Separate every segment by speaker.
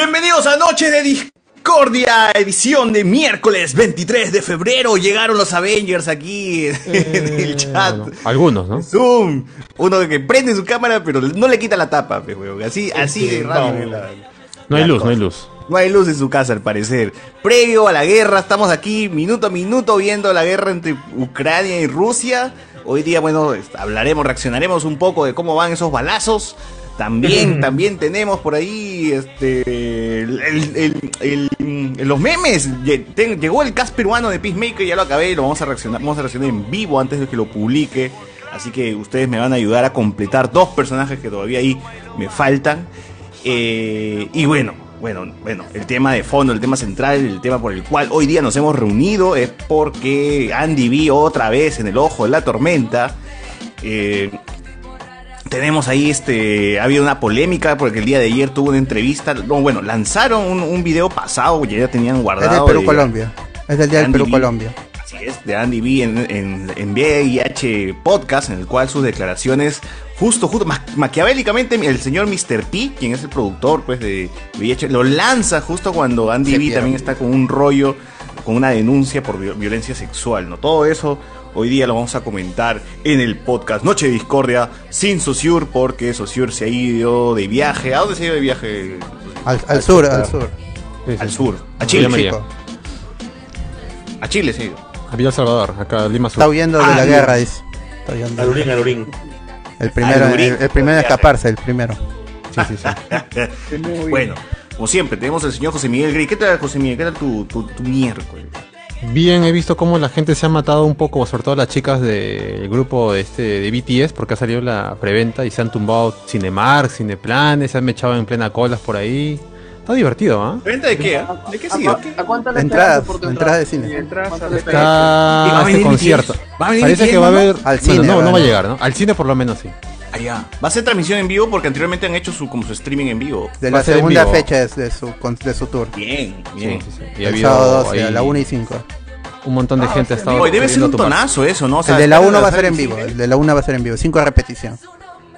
Speaker 1: Bienvenidos a Noches de Discordia, edición de miércoles 23 de febrero. Llegaron los Avengers aquí en el chat.
Speaker 2: Algunos, ¿no?
Speaker 1: Zoom. Uno que prende su cámara, pero no le quita la tapa, pe, huevón. Así, así de rápido. es la-
Speaker 2: No hay luz, no hay luz.
Speaker 1: No hay luz en su casa, al parecer. Previo a la guerra, estamos aquí minuto a minuto viendo la guerra entre Ucrania y Rusia. Hoy día, bueno, est- hablaremos, reaccionaremos un poco de cómo van esos balazos. También, también tenemos por ahí este el- el- el- el- los memes. Lle- ten- Llegó el cast peruano de Peacemaker, ya lo acabé, lo vamos a reaccionar, vamos a reaccionar en vivo antes de que lo publique. Así que ustedes me van a ayudar a completar dos personajes que todavía ahí me faltan. Eh, y bueno, bueno, bueno, el tema de fondo, el tema central, el tema por el cual hoy día nos hemos reunido es porque Andy vi otra vez en el ojo de la tormenta. Eh, tenemos ahí este. Ha habido una polémica porque el día de ayer tuvo una entrevista. No, bueno, lanzaron un, un video pasado, ya ya tenían
Speaker 3: Es
Speaker 1: guardado.
Speaker 3: del
Speaker 1: de-
Speaker 3: Perú-Colombia. Es del día del
Speaker 1: Andy Lee.
Speaker 3: Perú-Colombia.
Speaker 1: Así es, de Andy B en, en, en VIH Podcast, en el cual sus declaraciones, justo, justo, ma- maquiavélicamente, el señor Mr. P, quien es el productor pues, de VIH, lo lanza justo cuando Andy
Speaker 3: Se
Speaker 1: B
Speaker 3: pierde.
Speaker 1: también está con un rollo, con una denuncia por vi- violencia sexual, ¿no? Todo eso. Hoy día lo vamos a comentar en el podcast Noche de Discordia sin Sosur, porque Sosur se ha ido de viaje. ¿A dónde se ha ido de viaje?
Speaker 3: Al, al sur, al sur.
Speaker 1: Al sur, a
Speaker 2: Chile,
Speaker 1: Chile.
Speaker 2: María.
Speaker 3: Chico,
Speaker 1: A Chile se ha ido.
Speaker 2: A Villa El Salvador, acá Lima Sur.
Speaker 3: Está huyendo de
Speaker 1: Ah,
Speaker 3: la
Speaker 1: sí.
Speaker 3: guerra, dice. Está huyendo.
Speaker 4: Alurín, Alurín.
Speaker 3: El primero,
Speaker 1: Al
Speaker 3: el,
Speaker 1: Lurín.
Speaker 3: el primero a escaparse, el primero.
Speaker 2: Sí, sí, sí.
Speaker 1: Bueno, como siempre, tenemos al señor José Miguel Grey. ¿Qué tal, José Miguel? ¿Qué tal tu, tu, tu miércoles?
Speaker 2: Bien, he visto cómo la gente se ha matado un poco, sobre todo las chicas del grupo este de BTS, porque ha salido la preventa y se han tumbado Cinemark, Cineplanes, se han echado en plena colas por ahí. Está divertido, ¿ah?
Speaker 1: ¿Venta de qué? ah? ¿De qué ha sido?
Speaker 5: ¿A cuánto la
Speaker 3: Entradas,
Speaker 5: esperas por tu
Speaker 3: entradas de
Speaker 5: entrada?
Speaker 3: cine.
Speaker 5: Sí, entradas a
Speaker 1: ¿Y va a
Speaker 2: Está
Speaker 1: venir
Speaker 2: este
Speaker 1: BTS?
Speaker 2: concierto.
Speaker 1: ¿Va a venir
Speaker 2: Parece
Speaker 1: BTS,
Speaker 2: que va a
Speaker 1: mamá?
Speaker 2: haber.
Speaker 3: Al
Speaker 2: Bueno,
Speaker 3: cine,
Speaker 2: no, no va a
Speaker 3: ¿verdad?
Speaker 2: llegar, ¿no? Al cine por lo menos sí.
Speaker 1: Allá. Ah, Va a ser transmisión en vivo porque anteriormente han hecho su, como su streaming en vivo.
Speaker 3: De
Speaker 2: Va a
Speaker 3: la
Speaker 2: ser en
Speaker 3: segunda
Speaker 2: vivo.
Speaker 3: fecha es de su, con- de su tour.
Speaker 1: Bien,
Speaker 2: Sí,
Speaker 1: bien.
Speaker 2: sí, sí. Y ha
Speaker 3: El
Speaker 2: habido
Speaker 3: sábado 12, a
Speaker 2: ahí
Speaker 3: la 1 y 5.
Speaker 2: Un montón de gente ha estado.
Speaker 1: Oye, debe ser
Speaker 2: queriendo
Speaker 1: un
Speaker 2: tumbar.
Speaker 1: tonazo eso, ¿no? O sea,
Speaker 3: El de la
Speaker 1: estar en
Speaker 3: 1 va a
Speaker 1: sala
Speaker 3: ser en
Speaker 1: de
Speaker 3: vivo.
Speaker 1: cine.
Speaker 3: El de la 1 va a ser en vivo. 5 repetición.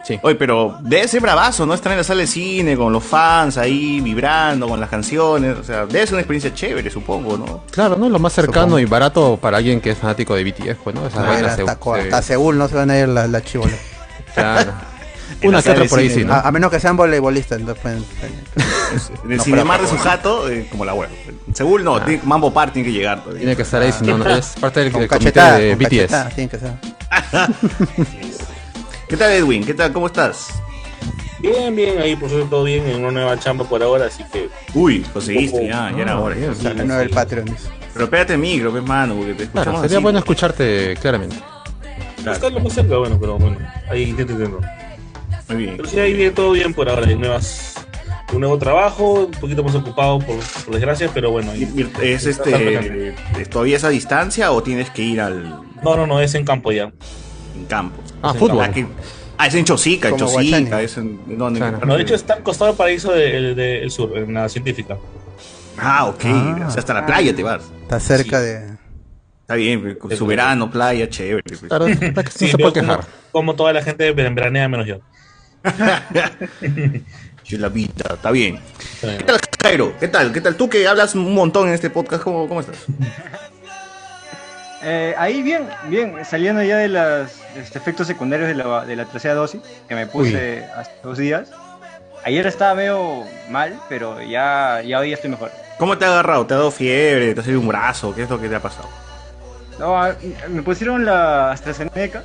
Speaker 2: Sí.
Speaker 1: Oye, pero debe ser bravazo, ¿no? Estar en la sala de cine con los fans ahí vibrando con las canciones. O sea, debe ser una experiencia chévere, supongo, ¿no?
Speaker 2: Claro, ¿no? Lo más cercano
Speaker 3: Supongo.
Speaker 2: y barato para alguien que es fanático de BTS, pues, ¿no? Esas
Speaker 3: A ver,
Speaker 2: vainas se-
Speaker 3: hasta, co-
Speaker 2: se-
Speaker 3: hasta Seúl no se van a ir la, la chivola.
Speaker 2: Claro.
Speaker 1: En la
Speaker 2: Una que
Speaker 1: sala
Speaker 2: otra
Speaker 1: de
Speaker 2: por ahí
Speaker 1: cine,
Speaker 2: sí,
Speaker 1: ¿no?
Speaker 2: ¿no?
Speaker 3: A, a menos que sean voleibolistas. entonces pueden-
Speaker 1: En el
Speaker 3: No,
Speaker 1: cinemar de
Speaker 3: pero-
Speaker 1: su jato, eh, como la web. Según no, tiene- Mambo Park tiene que llegar todavía.
Speaker 2: Ah.
Speaker 1: Ah.
Speaker 2: Tiene que estar ahí, si no, no, es parte del
Speaker 3: Con
Speaker 2: del comité
Speaker 3: cachetada.
Speaker 2: de
Speaker 3: con
Speaker 2: BTS.
Speaker 3: cachetada, tienen que ser.
Speaker 1: ¿Qué tal, Edwin? ¿Qué tal? ¿Cómo estás?
Speaker 4: Bien, bien, ahí por suerte todo bien, en una nueva chamba por ahora, así que.
Speaker 1: Uy, conseguiste, ya, ya era hora.
Speaker 2: bien.
Speaker 1: Sí.
Speaker 3: La nueva del Patreon. dice.
Speaker 1: Pero espérate el micro, pues, mano, porque te escuchamos
Speaker 2: Claro, sería
Speaker 1: así.
Speaker 2: bueno escucharte claramente.
Speaker 4: Buscarlo más cerca, bueno, pero bueno, ahí te entiendo.
Speaker 1: Muy bien.
Speaker 4: Pero sí, ahí viene todo bien por ahora, hay nuevas. Un nuevo trabajo, un poquito más ocupado por, por desgracia, pero bueno. ahí-
Speaker 1: Y- y- ¿Es este, es todavía esa distancia o tienes que ir al
Speaker 4: No, no, no, es en campo ya.
Speaker 1: en campo?
Speaker 2: Ah,
Speaker 1: Es en-
Speaker 2: fútbol.
Speaker 1: Ah, que- ah, es en Chosica, en
Speaker 3: Como
Speaker 1: Chosica,
Speaker 3: Guachani.
Speaker 1: es en... ¿en dónde?
Speaker 2: Claro.
Speaker 1: ¿En qué
Speaker 4: Bueno, de
Speaker 1: parte?
Speaker 4: hecho está al costado del paraíso del, del sur, en la científica.
Speaker 1: Ah, ok.
Speaker 3: Ah.
Speaker 1: o sea, hasta la playa te vas.
Speaker 3: Está cerca de.
Speaker 1: Está bien, pues, su verano, playa, chévere. pues.
Speaker 2: Claro, está que no se
Speaker 4: veo
Speaker 2: puede quejar.
Speaker 4: Como, como toda la gente veranea menos yo.
Speaker 1: Chulavita, está bien. ¿Qué tal, Jairo? ¿Qué tal? ¿Qué tal? Tú que hablas un montón en este podcast, ¿cómo, cómo estás?
Speaker 5: Eh, ahí bien, bien, saliendo ya de los efectos secundarios de la, de la tercera dosis que me puse hace dos días. Ayer estaba medio mal, pero ya, ya hoy ya estoy mejor.
Speaker 1: ¿Cómo te ha agarrado? ¿Te ha dado fiebre? ¿Te ha salido un brazo? ¿Qué es lo que te ha pasado?
Speaker 5: No, a- me pusieron la AstraZeneca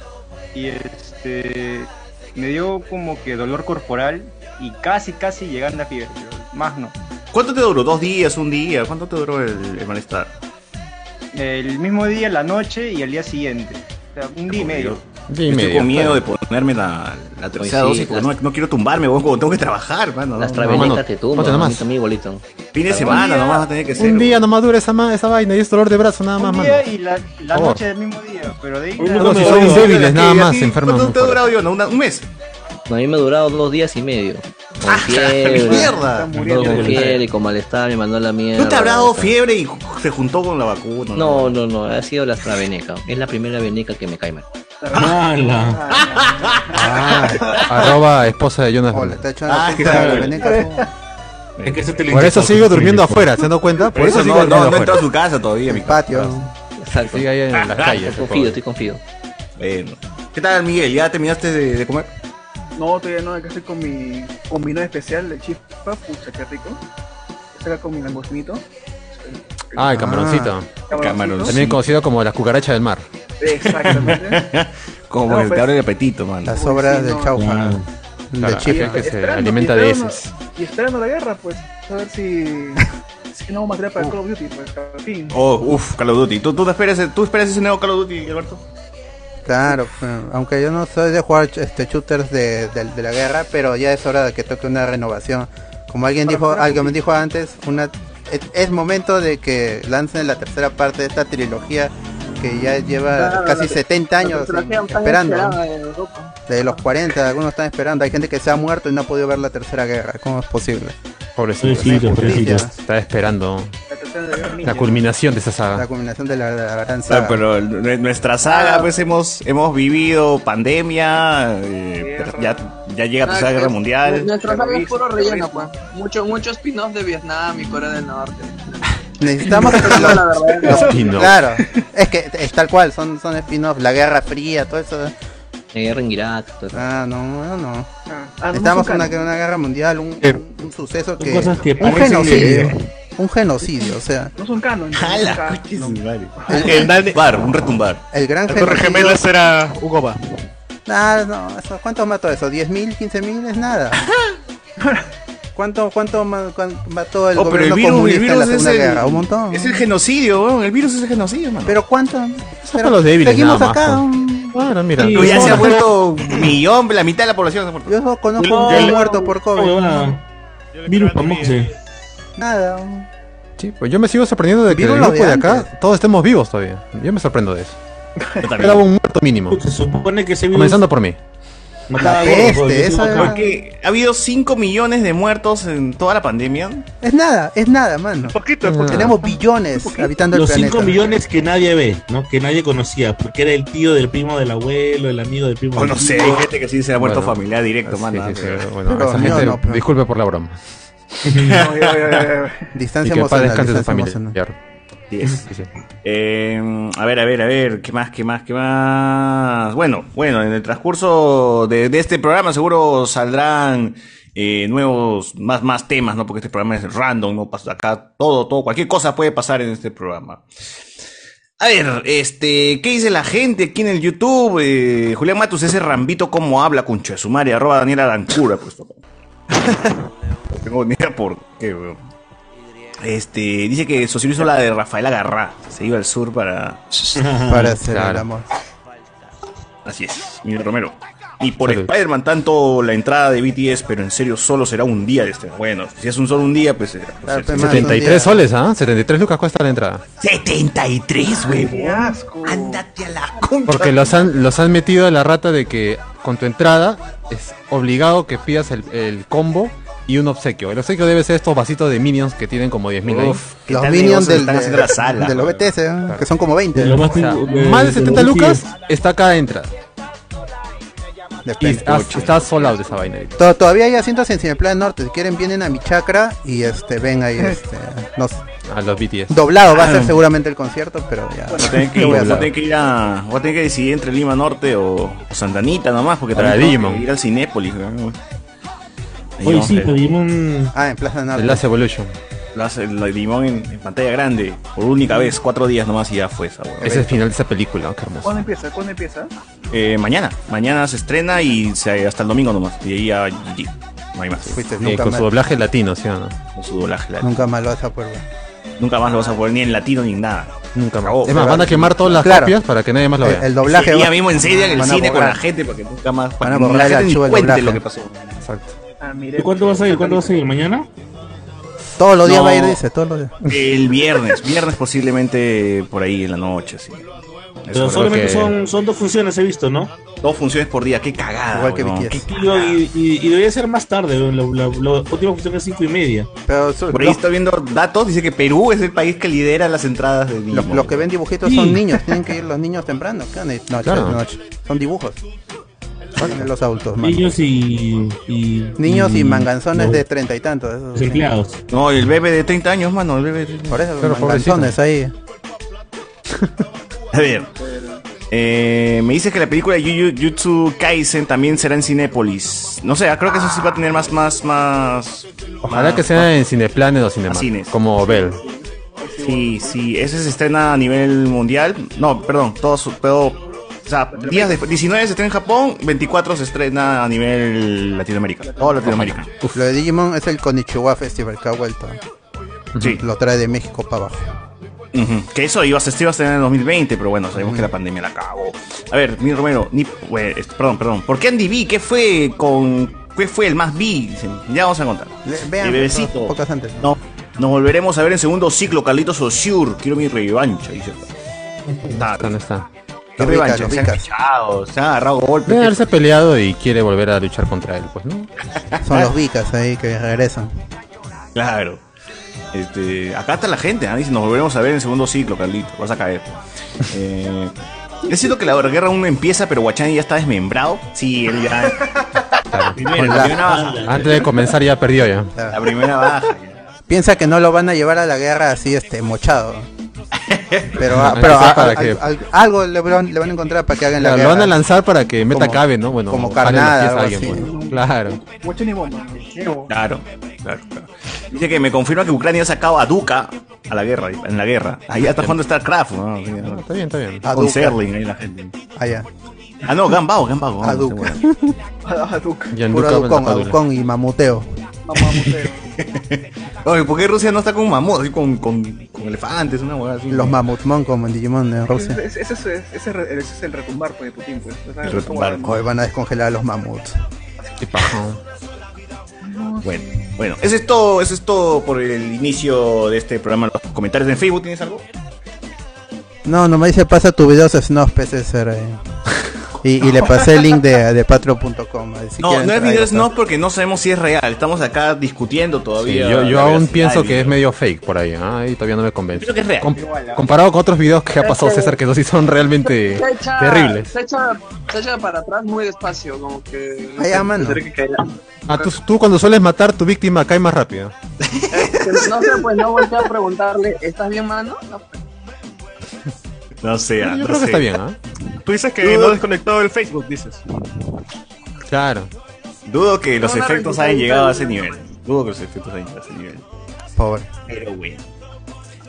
Speaker 5: y este me dio como que dolor corporal y casi, casi llegando a fiebre, pero más no.
Speaker 1: ¿Cuánto te duró? ¿Dos días? ¿Un día? ¿Cuánto te duró el, el malestar?
Speaker 5: El mismo día, la noche y al día siguiente. O sea, un día y medio.
Speaker 2: Día y
Speaker 1: Yo estoy
Speaker 2: medio,
Speaker 1: con miedo
Speaker 2: claro.
Speaker 1: de ponerme la, la tercera
Speaker 6: Pues sí,
Speaker 1: dosis porque
Speaker 6: las-
Speaker 1: no, no quiero tumbarme, vos, como tengo que trabajar, mano.
Speaker 6: Las
Speaker 1: no,
Speaker 6: travelitas
Speaker 2: mano,
Speaker 6: te tumban,
Speaker 2: ponte nomás.
Speaker 6: mamita, mi bolito.
Speaker 1: fin de
Speaker 6: Un
Speaker 1: semana
Speaker 5: día-
Speaker 1: nomás va a tener que ser.
Speaker 2: Un día nomás dura esa, ma- esa vaina y es dolor de brazo nada más,
Speaker 5: un
Speaker 2: mano.
Speaker 5: día y la, la
Speaker 2: favor.
Speaker 5: noche del mismo día, pero de ahí
Speaker 4: Uy,
Speaker 5: nada
Speaker 2: No,
Speaker 5: más.
Speaker 2: si son
Speaker 1: Yo de las
Speaker 2: débiles,
Speaker 1: que
Speaker 2: nada
Speaker 1: vi a
Speaker 2: más,
Speaker 1: ti,
Speaker 2: se enferman.
Speaker 1: ¿Cuánto
Speaker 2: muy
Speaker 1: te ha
Speaker 2: fuerte.
Speaker 1: durado yo? ¿No? ¿Una- ¿Un mes?
Speaker 6: A mí me ha durado dos días y medio. Con fiebre.
Speaker 1: ¡Mierda!
Speaker 6: Todo con fiebre y con malestar, me mandó a la mierda.
Speaker 1: ¿No te habrá dado fiebre y se juntó con la vacuna?
Speaker 6: No, no, no, ha sido la traveneca. Es la primera veneca que me cae mal.
Speaker 4: ¡Mala!
Speaker 2: Arroba esposa de Jonas.
Speaker 3: Hola,
Speaker 2: Bernal.
Speaker 3: está hecho una
Speaker 1: Ah,
Speaker 3: punta
Speaker 1: claro.
Speaker 3: de veneca, ¿cómo?
Speaker 4: Es que ese te lo
Speaker 2: Por eso
Speaker 4: inyectó,
Speaker 2: sigo
Speaker 4: te lo
Speaker 2: durmiendo
Speaker 4: inyectó.
Speaker 2: afuera, ¿se han dado cuenta?
Speaker 1: Por eso
Speaker 2: sigo
Speaker 1: no, no,
Speaker 2: durmiendo pues.
Speaker 1: no entró a
Speaker 2: afuera.
Speaker 1: su casa todavía, mi
Speaker 3: El patio.
Speaker 6: Exacto.
Speaker 2: Sigue ahí en las calles.
Speaker 6: Estoy confío,
Speaker 2: por favor.
Speaker 6: estoy confío.
Speaker 1: Bueno. ¿Qué tal, Miguel? ¿Ya terminaste de, de comer?
Speaker 7: No, todavía no, acá estoy con mi con vino especial de chispa, pucha, qué rico. Estoy acá con mi Ah, langostinito.
Speaker 2: Ah, el camaroncito.
Speaker 1: Ah, Camaroncito.
Speaker 2: También conocido como las cucarachas del mar.
Speaker 7: Exactamente.
Speaker 1: Como
Speaker 7: No,
Speaker 1: el
Speaker 7: pues.
Speaker 1: te abre el apetito, mano.
Speaker 3: Las sobras
Speaker 7: sí,
Speaker 3: del
Speaker 7: no.
Speaker 8: Ah.
Speaker 3: chaufa.
Speaker 2: Mm.
Speaker 3: De
Speaker 2: Claro,
Speaker 3: chip.
Speaker 2: hay gente que se
Speaker 7: Esperando,
Speaker 2: alimenta de
Speaker 7: esperando.
Speaker 2: heces.
Speaker 7: y esperando la guerra, pues, a ver si, si no material
Speaker 2: Uh.
Speaker 7: para Call of Duty, pues, al fin.
Speaker 1: Oh, uff, Call of Duty. ¿Tú, tú, te esperas, ¿Tú esperas ese nuevo Call of Duty, Alberto?
Speaker 3: Claro, bueno, aunque yo no soy de jugar ch- este shooters de, de- de la guerra, pero ya es hora de que toque una renovación. Como alguien dijo, alguien me dijo antes, una es, es momento de que lancen la tercera parte de esta trilogía que ya lleva
Speaker 7: Claro,
Speaker 3: casi
Speaker 7: la-
Speaker 3: 70 años
Speaker 7: Pero quedan tan
Speaker 3: esperando. ¿no?
Speaker 7: esperadas en Europa.
Speaker 3: De los 40, algunos están esperando. Hay gente que se ha muerto y no ha podido ver la tercera guerra. ¿Cómo es posible?
Speaker 2: Pobrecito.
Speaker 4: Sí, sí,
Speaker 3: Injusticia,
Speaker 4: pobrecito.
Speaker 2: Está esperando
Speaker 7: La tercera de guerra
Speaker 2: la
Speaker 7: ninja.
Speaker 2: culminación de esa
Speaker 3: la
Speaker 2: saga. Ah.
Speaker 3: culminación de la, de la gran
Speaker 1: Ah,
Speaker 3: saga.
Speaker 1: pero n- nuestra saga, pues hemos, hemos vivido pandemia, eh,
Speaker 7: Guerra.
Speaker 1: ya, ya llega la
Speaker 9: Ah,
Speaker 1: Tercera Guerra
Speaker 9: es-
Speaker 1: Mundial.
Speaker 9: Nuestra saga es puro relleno,
Speaker 7: terrorismo.
Speaker 9: pues. Mucho, mucho spin-off de Vietnam y Corea del Norte.
Speaker 3: Necesitamos que
Speaker 9: No,
Speaker 3: los-
Speaker 9: la verdad, no.
Speaker 2: Los pinos.
Speaker 3: Claro, es que es tal cual, son, son spin-off, la Guerra Fría, todo eso.
Speaker 6: La guerra en Irak, todo eso.
Speaker 3: Ah, no, no, no.
Speaker 7: Ah, ah, no,
Speaker 3: Necesitamos
Speaker 7: Muzuka,
Speaker 3: una, una guerra mundial, un,
Speaker 2: Eh,
Speaker 3: un- un suceso
Speaker 4: son
Speaker 3: que...
Speaker 4: cosas que
Speaker 3: un
Speaker 4: parecen
Speaker 3: genocidio,
Speaker 4: leer.
Speaker 3: un genocidio, o sea,
Speaker 7: No son canon. no son
Speaker 1: ¡Jala!
Speaker 7: canon.
Speaker 1: Un retumbar, un retumbar.
Speaker 3: el gran
Speaker 10: La Torre
Speaker 3: genocidio...
Speaker 10: Gemelas era Ugoba.
Speaker 3: Ah, no, eso- ¿cuántos mató eso? ¿10.000, 15.000? Es nada. ¿Cuánto, cuánto ma- cuán- mató el
Speaker 1: Oh, pero el
Speaker 3: gobierno
Speaker 1: virus, el
Speaker 3: comunista en la
Speaker 1: virus es
Speaker 3: Segunda
Speaker 1: el,
Speaker 3: Guerra? Un montón.
Speaker 1: es el genocidio, weón. El virus es el genocidio, mano.
Speaker 3: ¿Pero cuánto? Pero
Speaker 2: los débiles,
Speaker 3: Seguimos
Speaker 2: nada más,
Speaker 3: acá.
Speaker 2: ¿no?
Speaker 3: un-
Speaker 2: Bueno, mira.
Speaker 1: Pero ya
Speaker 2: no,
Speaker 1: se ha
Speaker 2: no,
Speaker 1: vuelto millón, la mitad de la población se ha muerto.
Speaker 3: Yo conozco
Speaker 4: No,
Speaker 3: un
Speaker 4: no,
Speaker 3: muerto por
Speaker 4: No,
Speaker 3: COVID.
Speaker 4: huevada.
Speaker 10: Yo le
Speaker 4: Virus
Speaker 10: creo a tu vida.
Speaker 4: famoso.
Speaker 3: Nada. un-
Speaker 2: sí, pues yo me sigo sorprendiendo de que el
Speaker 3: Vieron
Speaker 2: grupo
Speaker 3: lo
Speaker 2: de,
Speaker 3: de
Speaker 2: acá
Speaker 3: antes.
Speaker 2: todos estemos vivos todavía. Yo me sorprendo de eso.
Speaker 1: Yo
Speaker 2: Era
Speaker 1: también.
Speaker 2: un muerto mínimo.
Speaker 4: Se supone que ese virus
Speaker 2: Comenzando por mí.
Speaker 4: mataba
Speaker 3: La
Speaker 4: gordos,
Speaker 3: peste,
Speaker 4: gordos. Yo
Speaker 3: este, esa
Speaker 4: sí me acuerdo.
Speaker 1: Porque ha habido 5 millones de muertos en toda la pandemia.
Speaker 3: Es nada, es nada, mano.
Speaker 10: Poquito,
Speaker 2: Ah.
Speaker 10: poquito.
Speaker 3: Tenemos billones habitando el
Speaker 4: Los 5
Speaker 3: planeta.
Speaker 4: millones que nadie ve, ¿no? Que nadie conocía, porque era el tío del primo del abuelo, el amigo del primo. del
Speaker 1: Conocer,
Speaker 4: tío.
Speaker 1: hay gente que sí se ha muerto
Speaker 2: Bueno.
Speaker 1: familiar directo,
Speaker 2: Sí,
Speaker 1: mano.
Speaker 2: sí, sí,
Speaker 1: pero-
Speaker 2: bueno,
Speaker 3: Pero
Speaker 2: esa
Speaker 3: mío
Speaker 2: gente,
Speaker 3: no, pero-
Speaker 2: disculpe por la broma.
Speaker 7: No, ya, ya, ya, ya.
Speaker 2: Y
Speaker 3: Distancia
Speaker 2: que para
Speaker 3: emocional.
Speaker 2: descanse su
Speaker 3: distancia
Speaker 2: familia.
Speaker 3: emocional.
Speaker 1: sí es.
Speaker 2: Sí, sí.
Speaker 1: Eh, a ver, a ver, a ver, ¿qué más, qué más, qué más? Bueno, bueno, en el transcurso de, de este programa seguro saldrán eh, nuevos, más, más temas, ¿no? Porque este programa es random, ¿no? Pas- Acá todo, todo, cualquier cosa puede pasar en este programa. A ver, este, ¿qué dice la gente aquí en el YouTube? Eh, Julián Matus, ese rambito, ¿cómo habla, con de su madre? Arroba Daniela Dancura, pues. No tengo ni idea por qué, weón. Este, dice que Sosiro hizo la de Rafael Agarrá. Se iba al sur para.
Speaker 3: Para hacer el
Speaker 2: Claro.
Speaker 3: amor.
Speaker 1: Así es, Miguel Romero. Y por
Speaker 2: Salud.
Speaker 1: Spider-Man, tanto la entrada de BTS, pero en serio, solo será un día de este. Bueno, si es un solo un día, pues. será.
Speaker 3: Claro,
Speaker 1: Pues,
Speaker 3: pues,
Speaker 1: será-
Speaker 3: man.
Speaker 2: 73 soles, ¿ah? 73 lucas cuesta la entrada.
Speaker 1: 73,
Speaker 7: Qué
Speaker 1: huevón.
Speaker 7: asco.
Speaker 1: Ándate a la concha.
Speaker 2: Porque los han, los han metido a la rata de que con tu entrada es obligado que pidas el, el combo y un obsequio. El obsequio debe ser estos vasitos de minions que tienen como 10.000 ahí.
Speaker 1: Uf, ¿qué
Speaker 3: Los
Speaker 1: tal
Speaker 3: minions
Speaker 1: negocios
Speaker 3: del,
Speaker 1: están
Speaker 3: de,
Speaker 1: haciendo la sala?
Speaker 3: de los BTS, ¿eh? que son como 20.
Speaker 4: De lo más,
Speaker 2: O sea,
Speaker 4: de-
Speaker 2: más de
Speaker 4: lo
Speaker 2: 70
Speaker 4: más
Speaker 2: lucas está cada entrada. Y
Speaker 3: Depende.
Speaker 2: está, está sold out de esa vaina. ahorita.
Speaker 3: To- Todavía hay asientos en Cineplan Norte. Si quieren, vienen a mi chakra y este, ven ahí. Este, nos,
Speaker 2: A los BTS.
Speaker 3: doblado va a
Speaker 2: Ah.
Speaker 1: Ah.
Speaker 3: ser seguramente el concierto, pero ya.
Speaker 1: Voy a tener que
Speaker 3: Yo voy a
Speaker 1: ir, voy a
Speaker 3: hablar.
Speaker 1: tener que ir a. Voy a tener que decidir entre Lima Norte o, o Santanita nomás, porque
Speaker 2: Para
Speaker 1: también tengo
Speaker 2: Digimon.
Speaker 1: que ir al Cinépolis. weón.
Speaker 4: que- Oye, sí, pero Digimon-
Speaker 3: Ah, en Plaza Norte.
Speaker 2: El Last Evolution.
Speaker 1: Lo hace el Digimon en, en pantalla grande, por única vez, cuatro días nomás y ya fue esa, weón.
Speaker 2: Ese es el final de esa película, ¿no? qué hermoso.
Speaker 7: ¿Cuándo empieza? ¿Cuándo empieza?
Speaker 1: Eh, mañana, mañana se estrena y se- hasta el domingo nomás. Y ahí ya GG. No hay más.
Speaker 3: Fuiste,
Speaker 2: Y
Speaker 3: nunca,
Speaker 2: Eh, con
Speaker 3: más,
Speaker 2: su doblaje latino, ¿sí o no?
Speaker 1: Con su doblaje. la-
Speaker 3: nunca más lo vas a poder ver.
Speaker 1: Nunca más lo vas a poner ni en latino ni en nada.
Speaker 2: Nunca más.
Speaker 1: Acabó.
Speaker 2: es más, van a quemar todas las
Speaker 3: Claro.
Speaker 2: copias para que nadie más lo
Speaker 3: El,
Speaker 2: vea.
Speaker 3: el doblaje.
Speaker 1: Ese día
Speaker 3: va-
Speaker 1: mismo en serio en el
Speaker 3: van a
Speaker 1: cine con la
Speaker 3: borrar.
Speaker 1: gente para que nunca
Speaker 3: Van a
Speaker 1: más. Para que la
Speaker 3: borrar el
Speaker 1: gente ni
Speaker 3: archivo del
Speaker 1: cuente
Speaker 3: doblaje.
Speaker 1: lo que pasó.
Speaker 2: Exacto.
Speaker 7: Ah,
Speaker 4: ¿Y
Speaker 7: mire.
Speaker 4: cuándo vas a ir? ¿Cuándo vas a ir? ¿Mañana?
Speaker 3: Todos los días
Speaker 1: No.
Speaker 3: va a ir, dice. Todos los días.
Speaker 1: El viernes, viernes posiblemente por ahí en la noche. Sí.
Speaker 4: Pero
Speaker 1: Eso,
Speaker 4: solamente
Speaker 2: que-
Speaker 4: son, son dos funciones, he visto, ¿no?
Speaker 1: Dos funciones por día, qué cagada.
Speaker 3: Igual que
Speaker 1: weón.
Speaker 3: BTS.
Speaker 1: Qué-
Speaker 4: Y, y, y- y debería ser más tarde, la, la- la última función es cinco y media.
Speaker 3: Pero su-
Speaker 1: Por ahí
Speaker 3: los,
Speaker 1: está viendo datos, dice que Perú es el país que lidera las entradas de
Speaker 3: los-
Speaker 1: Digimon.
Speaker 3: los que ven dibujitos
Speaker 4: Sí.
Speaker 3: son niños. Tienen que ir los niños temprano. ¿Qué onda? Noche,
Speaker 2: Claro.
Speaker 3: noche. Son dibujos. Ponen los autos, man.
Speaker 10: Niños y. y
Speaker 3: Niños
Speaker 1: Mm,
Speaker 3: y manganzones
Speaker 10: los
Speaker 3: de treinta y tantos. esos, sí.
Speaker 10: Desempleados.
Speaker 1: No, el bebé de 30 años, mano, el bebé de 30
Speaker 3: Por eso,
Speaker 2: Pero
Speaker 3: manganzones ahí.
Speaker 1: A ver. Eh, me dices que la película Yu- Yu- Jujutsu Kaisen también será en Cinépolis. No sé, creo que eso sí va a tener más, más, más.
Speaker 2: Ojalá
Speaker 1: más-
Speaker 2: que sea en Cineplanet o Cinemark,
Speaker 1: Cines.
Speaker 2: como Bell.
Speaker 1: Sí, sí, ese se estrena a nivel mundial. No, perdón, todos, pero. O sea, días después, 19 se estrena en Japón, 24 se estrena a nivel Latinoamérica. Todo Latinoamérica.
Speaker 3: Uf, lo de Digimon es el Konichiwa Festival que ha vuelto.
Speaker 1: Sí.
Speaker 3: Lo trae de México para abajo.
Speaker 1: Ujú. Que eso iba a ser, iba a ser en el 2020, pero bueno, sabemos que la pandemia la cagó. A ver, mi Romero, ni, eh, esto- perdón, perdón. ¿Por qué Andy B? ¿Qué fue con. ¿Qué fue el más B? Dicen, Ya vamos a contar.
Speaker 3: Le-
Speaker 1: Eh,
Speaker 3: Vean,
Speaker 1: bebecito.
Speaker 3: pocas antes. ¿no?
Speaker 1: No, nos volveremos a ver en segundo ciclo, Carlitos Osur. Quiero mi revancha, dice. Está,
Speaker 2: ¿Dónde está?
Speaker 1: ¿Qué
Speaker 3: Lo
Speaker 1: revancha?
Speaker 3: ubicas, lo
Speaker 1: Se han
Speaker 3: ubicas.
Speaker 1: cachado, se han agarrado golpes.
Speaker 2: Debe haberse peleado y quiere volver a luchar contra él, pues, ¿no?
Speaker 3: Son los vicas ahí que regresan.
Speaker 1: Claro. Este, acá está la gente, ¿ah? Dice, nos volveremos a ver en segundo ciclo, Carlito. Vas a caer. Eh, es cierto que la guerra aún no empieza, pero Guachani ya está desmembrado. Sí, él ya. Primero, la primera baja.
Speaker 2: Antes de comenzar ya perdió ya.
Speaker 1: La primera baja.
Speaker 3: Piensa que no lo van a llevar a la guerra así, este, mochado. Pero, ah,
Speaker 2: No,
Speaker 3: pero
Speaker 2: no sé
Speaker 3: ah,
Speaker 2: para
Speaker 3: al-
Speaker 2: qué.
Speaker 3: al- algo le van, le van a encontrar para que hagan la
Speaker 2: Claro, lo
Speaker 3: guerra.
Speaker 2: van a lanzar para que meta
Speaker 3: Como-
Speaker 2: cabe, ¿no? Bueno,
Speaker 3: como
Speaker 2: o jale la
Speaker 3: carnada,
Speaker 2: pieza a
Speaker 3: algo
Speaker 2: alguien,
Speaker 3: así.
Speaker 2: pues. Claro.
Speaker 7: Guachón y bomba. Ciego.
Speaker 1: Claro, claro, claro. Dice que me confirma que Ucrania ha sacado a Duca a la guerra, en la guerra. Ahí está jugando StarCraft, ¿no? Sí,
Speaker 2: No,
Speaker 1: ¿no?
Speaker 2: está bien, está bien.
Speaker 3: A
Speaker 1: Con
Speaker 3: Duca.
Speaker 1: Serling ahí la gente.
Speaker 3: Allá.
Speaker 1: Ah, no, Gambao, Gambao.
Speaker 3: A
Speaker 1: no,
Speaker 3: Duca.
Speaker 1: se mueve.
Speaker 7: Ah, Duke.
Speaker 3: Puro
Speaker 2: Yanduka
Speaker 3: aducón,
Speaker 2: Padula.
Speaker 3: aducón y mamuteo.
Speaker 7: Vamos, museo.
Speaker 1: Oye, ¿por qué Rusia no está con mamut, así con, con, con elefantes, una hueá así?
Speaker 3: Los mamutmon como en Digimon eh, de
Speaker 7: Ese,
Speaker 3: Rusia.
Speaker 7: ese, ese, es- ese es- ese es el retumbar pues, de Putin. Pues. O sea,
Speaker 1: El retumbar.
Speaker 7: como-
Speaker 3: Hoy van a descongelar a los mamuts.
Speaker 2: Qué paja.
Speaker 1: Bueno, bueno, eso es todo, eso es todo por el inicio de este programa. Los comentarios en Facebook, ¿tienes algo?
Speaker 3: No, nomás dice pasa tu video Snuff PCSR. eh. Y, y le pasé el link de, de patreon.com. eh, si quieren
Speaker 1: No, no es
Speaker 3: entrar, ahí
Speaker 1: video
Speaker 3: va a estar.
Speaker 1: snuff porque no sabemos si es real. Estamos acá discutiendo
Speaker 2: Sí,
Speaker 1: todavía.
Speaker 2: yo yo
Speaker 1: la
Speaker 2: aún
Speaker 1: veracidad
Speaker 2: pienso
Speaker 1: del
Speaker 2: que es
Speaker 1: video.
Speaker 2: medio fake por ahí, ¿ah? y todavía no me convence.
Speaker 1: Creo que es real.
Speaker 2: Com-
Speaker 5: Igual, ¿ah?
Speaker 2: comparado con otros videos que ha pasado César, que no sí son realmente
Speaker 9: Se echa,
Speaker 2: terribles.
Speaker 9: Se echa, se echa para atrás muy despacio, como que.
Speaker 3: Ah, ya, mano.
Speaker 9: tendré que caer.
Speaker 2: Ah, tú, tú cuando sueles matar tu víctima cae más rápido.
Speaker 9: No sé, pues no volteé a preguntarle, ¿estás bien, mano? No, pues.
Speaker 1: No sé, ah,
Speaker 2: Yo
Speaker 1: no
Speaker 2: creo que
Speaker 1: sé.
Speaker 2: está bien, ¿ah?
Speaker 11: Tú dices que no has desconectado el Facebook, dices.
Speaker 2: Claro.
Speaker 1: Dudo que los
Speaker 9: No, no,
Speaker 1: efectos
Speaker 9: no,
Speaker 1: hayan
Speaker 9: no,
Speaker 1: llegado
Speaker 9: no,
Speaker 1: a ese
Speaker 9: no,
Speaker 1: nivel. Dudo que los efectos hayan llegado a ese nivel.
Speaker 3: Pobre.
Speaker 1: Pero bueno.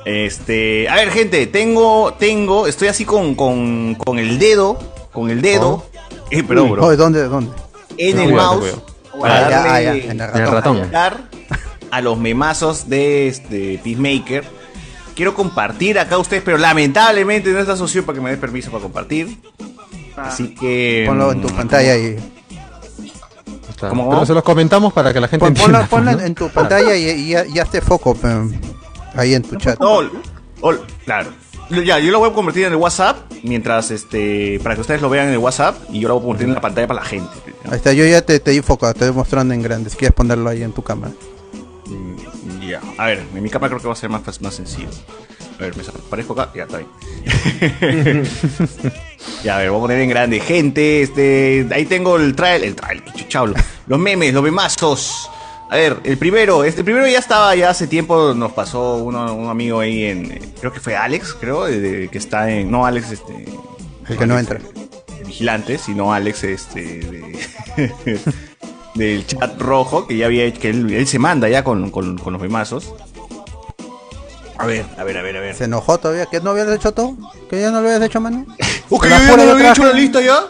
Speaker 1: Este, a ver, gente, tengo, tengo, estoy así con, con, con el dedo, con el dedo, eh, perdón, bro,
Speaker 3: Oye, ¿Dónde? ¿Dónde?
Speaker 1: en
Speaker 2: Oh. Ten
Speaker 1: el
Speaker 2: cuidado, ten
Speaker 1: mouse
Speaker 3: Ah,
Speaker 1: para
Speaker 3: ya, ah, ya,
Speaker 1: darle,
Speaker 3: en el
Speaker 2: En el
Speaker 3: ratón.
Speaker 2: ratón.
Speaker 1: dar a los memazos de este Peacemaker. Quiero compartir acá a ustedes, pero lamentablemente no está socio para que me dé permiso para compartir.
Speaker 9: Ah.
Speaker 1: Así que.
Speaker 3: Ponlo en tu
Speaker 1: mm,
Speaker 3: pantalla y
Speaker 2: Está.
Speaker 1: ¿Cómo?
Speaker 2: Pero se los comentamos para que la gente
Speaker 3: pon- Pues, ponlo,
Speaker 2: entienda,
Speaker 3: ponlo
Speaker 2: ¿no?
Speaker 3: en tu pantalla y, y, y hazte foco pe, ahí en tu chat.
Speaker 1: No, ol- claro. Yo- Ya, yo lo voy a convertir en el WhatsApp mientras este. Para que ustedes lo vean en el WhatsApp y yo lo voy a convertir en la pantalla para la gente. ¿no?
Speaker 3: Ahí está, yo ya te, te di foco, te estoy mostrando en grande. Si quieres ponerlo ahí en tu cámara.
Speaker 1: Mm, Ya. A ver, en mi cámara creo que va a ser más, fácil- más sencillo. A ver, me aparezco acá. Ya, está bien. ya, a ver, voy a poner en grande. Gente, este. Ahí tengo el trail. El trail, qué chucha hablo. Los memes, los memazos. A ver, el primero, este el primero ya estaba, ya hace tiempo nos pasó uno, un amigo ahí en, eh, creo que fue Alex, creo, de- de- que está en, no Alex, este,
Speaker 3: El que no entra.
Speaker 1: vigilante, sino Alex este de- del chat rojo que ya había hecho, que él, él se manda ya con, con, con los memazos. A ver, a ver, a ver, a ver.
Speaker 3: Se enojó todavía. ¿Que no habías hecho todo? ¿Que ya no lo habías hecho, mano?
Speaker 1: Ok,
Speaker 3: la fuera de traje.
Speaker 1: lista ya.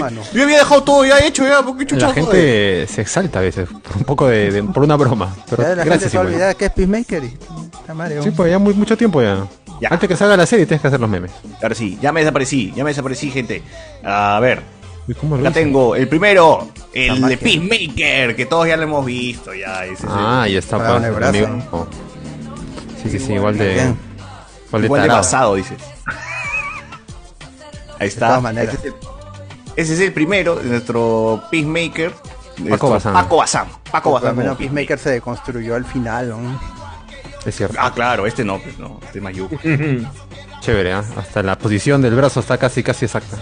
Speaker 3: mano.
Speaker 1: yo había dejado todo ya hecho ya, porque
Speaker 2: La gente se exalta a veces por un poco de, de- por una broma. Pero
Speaker 3: Ya la gente
Speaker 2: gracias
Speaker 3: se va a
Speaker 2: igual.
Speaker 3: olvidar que es Peacemaker. y- Puta madre,
Speaker 2: Sí,
Speaker 3: vamos.
Speaker 2: pues ya muy, mucho tiempo ya.
Speaker 1: Ya.
Speaker 2: Antes que salga la serie tienes que hacer los memes.
Speaker 1: Ahora sí, ya me desaparecí, ya me desaparecí, gente. A ver,
Speaker 2: Uy, ¿cómo lo
Speaker 1: acá
Speaker 2: hice?
Speaker 1: tengo el primero, el
Speaker 3: La
Speaker 1: de
Speaker 3: magia.
Speaker 1: Peacemaker, que todos ya lo hemos visto, ya. ese es el-
Speaker 2: Ah, ahí está.
Speaker 3: Para
Speaker 2: pues,
Speaker 3: darle brazo,
Speaker 2: amigo.
Speaker 3: ¿no?
Speaker 2: Oh. Sí, sí, sí, igual de...
Speaker 3: Bien.
Speaker 2: Igual de
Speaker 1: Igual de
Speaker 2: tarado.
Speaker 1: basado, dices. Ahí
Speaker 3: De todas
Speaker 1: está.
Speaker 3: maneras.
Speaker 1: Ese es el primero, nuestro Peacemaker. nuestro
Speaker 2: Bazán.
Speaker 1: Paco Bazán. Paco Bazán.
Speaker 3: Bueno,
Speaker 1: como
Speaker 3: Peacemaker se deconstruyó al final. ¿no?
Speaker 2: Es cierto.
Speaker 1: Ah, claro, este no, pues no, este es Mayu.
Speaker 2: Chévere, ¿ah? Hasta la posición del brazo está casi, casi exacta.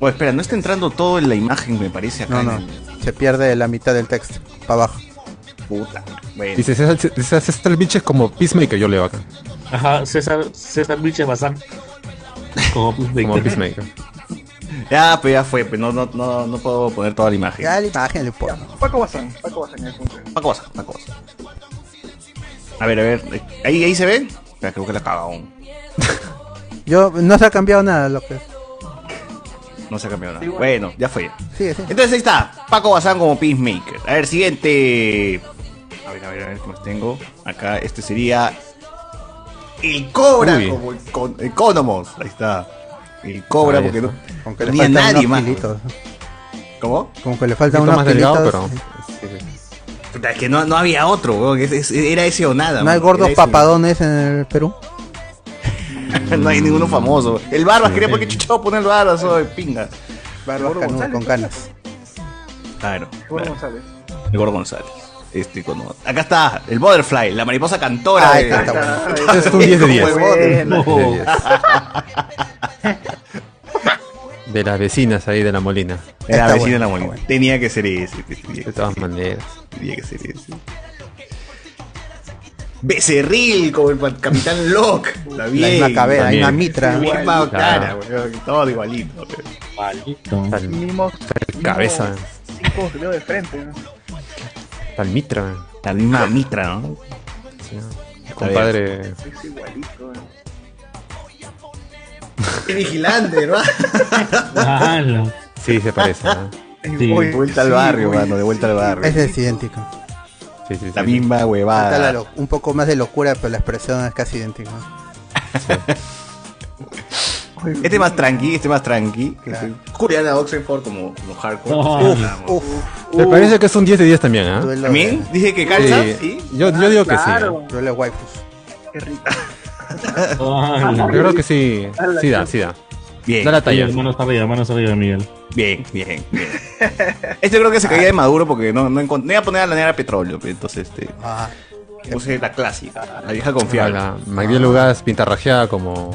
Speaker 1: Oh, espera, no está entrando todo en la imagen, me parece acá.
Speaker 3: No, no.
Speaker 1: en
Speaker 3: Se pierde la mitad del texto. Para abajo.
Speaker 1: Puta. Bueno.
Speaker 2: Dice, César, César, César Biche es como Peacemaker, yo leo acá.
Speaker 4: Ajá, César, César Vilches Bazán. Como Peacemaker.
Speaker 2: Como Peacemaker.
Speaker 1: Ya, pues ya fue, pues no, no, no, no puedo poner toda la imagen.
Speaker 3: Ya la imagen le pongo.
Speaker 7: Paco Bazán, Paco Bazán, el punto.
Speaker 1: Una cosa, una cosa. A ver, a ver. eh, ¿Ahí, ahí se ve? Espera, creo que la cago aún.
Speaker 3: Yo, no se ha cambiado nada, López.
Speaker 1: No se ha cambiado nada. Bueno, ya fue.
Speaker 3: Sigue, sigue.
Speaker 1: Entonces ahí está, Paco Bazán como Peacemaker. A ver, siguiente. A ver, a ver, a ver qué más tengo. Acá este sería. El Cobra
Speaker 2: Uy.
Speaker 1: como econ- Economos. Ahí está. El Cobra,
Speaker 2: Ahí
Speaker 1: porque no.
Speaker 2: está.
Speaker 3: Aunque le
Speaker 1: Ni a
Speaker 3: faltan
Speaker 1: nadie
Speaker 3: unos
Speaker 1: más.
Speaker 3: kilitos.
Speaker 1: ¿Cómo?
Speaker 3: Como que le
Speaker 2: Un
Speaker 3: faltan
Speaker 2: poquito
Speaker 3: unos eh.
Speaker 2: más delgado,
Speaker 3: kilitos.
Speaker 2: pero.
Speaker 1: Puta, Es que no, no había otro, weón. es- es- Era ese o nada.
Speaker 3: No hay
Speaker 1: weón.
Speaker 3: gordos
Speaker 1: Era ese.
Speaker 3: papadones en el Perú.
Speaker 1: no hay ninguno famoso. El Barbas quería porque chuchado poner el Barbas, soy pinga.
Speaker 3: Barbas
Speaker 7: Gordo
Speaker 3: canudo,
Speaker 7: González,
Speaker 3: con canas.
Speaker 1: Claro.
Speaker 7: Gordo
Speaker 1: claro.
Speaker 7: González.
Speaker 1: Ah, El Gordo González. Este, cuando... Acá está, el Butterfly, la mariposa cantora.
Speaker 3: Ah,
Speaker 1: de-
Speaker 3: este está bueno.
Speaker 2: Es un 10 de 10.
Speaker 3: Este
Speaker 1: Como el Butterfly.
Speaker 7: eh,
Speaker 2: De las vecinas ahí de la Molina.
Speaker 1: Era
Speaker 3: Está
Speaker 1: vecino de
Speaker 3: bueno,
Speaker 1: la
Speaker 3: está
Speaker 1: Molina.
Speaker 3: bueno.
Speaker 1: Tenía que ser ese. Tenía
Speaker 2: De
Speaker 1: que,
Speaker 2: todas maneras.
Speaker 1: tenía que ser ese. Becerril como el pa- Capitán Locke. Está
Speaker 3: La
Speaker 1: bien.
Speaker 3: misma cabeza, la
Speaker 2: también.
Speaker 3: misma mitra.
Speaker 1: La misma
Speaker 2: Igual.
Speaker 1: cara, weón, Todo igualito. weón.
Speaker 2: Tal,
Speaker 7: Mismos.
Speaker 2: tal cabeza,
Speaker 7: Cinco creo de frente. ¿no?
Speaker 2: tal mitra.
Speaker 1: La misma mitra, ¿no?
Speaker 2: sí.
Speaker 1: Eh.
Speaker 2: Compadre.
Speaker 7: Es igualito. ¿no?
Speaker 1: Qué vigilante, ¿no?
Speaker 7: Ah,
Speaker 4: Malo.
Speaker 2: Sí, se parece. ¿no?
Speaker 4: Sí.
Speaker 1: De vuelta al barrio, mano. De vuelta al barrio.
Speaker 3: Ese es idéntico.
Speaker 2: Sí, sí, sí.
Speaker 1: La misma
Speaker 3: Falta la
Speaker 1: huevada.
Speaker 3: lo- un poco más de locura, pero la expresión es casi idéntica.
Speaker 1: Este más tranqui, este más tranqui.
Speaker 3: Claro.
Speaker 1: Juliana Oxenford como, como hardcore.
Speaker 4: No.
Speaker 1: Sí, vamos.
Speaker 3: Uf,
Speaker 2: Me parece que es un 10 de 10 también, ¿ah?
Speaker 3: duelo, de,
Speaker 1: ¿También? ¿Eh? Dije que calza. Sí. Ah,
Speaker 2: Yo, yo digo que sí. ¿eh?
Speaker 9: Claro.
Speaker 3: duelo de waifus.
Speaker 4: Malo.
Speaker 9: Ah,
Speaker 2: Yo creo que sí. Sí da, sí da.
Speaker 1: Bien,
Speaker 2: Da la talla.
Speaker 4: Manos arriba, manos arriba, Miguel.
Speaker 1: bien, bien, bien. Este creo que se caía de maduro porque no, no, encont- no iba a poner a la negra petróleo. pero Entonces, este,
Speaker 3: Ah,
Speaker 1: puse la clásica, la vieja
Speaker 2: A
Speaker 1: confiable.
Speaker 2: la Magdiel Ugas pintarrajeada como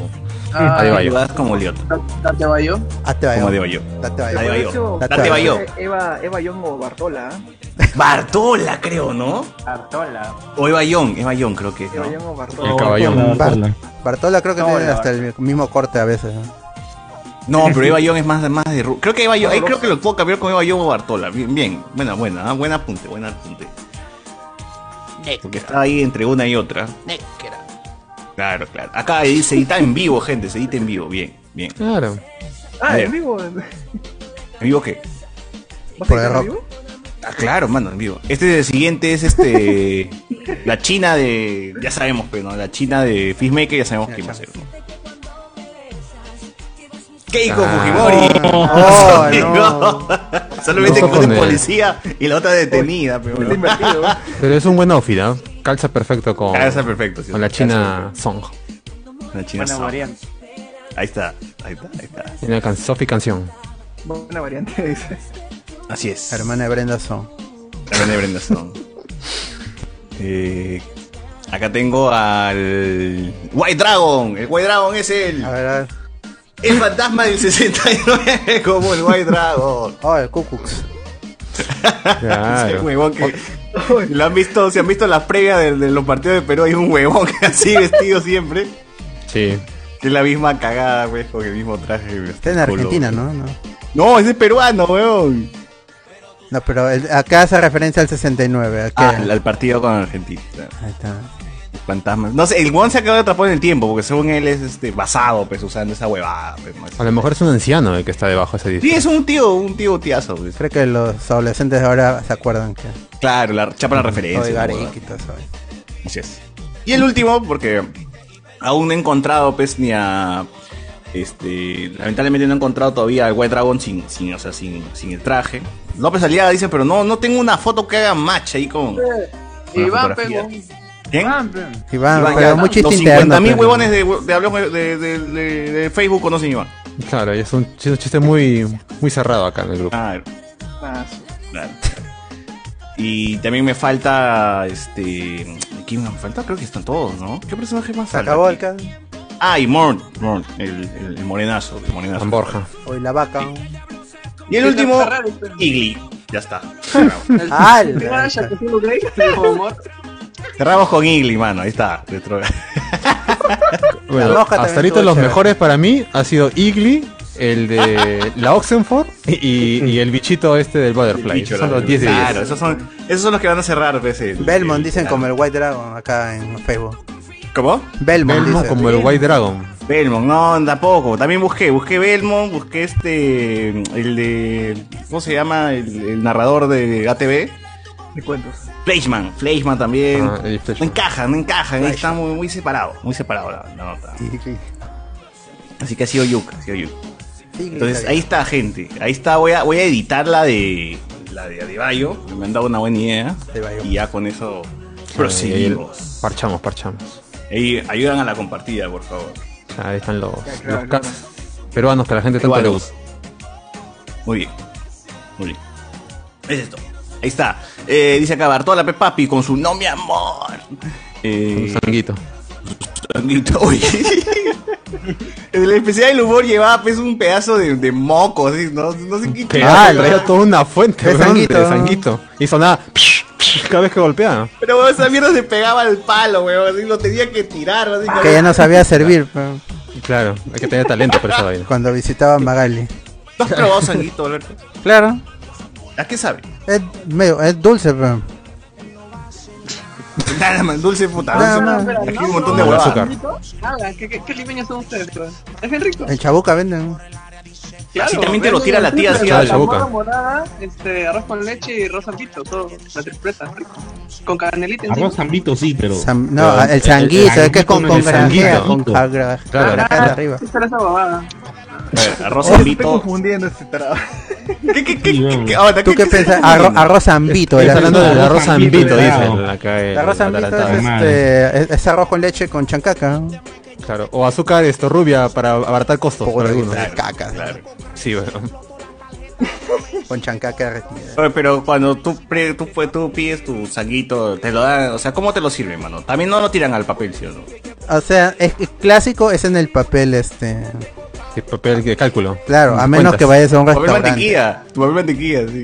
Speaker 9: Ah,
Speaker 2: Adebayo.
Speaker 1: Jugadas como Lioto,
Speaker 9: Date Bayo.
Speaker 3: date bayo.
Speaker 1: como digo yo.
Speaker 3: Date bayo.
Speaker 1: Date Bayo.
Speaker 7: Eso-
Speaker 1: Date Bayo.
Speaker 7: Eva, Eva Young o Bartola. ¿ah?
Speaker 1: Bartola, creo, ¿no?
Speaker 5: Artola.
Speaker 1: O Eva Young, Eva Young creo que es,
Speaker 7: Eva Young
Speaker 1: ¿no?
Speaker 7: o
Speaker 2: el
Speaker 7: Bartola.
Speaker 2: caballón.
Speaker 4: Bartola.
Speaker 3: Bartola creo que
Speaker 5: No,
Speaker 3: tiene
Speaker 5: no,
Speaker 3: hasta el mismo corte a veces. ¿no?
Speaker 1: No, pero Eva Young es más, más de... ru- Creo que Eva Young, ahí creo que lo puedo cambiar con Eva Young o Bartola. Bien, bien. Buena, buena, ah, buena apunte, buena apunte. Porque está ahí entre una y otra. Claro, claro. Acá ahí se edita en vivo, gente, se edita en vivo. Bien, bien.
Speaker 2: Claro.
Speaker 7: Ah,
Speaker 1: Bien.
Speaker 7: en vivo. ¿Vas
Speaker 1: ¿En vivo qué?
Speaker 3: Por
Speaker 7: a estar
Speaker 3: el
Speaker 7: en
Speaker 3: rock.
Speaker 7: vivo?
Speaker 1: Ah, claro, mano, en vivo. Este el siguiente es este. la China de. Ya sabemos, pero ¿no? la China de Fishmaker, ya sabemos quién va a ser. ¿no? Keiko
Speaker 2: Ah.
Speaker 1: Fujimori.
Speaker 3: Oh, no.
Speaker 1: No. Solamente
Speaker 2: No,
Speaker 1: que una
Speaker 2: con él.
Speaker 1: es policía y la otra detenida, pero
Speaker 7: Está
Speaker 1: bueno.
Speaker 7: invertido.
Speaker 2: Pero es un buen outfit, ¿ah? Calza perfecto con,
Speaker 1: Ah, está perfecto. sí,
Speaker 2: con la
Speaker 1: está
Speaker 2: China Song.
Speaker 1: perfecto. La China
Speaker 5: Buena
Speaker 1: Sound.
Speaker 5: variante.
Speaker 1: Ahí está, ahí está, ahí está.
Speaker 2: Tiene una can Sofi canción.
Speaker 7: Buena variante, dice.
Speaker 1: Así es.
Speaker 3: La hermana de Brenda Son.
Speaker 1: También de Brenda Stone. Eh, acá tengo al White Dragon. El White Dragon es el,
Speaker 3: A ver, a ver.
Speaker 1: el fantasma del 69 como el White Dragon.
Speaker 3: Oh, el Cucux.
Speaker 1: Ese
Speaker 2: Claro.
Speaker 1: huevón que lo han visto, si han visto las previas de, de los partidos de Perú, hay un huevón que así vestido siempre.
Speaker 2: Sí.
Speaker 1: Que es la misma cagada, güey, con el mismo traje. güey.
Speaker 3: Está en Argentina, ¿no? No,
Speaker 1: No, ese es peruano, huevón.
Speaker 3: No, pero el- acá hace referencia al 69. ¿a qué?
Speaker 1: Ah, al partido con Argentina.
Speaker 3: Ahí está.
Speaker 1: Fantasma. No sé, el huevón se acaba de atrapar en el tiempo, porque según él es este basado, pues, usando esa huevada. pues, ¿no?
Speaker 2: A lo mejor es un anciano el que está debajo de ese disco.
Speaker 1: Sí, es un tío, un tío tiazo. pues.
Speaker 3: Creo que los adolescentes de ahora se acuerdan que
Speaker 1: Claro, la, chapa la referencia.
Speaker 3: soy
Speaker 1: la
Speaker 3: Gareca
Speaker 1: huevada.
Speaker 3: y todo eso. ¿eh?
Speaker 1: Así es. Y el último, porque aún no he encontrado, pues, ni a. Este. Lamentablemente no he encontrado todavía al White Dragon sin, sin, o sea, sin, sin el traje. López Aliaga dice, pero no, no tengo una foto que haga match ahí con.
Speaker 9: Y
Speaker 1: Una
Speaker 9: Iván pegó.
Speaker 1: fotografía. ¿Quién?
Speaker 3: Iván,
Speaker 1: Iván,
Speaker 3: pero
Speaker 1: ya,
Speaker 3: muy chiste
Speaker 1: los
Speaker 3: interno.
Speaker 1: 50.000
Speaker 3: pero-
Speaker 1: huevones de, de, hablemos de, de- de- de Facebook conocen a Iván.
Speaker 2: Claro, y es un ch- un chiste muy, muy cerrado acá en el grupo.
Speaker 1: Claro,
Speaker 7: Ah, sí.
Speaker 1: claro. Y también me falta. Este. ¿Quién me falta? Creo que están todos, ¿no? ¿Qué personaje más
Speaker 3: Se
Speaker 1: falta
Speaker 3: acabó
Speaker 1: aquí?
Speaker 3: el caso.
Speaker 1: Ah, y Morn, Morn, el, el- el morenazo, el morenazo.
Speaker 2: Borja.
Speaker 3: O la vaca.
Speaker 1: Y el último, Igli. Ya está. Ah,
Speaker 3: ¡Al!
Speaker 1: Cerramos con Igli, mano, ahí está. Dentro-
Speaker 2: Bueno,
Speaker 1: roja también
Speaker 2: hasta ahorita
Speaker 1: estuvo
Speaker 2: los
Speaker 1: chévere.
Speaker 2: mejores para mí ha sido Igli, el de la Oxenford y, y el bichito este del Butterfly.
Speaker 1: bicho,
Speaker 2: son
Speaker 1: la-
Speaker 2: los 10 de 10.
Speaker 1: Claro, esos son, esos son los que van a cerrar. Pues, el-
Speaker 3: Belmont
Speaker 1: el-
Speaker 3: dicen
Speaker 1: claro.
Speaker 3: como el White Dragon acá en Facebook.
Speaker 1: ¿Cómo?
Speaker 3: Belmont,
Speaker 1: Belmont
Speaker 3: dice.
Speaker 1: como el White
Speaker 2: Dragon.
Speaker 1: Belmont, no, tampoco. También busqué, busqué Belmont, busqué este, el de, ¿cómo se llama? El, el narrador de ATV.
Speaker 7: De cuentos.
Speaker 1: Fleischman, Fleischman también.
Speaker 2: Ah, el
Speaker 1: no
Speaker 2: Fleischmann.
Speaker 1: encaja, no encaja. Está muy, muy separado, muy separado la, la nota. Así que ha sido Yuk, ha sido Yuk. Entonces ahí está, gente. Ahí está, voy a, voy a editar la de, la de Adebayo. que Me han dado una buena idea. Y ya con eso proseguimos.
Speaker 2: Eh, Parchamos, parchamos.
Speaker 1: Ey, ayudan a la compartida, por favor.
Speaker 2: Ahí están los,
Speaker 1: claro,
Speaker 2: los cats peruanos que a la gente tanto le gusta.
Speaker 1: Muy bien. Muy bien. Es esto. Ahí está. Eh, dice acá Bartola Pepapi con su no mi amor. Eh,
Speaker 2: Un sanguito.
Speaker 1: sanguito. Uy. El especial del humor llevaba pues un pedazo de, de moco, así, no, no sé qué.
Speaker 2: Ah, traía toda una fuente
Speaker 1: De
Speaker 2: weón, de
Speaker 1: sanguito.
Speaker 2: sanguito. Y sonaba cada vez que golpeaba.
Speaker 1: Pero weón, esa mierda se pegaba al palo, weón, así lo tenía que tirar, así
Speaker 3: Que ya no sabía servir pero
Speaker 2: Claro, hay que tener talento para esa vaina.
Speaker 3: cuando visitaba Magali.
Speaker 1: ¿No has probado sanguito, Alberto?
Speaker 3: Claro.
Speaker 1: ¿A qué sabe?
Speaker 3: Es, medio, es dulce, pero.
Speaker 1: Nada más, dulce puta. dulce, Aquí hay un montón de
Speaker 3: no,
Speaker 1: huevadas.
Speaker 3: azúcar.
Speaker 9: Nada, Ah, ¿qué, qué, qué limeños son ustedes? pues? Es bien rico.
Speaker 3: En Chabuca venden.
Speaker 1: Así también te lo tira la tía, así,
Speaker 9: así.
Speaker 1: ah,
Speaker 9: La
Speaker 1: Chabuca.
Speaker 9: mora morada, este, arroz con leche y arroz zambito, todo, la tripleta, rico. Con canelita encima.
Speaker 10: Arroz zambito sí, pero.
Speaker 3: Sam- no, el sanguito, es que con- con granjea, con gra- Claro. granja de arriba.
Speaker 9: ¿Qué será esa babada?
Speaker 1: Eh, Arroz
Speaker 7: Oh,
Speaker 1: zambito.
Speaker 7: Estoy confundiendo este tarado.
Speaker 1: ¿Qué, qué, qué, qué, qué- ahora,
Speaker 3: ¿Tú
Speaker 1: qué-
Speaker 3: qué
Speaker 1: qué-
Speaker 3: piensas?
Speaker 1: qué-
Speaker 3: Arro- arroz zambito.
Speaker 2: Está
Speaker 3: el
Speaker 2: hablando del
Speaker 3: arroz-
Speaker 2: arroz zambito,
Speaker 3: claro.
Speaker 2: dicen acá el
Speaker 3: El arroz zambito
Speaker 2: atarantado.
Speaker 3: es, este, es- es arroz con leche con chancaca.
Speaker 2: Claro, o azúcar esto rubia para abaratar costos para algunos.
Speaker 3: Caca.
Speaker 2: Sí, weón.
Speaker 3: Con chancaca derretida.
Speaker 1: Oye, pero cuando tú, pre- tú, pues, tú pides tu sanguito, te lo dan, o sea, ¿cómo te lo sirven, mano? También no lo tiran al papel, ¿sí o no?
Speaker 3: O sea, es, es clásico es en el papel este.
Speaker 2: El papel de cálculo.
Speaker 3: Claro, a
Speaker 2: Cuentas.
Speaker 3: menos que vayas a un
Speaker 1: Papel
Speaker 3: restaurante.
Speaker 1: mantequilla, tu papel mantequilla, sí.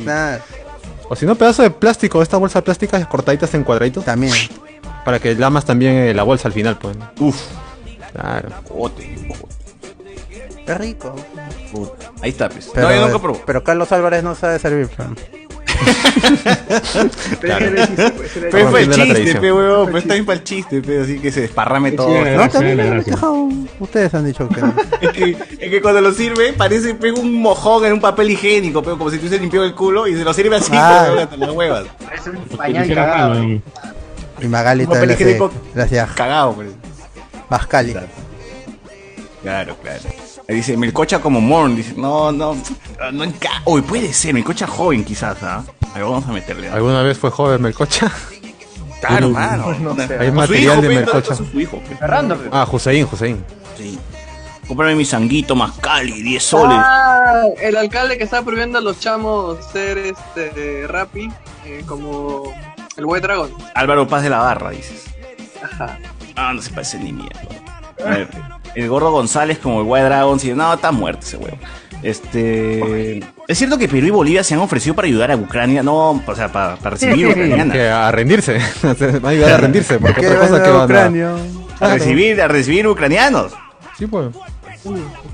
Speaker 2: O si no, pedazo de plástico, esta bolsa plástica cortaditas en cuadraditos.
Speaker 3: También.
Speaker 2: Para que lamas también eh, la bolsa al final, pues.
Speaker 1: Uf.
Speaker 2: Claro.
Speaker 1: Jote, jote,
Speaker 3: Es rico.
Speaker 1: puta. Ahí está, pues.
Speaker 3: Pero,
Speaker 1: no, yo nunca probé.
Speaker 3: pero Carlos Álvarez no sabe servir. pero-
Speaker 1: Claro.
Speaker 7: Pero
Speaker 1: Pero fue pues, el
Speaker 2: rompiendo la
Speaker 1: chiste,
Speaker 2: tradición.
Speaker 1: pe, huevón. Pero está bien para el chiste, pe, así que se desparrame todo.
Speaker 3: No, también me han dejado- Ustedes han dicho que no.
Speaker 1: Es que, es que cuando lo sirve, parece pe, un mojón en un papel higiénico, pe, como si tuviese limpiado el culo y se lo sirve así,
Speaker 3: Ah.
Speaker 1: pe, huevón, hasta las huevas.
Speaker 5: Es un
Speaker 10: Que
Speaker 5: pañal
Speaker 10: dijera
Speaker 5: cagado.
Speaker 10: mal, weón.
Speaker 3: Y Magali
Speaker 1: Un papel
Speaker 3: también le hace-
Speaker 1: higiénico
Speaker 3: le hacía
Speaker 1: cagado, pues. pe.
Speaker 3: más cali.
Speaker 1: Claro, claro. Ahí Dice, Melcocha como Morn. Dice, no, no, no enca... Uy, puede ser, Melcocha joven quizás, ¿ah? Ahí vamos a meterle.
Speaker 2: ¿Alguna vez fue joven Melcocha?
Speaker 1: Claro, mano.
Speaker 7: No sé.
Speaker 2: Hay
Speaker 1: O su
Speaker 2: material
Speaker 1: hijo,
Speaker 2: de
Speaker 1: pe,
Speaker 2: Melcocha.
Speaker 1: no, su hijo, pe.
Speaker 5: Cerrando, pe.
Speaker 2: Ah, Joseín, Joseín.
Speaker 1: Sí. Cómprame mi sanguito más cali, 10 soles.
Speaker 9: Ah, el alcalde que está prohibiendo a los chamos ser este rapi eh, como el buen dragón.
Speaker 1: Álvaro Paz de la Barra, dices.
Speaker 9: Ajá.
Speaker 1: Ah, no se parece ni mierda. A ver, el gordo González como el White Dragon. dice, no, está muerto ese huevo. Este. Es cierto que Perú y Bolivia se han ofrecido para ayudar a Ucrania. No, o sea, para, para recibir ucraniana.
Speaker 2: Que a rendirse. Van a ayudar a rendirse. Porque
Speaker 3: ¿Qué
Speaker 2: otra cosa
Speaker 3: van
Speaker 2: que
Speaker 3: a
Speaker 2: van a.
Speaker 3: Ucrania?
Speaker 1: A recibir, a recibir ucranianos.
Speaker 2: Sí, pues.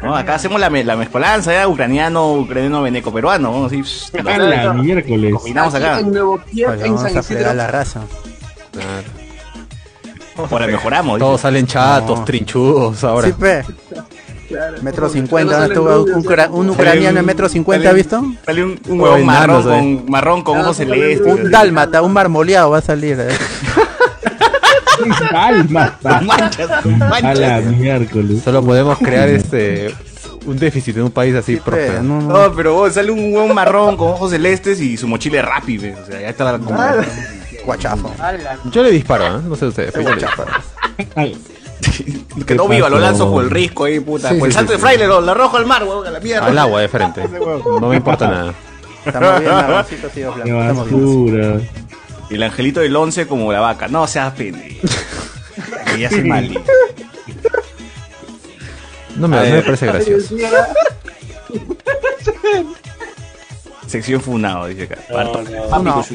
Speaker 1: ¿no? Acá hacemos la, me- la mezcolanza, ¿eh? ucraniano, ucraniano, veneco, peruano. ¿no? Así, pss,
Speaker 10: A la
Speaker 1: nos-
Speaker 10: miércoles.
Speaker 1: combinamos
Speaker 9: Aquí
Speaker 1: acá
Speaker 9: En Nuevo Kiev,
Speaker 3: Oye,
Speaker 9: en
Speaker 3: vamos
Speaker 9: San
Speaker 3: a fregar
Speaker 9: Isidro.
Speaker 3: la raza.
Speaker 1: Ahora mejoramos. dice.
Speaker 2: Todos salen chatos,
Speaker 3: No.
Speaker 2: trinchudos ahora.
Speaker 3: Sí, pe.
Speaker 9: Claro.
Speaker 3: Metro
Speaker 9: Porque
Speaker 3: cincuenta.
Speaker 9: no
Speaker 3: ¿no?
Speaker 9: salen
Speaker 3: Estuvo
Speaker 9: rubios,
Speaker 3: un, ucra- un
Speaker 1: Sale
Speaker 3: ucraniano en
Speaker 1: un-
Speaker 3: metro cincuenta, ¿ha
Speaker 1: sale-
Speaker 3: visto? Oh,
Speaker 1: Sale un, un
Speaker 2: O
Speaker 1: huevón marrón
Speaker 2: enanos, eh.
Speaker 1: con, marrón con ojos celestes.
Speaker 3: Un
Speaker 1: así.
Speaker 3: dálmata, un marmoleado va a salir. eh.
Speaker 10: Calma.
Speaker 1: Con manchas, con
Speaker 10: A
Speaker 1: manchas.
Speaker 10: la miércoles.
Speaker 2: Solo podemos crear este un déficit en un país así
Speaker 3: Sí, pe,
Speaker 2: próspero.
Speaker 3: no, no.
Speaker 1: No, pero vos, sale un huevón marrón con ojos celestes y su mochila de Rappi, ¿ves? O sea, ya está la
Speaker 3: Ah.
Speaker 1: como-
Speaker 3: Guachafo.
Speaker 2: Yo le disparo, ¿eh? no sé ustedes, pero yo le disparo.
Speaker 10: Ay,
Speaker 1: Que no
Speaker 10: ¿Qué
Speaker 1: viva, lo
Speaker 10: pasó?
Speaker 1: lanzo por el risco ahí, puta. Pues
Speaker 2: Sí,
Speaker 1: por el
Speaker 2: sí,
Speaker 1: salto
Speaker 2: sí,
Speaker 1: de fraile, lo, lo arrojo al mar, huevón, a la mierda.
Speaker 2: Al agua de frente. No me importa nada.
Speaker 3: Estamos bien, marroncito, tío
Speaker 10: qué
Speaker 3: Blanco. Estamos bien.
Speaker 10: basura.
Speaker 1: Y el angelito del 11 como la vaca. No seas pendejo. Que ya se mal.
Speaker 2: No me,
Speaker 1: A
Speaker 2: no me
Speaker 1: ver.
Speaker 2: parece gracioso.
Speaker 1: Sección funado, dice acá. pues, Pato.
Speaker 4: No, no.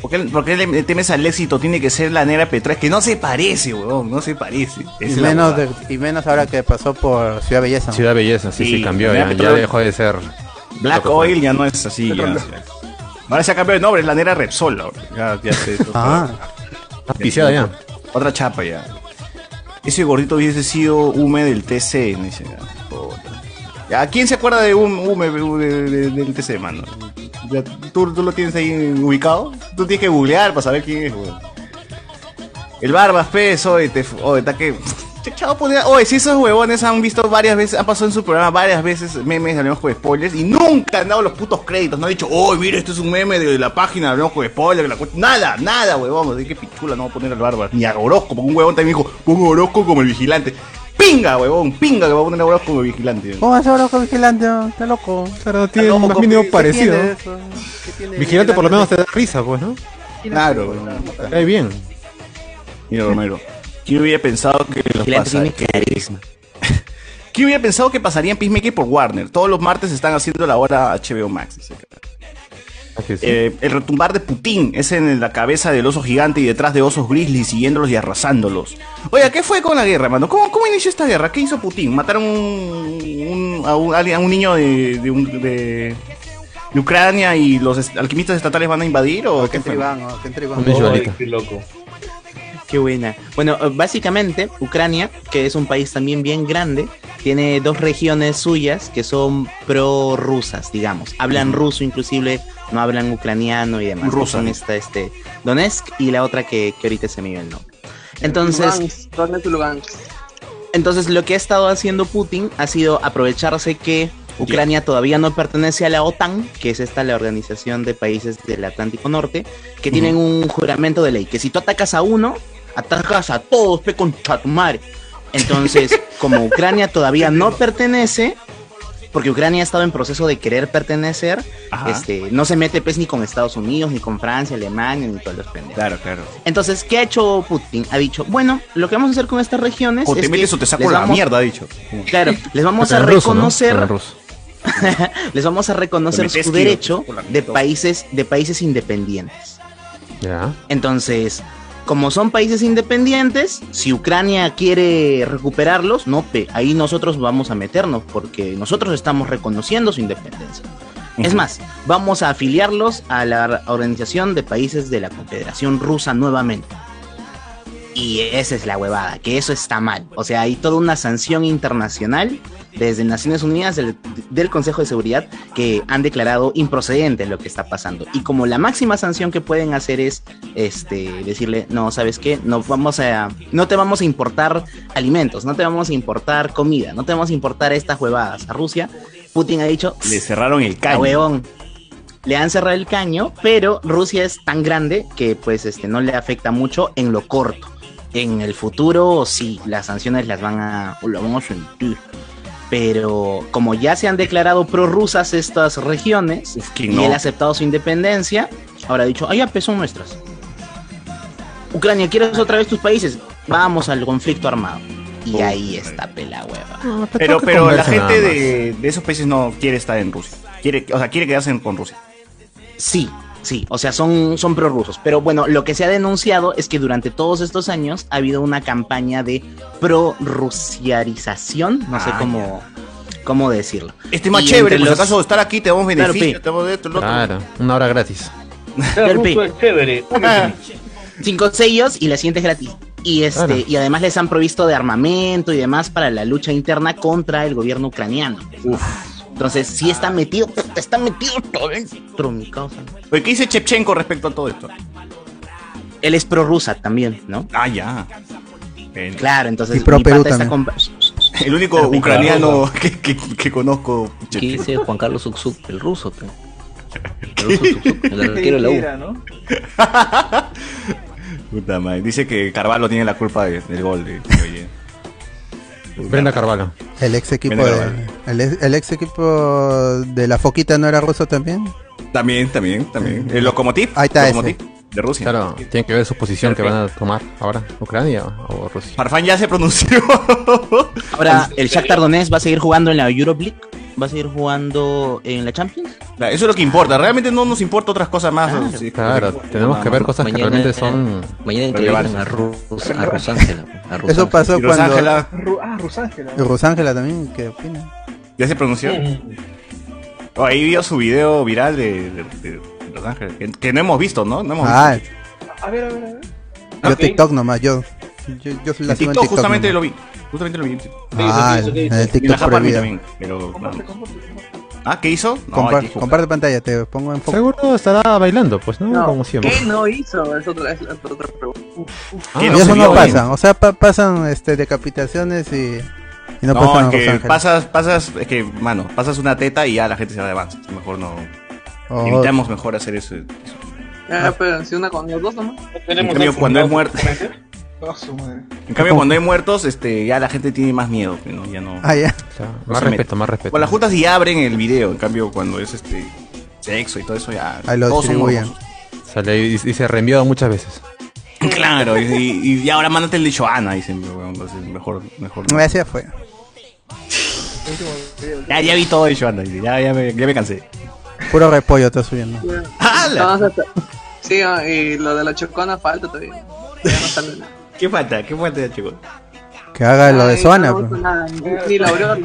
Speaker 1: ¿Por qué, por qué le temes al éxito? Tiene que ser la negra Petrás, que no se parece, huevón, no se parece.
Speaker 3: Y
Speaker 1: Es la
Speaker 3: menos,
Speaker 1: huevada.
Speaker 3: de- y menos ahora que pasó por Ciudad Belleza.
Speaker 2: Ciudad Belleza, sí, sí,
Speaker 1: Sí,
Speaker 2: cambió.
Speaker 1: Ciudad
Speaker 2: Ya, ya
Speaker 1: Petróleo.
Speaker 2: dejó de ser. pues.
Speaker 1: Black Oil ya no es así. ya. Ahora se ha cambiado de nombre, es la negra Repsol. ahora. Ya, ya se-
Speaker 2: Ah. Está Piciada ya.
Speaker 1: Otra chapa ya. Ese gordito hubiese sido Hume del TC. me dice. Ya, ¿Quién se acuerda de Hume, Hume, Hume de- de- del TC, mano? Ya, ¿tú, tú lo tienes ahí ubicado? Tú tienes que googlear para saber quién es, weón. El Barbas, peso, oye, te, oye, está que... Chavo, ponía- Oye, si esos huevones han visto varias veces, han pasado en su programa varias veces memes de Hablemos con Spoilers y nunca han dado los putos créditos. No han dicho, oh, mira, esto es un meme de la página de Hablemos con Spoilers. la cu- nada, nada, huevón. Así que pichula, no voy a poner al bárbaro. Ni a Orozco, porque un huevón también dijo, pongo Orozco como el vigilante. Pinga, huevón, pinga que va a poner a Orozco como el vigilante.
Speaker 3: ¿Cómo vas ahora con Vigilante? Está loco.
Speaker 2: Claro, tiene un más mínimo parecido. Vigilante por lo menos te da risa, pues, ¿no?
Speaker 1: Claro,
Speaker 2: Te Cae bien.
Speaker 1: Mira, Romero. ¿Quién hubiera pensado que los
Speaker 2: Vigilante tiene
Speaker 1: pasaría- ¿Quién hubiera pensado que pasaría en Peacemaker por Warner? Todos los martes están haciendo la hora HBO Max. dice acá. Eh, el retumbar de Putin es en la cabeza del oso gigante y detrás de osos grizzlies siguiéndolos y arrasándolos. Oiga, ¿qué fue con la guerra, mano? ¿Cómo, cómo inició esta guerra? ¿Qué hizo Putin? ¿Mataron un- un- a, un, alguien- a un niño de, de un- de- de Ucrania y los est- alquimistas estatales van a invadir? ¿O qué fue?
Speaker 3: Tribán, oh, qué tribán.
Speaker 1: qué
Speaker 4: loco.
Speaker 12: Qué buena. Bueno, eh, básicamente Ucrania, que es un país también bien grande, tiene dos regiones suyas que son prorrusas, digamos. Hablan ruso inclusive, no hablan ucraniano y demás.
Speaker 9: Rusa.
Speaker 12: Son esta, este, Donetsk y la otra que, que ahorita se me dio el nombre. Entonces,
Speaker 9: Lugansk, ¿dónde es Lugansk?
Speaker 12: entonces lo que ha estado haciendo Putin ha sido aprovecharse que Ucrania todavía no pertenece a la OTAN, que es esta la organización de países del Atlántico Norte, que tienen un juramento de ley, que si tú atacas a uno, atacas a todos, pe con chatumare. Entonces, como Ucrania todavía no pertenece, porque Ucrania ha estado en proceso de querer pertenecer,
Speaker 1: Ajá.
Speaker 12: este, no se mete pues ni con Estados Unidos, ni con Francia, Alemania, ni todos los pendejos.
Speaker 1: Claro, claro.
Speaker 12: Entonces, ¿qué ha hecho Putin? Ha dicho, bueno, lo que vamos a hacer con estas regiones
Speaker 1: O te
Speaker 12: es
Speaker 1: metes
Speaker 12: que
Speaker 1: o te saco
Speaker 12: les
Speaker 1: la
Speaker 12: vamos-
Speaker 1: mierda, ha dicho.
Speaker 12: Claro, les vamos a
Speaker 1: Pero en ruso, ¿no?
Speaker 12: reconocer,
Speaker 1: Pero en ruso.
Speaker 12: les vamos a reconocer
Speaker 1: Te metes,
Speaker 12: su
Speaker 1: tío,
Speaker 12: derecho
Speaker 1: por la
Speaker 12: de
Speaker 1: mitad.
Speaker 12: países, de países independientes.
Speaker 2: Ya.
Speaker 12: Entonces, como son países independientes, si Ucrania quiere recuperarlos, no, pe, ahí nosotros vamos a meternos porque nosotros estamos reconociendo su independencia. Es más, vamos a afiliarlos a la Organización de Países de la Confederación Rusa nuevamente. Y esa es la huevada, que eso está mal. O sea, hay toda una sanción internacional desde Naciones Unidas del, del Consejo de Seguridad que han declarado improcedente lo que está pasando. Y como la máxima sanción que pueden hacer es este decirle, no, ¿sabes qué? No vamos a no te vamos a importar alimentos, no te vamos a importar comida, no te vamos a importar estas huevadas. A Rusia Putin ha dicho,
Speaker 1: Le cerraron el
Speaker 12: "Ah,
Speaker 1: caño.
Speaker 12: huevón, le han cerrado el caño, pero Rusia es tan grande que pues este no le afecta mucho en lo corto. En el futuro sí, las sanciones las van a lo vamos a sentir. Pero como ya se han declarado prorrusas estas regiones y
Speaker 1: no.
Speaker 12: él ha aceptado su independencia, ahora ha dicho, ah, ya pues, son nuestras. Ucrania, ¿quieres otra vez tus países? Vamos al conflicto armado. Y ahí está pela hueva.
Speaker 2: Ah,
Speaker 1: Pero, pero la gente de, de esos países no quiere estar en Rusia. Quiere, o sea, quiere quedarse en- con Rusia.
Speaker 12: Sí, sí, o sea, son, son prorrusos. Pero bueno, lo que se ha denunciado es que durante todos estos años ha habido una campaña de prorrusiarización, no sé
Speaker 1: Ah,
Speaker 12: cómo, cómo decirlo.
Speaker 1: Este es más chévere, por si acaso estar aquí te damos
Speaker 12: Claro,
Speaker 1: beneficio,
Speaker 12: pe.
Speaker 1: te damos esto, lo otro.
Speaker 2: Claro, una hora gratis.
Speaker 4: chévere.
Speaker 12: Cinco sellos y la siguiente es gratis. Y, este,
Speaker 2: Claro.
Speaker 12: y además les han provisto de armamento y demás para la lucha interna contra el gobierno ucraniano. Entonces, sí está metido, puta, está metido todo dentro, mi causa.
Speaker 1: Oye, ¿qué dice Chepchenko respecto a todo esto?
Speaker 12: Él es prorrusa también, ¿no?
Speaker 1: Ah, ya.
Speaker 12: Claro, entonces.
Speaker 1: Y pro
Speaker 12: mi pata
Speaker 1: Perú
Speaker 12: está
Speaker 1: también.
Speaker 12: con-
Speaker 1: El único
Speaker 12: Pero mi
Speaker 1: ucraniano
Speaker 12: causa.
Speaker 1: que, que- que conozco.
Speaker 6: ¿Qué dice Juan Carlos Uxuk, el ruso? pe? El ruso Uxuk, el arquero de la U.
Speaker 7: Mentira, ¿no?
Speaker 1: Puta madre. Dice que Carvalho tiene la culpa de- del gol. de- eh. oye.
Speaker 2: Brenda Carvalho.
Speaker 3: El ex equipo
Speaker 1: Viene
Speaker 3: de, el, ex- el ex equipo de la foquita no era ruso también.
Speaker 1: También, también, también. El Lokomotiv.
Speaker 3: Ahí está ese.
Speaker 1: Lokomotiv. de Rusia.
Speaker 2: Claro, tienen que ver su posición que van a tomar ahora, Ucrania o Rusia.
Speaker 1: Farfán ya se pronunció.
Speaker 12: Ahora, el Shakhtar Donetsk va a seguir jugando en la Europe League, va a seguir jugando en la Champions.
Speaker 1: Claro, Eso es lo que importa. Realmente no nos importa otras cosas más. Sí,
Speaker 2: Claro, tenemos que ver cosas que
Speaker 1: Mañana-
Speaker 2: realmente son.
Speaker 6: Mañana entrevistan a Rus, a Rosángela. a Rus
Speaker 3: Eso
Speaker 6: Ángela.
Speaker 3: pasó
Speaker 6: Y
Speaker 3: cuando.
Speaker 6: Rosángela.
Speaker 7: Ru- ah, Rosángela.
Speaker 3: Y Rosángela también, ¿qué opina?
Speaker 1: ¿Ya se pronunció? Oh, ahí vio su video viral de, de- de Los Ángeles. Que, que no hemos visto, ¿no? No hemos
Speaker 3: Ah,
Speaker 1: visto.
Speaker 7: A ver, a ver, a ver.
Speaker 3: yo
Speaker 1: Ok.
Speaker 3: TikTok nomás, yo. Yo, yo soy
Speaker 1: En
Speaker 3: la
Speaker 1: TikTok,
Speaker 3: TikTok
Speaker 1: justamente
Speaker 3: nomás.
Speaker 1: lo vi. Justamente lo vi.
Speaker 3: Ah,
Speaker 1: Sí, sí, sí, sí.
Speaker 3: en el TikTok
Speaker 1: Y la Japón
Speaker 3: prohibido.
Speaker 1: también. Pero, no. Ah, ¿qué hizo? No,
Speaker 3: Compar-
Speaker 1: hijo.
Speaker 3: comparte pantalla, te pongo en foco.
Speaker 2: Seguro estará bailando, pues,
Speaker 3: Mm,
Speaker 2: ¿no?
Speaker 9: No,
Speaker 2: Como siempre.
Speaker 9: ¿Qué no hizo? Es otra, es otra pregunta. Uf, uf.
Speaker 2: Ah,
Speaker 3: Y
Speaker 2: no
Speaker 3: eso
Speaker 2: se
Speaker 3: no
Speaker 2: vio
Speaker 3: pasa, o sea, pa- pasan este, decapitaciones y, y no,
Speaker 1: No,
Speaker 3: pasan a
Speaker 1: es que
Speaker 3: Rosángela.
Speaker 1: pasas, pasas, es que, mano, pasas una teta y ya la gente se la avanza. Mejor no.
Speaker 3: Oh.
Speaker 1: Evitamos mejor hacer eso. En
Speaker 9: Ah, pero si una con los dos Oh, nomás.
Speaker 1: cambio, cuando hay muertos,
Speaker 7: Ah, su madre.
Speaker 1: en cambio, cuando hay muertos, este, ya la gente tiene más miedo. ¿no? Ya no.
Speaker 3: Ah, ya.
Speaker 1: no
Speaker 2: más
Speaker 1: se
Speaker 2: respeto,
Speaker 1: mete.
Speaker 2: más respeto.
Speaker 1: Con las juntas y abren el video. En cambio, cuando es este sexo y todo eso, ya.
Speaker 2: Ahí lo
Speaker 1: todos son
Speaker 2: distribuyen. Sale y, y se ha reenviado muchas veces.
Speaker 1: morbosos. Claro, y, y- y ahora mándate el de Joana, dicen. pero bueno, entonces mejor, mejor. no.
Speaker 3: Gracias, fue.
Speaker 7: Último video.
Speaker 1: Ya, ya vi todo de Joana, dice, ya, ya, me, ya me cansé.
Speaker 3: Puro repollo está subiendo.
Speaker 9: Entonces, sí, ah, y lo de la chocona falta todavía. Ya no sale nada.
Speaker 1: ¿Qué falta? ¿Qué falta ya, chicos?
Speaker 3: Que haga lo de
Speaker 9: Ay,
Speaker 3: Soana,
Speaker 9: no,
Speaker 3: pues.
Speaker 9: nada, ni- Ni la aureola.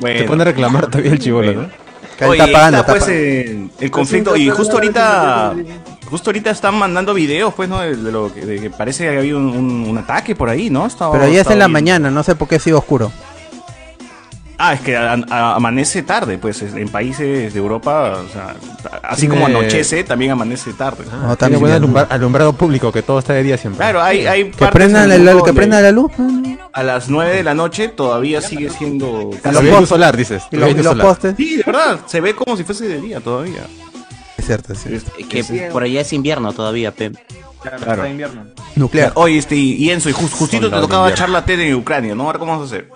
Speaker 1: Bueno.
Speaker 2: Te pone a reclamar todavía el chivolo, ¿no?
Speaker 3: Que ahí
Speaker 1: Oye,
Speaker 3: está
Speaker 1: ahí
Speaker 3: pagando,
Speaker 1: está,
Speaker 3: está
Speaker 1: pues
Speaker 3: pagando.
Speaker 1: el, el conflicto. Y justo ahorita, justo ahorita están mandando videos, pues, ¿no? De, de lo que, de que parece que ha habido un, un- un ataque por ahí, ¿no?
Speaker 2: Oh,
Speaker 1: Estaba-
Speaker 3: Pero ya es
Speaker 1: estaba
Speaker 3: en la
Speaker 1: bien.
Speaker 3: mañana, no sé por qué sigue oscuro.
Speaker 1: Ah, es que a- a- amanece tarde, pues, es- en países de Europa, o sea, ta- así
Speaker 2: Tiene-
Speaker 1: como anochece, también amanece tarde.
Speaker 2: Ah, tiene buen alumbra- alumbrado público que todo está de día siempre.
Speaker 1: Claro, hay, hay
Speaker 2: Que
Speaker 1: partes
Speaker 2: prendan
Speaker 1: del
Speaker 2: el-
Speaker 1: mundo
Speaker 2: que
Speaker 1: donde
Speaker 2: prendan
Speaker 3: la luz.
Speaker 1: A las 9 de la noche todavía sigue siendo
Speaker 2: Los
Speaker 1: Todavía-
Speaker 2: postes solar, dices.
Speaker 1: Y
Speaker 2: Todavía
Speaker 1: los,
Speaker 2: hay luz
Speaker 1: y los
Speaker 2: solar.
Speaker 1: postes. Sí, de verdad, se ve como si fuese de día todavía.
Speaker 3: Es cierto, es cierto.
Speaker 12: Que por allá es invierno todavía, Pep.
Speaker 1: Claro.
Speaker 5: Está invierno.
Speaker 3: Nuclear.
Speaker 1: Oye, este, y Enzo, y jus- justito te
Speaker 12: Soldado
Speaker 1: tocaba
Speaker 12: invierno.
Speaker 1: charla TED en Ucrania, ¿no? Ahora, ¿cómo vas a hacer?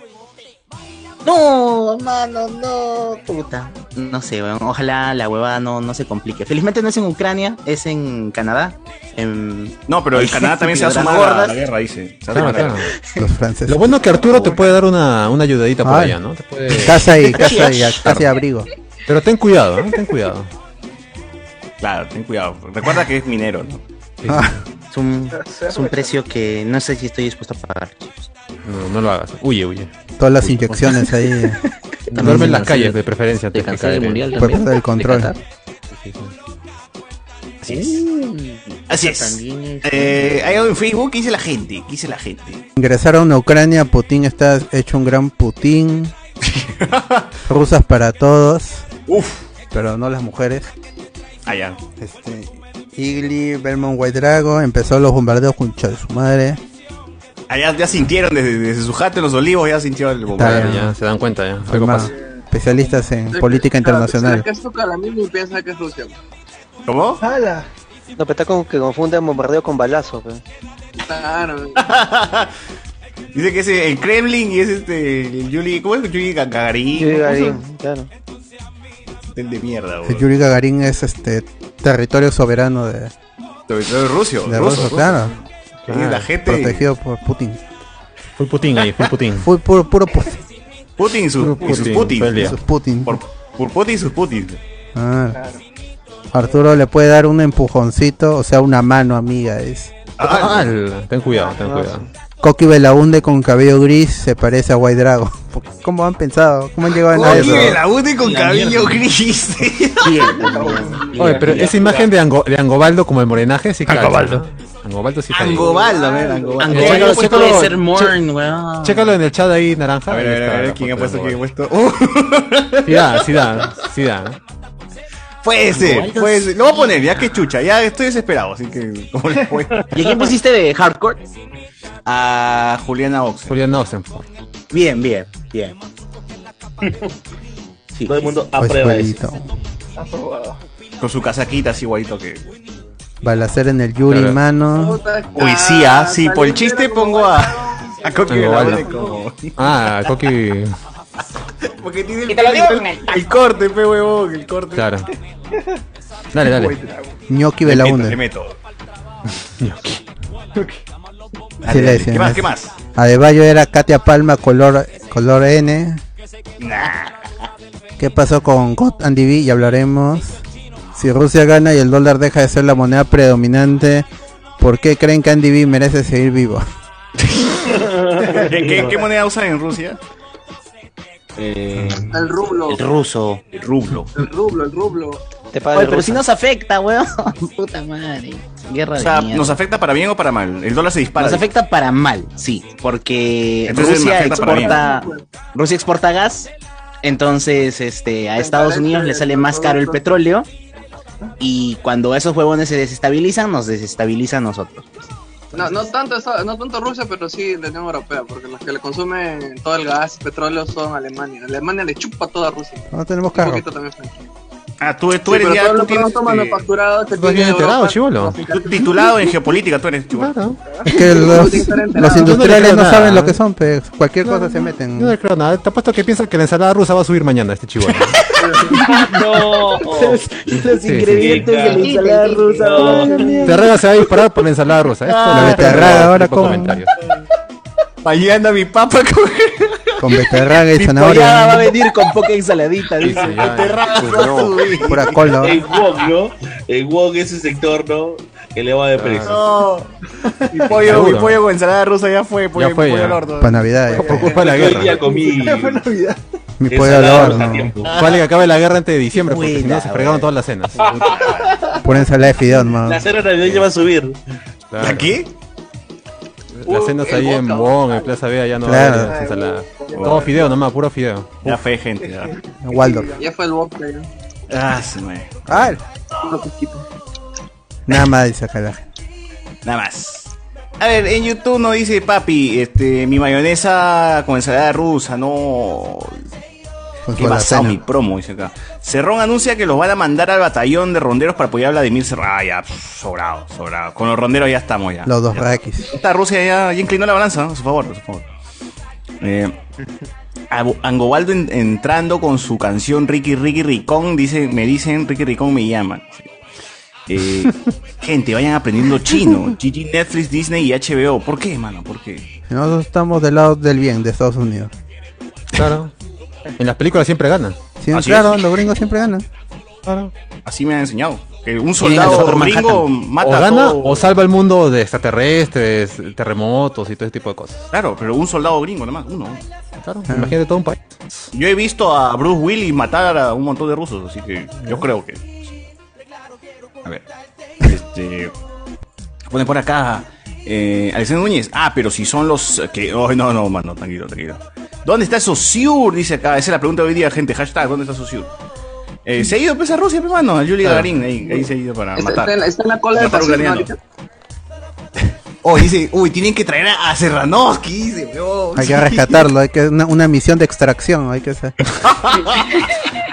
Speaker 12: No, hermano, no, puta. No sé, weón. Ojalá la huevada no, no se complique. Felizmente no es en Ucrania, es en Canadá. En...
Speaker 1: No, pero en Canadá también se ha
Speaker 12: Piedras
Speaker 1: sumado a la,
Speaker 12: gordas.
Speaker 1: la guerra, dice. Se ha
Speaker 2: Claro,
Speaker 1: sumado a la
Speaker 2: claro.
Speaker 1: guerra.
Speaker 3: Los franceses.
Speaker 2: Lo bueno que Arturo te puede dar una, una ayudadita por
Speaker 3: Ay.
Speaker 2: allá, ¿no? Te puede...
Speaker 3: Casa y casa y casa y abrigo.
Speaker 2: Pero ten cuidado, ¿eh? ten cuidado.
Speaker 1: Claro, ten cuidado. Recuerda que es minero, ¿no?
Speaker 12: Es un, es un precio que no sé si estoy dispuesto a pagar.
Speaker 2: No, no lo hagas. Huye, huye.
Speaker 3: Todas las inyecciones ahí. eh.
Speaker 2: Duerme en las calles, de preferencia. antes que
Speaker 3: cancela el
Speaker 2: caer, ¿eh?
Speaker 3: Mundial Por también, perder el de control. Qatar.
Speaker 1: Así es. Así es. Eh, hay algo en Facebook que dice la gente. ¿Qué dice la gente?
Speaker 3: Ingresaron a Ucrania, Putin está hecho un gran Putin. Rusas para todos.
Speaker 1: Uf.
Speaker 3: Pero no las mujeres.
Speaker 1: Ah, ya.
Speaker 3: Este, Igli, Belmont White Dragon, empezó los bombardeos con de su madre.
Speaker 1: Allá ya sintieron desde, desde su jato en los olivos, ya sintieron el bombardeo.
Speaker 3: Está bien. Ya,
Speaker 2: se dan cuenta, ya.
Speaker 3: Soy más especialistas en política internacional.
Speaker 9: Que es tu cara mismo y piensa que es Rusia.
Speaker 1: ¿Cómo?
Speaker 13: ¡Hala! No, pero está como que confunden bombardeo con balazo. pe.
Speaker 9: Claro.
Speaker 1: Dice que es el Kremlin y es este. El Yuli. ¿Cómo es? Yuli Ga- Gagarin.
Speaker 13: Yuri
Speaker 1: ¿Cómo se
Speaker 13: Gagarin,
Speaker 1: llama?
Speaker 13: claro.
Speaker 1: Del de mierda,
Speaker 3: El
Speaker 1: bro.
Speaker 3: Yuri Gagarin es este territorio soberano de,
Speaker 1: Sobre todo el ruso.
Speaker 3: de Rusia,
Speaker 1: ruso, ruso.
Speaker 3: claro. Ah,
Speaker 1: Que la gente.
Speaker 3: Protegido por Putin.
Speaker 2: Full Putin ahí, full Putin.
Speaker 3: Fue puro, puro Putin.
Speaker 1: Putin y sus,
Speaker 3: Puro
Speaker 1: y sus
Speaker 3: Putin,
Speaker 1: Putin.
Speaker 2: pelea.
Speaker 3: Sus Putin.
Speaker 1: Por, por Putin y sus Putin.
Speaker 3: Ah. Arturo le puede dar un empujoncito, o sea, una mano amiga. Es.
Speaker 2: ¡Al! Ah, Ten cuidado, ten cuidado.
Speaker 3: Coqui Belaunde con cabello gris se parece a White Dragon. ¿Cómo han pensado? ¿Cómo han llegado a
Speaker 1: Oye,
Speaker 3: eso?
Speaker 1: la une con cabello gris.
Speaker 2: Oye, pero esa imagen de, Ango- de Angobaldo como el morenaje, sí calza,
Speaker 1: Angobaldo.
Speaker 2: ¿no? Angobaldo sí calza.
Speaker 1: Angobaldo, a ver, Angobaldo.
Speaker 2: Eh, chécalo,
Speaker 12: pues,
Speaker 2: chécalo,
Speaker 12: puede ser
Speaker 2: che-
Speaker 12: Morn, weón.
Speaker 2: Chécalo en el chat ahí, naranja.
Speaker 1: A ver, a ver, a ver, ¿quién ha puesto, quién ha puesto? ¡Uh!
Speaker 2: Sí da, sí da, sí da.
Speaker 1: Puede ser,
Speaker 12: Angobaldo
Speaker 1: puede ser. Lo voy a poner, ya que chucha, ya estoy desesperado, así que. ¿cómo le voy?
Speaker 12: ¿Y a quién pusiste de hardcore?
Speaker 1: A Juliana Ox.
Speaker 2: Julián Oxenford.
Speaker 12: Bien, bien, bien.
Speaker 4: Todo el
Speaker 1: Ah,
Speaker 4: mundo
Speaker 3: Pues
Speaker 4: aprueba eso.
Speaker 3: igualito.
Speaker 7: Aprobado.
Speaker 1: Con su casaquita así igualito que.
Speaker 3: Balacer en el Yuri,
Speaker 1: Claro.
Speaker 3: mano.
Speaker 1: Uy, sí, ah, sí, por el chiste pongo a. A Coqui Belaunde como.
Speaker 2: Ah, Coqui.
Speaker 1: Porque tiene el, el, corte, pe huevón, el corte.
Speaker 2: Claro. Dale, dale.
Speaker 3: Ñoqui
Speaker 1: Le meto,
Speaker 3: Belaunde.
Speaker 1: le meto.
Speaker 3: Sí, le
Speaker 1: ¿Qué
Speaker 3: decían
Speaker 1: más?
Speaker 3: eso.
Speaker 1: ¿Qué más?
Speaker 3: Adebayo era Katia Palma, color, color N. ¿Qué pasó con God and DB? Ya hablaremos. Si Rusia gana y el dólar deja de ser la moneda predominante, ¿por qué creen que Andy B merece seguir vivo?
Speaker 1: ¿Qué, qué, qué moneda usan en Rusia?
Speaker 9: El rublo.
Speaker 12: El ruso.
Speaker 1: Eh, El rublo.
Speaker 9: El rublo, el rublo.
Speaker 12: Te
Speaker 1: paga el
Speaker 12: pero
Speaker 1: ruso.
Speaker 12: si nos afecta, weón. Puta madre. Guerra
Speaker 1: O sea,
Speaker 12: de mierda.
Speaker 1: ¿nos afecta para bien o para mal? El dólar se dispara.
Speaker 12: Nos afecta para mal, sí, porque
Speaker 1: Entonces, me
Speaker 12: Rusia
Speaker 1: afecta para
Speaker 12: exporta
Speaker 1: bien.
Speaker 12: Rusia exporta gas, entonces este a Estados Unidos le sale más caro el petróleo y cuando esos huevones se desestabilizan, nos desestabiliza a nosotros.
Speaker 9: No, no, tanto, esa- no tanto Rusia, pero sí la Unión Europea, porque los que le consumen todo el gas y petróleo son Alemania. Alemania le chupa toda Rusia.
Speaker 3: Ah, No tenemos
Speaker 9: Un
Speaker 3: carro.
Speaker 9: poquito también Francia.
Speaker 1: Ah, tú, tú
Speaker 9: Sí,
Speaker 1: eres
Speaker 9: pero
Speaker 1: ya.
Speaker 9: todo
Speaker 1: tú
Speaker 9: lo
Speaker 1: tienes,
Speaker 9: pronto
Speaker 1: este,
Speaker 9: manufacturado que
Speaker 1: tú estás bien
Speaker 9: tiene
Speaker 1: enterado,
Speaker 9: Europa.
Speaker 2: chivolo.
Speaker 1: tú titulado en geopolítica, tú eres chivolo.
Speaker 3: Es que los, los industriales no
Speaker 2: nada,
Speaker 3: saben lo
Speaker 2: ¿eh?
Speaker 3: que son, pe. cualquier cosa se meten.
Speaker 2: Yo no le creo nada. Te apuesto que piensa que la ensalada rusa va a subir mañana este chihuahua.
Speaker 12: no. Los,
Speaker 2: Sí, sí. ingredientes
Speaker 12: de la ensalada rusa.
Speaker 14: Ah,
Speaker 2: Terraga se va a disparar por la ensalada rusa. Esto
Speaker 12: Ah.
Speaker 2: lo voy a
Speaker 3: Terraga
Speaker 2: poner
Speaker 3: ahora
Speaker 2: tipo
Speaker 3: con-
Speaker 2: comentarios.
Speaker 1: Mañana mi papa con
Speaker 3: Con beterraga y
Speaker 12: Pollada va a
Speaker 3: zanahoria.
Speaker 12: venir con poca ensaladita, dice.
Speaker 3: Pura cola.
Speaker 4: En Wong, ¿no? En Wong ese sector, ¿no? Eleva
Speaker 3: Ah.
Speaker 4: de precios.
Speaker 1: No. Mi pollo, mi
Speaker 4: Seguro.
Speaker 1: pollo con ensalada rusa ya fue. Pollo,
Speaker 4: Ya fue,
Speaker 1: pollo
Speaker 4: ya.
Speaker 1: al horno.
Speaker 3: Para Navidad. ya.
Speaker 1: Por culpa de la
Speaker 4: Yo hoy
Speaker 1: guerra.
Speaker 4: día comí.
Speaker 3: Mi
Speaker 4: Esa
Speaker 3: pollo al
Speaker 4: la
Speaker 3: horno.
Speaker 4: hora a tiempo.
Speaker 2: Vale que acabe la guerra antes de diciembre, porque si no se fregaron todas las cenas.
Speaker 3: Pura ensalada de fideos, mano.
Speaker 2: Ah.
Speaker 4: La cena navideña va a subir. Uh,
Speaker 1: ¿Aquí?
Speaker 2: Las cenas ahí en Bon, en Plaza Vea, ya no
Speaker 3: Claro.
Speaker 2: va a haber ensalada. Todo fideo nomás, puro fideo.
Speaker 1: Ya fue, gente. ya.
Speaker 3: Waldorf.
Speaker 9: Ya fue el vodka. ya.
Speaker 1: Ah, se me.
Speaker 3: Ah, nada más dice acá la gente.
Speaker 1: Nada más. A ver, en YouTube no dice, papi, este, mi mayonesa con ensalada rusa, no.
Speaker 3: Con
Speaker 1: Qué
Speaker 3: su
Speaker 1: basado
Speaker 3: alacena.
Speaker 1: mi promo, dice acá. Cerrón anuncia que los van a mandar al batallón de ronderos para apoyar a Vladimir Cerrón. Ah, ya, pf, sobrado, sobrado. Con los ronderos ya estamos ya.
Speaker 3: Los dos raquis.
Speaker 1: Esta Rusia ya, ya inclinó la balanza, ¿no? a su favor, a su favor. Eh, Abo- Angobaldo en- entrando con su canción Ricky Ricky Ricón, dice, me dicen Ricky Ricón me llaman. Eh, gente, vayan aprendiendo chino. GG, Netflix, Disney y HBO. ¿Por qué, mano? ¿Por qué?
Speaker 3: Nosotros estamos del lado del bien de Estados Unidos.
Speaker 2: Claro. En las películas siempre gana.
Speaker 3: Siempre,
Speaker 1: Así
Speaker 3: claro,
Speaker 1: es.
Speaker 3: los gringos siempre ganan.
Speaker 1: Así me han enseñado. Que un
Speaker 2: Tienen al
Speaker 1: soldado
Speaker 2: Dr. Manhattan.
Speaker 1: gringo mata
Speaker 2: o
Speaker 1: a
Speaker 2: gana
Speaker 1: todo.
Speaker 2: o salva el mundo de extraterrestres, terremotos y todo ese tipo de cosas.
Speaker 1: Claro, pero un soldado gringo nomás, uno.
Speaker 2: Claro,
Speaker 1: Ah.
Speaker 2: imagínate todo un país.
Speaker 1: Yo he visto a Bruce Willis matar a un montón de rusos, así que yo creo que. A ver. Este. Pone por acá. Eh, Alexander Núñez. Ah, pero si son los eh, que. Oh, no, no, mano, tranquilo, tranquilo. ¿Dónde está Sosur? Dice acá. Esa es la pregunta de hoy día, gente. Hashtag, ¿dónde está Sosur? Eh, se ha ido pues, a Rusia, pues, mano. A Yuli Gagarin, ahí, ahí se ha ido para
Speaker 9: Está,
Speaker 1: matar.
Speaker 9: está en la, está en la cola de
Speaker 1: Matar
Speaker 9: pasión
Speaker 1: ucraniano.
Speaker 9: ahorita.
Speaker 1: Oh, dice, uy, tienen que traer
Speaker 3: Ah,
Speaker 1: a, a Serranovsky, dice, weón.
Speaker 3: Hay que rescatarlo, hay que una, una misión de extracción, hay que hacer.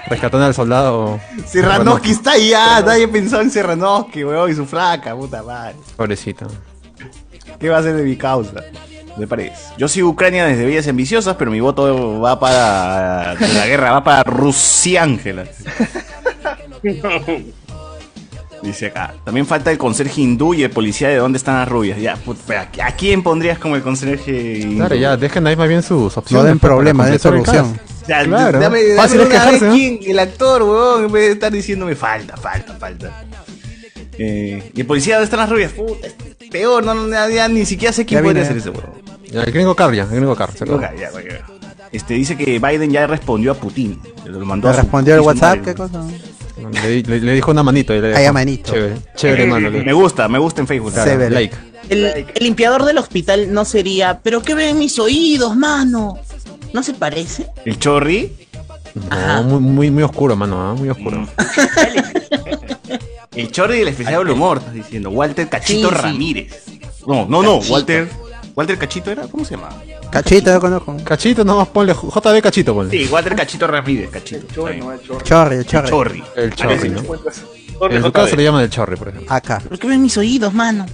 Speaker 2: Rescatando al soldado.
Speaker 1: Serranovsky está allá, nadie pensó en Serranovsky, weón, y su flaca, puta madre.
Speaker 2: Pobrecito.
Speaker 1: ¿Qué va a ser de mi causa? Me parece. Yo sigo Ucrania desde Villas Ambiciosas, pero mi voto va para de la guerra, va para Rusiángela. Dice acá. También falta el conserje hindú y el policía de dónde están las rubias. Ya, puta, pero ¿a- ¿a quién pondrías como el conserje hindú?
Speaker 2: Claro, ya, dejen ahí más bien sus opciones. pues,
Speaker 3: den
Speaker 2: para
Speaker 3: problema, den
Speaker 2: completar el
Speaker 3: solución.
Speaker 2: cast.
Speaker 1: O sea,
Speaker 2: Claro.
Speaker 1: dame, dame
Speaker 2: Fácil es
Speaker 1: una vez
Speaker 2: quejarse, ¿no?
Speaker 1: quién, el actor, weón, en vez de estar diciéndome falta, falta, falta. Eh, y el policía, ¿dónde están las rubias? Puta, es peor, no, no, ya ni siquiera sé quién
Speaker 2: Ya
Speaker 1: podría
Speaker 2: vine.
Speaker 1: hacer ese weón.
Speaker 2: Ya, El gringo Carr, ya, el gringo Carr. se acabó.
Speaker 1: Ok, ya, ok, ok. Este dice que Biden ya respondió a Putin. Lo mandó
Speaker 2: ¿Le
Speaker 1: a su-
Speaker 2: respondió
Speaker 3: el
Speaker 1: su
Speaker 3: WhatsApp?
Speaker 1: madre.
Speaker 3: ¿Qué cosa?
Speaker 2: Le, di- le- le dijo una manito. y le
Speaker 3: Ah, ya,
Speaker 2: dejó.
Speaker 3: manito.
Speaker 2: Chévere, chévere, mano.
Speaker 1: Eh, Me gusta, me gusta en Facebook.
Speaker 2: Claro, Se ve. like.
Speaker 12: El, el limpiador del hospital no sería, pero ¿qué ven mis oídos, mano? ¿No se parece?
Speaker 1: El chorri. Mm.
Speaker 2: No, muy, muy, muy oscuro, mano. ¿ah? Muy oscuro.
Speaker 1: El chorri del especial del humor, estás diciendo. Walter Cachito
Speaker 12: Sí, sí.
Speaker 1: Ramírez. No, no, no,
Speaker 2: Cachito.
Speaker 1: Walter. Walter Cachito era, ¿cómo se llama?
Speaker 3: Cachito, yo conozco.
Speaker 2: Cachito, nomás ponle. JB Cachito, ponle.
Speaker 1: Sí, Walter Cachito Ramírez, Cachito. está bien.
Speaker 3: Chorri, el chorri.
Speaker 1: Chorri.
Speaker 2: El chorri, ¿no?
Speaker 1: Jorge
Speaker 2: En su
Speaker 1: JB.
Speaker 2: caso le llaman el chorri, por ejemplo.
Speaker 3: Acá.
Speaker 12: ¿Pero qué ven mis oídos, mano?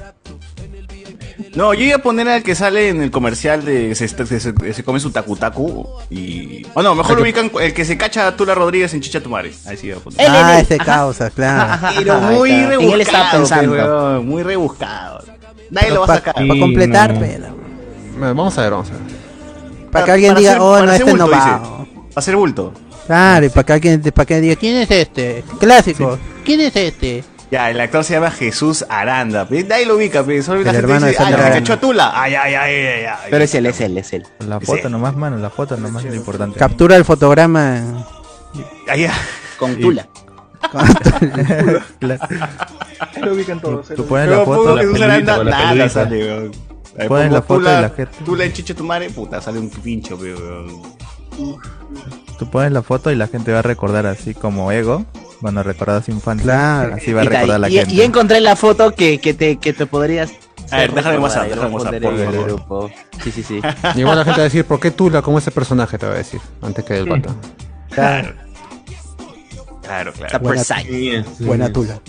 Speaker 1: No, yo iba a poner al que sale en el comercial de se, se- se- se come su tacu tacu y... O no, mejor
Speaker 3: El que-
Speaker 1: ubican el que se cacha a Tula Rodríguez en Chicha Tumare. Ahí sí iba a poner.
Speaker 3: Ah, ese causa, claro.
Speaker 1: Pero muy
Speaker 3: Ahí está.
Speaker 1: rebuscado,
Speaker 3: Y él estaba
Speaker 1: pe,
Speaker 3: pensando.
Speaker 1: weón, muy rebuscado. Nadie
Speaker 3: Pero
Speaker 1: lo va a
Speaker 3: pa-
Speaker 1: sacar.
Speaker 3: pa' Sí, completar, no. pero.
Speaker 2: Vamos a ver, vamos a ver.
Speaker 3: Para que alguien diga,
Speaker 1: hacer-
Speaker 3: oh,
Speaker 1: para
Speaker 3: no,
Speaker 1: hacer
Speaker 3: este no
Speaker 1: bulto,
Speaker 3: va.
Speaker 1: dice. Para hacer bulto.
Speaker 3: Claro, y para que alguien para que diga, ¿quién es este? Clásico. ¿Quién es este?
Speaker 1: Ya, el actor se llama Jesús Aranda. pe. Nadie lo ubica, pero solo la
Speaker 15: El
Speaker 1: gente
Speaker 15: hermano
Speaker 1: dice,
Speaker 15: de
Speaker 1: ah,
Speaker 15: Sandra
Speaker 1: la que
Speaker 15: Aranda.
Speaker 1: cachó a Tula. Ay, ay, ay, ay, ay.
Speaker 15: Pero es
Speaker 12: él, es él, es él.
Speaker 15: La
Speaker 1: Sí.
Speaker 15: foto nomás, mano, la foto nomás es lo importante.
Speaker 3: Captura el fotograma.
Speaker 1: Allá.
Speaker 12: Con
Speaker 15: Tula.
Speaker 7: Lo ubican todos.
Speaker 1: eh.
Speaker 15: Tú pones la foto, la
Speaker 1: Jesús
Speaker 15: peludita,
Speaker 1: Aranda,
Speaker 15: con la
Speaker 1: nada
Speaker 15: peludita.
Speaker 1: sale, weón. Ahí
Speaker 15: Ponen
Speaker 1: pongo
Speaker 15: la foto de
Speaker 1: Tula-
Speaker 15: la gente.
Speaker 1: Tula en Chicha Tumare, puta, sale un pincho, pe, weón.
Speaker 15: Tú pones la foto y la gente va a recordar así como ego, cuando recordaba su infancia.
Speaker 3: Claro.
Speaker 15: Así va a
Speaker 12: Y ta-
Speaker 15: recordar la
Speaker 12: y,
Speaker 15: gente.
Speaker 12: y encontré la foto que, que, te, que te podrías.
Speaker 1: A ver, déjala en WhatsApp,
Speaker 12: Yo
Speaker 1: déjala en
Speaker 12: la
Speaker 1: WhatsApp,
Speaker 12: pondré
Speaker 1: por
Speaker 12: en el
Speaker 1: favor.
Speaker 12: grupo. Sí, sí, sí.
Speaker 2: Y igual la gente va a decir, ¿por qué Tula como ese personaje? Te va a decir, antes que el pata.
Speaker 1: Claro. Claro, claro.
Speaker 2: Buena-
Speaker 3: Buena tula.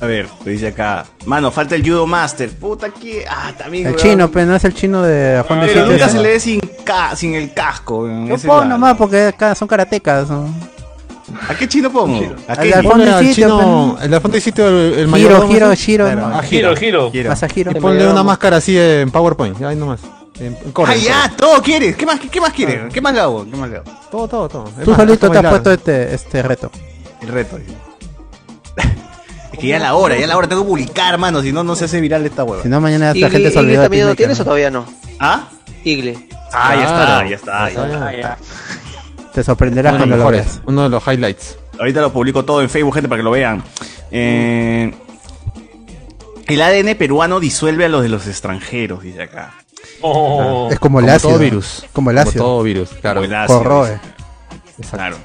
Speaker 1: A ver, te dice acá. Mano, falta el Judo Master. Puta que. Ah, también.
Speaker 3: El
Speaker 1: weón.
Speaker 3: chino, pero no es el chino de Juan de
Speaker 1: Pero
Speaker 3: Sitges,
Speaker 1: nunca
Speaker 3: ¿no?
Speaker 1: se le ve sin, ca- sin el casco. weón.
Speaker 3: Yo
Speaker 1: Esa es
Speaker 3: pongo
Speaker 1: la-
Speaker 3: nomás porque acá son karatecas. ¿no?
Speaker 1: ¿A qué chino pongo? ¿A qué
Speaker 3: Al
Speaker 2: Ponle
Speaker 3: Alfonso
Speaker 2: al
Speaker 3: Sitges,
Speaker 2: chino,
Speaker 3: pues,
Speaker 2: el de Alfonso Sitges, el, el
Speaker 3: Giro,
Speaker 2: mayor.
Speaker 3: giro, giro, ¿no?
Speaker 2: Ah,
Speaker 4: Giro, giro.
Speaker 3: Vas a giro.
Speaker 2: Y ponle una máscara así en PowerPoint, ahí nomás. En, en corre,
Speaker 1: Ah,
Speaker 2: en
Speaker 1: ya, todo quieres. ¿Qué más, qué más quieres? ¿Qué más le hago? ¿Qué más le hago?
Speaker 2: corre. Todo, todo, todo. Es
Speaker 3: Tú
Speaker 2: más,
Speaker 3: solito
Speaker 2: hasta
Speaker 3: te has
Speaker 2: bailar.
Speaker 3: puesto este, este reto.
Speaker 1: El reto. dice. es que ya es la hora, ya es la hora. Tengo que publicar, hermano. Si no, no se hace viral esta hueva.
Speaker 3: Si no, mañana esta
Speaker 13: Igle-
Speaker 3: gente se
Speaker 13: Igle
Speaker 3: olvida. de
Speaker 13: también lo
Speaker 3: Picnic,
Speaker 13: tienes
Speaker 3: ¿no?
Speaker 13: o todavía no?
Speaker 1: ¿Ah?
Speaker 13: Igle.
Speaker 1: Ah,
Speaker 2: Claro.
Speaker 1: ya está, ya está. Ya está.
Speaker 3: Te sorprenderás
Speaker 2: Uno de
Speaker 3: cuando
Speaker 2: los
Speaker 3: lo
Speaker 2: mejores,
Speaker 3: veas.
Speaker 2: uno de los highlights.
Speaker 1: Ahorita lo publico todo en Facebook, gente, para que lo vean. Eh, el ADN peruano disuelve a los de los extranjeros, dice acá.
Speaker 4: Oh.
Speaker 3: Es como el ácido.
Speaker 2: todo virus.
Speaker 3: Como el ácido.
Speaker 2: todo virus, claro.
Speaker 1: Como el ácido,
Speaker 3: Corroe.
Speaker 1: dice. Claro.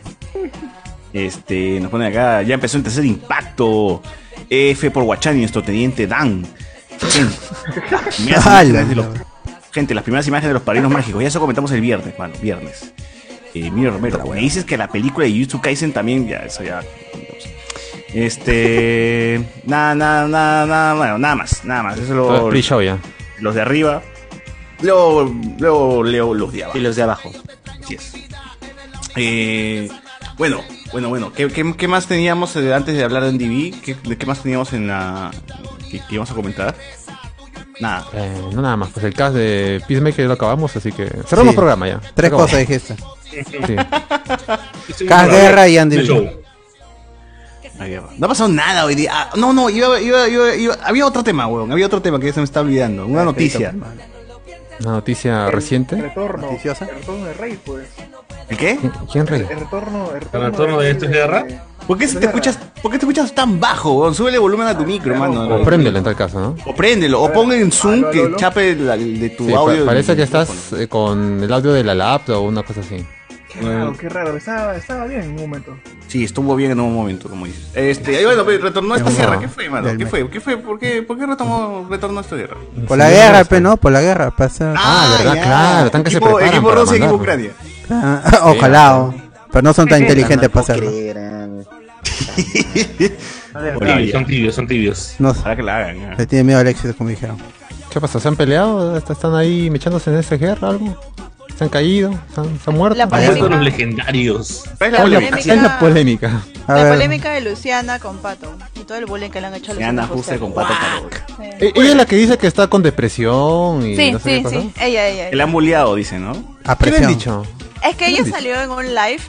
Speaker 1: Este, nos ponen acá, ya empezó el tercer impacto. F por Guachani, nuestro teniente Dan.
Speaker 2: Ah,
Speaker 1: Las primeras
Speaker 3: Ala.
Speaker 1: imágenes de los- gente, las primeras imágenes de los padrinos mágicos. Ya eso comentamos el viernes, mano, viernes. Eh, Miro Romero, me dices que la película de Jujutsu Kaisen también, ya, eso ya. Este. nada, nada, nada, nada, bueno, nada más, nada más. Eso
Speaker 2: Todo es
Speaker 1: lo,
Speaker 2: pre-show ya.
Speaker 1: los de arriba. Luego, luego leo los de abajo.
Speaker 12: Y los de abajo.
Speaker 1: Así es. Eh, bueno, bueno, bueno. ¿Qué, qué, qué más teníamos eh, antes de hablar de NDB? ¿Qué, ¿De qué más teníamos en la. que, que íbamos a comentar? Nada.
Speaker 2: Eh, no nada más, pues el cast de Peacemaker ya lo acabamos, así que cerramos
Speaker 3: Sí.
Speaker 2: programa ya.
Speaker 3: Tres
Speaker 2: Acabó.
Speaker 3: cosas dijiste.
Speaker 2: Sí.
Speaker 3: Cas Guerra y Andy.
Speaker 1: No ha pasado nada hoy día. Ah, no, no, iba, iba, iba- iba- había otro tema, weón. Había otro tema que se me está olvidando. Una noticia.
Speaker 2: Una noticia
Speaker 7: El
Speaker 2: reciente.
Speaker 7: retorno. El retorno de Rey, pues.
Speaker 1: ¿El qué?
Speaker 2: ¿Quién
Speaker 7: El
Speaker 2: rey?
Speaker 7: retorno, el retorno,
Speaker 4: ¿El retorno de este esto es guerra?
Speaker 1: ¿Por qué, se te escuchas, ¿Por qué te escuchas tan bajo, weón? Súbele volumen a tu micro, mano.
Speaker 2: O préndelo en tal caso, ¿no?
Speaker 1: O préndelo. O ponga en Zoom
Speaker 7: aló,
Speaker 1: que
Speaker 7: aló.
Speaker 1: chape la- de tu
Speaker 2: Sí, pa-
Speaker 1: audio.
Speaker 2: parece que estás eh, con el audio de la laptop o una cosa así.
Speaker 7: Qué
Speaker 4: eh.
Speaker 7: raro, qué raro. Estaba, estaba bien en un momento.
Speaker 1: Sí, estuvo bien en un momento, como dices. Este, ahí bueno, pues, retornó esta
Speaker 2: Del
Speaker 1: guerra.
Speaker 2: mar.
Speaker 1: ¿Qué fue, mano?
Speaker 2: Del
Speaker 1: ¿Qué
Speaker 2: mar.
Speaker 1: fue? ¿Qué fue? ¿Por qué, por qué retomó, retornó esta guerra?
Speaker 3: Por la
Speaker 2: Sí,
Speaker 3: guerra,
Speaker 2: no sé.
Speaker 3: pe, ¿no? Por la guerra. Pasa.
Speaker 2: Ah, ¿verdad? Claro, están que se
Speaker 1: Equipo,
Speaker 2: preparan
Speaker 1: equipo
Speaker 2: para
Speaker 1: Rusia, equipo
Speaker 2: mandarlo.
Speaker 1: Ucrania.
Speaker 3: Ah, Ojalá. o- Pero no son tan
Speaker 1: Sí,
Speaker 3: inteligentes
Speaker 1: no
Speaker 3: para
Speaker 1: puedo
Speaker 3: hacerlo.
Speaker 1: Bolivia.
Speaker 4: Son tibios, son tibios.
Speaker 3: No sé.
Speaker 1: Para que la hagan.
Speaker 3: Le tiene miedo al éxito, como dijeron.
Speaker 2: ¿Qué pasa? ¿Se han peleado? ¿Est- ¿Están ahí mechándose en esa guerra o algo? ¿Se han caído? ¿Se han, se han muerto?
Speaker 16: La Han muerto polémica. los
Speaker 2: legendarios.
Speaker 16: La polémica.
Speaker 2: Es la polémica.
Speaker 16: La polémica de Luciana con Pato y todo el bullying que le han hecho a Luciana.
Speaker 1: Ana Fuster con Pato Paro.
Speaker 2: Eh, Ella es la que dice que está con depresión y
Speaker 16: Sí,
Speaker 2: no sé qué Ah,
Speaker 16: sí,
Speaker 2: cosa.
Speaker 16: sí, ella, ella.
Speaker 1: Que la han bulleado, dicen, ¿no?
Speaker 2: ¿Qué le han dicho?
Speaker 16: Es que ella
Speaker 2: Andy.
Speaker 16: salió en un live,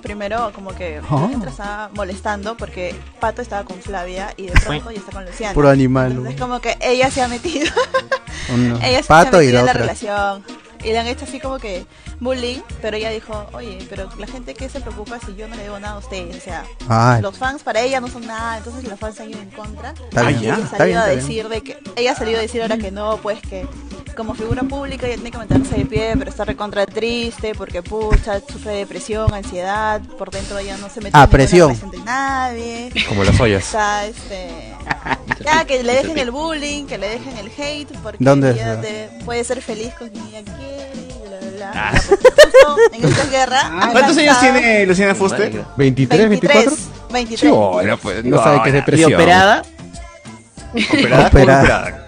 Speaker 16: primero como que
Speaker 3: Oh.
Speaker 16: mientras estaba molestando porque Pato estaba con Flavia y de pronto ya está con Luciana.
Speaker 3: Puro animal,
Speaker 16: Entonces es como que ella se ha metido,
Speaker 3: Uno.
Speaker 16: ella se ha
Speaker 3: Pato
Speaker 16: metido
Speaker 3: y la
Speaker 16: en la
Speaker 3: otra.
Speaker 16: relación. Y le han hecho así como que bullying, pero ella dijo, oye, pero la gente que se preocupa si yo no le debo nada a ustedes, o sea,
Speaker 3: Ay.
Speaker 16: los fans para ella no son nada, entonces los fans se han ido en contra.
Speaker 3: Está bien,
Speaker 16: Ella
Speaker 3: está
Speaker 16: salió
Speaker 3: bien,
Speaker 16: a
Speaker 3: está
Speaker 16: decir de que, ella salió a decir ahora que no, pues que como figura pública ella tiene que mantenerse de pie, pero está recontra triste porque pucha, sufre de depresión, ansiedad, por dentro ella no se mete
Speaker 2: Ah,
Speaker 16: en ninguna
Speaker 2: presión.
Speaker 16: relación de nadie.
Speaker 2: Como las ollas.
Speaker 16: Está, este, ya que le dejen el bullying, que le dejen el hate, porque
Speaker 3: ¿Dónde
Speaker 16: ella
Speaker 3: está?
Speaker 16: de- puede ser feliz con quien ella quiere, bla bla bla. Ya, pues, justo en esta guerra.
Speaker 3: Ah,
Speaker 16: han
Speaker 1: ¿Cuántos años
Speaker 16: lanzado-
Speaker 1: tiene Luciana Fuster?
Speaker 2: 23,
Speaker 16: 23,
Speaker 2: 24.
Speaker 16: 23.
Speaker 2: Chivola, pues, no sabe qué es
Speaker 1: Hola.
Speaker 2: depresión.
Speaker 12: ¿Y operada?
Speaker 1: ¿Operada? ¿Cómo operada?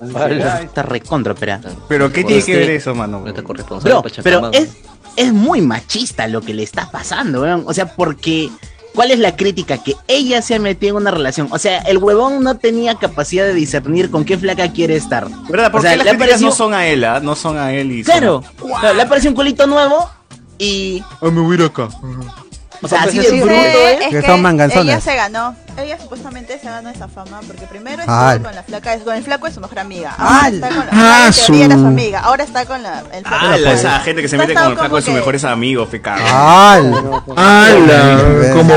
Speaker 12: Ala, Está recontra operada.
Speaker 1: Pero ¿qué tiene que ver eso, mano?
Speaker 12: Este, Bro, pero es, es muy machista lo que le está pasando, weón. O sea, porque. ¿Cuál es la crítica? Que ella se ha metido en una relación. O sea, el huevón no tenía capacidad de discernir con qué flaca quiere estar.
Speaker 1: ¿Verdad?
Speaker 12: O
Speaker 1: Porque
Speaker 12: sea,
Speaker 1: las
Speaker 12: le ha
Speaker 1: críticas
Speaker 12: parecido-
Speaker 1: no son a él, ¿ah? no son a él y son-
Speaker 12: Claro, claro, le aparece un culito nuevo y.
Speaker 1: Ah, me voy a ir acá.
Speaker 12: O sea, así
Speaker 16: Lo
Speaker 1: pues,
Speaker 16: que
Speaker 12: de
Speaker 16: sí
Speaker 12: bruto,
Speaker 16: sé
Speaker 12: ¿eh?
Speaker 16: es
Speaker 3: Que son manganzones.
Speaker 16: Ella se ganó. Ella supuestamente se ganó esa fama porque primero
Speaker 3: Ah.
Speaker 16: estuvo con la flaca, con el flaco de su mejor amiga. Ahora está con la
Speaker 1: Ah,
Speaker 16: en teoría
Speaker 1: su-
Speaker 16: era su amiga. Ahora está con la, el flaco.
Speaker 1: Ah,
Speaker 16: de su
Speaker 1: la,
Speaker 16: amiga.
Speaker 1: esa gente que se
Speaker 16: No
Speaker 1: mete
Speaker 16: está
Speaker 1: con el flaco
Speaker 16: como
Speaker 1: de sus
Speaker 16: que-
Speaker 1: mejores amigos, fe cagada.
Speaker 3: Ah, ¡Al!
Speaker 2: ¡Al! Como.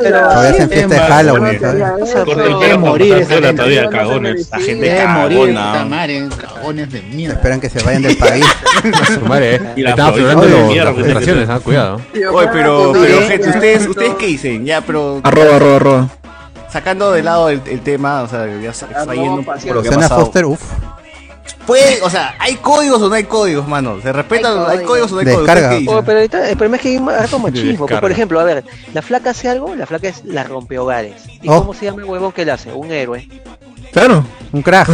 Speaker 3: Todavía es en fiesta de Halloween.
Speaker 4: Debe morir esa gente. Todavía, cagones.
Speaker 1: La gente
Speaker 17: Debe Eh, morir,
Speaker 1: cagona.
Speaker 17: puta madre, cagones de mierda.
Speaker 3: Esperan que se vayan del país.
Speaker 2: Y la Estaban Florida aflorando Eh, de los- mierda las que tiene frustraciones, que- ah, pues, cuidado.
Speaker 1: Oye, pero, pero gente, ¿ustedes, ¿ustedes qué dicen? Ya, pero.
Speaker 10: Arroba, arroba, arroba.
Speaker 1: Sacando de lado el, el tema, o sea, ya sa- saliendo un poco lo que ha
Speaker 3: Susana
Speaker 1: pasado.
Speaker 3: Foster, uff.
Speaker 1: Puede, o sea, ¿hay códigos o no hay códigos, mano? ¿Se respetan? ¿Hay, códigos o no hay códigos?
Speaker 13: Oh, pero ahorita el problema es que hay más harto machismo. pues,
Speaker 1: Descarga.
Speaker 13: por ejemplo, a ver, la flaca hace algo, la flaca es la rompehogares. ¿Y
Speaker 3: Oh.
Speaker 13: cómo se llama el huevón que la hace? Un héroe.
Speaker 10: Claro.
Speaker 3: Un crack.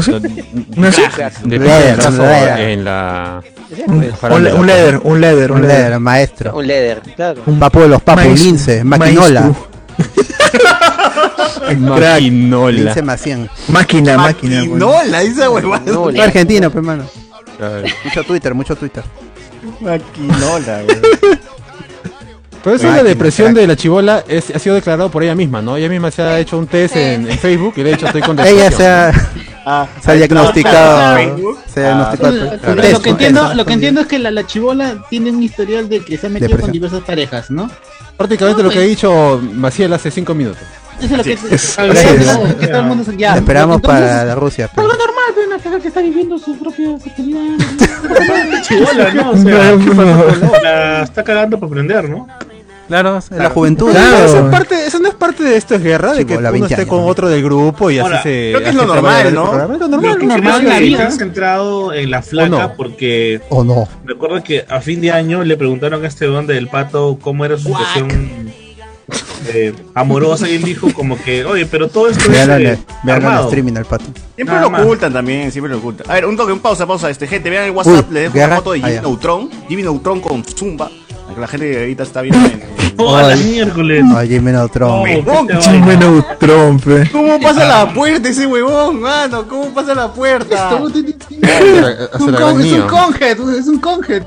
Speaker 10: ¿No es así?
Speaker 2: Depende del caso, en la.
Speaker 10: Un, un le- un leather, un leather, un
Speaker 3: Un
Speaker 10: leather.
Speaker 3: leather, maestro.
Speaker 13: Un leather, claro.
Speaker 3: Un papo de los papos,
Speaker 10: Maestro.
Speaker 3: lince, maquinola.
Speaker 2: Maquinola.
Speaker 3: Lince Macián.
Speaker 10: Máquina,
Speaker 3: máquina.
Speaker 1: Maquinola, dice huevada.
Speaker 3: Fue argentino, pues, mano. Mucho Twitter, mucho Twitter.
Speaker 1: Maquinola,
Speaker 2: Pero eso de la
Speaker 3: Máquina,
Speaker 2: depresión de la chivola es, ha sido declarado por ella misma, ¿no? Ella misma se ha hecho un test en, en Facebook y le ha dicho estoy con depresión.
Speaker 3: Ella
Speaker 2: Ah.
Speaker 3: se ha, se ha diagnosticado. Se ha diagnosticado.
Speaker 17: Ah. Lo- Lo que entiendo, lo que entiendo es que la, la chivola tiene un historial de que se ha metido
Speaker 2: Depresión.
Speaker 17: con diversas parejas, ¿no?
Speaker 2: Prácticamente
Speaker 17: No,
Speaker 2: lo que he
Speaker 17: pues.
Speaker 2: dicho Maciel hace cinco minutos.
Speaker 17: Eso es lo que,
Speaker 2: Sí, es-
Speaker 17: a ver, no, que todo el mundo se- ya.
Speaker 3: Te esperamos
Speaker 17: Entonces,
Speaker 3: para la Rusia. pero-
Speaker 17: Algo normal, pues, pero una flaca que está viviendo su propia sexualidad.
Speaker 4: Chibola, ¿no? O sea, ¿qué pasó con la- Está cagando para aprender, ¿no?
Speaker 10: Claro,
Speaker 3: la juventud.
Speaker 2: Claro,
Speaker 3: Claro.
Speaker 2: Eso, es parte, eso no es parte de esto, es guerra, de que
Speaker 3: Chibola,
Speaker 2: uno
Speaker 3: 20
Speaker 2: esté
Speaker 3: años,
Speaker 2: con otro del grupo y
Speaker 4: Ahora,
Speaker 2: así se...
Speaker 4: creo que es lo
Speaker 2: así se
Speaker 4: normal,
Speaker 2: va el
Speaker 4: ¿no?
Speaker 2: programa. Es lo
Speaker 4: Lo
Speaker 2: normal,
Speaker 4: que
Speaker 2: lo normal
Speaker 4: creo
Speaker 2: en la
Speaker 4: que
Speaker 2: vida.
Speaker 4: están centrado en la flaca porque
Speaker 3: ¿O no?
Speaker 4: recuerdo que a fin de año le preguntaron a este don del pato cómo era su situación eh, amorosa y él dijo como que, oye, pero todo esto es
Speaker 3: Veanlo en
Speaker 4: eh,
Speaker 3: el- veanlo en el
Speaker 4: armado.
Speaker 3: streaming al pato.
Speaker 1: Siempre
Speaker 4: Nada
Speaker 1: lo
Speaker 4: más.
Speaker 1: ocultan también, siempre lo ocultan. A ver, un toque, un pausa, pausa. Este, gente, vean el WhatsApp,
Speaker 3: Uy,
Speaker 1: le dejo
Speaker 3: guerra.
Speaker 1: una foto de Jimmy
Speaker 3: Ah, ya.
Speaker 1: Neutron. Jimmy Neutron con Zumba. La que La gente que ahorita está viendo en...
Speaker 4: Hola, miércoles.
Speaker 3: Oye, Menotron.
Speaker 1: Huevón,
Speaker 10: Chisme Neutron, pe.
Speaker 1: ¿Cómo pasa
Speaker 2: Ah.
Speaker 1: la puerta ese huevón, mano? ¿Cómo pasa la puerta?
Speaker 17: Es un con- es un conjet, es un conjet.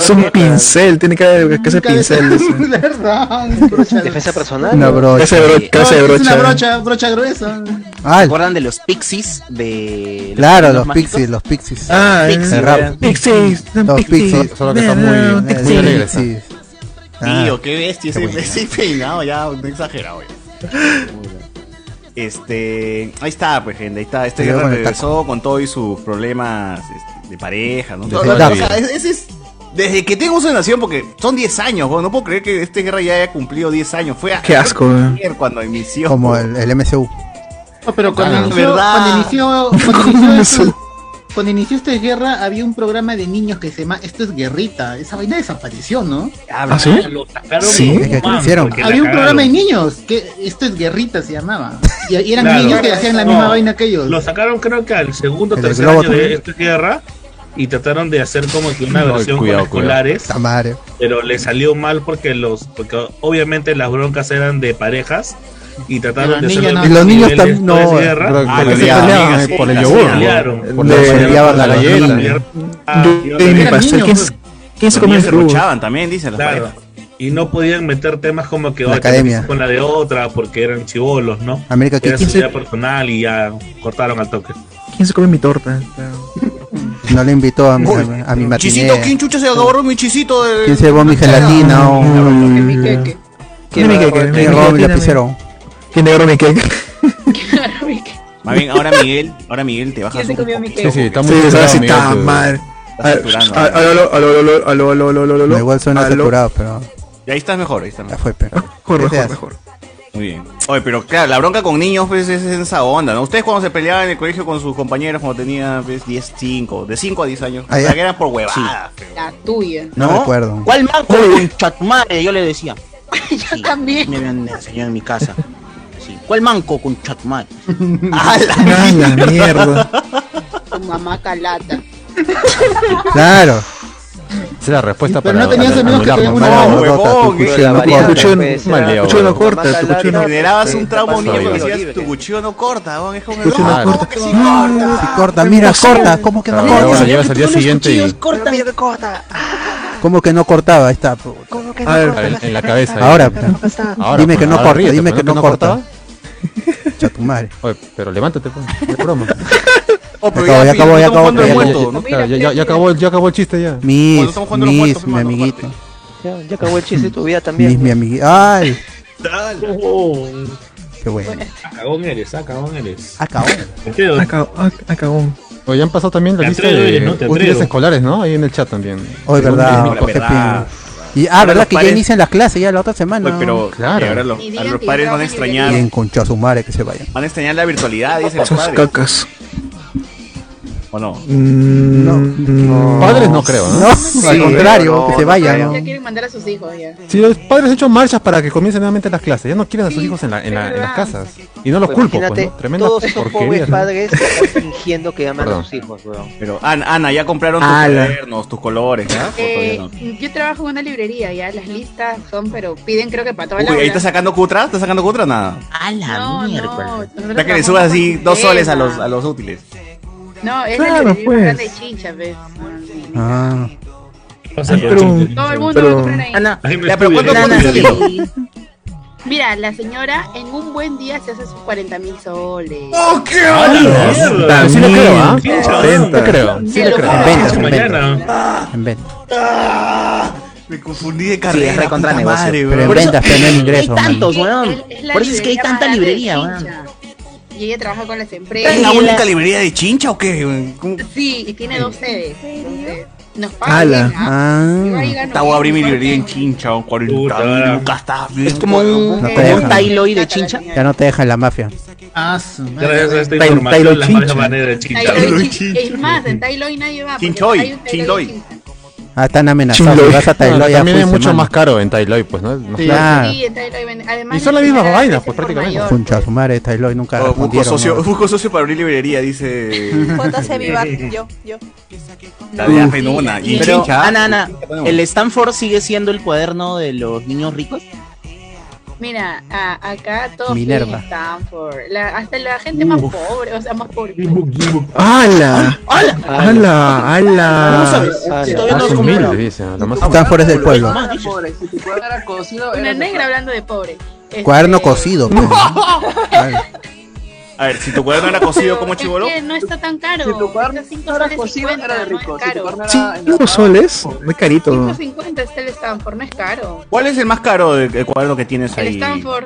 Speaker 10: Es un pincel, tiene que haber que ser pincel. dice.
Speaker 13: Defensa personal.
Speaker 10: Una brocha. Clase de bro- clase de
Speaker 17: Es una
Speaker 10: brocha.
Speaker 17: brocha, brocha gruesa.
Speaker 3: Ah,
Speaker 12: ¿Se acuerdan de los pixies? De
Speaker 3: Claro, los
Speaker 12: mágicos?
Speaker 3: pixies, los pixies.
Speaker 12: Ah,
Speaker 3: Pixies,
Speaker 12: el
Speaker 3: rap.
Speaker 12: rap.
Speaker 10: Pixies,
Speaker 3: Los pixies.
Speaker 2: Solo que son muy- muy
Speaker 3: Pixies.
Speaker 2: alegres, ¿no?
Speaker 3: Pixies. Ah,
Speaker 1: Tío, qué bestia
Speaker 3: qué
Speaker 1: ese,
Speaker 3: buena.
Speaker 1: ese Ah. peinado, ya, no exagerado ya. Este, ahí está, pues gente, ahí está. Este
Speaker 3: Te veo
Speaker 1: guerra
Speaker 3: con el
Speaker 1: regresó con todo y sus problemas este, de pareja, ¿no?
Speaker 3: De
Speaker 1: Todo-
Speaker 3: edad.
Speaker 1: o sea, es- ese es- desde que tengo uso de nación, porque son 10 años, weón, no puedo creer que este guerra ya haya cumplido 10 años. Fue a-
Speaker 10: Qué asco, weón.
Speaker 1: ayer cuando inició.
Speaker 3: Como el, el MCU.
Speaker 17: No, pero cuando,
Speaker 1: Claro.
Speaker 17: inició,
Speaker 1: ¿Verdad?
Speaker 17: cuando inició, cuando inició esto- cuando inició esta guerra había un programa de niños que se llama Esto es guerrita. Esa vaina desapareció, ¿no?
Speaker 1: ¿Ah,
Speaker 10: sí?
Speaker 4: Lo sacaron
Speaker 10: Sí.
Speaker 4: como
Speaker 10: Es que
Speaker 4: man,
Speaker 10: crecieron.
Speaker 4: porque la
Speaker 17: Había un
Speaker 4: cagaron.
Speaker 17: programa de niños que Esto es guerrita se llamaba. Y, y eran
Speaker 4: Claro.
Speaker 17: niños que hacían la misma
Speaker 4: No,
Speaker 17: vaina que ellos.
Speaker 4: Lo sacaron creo que al segundo o
Speaker 17: El
Speaker 4: tercer
Speaker 17: globo
Speaker 4: año de
Speaker 17: también.
Speaker 4: esta guerra y trataron de hacer como que una
Speaker 2: Ay,
Speaker 4: versión
Speaker 2: cuidado,
Speaker 4: con escolares,
Speaker 3: Tamare.
Speaker 4: pero le salió mal porque los porque obviamente las broncas eran de parejas y trataron de
Speaker 17: Pero los
Speaker 4: hacerlo
Speaker 17: niños
Speaker 4: al
Speaker 17: no. Y los
Speaker 4: nivel
Speaker 17: niños tam-
Speaker 4: después
Speaker 17: no,
Speaker 4: de guerra.
Speaker 2: bro,
Speaker 4: Ah,
Speaker 2: porque
Speaker 4: los
Speaker 2: se
Speaker 4: niños
Speaker 2: peleaban,
Speaker 4: también,
Speaker 2: eh, por el
Speaker 4: sí,
Speaker 2: yogur,
Speaker 4: se pelearon.
Speaker 2: por-
Speaker 4: Por
Speaker 2: por
Speaker 4: la
Speaker 2: la-
Speaker 4: guerra,
Speaker 2: peleaban la
Speaker 4: por
Speaker 2: galleta.
Speaker 4: guerra. Ah, y
Speaker 10: Yo- yo en mi
Speaker 4: eran
Speaker 10: pastel, ¿quién
Speaker 4: niños,
Speaker 10: se- ¿Quién se
Speaker 4: Los
Speaker 10: comió el
Speaker 4: niños
Speaker 10: frugo?
Speaker 1: Luchaban también, dicen las
Speaker 4: Claro.
Speaker 1: parejas.
Speaker 4: Y no podían meter temas como que
Speaker 3: La
Speaker 4: "Oye, te
Speaker 3: academia.
Speaker 4: metiste con la de otra porque eran chivolos, ¿no?
Speaker 3: América
Speaker 4: Era su
Speaker 3: Kiki.
Speaker 4: vida personal y ya cortaron al toque.
Speaker 10: ¿Quién se comió mi torta?
Speaker 3: No le invitó a mi,
Speaker 1: Uy,
Speaker 3: a, mi
Speaker 1: Chisito, ¿quién
Speaker 3: matiné.
Speaker 1: chucha se agarró mi chisito? De...
Speaker 3: ¿Quién se llevó mi gelatina? Mm. o-
Speaker 10: ¿Quién me queque?
Speaker 3: Me robó mi lapicero.
Speaker 10: ¿Quién me robó mi queque?
Speaker 1: Más bien, ahora Miguel, ahora Miguel te bajas un poquito.
Speaker 2: Sí, sí, está muy
Speaker 10: Sí,
Speaker 2: saturado,
Speaker 10: está así,
Speaker 2: Miguel,
Speaker 10: está
Speaker 2: tu-
Speaker 10: mal.
Speaker 1: Está saturando.
Speaker 10: Ah, Aló, aló, aló, aló, aló, aló, aló, aló, aló.
Speaker 3: No, igual suena
Speaker 10: Aló.
Speaker 3: saturado, pero
Speaker 1: Y ahí estás mejor, ahí estás
Speaker 3: ya
Speaker 1: mejor.
Speaker 3: fue, pero.
Speaker 10: Mejor,
Speaker 3: ¿Qué te
Speaker 10: mejor,
Speaker 3: hace?
Speaker 10: mejor.
Speaker 1: Muy bien. Oye, pero claro, la bronca con niños pues, es en esa onda, ¿no? Ustedes cuando se peleaban en el colegio con sus compañeros cuando tenían pues, 10, 5, de 5 a 10 años,
Speaker 3: Ah,
Speaker 1: o sea,
Speaker 3: ya.
Speaker 1: que eran por huevadas.
Speaker 14: La tuya.
Speaker 3: No, recuerdo.
Speaker 12: ¿Cuál manco? Concha tu madre, yo le decía.
Speaker 14: Yo también.
Speaker 12: Me habían enseñado en mi casa. Sí. ¿Cuál manco con Chatman? Ah,
Speaker 15: ¡A la mierda!
Speaker 14: Tu mamá calata.
Speaker 3: Claro.
Speaker 2: Esa es la respuesta
Speaker 14: Pero
Speaker 2: para
Speaker 14: no tenías amigos que tenían una-
Speaker 2: no,
Speaker 14: No,
Speaker 2: huevón,
Speaker 1: huevón,
Speaker 2: que
Speaker 1: la
Speaker 2: la
Speaker 1: variante,
Speaker 2: cuchillo
Speaker 1: pues,
Speaker 2: no-
Speaker 1: era-
Speaker 2: maleo,
Speaker 1: cuchillo no
Speaker 2: huevón.
Speaker 1: corta,
Speaker 2: Mata
Speaker 1: tu
Speaker 2: la
Speaker 1: cuchillo no-
Speaker 2: lata,
Speaker 1: Generabas
Speaker 2: sí,
Speaker 1: un trauma
Speaker 2: está
Speaker 1: niño cuando
Speaker 2: pasando.
Speaker 1: decías, tu cuchillo no corta, huevón, es como el
Speaker 2: Cuchillo no
Speaker 1: "Ah,
Speaker 2: corta".
Speaker 1: ¿cómo que sí
Speaker 3: No,
Speaker 1: corta?"
Speaker 2: Ah,
Speaker 3: si corta, mira, corta, ¿cómo que no
Speaker 2: Pero luego
Speaker 3: corta?
Speaker 2: lo llevas al día siguiente y
Speaker 14: Corta,
Speaker 12: mira
Speaker 14: que corta.
Speaker 3: ¿Cómo que no cortaba? Ahí está. pu-
Speaker 14: ¿Cómo que
Speaker 2: A ver,
Speaker 14: corta?
Speaker 2: en- en la cabeza, ahí.
Speaker 3: Ahora, pues.
Speaker 2: Ahora,
Speaker 3: dime que
Speaker 2: pues,
Speaker 3: no
Speaker 2: ahora
Speaker 3: corta,
Speaker 2: ríete,
Speaker 3: dime
Speaker 2: pues,
Speaker 3: que
Speaker 2: ¿no
Speaker 3: no
Speaker 2: que no
Speaker 3: corta. Chatumare.
Speaker 2: Oye, pero levántate, pues. Es broma.
Speaker 1: Oh, pero
Speaker 3: ya,
Speaker 2: ya,
Speaker 3: ya
Speaker 2: acabó, ya
Speaker 3: estamos
Speaker 2: acabó.
Speaker 3: jugando
Speaker 2: Ya,
Speaker 3: el
Speaker 2: ya,
Speaker 3: muerto, ¿no?
Speaker 2: ya, ya, ya, ya, ya acabó, el- ya acabó el chiste ya.
Speaker 3: Mis,
Speaker 2: estamos jugando los
Speaker 3: mis, mi amiguito.
Speaker 13: Ya, ya acabó el chiste de tu vida también.
Speaker 3: Mis, mi amiguito. ¡Ay! Qué bueno.
Speaker 17: Ah,
Speaker 4: Acabón eres, acabón eres.
Speaker 3: Acabón.
Speaker 2: Acabó. Oye, han pasado también la
Speaker 4: Te
Speaker 2: lista
Speaker 4: atreves,
Speaker 2: de
Speaker 4: ¿no? Te
Speaker 2: útiles
Speaker 4: atreves.
Speaker 2: escolares, ¿no? Ahí en el chat también.
Speaker 3: Hoy, oh, verdad,
Speaker 2: Según-
Speaker 3: Jorge Pino. Y, ah,
Speaker 1: Ahora
Speaker 3: verdad
Speaker 1: los
Speaker 3: que
Speaker 1: pares-
Speaker 3: ya inician las clases ya la otra semana.
Speaker 1: Oye, pero
Speaker 2: Claro.
Speaker 1: y ahora los, a los padres van a extrañar,
Speaker 3: Bien con Chazumare que se vayan.
Speaker 1: van a extrañar la virtualidad, dicen los
Speaker 3: Sus
Speaker 1: padres.
Speaker 3: cacas.
Speaker 1: ¿O no?
Speaker 3: No, no.
Speaker 2: Padres no creo, Mm, ¿no?
Speaker 3: No,
Speaker 2: Sí,
Speaker 3: al contrario,
Speaker 2: no,
Speaker 3: que se
Speaker 2: no
Speaker 3: vayan.
Speaker 2: creo.
Speaker 3: ¿no?
Speaker 14: Ya quieren mandar a sus hijos ya.
Speaker 2: Sí, los padres han hecho marchas para que comiencen nuevamente las clases. Ya no quieren a sus hijos en, la- en la- en las casas. Y no los culpo, pues,
Speaker 13: Imagínate,
Speaker 2: ¿no? Tremenda
Speaker 13: todos esos
Speaker 2: porquería.
Speaker 13: pobres
Speaker 2: ¿no?
Speaker 13: padres están fingiendo que aman
Speaker 1: Perdón.
Speaker 13: a sus hijos, weón.
Speaker 1: Pero, Ana, Ana, ya compraron tus
Speaker 13: Ala.
Speaker 1: cuadernos, tus colores, ¿ya? ¿O
Speaker 14: Eh,
Speaker 1: todavía no?
Speaker 14: yo trabajo en una librería, ya las listas son, pero piden creo que para toda
Speaker 1: Uy,
Speaker 14: la
Speaker 1: ahí
Speaker 14: hora.
Speaker 1: está sacando cutra, ¿estás sacando cutra o nada?
Speaker 12: A la
Speaker 14: mierda.
Speaker 1: Hasta que le subas así dos soles a los, a los útiles.
Speaker 14: No, es
Speaker 10: Claro,
Speaker 14: la librería
Speaker 10: pues.
Speaker 14: más grande de Chincha, ¿ves?
Speaker 3: Ah.
Speaker 14: Todo el mundo lo compran ahí.
Speaker 12: Ana,
Speaker 1: Ya, pero ¿cuánto
Speaker 12: Ana,
Speaker 1: cuesta?
Speaker 12: sí.
Speaker 14: Mira, la señora en un buen día se hace sus 40 mil soles.
Speaker 1: ¡Oh, qué
Speaker 2: Ah, Puta, Sí le creo, ¿ah? Sí le creo. Sí le creo.
Speaker 3: En venta, en venta. En venta.
Speaker 10: Ah,
Speaker 1: Me confundí de
Speaker 12: Sí,
Speaker 1: carrera.
Speaker 12: es recontra
Speaker 1: puta
Speaker 12: negocio.
Speaker 1: madre,
Speaker 3: Pero en
Speaker 1: weón.
Speaker 3: ventas, pero no en
Speaker 12: Hay
Speaker 3: ingresos. man.
Speaker 12: tantos, weón.
Speaker 14: Es la
Speaker 12: Por eso es que hay
Speaker 14: librería
Speaker 12: tanta
Speaker 14: más grande de
Speaker 12: librería, weón.
Speaker 14: Chincha. Y ella trabaja con las empresas.
Speaker 1: ¿Es la única librería de chincha o qué? weón? ¿Cómo?
Speaker 14: Sí, y tiene dos sedes. Entonces, Nos paga.
Speaker 1: Ala.
Speaker 14: bien, ¿ah? Yo ahí gano
Speaker 1: Puta, voy a abrir mi
Speaker 14: bien,
Speaker 1: librería en Chincha, un 40 mil lucas, está bien.
Speaker 12: Es como un,
Speaker 3: No te
Speaker 12: como un
Speaker 3: dejan.
Speaker 12: Tailoi de chincha.
Speaker 3: Ya no te dejan la mafia.
Speaker 18: Ah, su
Speaker 4: Gracias a esta
Speaker 3: Tailo
Speaker 4: información, la
Speaker 3: Chincha.
Speaker 4: mala manera de chincha.
Speaker 14: Tailoi Chincha. Es más, en Tailoy nadie va. porque
Speaker 1: Chinchoy,
Speaker 14: hay un Tailoi
Speaker 1: Chinloy.
Speaker 14: Chincha.
Speaker 3: Ah, están amenazados.
Speaker 2: Chinloy.
Speaker 3: si Vas a Tailoy
Speaker 2: Bueno,
Speaker 3: ya
Speaker 2: también es
Speaker 3: fuiste,
Speaker 2: mucho
Speaker 3: mano.
Speaker 2: más caro en Tailoy, pues, ¿no? Más
Speaker 3: Claro.
Speaker 14: Sí, en Tailoi venden- Además,
Speaker 2: Y son las mismas
Speaker 14: señora
Speaker 2: vainas,
Speaker 14: es
Speaker 2: pues,
Speaker 14: por
Speaker 2: prácticamente.
Speaker 14: mayor.
Speaker 3: Concha su madre, Tailoy nunca
Speaker 1: Oh, busco,
Speaker 3: respondieron.
Speaker 1: socio,
Speaker 3: ¿no?
Speaker 1: busco socio para abrir librería, dice.
Speaker 16: Cuota Vivar, yo, yo.
Speaker 1: La de Agenona y
Speaker 12: Pero,
Speaker 1: Chincha.
Speaker 12: Ana, Ana, ¿el Stanford sigue siendo el cuaderno de los niños ricos?
Speaker 14: Mira, a- acá todos
Speaker 12: Minerva.
Speaker 14: tienen Stanford. La- hasta la gente más
Speaker 12: Uf.
Speaker 14: pobre, o sea, más pobre.
Speaker 10: ¡Hala!
Speaker 12: ¡Hala!
Speaker 10: ¡Hala!
Speaker 12: ¿Cómo
Speaker 10: ¡Hala!
Speaker 12: sabes? Si todavía no
Speaker 2: más
Speaker 12: has comprado.
Speaker 2: humilde, dice. Lo más
Speaker 3: Stanford es del pueblo.
Speaker 9: Pobre, si tu cuadro era cocido,
Speaker 14: Una
Speaker 9: eres de
Speaker 14: negra hablando de pobre. Este,
Speaker 3: Cuaderno cocido. pues. Claro.
Speaker 1: A ver, si tu cuaderno era cocido como
Speaker 14: es
Speaker 1: chivolo.
Speaker 14: que no está tan caro.
Speaker 9: Si tu cuaderno
Speaker 14: Está cinco
Speaker 9: era
Speaker 14: soles
Speaker 9: cocido, era de
Speaker 14: 50, no es
Speaker 9: rico. Si tu
Speaker 14: caro.
Speaker 9: cuaderno era
Speaker 10: Cinco soles, muy carito.
Speaker 14: 550 está el Stanford, no es caro.
Speaker 1: ¿Cuál es el más caro del del cuaderno que tienes
Speaker 14: El
Speaker 1: ahí?
Speaker 14: Stanford,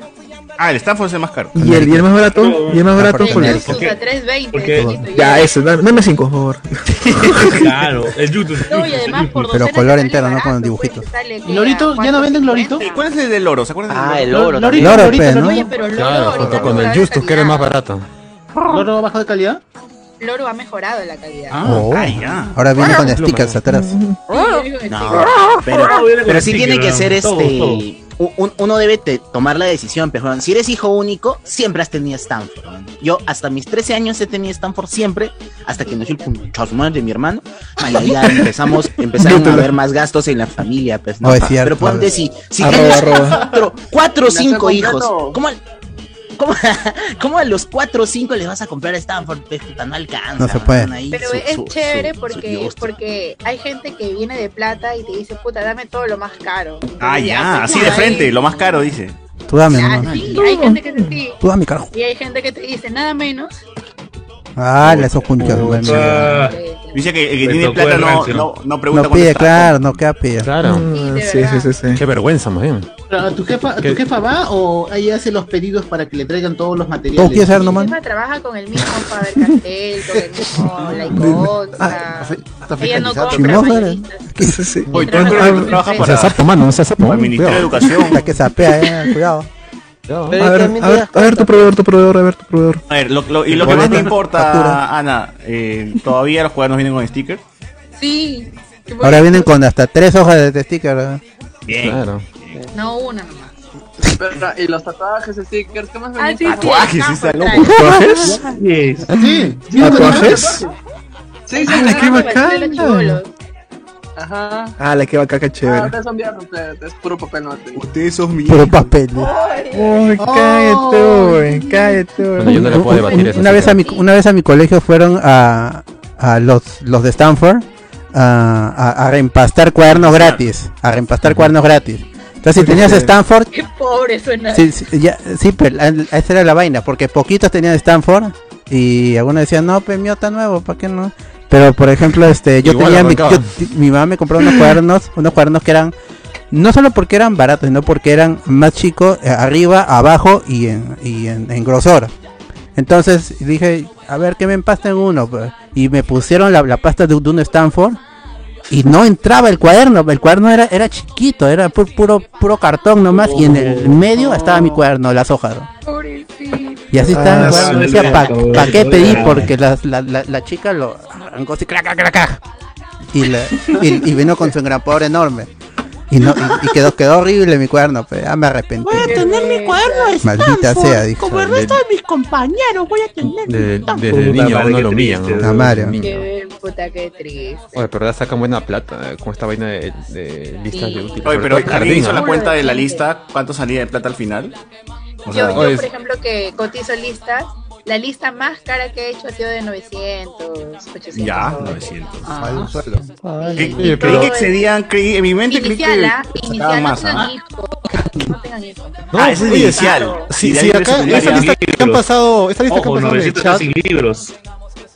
Speaker 1: Ah, el Stanford es el más caro.
Speaker 10: ¿Y el, y el más barato, y el más barato
Speaker 14: el
Speaker 10: con el.
Speaker 14: Ursus a 320. listo,
Speaker 10: Eh, Ya, eso, dame, dame cinco, por favor.
Speaker 1: pues,
Speaker 4: Claro, el YouTube.
Speaker 14: No, y además por
Speaker 3: Pero
Speaker 14: docenas
Speaker 3: color entero, no con dibujitos.
Speaker 14: sale que
Speaker 18: Lorito, ¿ya no venden Lorito?
Speaker 1: ¿Cuál es el del oro? ¿Se acuerdan
Speaker 13: Ah,
Speaker 1: del
Speaker 13: el
Speaker 1: oro?
Speaker 13: oro.
Speaker 18: Lorito,
Speaker 3: Loro,
Speaker 18: Lorito,
Speaker 3: pe, ¿no?
Speaker 18: Lorito.
Speaker 14: Oye, pero Loro
Speaker 2: Claro,
Speaker 14: ahorita
Speaker 2: junto
Speaker 14: no
Speaker 2: con
Speaker 14: está
Speaker 2: el
Speaker 14: de
Speaker 2: Justus, que era el más
Speaker 14: calidad.
Speaker 2: barato.
Speaker 18: ¿Loro baja de calidad?
Speaker 14: Loro ha mejorado la calidad.
Speaker 3: Oh.
Speaker 1: Ah, ya.
Speaker 3: Ahora viene con stickers atrás.
Speaker 2: Mm.
Speaker 12: No, pero, pero sí tiene que ser
Speaker 4: Todo,
Speaker 12: este.
Speaker 4: todo.
Speaker 12: u- un- uno debe te- tomar la decisión, pero si eres hijo único, siempre has tenido Stanford. weón. Yo hasta mis 13 años he tenido Stanford siempre, hasta que nació el punchazo madre de mi hermano. Man, ahí ya empezamos, empezaron a haber más gastos en la familia. Pues, ¿no?
Speaker 3: No, es cierto.
Speaker 12: Pero ponte si, si
Speaker 10: Arroba,
Speaker 12: tienes
Speaker 10: arroba.
Speaker 12: cuatro, cuatro o
Speaker 9: Nació
Speaker 12: cinco
Speaker 9: completo.
Speaker 12: hijos, ¿cómo, al- cómo, cómo a los cuatro o cinco les vas a comprar Stanford? Pues, puta, no alcanza.
Speaker 3: No se puede.
Speaker 12: weón, ahí
Speaker 14: Pero
Speaker 12: su-
Speaker 14: es
Speaker 12: su-
Speaker 14: chévere
Speaker 12: su- su
Speaker 14: porque,
Speaker 12: gusto.
Speaker 14: porque hay gente que viene de plata y te dice, puta, dame todo lo más caro.
Speaker 1: Ah, ya, así de
Speaker 14: Ahí.
Speaker 1: frente, lo más caro, dice.
Speaker 3: Tú dame,
Speaker 14: Ya,
Speaker 3: nomás.
Speaker 14: Ah, sí, hay gente que es así.
Speaker 3: Tú dame, carajo.
Speaker 14: Y hay gente que te dice, nada menos.
Speaker 3: Ah, esos conchas. su madre.
Speaker 4: Ah,
Speaker 1: Dice que el que
Speaker 4: Me
Speaker 1: tiene
Speaker 4: tocó
Speaker 1: plata
Speaker 4: el
Speaker 1: no,
Speaker 4: rancio.
Speaker 1: no, no pregunta
Speaker 3: No
Speaker 1: cuánto
Speaker 3: pide,
Speaker 1: está.
Speaker 3: claro, no queda pide. Mm.
Speaker 2: Claro.
Speaker 10: Sí, sí, sí, sí.
Speaker 2: Qué vergüenza, más bien.
Speaker 18: Pero, ¿Tu jefa,
Speaker 2: ¿Qué?
Speaker 18: ¿Tu jefa va o ella hace los pedidos para que le traigan todos los materiales?
Speaker 3: ¿Todo quieres saber
Speaker 14: Mi
Speaker 3: nomás?
Speaker 14: jefa trabaja con el mismo Faber Castell, con el mismo
Speaker 17: Ah,
Speaker 14: Laicosa.
Speaker 18: Hasta
Speaker 14: Ella no
Speaker 18: fiscalizar.
Speaker 14: compra
Speaker 3: Chimosa,
Speaker 14: mayoristas.
Speaker 10: Sí, sí, sí. Ah,
Speaker 1: Oye, todo el programa trabaja
Speaker 2: No sea
Speaker 1: para
Speaker 2: sapo, mano, no sea sapo.
Speaker 1: para el
Speaker 2: mano,
Speaker 1: Ministerio de
Speaker 2: cuidado.
Speaker 1: Educación.
Speaker 3: La que sapea, eh, cuidado.
Speaker 2: Cuidado.
Speaker 13: Pero
Speaker 10: A
Speaker 13: es que
Speaker 10: ver,
Speaker 13: también
Speaker 10: a
Speaker 13: te
Speaker 10: ver,
Speaker 13: das
Speaker 10: a ver tu proveedor, tu proveedor, a ver tu proveedor.
Speaker 1: A ver, lo, lo- y lo que
Speaker 10: Bueno,
Speaker 1: más te
Speaker 10: bueno,
Speaker 1: importa,
Speaker 3: factura.
Speaker 1: Ana, eh, todavía los cuadernos vienen con stickers.
Speaker 14: Sí.
Speaker 3: Ahora vienen con hasta tres hojas de de sticker. ¿eh?
Speaker 1: Bien.
Speaker 2: Claro.
Speaker 14: No, una nomás.
Speaker 9: Espera, y los tatuajes, stickers, ¿qué más
Speaker 14: Ah, pues, sí,
Speaker 9: venís?
Speaker 14: sí, Tatuajes, sí, está loco.
Speaker 10: ¿Tatuajes?
Speaker 4: ¿Tatuajes?
Speaker 10: ¿Tatuajes?
Speaker 9: Sí, sí,
Speaker 10: ¡Hala, qué
Speaker 9: claro,
Speaker 10: bacán!
Speaker 9: los chibolos. Ajá.
Speaker 10: ¡Hala, qué bacán, qué
Speaker 9: Ah,
Speaker 10: chévere!
Speaker 9: ustedes son viejos, ustedes, es puro papel no
Speaker 1: Ustedes son míos.
Speaker 10: Puro papel. Uy, cállate, uy, cállate, uy.
Speaker 2: Bueno, yo no le puedo debatir eso,
Speaker 3: Una
Speaker 2: así
Speaker 3: vez,
Speaker 2: que-
Speaker 3: a mi, una vez a mi colegio fueron a, a los, los de Stanford a, a- a reempastar cuadernos gratis. A reempastar cuadernos gratis. Entonces, si tenías Stanford,
Speaker 14: Qué pobre suena.
Speaker 3: Sí, sí, ya, sí, pero la- la- esa era la vaina, porque poquitos tenían Stanford y algunos decían, no, pues mío está nuevo, ¿para qué no? Pero, por ejemplo, este, yo
Speaker 2: Igual
Speaker 3: tenía, mi,
Speaker 2: arrancaba.
Speaker 3: yo- ti- mi mamá me compró unos cuadernos, unos cuadernos que eran, no solo porque eran baratos, sino porque eran más chicos, eh, arriba, abajo y en, y en, en grosor. Entonces dije, a ver, que me empasten uno, pues. y me pusieron la, la pasta de, de un Stanford. Y no entraba el cuaderno, el cuaderno era, era chiquito, era pu- puro, puro cartón nomás, y en el medio estaba mi cuaderno, las hojas. ¿no? Y así estaba
Speaker 10: Ah,
Speaker 3: el cuaderno,
Speaker 10: sí,
Speaker 3: decía, ¿para
Speaker 10: cabrón,
Speaker 3: qué
Speaker 10: cabrón.
Speaker 3: pedí? Porque la, la, la, la chica lo arrancó así, craca, craca. Y, la- y, y vino con su engrapador enorme. Y, no, y, y quedó, quedó horrible mi cuaderno, pues, ah, me arrepentí.
Speaker 19: Voy a tener mi cuaderno de
Speaker 3: Maldita
Speaker 19: Stanford,
Speaker 3: sea, dijo.
Speaker 19: Como el resto de mis compañeros, voy a tener.
Speaker 2: Desde, desde
Speaker 3: Puta
Speaker 2: niño a
Speaker 3: madre,
Speaker 2: uno
Speaker 3: qué
Speaker 2: lo humillan.
Speaker 3: triste,
Speaker 2: ¿no?
Speaker 3: la madre.
Speaker 2: Desde niño.
Speaker 14: Qué puta, qué triste.
Speaker 2: Oye, pero ya sacan buena plata eh, con esta vaina de, de listas de útiles.
Speaker 1: Oye,
Speaker 2: Sobre
Speaker 1: pero
Speaker 2: todo
Speaker 1: ¿alguien hizo
Speaker 2: ¿ah?
Speaker 1: la cuenta de la lista? ¿Cuánto salía de plata al final? O sea,
Speaker 14: yo, yo, por ejemplo, que cotizo listas, la lista más cara que he hecho ha sido de 900, 800.
Speaker 1: ya,
Speaker 14: dólares.
Speaker 1: 900.
Speaker 14: Ah.
Speaker 1: Cre-
Speaker 14: Oye,
Speaker 1: creí
Speaker 14: pero-
Speaker 1: que excedían, creí, en mi mente creí
Speaker 14: Inicial, ¿ah?
Speaker 1: que
Speaker 14: Inicial,
Speaker 1: sacaban
Speaker 14: no
Speaker 1: más. ¿ah?
Speaker 14: tengan hijos. No tengan hijos.
Speaker 1: Ah, ese es
Speaker 2: oye,
Speaker 1: inicial.
Speaker 2: Sí,
Speaker 1: Y de
Speaker 2: sí,
Speaker 1: ahí de
Speaker 2: acá,
Speaker 1: secundaria.
Speaker 2: esa lista que han
Speaker 1: Libros.
Speaker 2: pasado, esta lista que
Speaker 1: Ojo,
Speaker 2: han pasado en el
Speaker 1: 900
Speaker 2: chat.
Speaker 1: sin
Speaker 4: libros.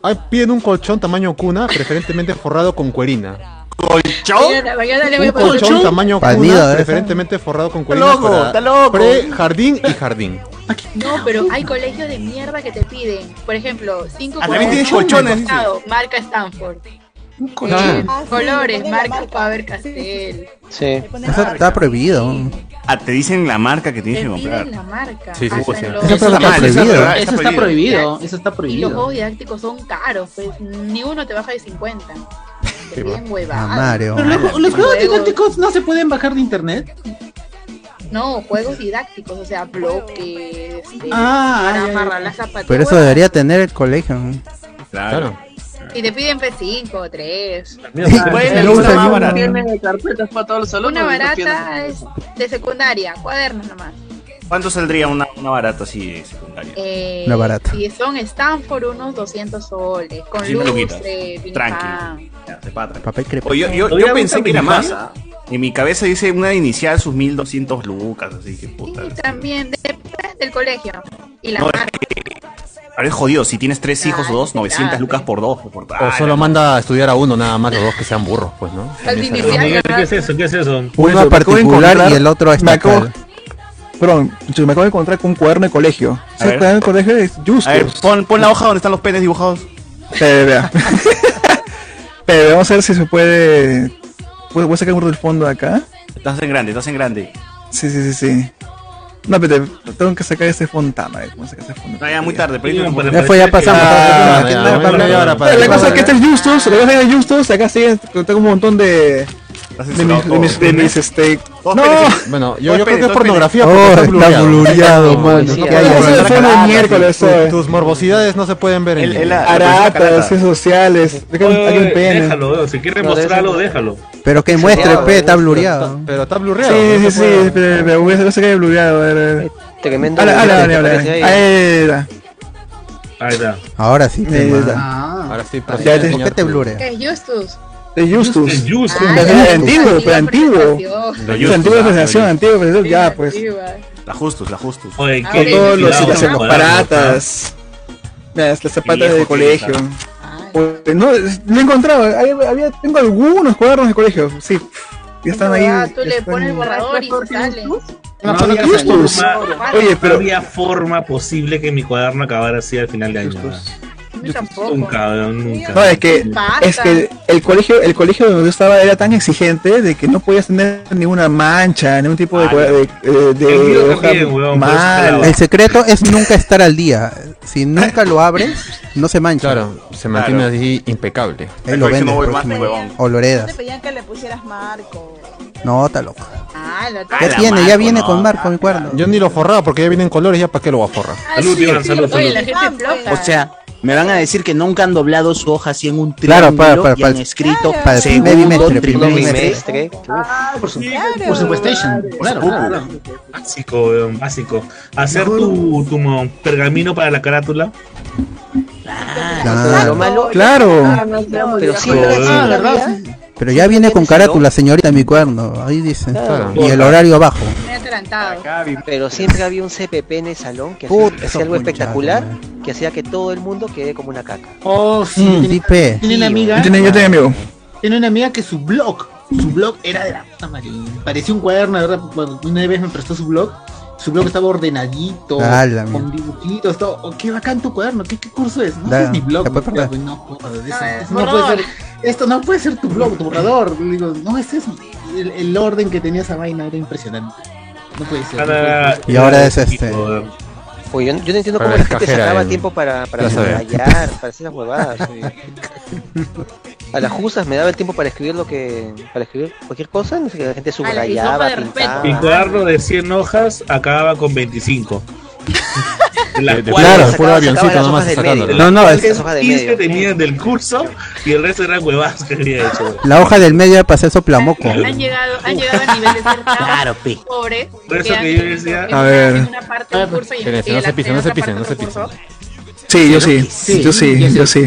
Speaker 2: Ay, piden un colchón tamaño cuna, preferentemente forrado con cuerina.
Speaker 14: Mañana, mañana le voy
Speaker 2: Un
Speaker 14: a poner
Speaker 2: colchón, tamaño
Speaker 3: Pa'l
Speaker 2: cuna,
Speaker 3: nido, ¿eh?
Speaker 2: preferentemente forrado con cuerina.
Speaker 14: loco,
Speaker 2: para
Speaker 14: está loco.
Speaker 2: Pre, jardín y jardín.
Speaker 14: No, pero hay colegios de mierda que te piden. Por ejemplo, cinco
Speaker 2: Ah, también tienes colchones, dice.
Speaker 14: costado, marca Stanford. Eh, colores, marca Faber Castell.
Speaker 1: Sí.
Speaker 3: Eso está prohibido.
Speaker 1: Ah, te dicen la marca que tienes
Speaker 14: Te
Speaker 1: que comprar.
Speaker 14: piden la marca.
Speaker 1: Sí, sí,
Speaker 14: hasta
Speaker 1: sí.
Speaker 14: en
Speaker 1: Eso
Speaker 14: los-
Speaker 1: está Está mal, eso prohibido. está- está
Speaker 14: Eso
Speaker 1: prohibido.
Speaker 14: Eso está Y los juegos didácticos son caros, pues ni uno te baja de 50. Te
Speaker 1: pues.
Speaker 14: piden huevadas.
Speaker 1: Ah,
Speaker 3: Mario.
Speaker 18: Pero los, los juegos didácticos no se pueden bajar de internet.
Speaker 14: No, juegos didácticos, o sea, bloques, este,
Speaker 18: Ah,
Speaker 14: para
Speaker 18: ay, ay,
Speaker 14: amarrar
Speaker 18: ay.
Speaker 14: las zapatillas.
Speaker 3: Pero eso debería tener el colegio. ¿no?
Speaker 1: Claro.
Speaker 14: Y te piden pues, P5, 3.
Speaker 1: Bueno,
Speaker 3: No usa
Speaker 1: está
Speaker 3: ni
Speaker 14: Ah,
Speaker 3: una.
Speaker 1: más barato.
Speaker 9: Tiene carpetas para todos los alumnos.
Speaker 14: Una
Speaker 9: y no tiene-
Speaker 14: barata es de secundaria, cuadernos nomás.
Speaker 1: ¿Cuánto saldría una, una barata así de secundaria?
Speaker 14: Eh,
Speaker 1: Una barata.
Speaker 14: Si son Stanford, unos 200 soles. Con
Speaker 1: Sí, me lo quitas.
Speaker 14: luz, eh, Big
Speaker 1: Tranqui.
Speaker 14: Bang.
Speaker 1: Ya, de pata.
Speaker 3: Papel crepe.
Speaker 1: Oye, yo, yo,
Speaker 3: Todavía
Speaker 1: pensé
Speaker 3: busca
Speaker 1: que era
Speaker 3: Pinfam.
Speaker 1: más. ¿ah? En mi cabeza dice una inicial sus 1200 lucas, así que puta.
Speaker 14: Y también depende del colegio. Y la
Speaker 1: No, es
Speaker 14: marca.
Speaker 1: Ahora es jodido, si tienes tres hijos o dos, 900 lucas por dos. Por,
Speaker 2: O solo manda a estudiar a uno nada más, los dos que sean burros, pues, ¿no?
Speaker 14: También
Speaker 4: Pero, Miguel,
Speaker 14: ¿verdad?
Speaker 4: ¿Qué es eso? ¿Qué es eso?
Speaker 10: Uno
Speaker 4: Eso,
Speaker 10: en
Speaker 4: me acabo de
Speaker 10: particular
Speaker 4: encontrar-
Speaker 10: y el otro
Speaker 4: me
Speaker 10: está
Speaker 4: acabo-
Speaker 10: acá. Perdón, yo me acabo de encontrar con un cuaderno de colegio. Ese
Speaker 1: ver.
Speaker 10: cuaderno de colegio es
Speaker 1: A ver,
Speaker 10: Justus.
Speaker 1: pon, pon la hoja donde están los penes dibujados.
Speaker 10: Pero, vea. Pero vamos a ver si se puede. Voy voy a sacar uno del fondo de acá.
Speaker 1: Estás en grande, estás en grande.
Speaker 10: Sí, sí, sí, sí. No, pero te- tengo que sacar ese fontana. ¿Cómo sacar ese fontana?
Speaker 1: No, ya muy tarde, pero
Speaker 10: Después ya pasamos.
Speaker 2: Ah,
Speaker 10: Ah,
Speaker 2: ya,
Speaker 10: no,
Speaker 2: bueno,
Speaker 10: no,
Speaker 2: media hora
Speaker 10: no.
Speaker 2: para
Speaker 10: Pero la
Speaker 2: que
Speaker 10: cosa es
Speaker 2: vuelva.
Speaker 10: que este es Justus, la cosa es que es Justus, acá sigue, tengo un montón de. De mis, de mis, de mis, este. No,
Speaker 2: Bueno, yo,
Speaker 10: Dos
Speaker 2: yo creo que
Speaker 10: penes,
Speaker 2: es
Speaker 10: dos
Speaker 2: pornografía
Speaker 10: penes.
Speaker 2: porque
Speaker 10: Oh,
Speaker 2: está
Speaker 10: está
Speaker 2: blureado.
Speaker 10: blureado,
Speaker 2: Sí,
Speaker 10: mano.
Speaker 2: sí,
Speaker 10: ¿Qué
Speaker 2: no
Speaker 10: hay?
Speaker 2: puedes
Speaker 10: Eso
Speaker 2: ver
Speaker 10: fue
Speaker 2: la
Speaker 10: los
Speaker 2: carata,
Speaker 10: miércoles,
Speaker 2: tus-
Speaker 3: eh.
Speaker 10: oye.
Speaker 2: ah, Tus morbosidades no se pueden ver en línea.
Speaker 10: Aratas, redes sociales. Hay un hay un pene.
Speaker 4: Déjalo, si quieres mostrarlo, déjalo.
Speaker 3: Pero que muestre, pe, está blureado.
Speaker 2: ¿eh? Pero está
Speaker 10: Sí, sí, sí, pero pero voy a hacer que hay blureado. a ver, a
Speaker 2: Eh,
Speaker 10: ver.
Speaker 13: Tremendo.
Speaker 10: Ala, ala,
Speaker 13: ¿te
Speaker 10: ala, ala.
Speaker 13: parece ahí?
Speaker 10: Ahí está.
Speaker 4: Ahí está.
Speaker 3: Ahora sí, pe,
Speaker 10: Ahí
Speaker 3: man.
Speaker 10: está.
Speaker 2: Ah, Ahora sí,
Speaker 3: Ya te- ¿Por qué te blurea?
Speaker 14: ¿Qué es Justus?
Speaker 10: De Justus.
Speaker 4: Justus.
Speaker 10: Pero es
Speaker 14: Ah,
Speaker 10: antiguo, pero antiguo.
Speaker 1: Lo
Speaker 10: Es
Speaker 1: Justus,
Speaker 10: antiguo de
Speaker 1: ah,
Speaker 10: asociación,
Speaker 1: lo
Speaker 10: antiguo de asociación, ya pues.
Speaker 1: La justus, la justus.
Speaker 4: Oye,
Speaker 10: Con todos los, las aparatas. Las, las zapatas
Speaker 1: viejo
Speaker 10: de
Speaker 1: que
Speaker 10: colegio.
Speaker 1: está.
Speaker 10: Pues, no, es- no he encontrado. hay- había, tengo algunos cuadernos de colegio. Sí. Ya están ahí.
Speaker 14: Ah, tú
Speaker 10: ya
Speaker 14: le
Speaker 10: están-
Speaker 14: pones el
Speaker 16: Ah,
Speaker 14: borrador y se sale.
Speaker 10: No,
Speaker 4: No
Speaker 10: pero
Speaker 4: había,
Speaker 10: ¿qué es
Speaker 4: forma,
Speaker 10: tus? Oye,
Speaker 4: no
Speaker 10: pero-
Speaker 4: había forma posible que mi cuaderno acabara así al final de año.
Speaker 14: mí tampoco.
Speaker 4: Nunca, weón, nunca.
Speaker 10: No, es que,
Speaker 14: Basta.
Speaker 10: es que el colegio, el colegio donde yo estaba era tan exigente de que no podías tener ninguna mancha, ningún tipo de, cua- de, eh, de
Speaker 4: Ah, El mío
Speaker 10: hoja
Speaker 4: también, weón, por eso
Speaker 10: mal.
Speaker 4: pelado.
Speaker 3: El secreto es nunca estar al día. Si nunca lo abres, no se mancha.
Speaker 2: Claro, se mantiene así impecable.
Speaker 3: Él lo vende. por ejemplo. o
Speaker 16: No te
Speaker 3: Loredas.
Speaker 16: pedían que le pusieras marco.
Speaker 3: No, está loco.
Speaker 16: Ah, la
Speaker 3: Ya
Speaker 2: la
Speaker 3: tiene, ya
Speaker 2: marco,
Speaker 3: viene
Speaker 2: no.
Speaker 3: con marco mi cuerno.
Speaker 2: Yo ni lo forraba porque ya viene en colores, ya para qué lo voy a forrar.
Speaker 12: Salud, Iván, salud,
Speaker 14: Oye, la
Speaker 12: salud.
Speaker 14: gente floja.
Speaker 12: O sea, me van a decir que nunca han doblado su hoja así en un
Speaker 3: Claro,
Speaker 12: triángulo
Speaker 3: para- para-
Speaker 12: y
Speaker 3: para
Speaker 12: han
Speaker 3: el-
Speaker 12: escrito
Speaker 3: claro. Para el
Speaker 12: segundo,
Speaker 3: primer
Speaker 12: trimestre.
Speaker 13: trimestre.
Speaker 19: Ah,
Speaker 12: Ah,
Speaker 18: Por, su, por supuestation. Claro, claro, claro.
Speaker 4: Básico, weón, básico. Hacer tu, tu mo- pergamino para la carátula.
Speaker 3: Claro.
Speaker 13: malo-
Speaker 9: Ah,
Speaker 3: Claro.
Speaker 13: Pero sí,
Speaker 3: Pero-
Speaker 13: ah,
Speaker 18: ¿verdad?
Speaker 3: Pero ya viene con carátula, señorita mi cuerno. Ahí dice.
Speaker 13: Claro.
Speaker 3: Y el horario abajo.
Speaker 13: Pero siempre había un CPP en el salón que
Speaker 3: Puta,
Speaker 13: hacía,
Speaker 3: esos eh.
Speaker 13: hacía algo
Speaker 3: conchados,
Speaker 13: espectacular que hacía que todo el mundo quede como una caca.
Speaker 18: Oh, sí.
Speaker 3: Mm,
Speaker 18: yo tenía-
Speaker 3: tipe.
Speaker 18: tenía una amiga.
Speaker 10: Yo tenía, yo tenía amigo.
Speaker 18: Tenía una amiga que su blog, su blog era de la puta madre. Parecía un cuaderno, de verdad. Bueno, Una vez me prestó su blog. Su blog estaba ordenadito,
Speaker 3: Ah, la
Speaker 18: con dibujitos, todo. Oh, qué bacán tu cuaderno, qué, qué curso es. No,
Speaker 3: Da,
Speaker 18: es mi blog.
Speaker 3: la puedes
Speaker 18: güey,
Speaker 3: perder.
Speaker 18: güey, no, joder, eso-
Speaker 14: es
Speaker 18: eso no
Speaker 14: borrador.
Speaker 18: puede ser. Esto no puede ser tu blog, tu borrador. Le Digo, no, ese es el, el orden que tenía esa vaina, era impresionante. No puede ser. no puede ser.
Speaker 3: Y ahora es este.
Speaker 13: Oye, yo, yo no entiendo
Speaker 3: Para la
Speaker 13: cómo la gente
Speaker 3: cajera
Speaker 13: sacaba
Speaker 3: en
Speaker 13: tiempo para, para
Speaker 3: Plaza Verde.
Speaker 13: rayar, para hacer las huevadas. oye. A las justas me daba el tiempo para escribir lo que. para escribir cualquier cosa, no sé, que la gente subrayaba,
Speaker 2: Ah.
Speaker 13: pintaba.
Speaker 4: Mi cuaderno de 100 hojas acababa con 25.
Speaker 2: De- de claro, puro avioncito nomás sacándolo.
Speaker 4: sacándolo.
Speaker 2: No, no, es-
Speaker 4: es
Speaker 2: Las hojas del
Speaker 4: 15
Speaker 2: medio.
Speaker 4: tenían del curso y el resto eran huevadas que había hecho.
Speaker 3: La hoja del medio era para hacer soplamoco.
Speaker 14: Han llegado, han llegado a niveles
Speaker 12: Claro, pi.
Speaker 14: pobres.
Speaker 4: Por eso que yo decía-
Speaker 14: en
Speaker 10: A
Speaker 14: una-
Speaker 10: ver.
Speaker 14: en una
Speaker 16: Ah,
Speaker 14: parte del curso y en,
Speaker 2: Espérense,
Speaker 14: y
Speaker 2: no
Speaker 14: en la-
Speaker 2: se pisen,
Speaker 14: en
Speaker 2: no se
Speaker 14: otra
Speaker 2: pisen,
Speaker 14: parte
Speaker 2: no se
Speaker 14: del curso.
Speaker 2: pisen.
Speaker 10: Sí, yo sí,
Speaker 14: Sí,
Speaker 10: yo sí, yo sí.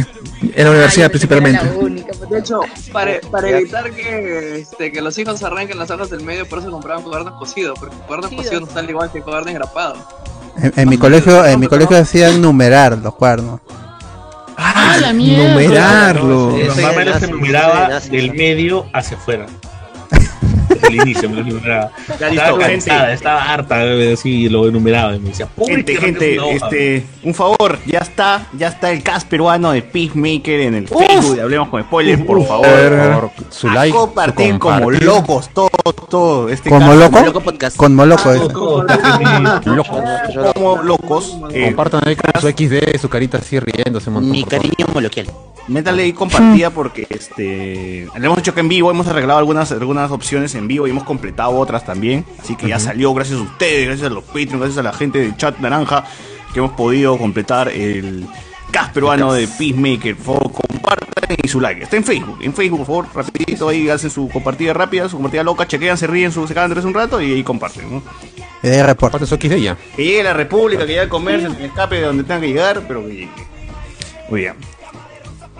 Speaker 10: En la
Speaker 9: Ah,
Speaker 10: universidad principalmente.
Speaker 14: pues.
Speaker 9: De hecho, para, para evitar que, este, que los hijos arranquen las hojas del medio, por eso compraban cuadernos cosidos, porque cuadernos cosidos no salen igual que cuadernos engrapados.
Speaker 3: En, en mi colegio, en mi colegio hacían numerar los cuernos.
Speaker 14: Ah, la mierda.
Speaker 3: Numerarlo.
Speaker 4: Mi
Speaker 13: Eso ya
Speaker 4: mamá me los
Speaker 13: nace, eso ya
Speaker 4: enumeraba
Speaker 13: nace,
Speaker 4: del medio hacia afuera. Del inicio me los enumeraba.
Speaker 1: Ya listo,
Speaker 4: Estaba
Speaker 1: gente.
Speaker 4: cansada, estaba harta, eh, así lo enumeraba y me decía, "Uy,
Speaker 1: Gente,
Speaker 4: qué
Speaker 1: gente,
Speaker 4: rápido es una hoja".
Speaker 1: este, un favor, ya está, ya está el cast peruano de Peacemaker en el Facebook, de hablemos con spoilers, por
Speaker 2: Uf.
Speaker 1: favor,
Speaker 2: Por
Speaker 1: por
Speaker 2: favor,
Speaker 1: favor.
Speaker 2: su like,
Speaker 1: A compartir
Speaker 2: su
Speaker 1: como
Speaker 2: compartir.
Speaker 1: locos, todo, todo, este
Speaker 3: ¿Como
Speaker 1: cast.
Speaker 3: loco? Con
Speaker 4: Ah,
Speaker 3: moloco. eso.
Speaker 1: Locos, como locos, eh,
Speaker 2: Compartan ahí con su XD, su carita así riéndose un montón.
Speaker 1: Mi
Speaker 12: cariño moloquial.
Speaker 1: Métale ahí compartida porque este le hemos hecho que en vivo hemos arreglado algunas algunas opciones en vivo y hemos completado otras también. Así que ya salió gracias a ustedes, gracias a los Patreon, gracias a la gente del chat naranja que hemos podido completar el cast peruano de Peacemaker. Por favor, compartan y su like. Está en Facebook, en Facebook, por favor, rapidito ahí hacen su compartida rápida, su compartida loca, chequean, se ríen, su, se cagan tres un rato y, ahí comparten. ¿no?
Speaker 3: Eh, report.
Speaker 1: Que llegue la República, que llegue el comercio, que escape de donde tenga que llegar, pero que llegue. Muy bien.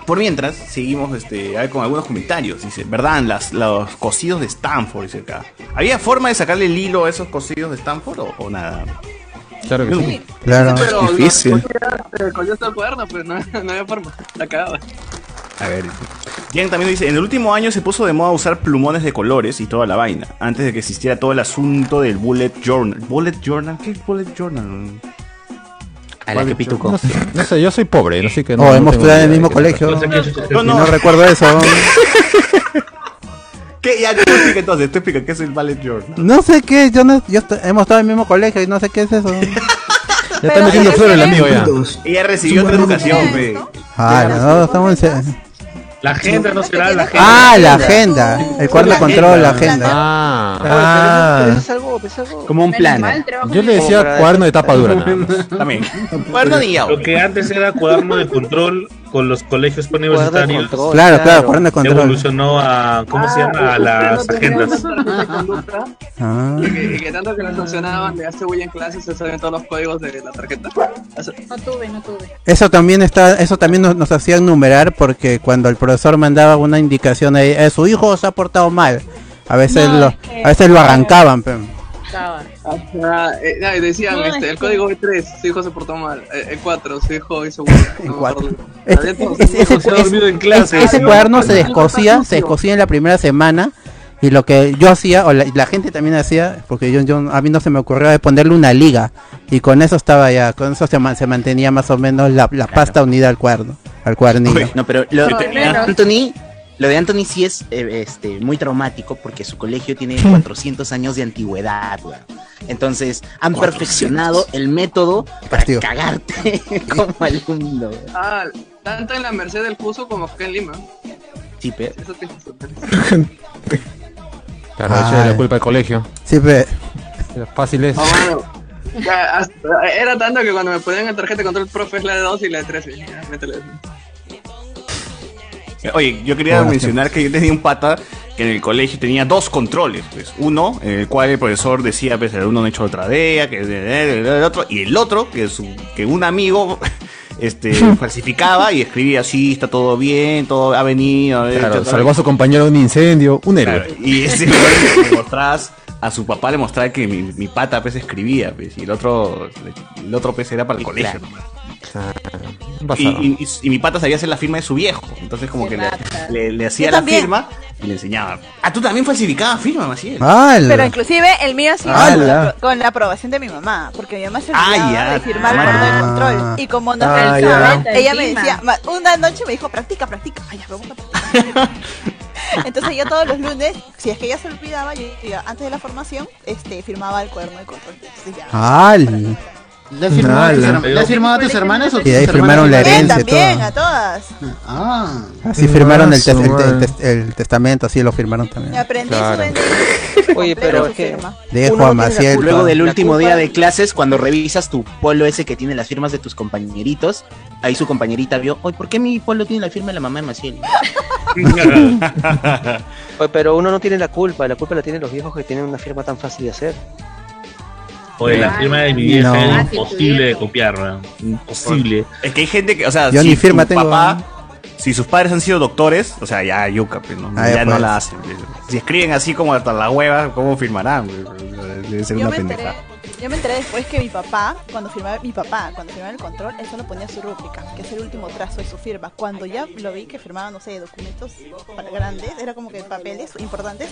Speaker 1: Por mientras, seguimos este, a ver, con algunos comentarios. Dice, ¿verdad? Las, los cocidos de Stanford, dice acá. ¿Había forma de sacarle el hilo a esos cocidos de Stanford o, o nada?
Speaker 2: Claro
Speaker 1: que
Speaker 2: sí.
Speaker 3: Claro,
Speaker 9: Pero
Speaker 3: es difícil.
Speaker 9: Cuando yo estaba el cuaderno, pues no, no había forma, la cagaba.
Speaker 1: A ver. Jan también dice, en el último año se puso de moda usar plumones de colores y toda la vaina, antes de que existiera todo el asunto del bullet journal. ¿Bullet journal? ¿Qué es bullet journal?
Speaker 12: A la que pituco.
Speaker 2: No sé, no sé, yo soy pobre, así que no.
Speaker 3: Oh,
Speaker 2: no
Speaker 3: hemos
Speaker 2: tengo
Speaker 3: estudiado en el
Speaker 2: idea
Speaker 3: mismo
Speaker 2: de qué se
Speaker 3: colegio.
Speaker 2: trata.
Speaker 3: Yo no recuerdo eso.
Speaker 1: ¿Qué? Ya, tú explica entonces, tú explica qué es el bullet journal.
Speaker 3: No sé qué, yo no, yo est- hemos estado en el mismo colegio y no sé qué es eso.
Speaker 2: Ya está metiendo flores el amigo ya.
Speaker 1: Ella recibió Pues otra educación, ve.
Speaker 3: Ah, no, estamos en se-
Speaker 4: La agenda no será la agenda.
Speaker 3: Ah, la agenda. El cuarto
Speaker 4: La
Speaker 3: control, la
Speaker 4: agenda.
Speaker 3: agenda.
Speaker 2: Ah.
Speaker 13: Pero es algo, es algo.
Speaker 2: Como un
Speaker 13: plan.
Speaker 2: Yo le decía cuaderno de tapa dura. nada más.
Speaker 1: También.
Speaker 4: Lo que antes era cuaderno de control con los colegios preuniversitarios.
Speaker 3: control, Claro, claro, claro. cuaderno de control.
Speaker 4: Evolucionó a, ¿cómo se llama?
Speaker 9: Ah,
Speaker 4: A las agendas.
Speaker 3: Ah.
Speaker 9: Y que, y que tanto que las sancionaban de hace huella en clase, se saben todos los códigos de la tarjeta.
Speaker 14: No tuve, no tuve.
Speaker 3: Eso también está, eso también nos, nos hacían numerar porque cuando el profesor mandaba una indicación ahí, "Eh, su hijo se ha portado mal. A veces
Speaker 9: No,
Speaker 3: lo,
Speaker 9: es que- eh,
Speaker 3: a veces lo arrancaban. pe.
Speaker 9: Ajá, eh, no, y decían,
Speaker 14: No,
Speaker 9: este,
Speaker 14: es
Speaker 9: el
Speaker 14: que-
Speaker 9: código E3, su hijo se portó mal. Eh, E4, su hijo hizo huella. No,
Speaker 3: E
Speaker 9: perdón.
Speaker 3: Este,
Speaker 9: Había todos-
Speaker 13: Ah,
Speaker 3: Ese, cu- es- es- ese cuaderno se descosía, se descosía en la primera semana Y lo que yo hacía, o la, la gente también hacía, porque yo, yo- a mí no se me ocurrió de ponerle una liga. Y con eso estaba ya, con eso se, man- se mantenía más o menos la, la pasta unida al cuerno, al cuernillo.
Speaker 12: No, pero lo,
Speaker 3: No,
Speaker 12: lo de
Speaker 3: menos.
Speaker 12: Anthony, lo de Anthony sí es eh, este, muy traumático porque su colegio tiene
Speaker 3: Hmm.
Speaker 12: 400 años de antigüedad, weón. Entonces, han
Speaker 3: 400.
Speaker 12: perfeccionado el método para
Speaker 3: Castigo.
Speaker 12: cagarte como alumno. weón.
Speaker 9: Ah, tanto en la Merced del Puso como acá en Lima.
Speaker 12: Sí, pe.
Speaker 9: Eso tiene que ser. Ah,
Speaker 2: Claro,
Speaker 3: Ah.
Speaker 2: echarle la culpa al colegio.
Speaker 3: Sí, pero
Speaker 2: Fácil es.
Speaker 9: Ah, bueno. Ya, hasta- era tanto que cuando me ponían la tarjeta de control profe es la de 2 y la de 13. Ya, métele.
Speaker 1: Oye, yo quería
Speaker 15: Buenas
Speaker 1: mencionar que yo tenía un pata que en el colegio tenía dos controles, pues. Uno, en el cual el profesor decía, pues, el uno no ha hecho otra tarea, que el otro, y el otro, que, su- que un amigo este, falsificaba y escribía, sí, está todo bien, todo ha venido. ha hecho
Speaker 2: Claro,
Speaker 1: todo
Speaker 2: salvó a su compañero de un incendio, un héroe.
Speaker 1: Claro, y ese güey le mostrabas, a su papá le mostraba que mi, mi pata pues escribía, pues, y el otro, el otro pues era para el colegio. nomás. Y,
Speaker 2: basado.
Speaker 1: y- y- y mi pata sabía hacer la firma de su viejo, entonces como que le, le- le hacía
Speaker 16: Yo
Speaker 1: la
Speaker 16: también.
Speaker 1: firma y le enseñaba. Ah, tú también falsificabas firma, Maciel.
Speaker 16: Pero inclusive Ah, el mío sí
Speaker 1: ¡Hala!
Speaker 16: con, con la aprobación de mi mamá, porque mi mamá se
Speaker 1: Ah,
Speaker 16: olvidaba
Speaker 1: ya.
Speaker 16: de firmar
Speaker 1: Ah.
Speaker 16: por todo el control. Y como no
Speaker 1: Ah,
Speaker 16: revisaban,
Speaker 1: ya.
Speaker 16: ella me
Speaker 14: Encima.
Speaker 16: decía, ma- una noche me dijo, practica, practica. Ay, ya, pero bueno, practica. Entonces yo todos los lunes, si es que ella se olvidaba, yo iba, antes de la formación, este, firmaba el cuaderno de control. Entonces ya.
Speaker 3: ¡Al!
Speaker 18: ¿Le has firmado, a tus
Speaker 3: Ala.
Speaker 18: herma- le has firmado a tus hermanas o
Speaker 3: Y ahí
Speaker 18: tus hermanas
Speaker 3: firmaron la
Speaker 18: no-
Speaker 3: herencia y
Speaker 16: También,
Speaker 3: todo.
Speaker 16: a todas.
Speaker 18: Ah.
Speaker 3: Así firmaron el,
Speaker 18: Mazo,
Speaker 3: tes- el te-
Speaker 18: man.
Speaker 3: el tes- el testamento, así lo firmaron también.
Speaker 16: Aprendí
Speaker 3: Claro.
Speaker 16: su
Speaker 13: Oye, pero es que.
Speaker 3: Dejo
Speaker 13: uno
Speaker 3: a
Speaker 13: no tiene la
Speaker 3: Maciel.
Speaker 13: culpa.
Speaker 12: Luego del
Speaker 13: La
Speaker 12: último
Speaker 13: culpa-
Speaker 12: día de clases, cuando revisas tu polo ese que tiene las firmas de tus compañeritos, ahí su compañerita vio, oye, ¿por qué mi polo tiene la firma de la mamá de Maciel?
Speaker 13: Oye, pero uno no tiene la culpa, la culpa la tienen los viejos que tienen una firma tan fácil de hacer.
Speaker 4: Oye, la firma de mi vieja
Speaker 13: No.
Speaker 4: era
Speaker 3: Ah,
Speaker 4: imposible de copiar, weón. Ah, Imposible.
Speaker 1: Es que hay gente que, o sea,
Speaker 4: Yo
Speaker 1: si
Speaker 4: ni firma
Speaker 1: tu
Speaker 4: tengo,
Speaker 1: papá, si sus padres han sido doctores, o sea, ya yuca, pues, ¿no?
Speaker 4: Ah,
Speaker 1: ya
Speaker 4: ya,
Speaker 1: no
Speaker 4: pues.
Speaker 1: la hacen. pues. Si escriben así como hasta la hueva, ¿cómo firmarán? pues? Debe ser
Speaker 16: Yo
Speaker 1: una
Speaker 16: me, enteré,
Speaker 1: pendeja.
Speaker 16: yo me enteré después que mi papá, cuando firmaba, mi papá, cuando firmaba el control, él solo ponía su rúbrica, que es el último trazo de su firma. Cuando ya lo vi que firmaba, no sé, documentos para grandes, era como que papeles importantes,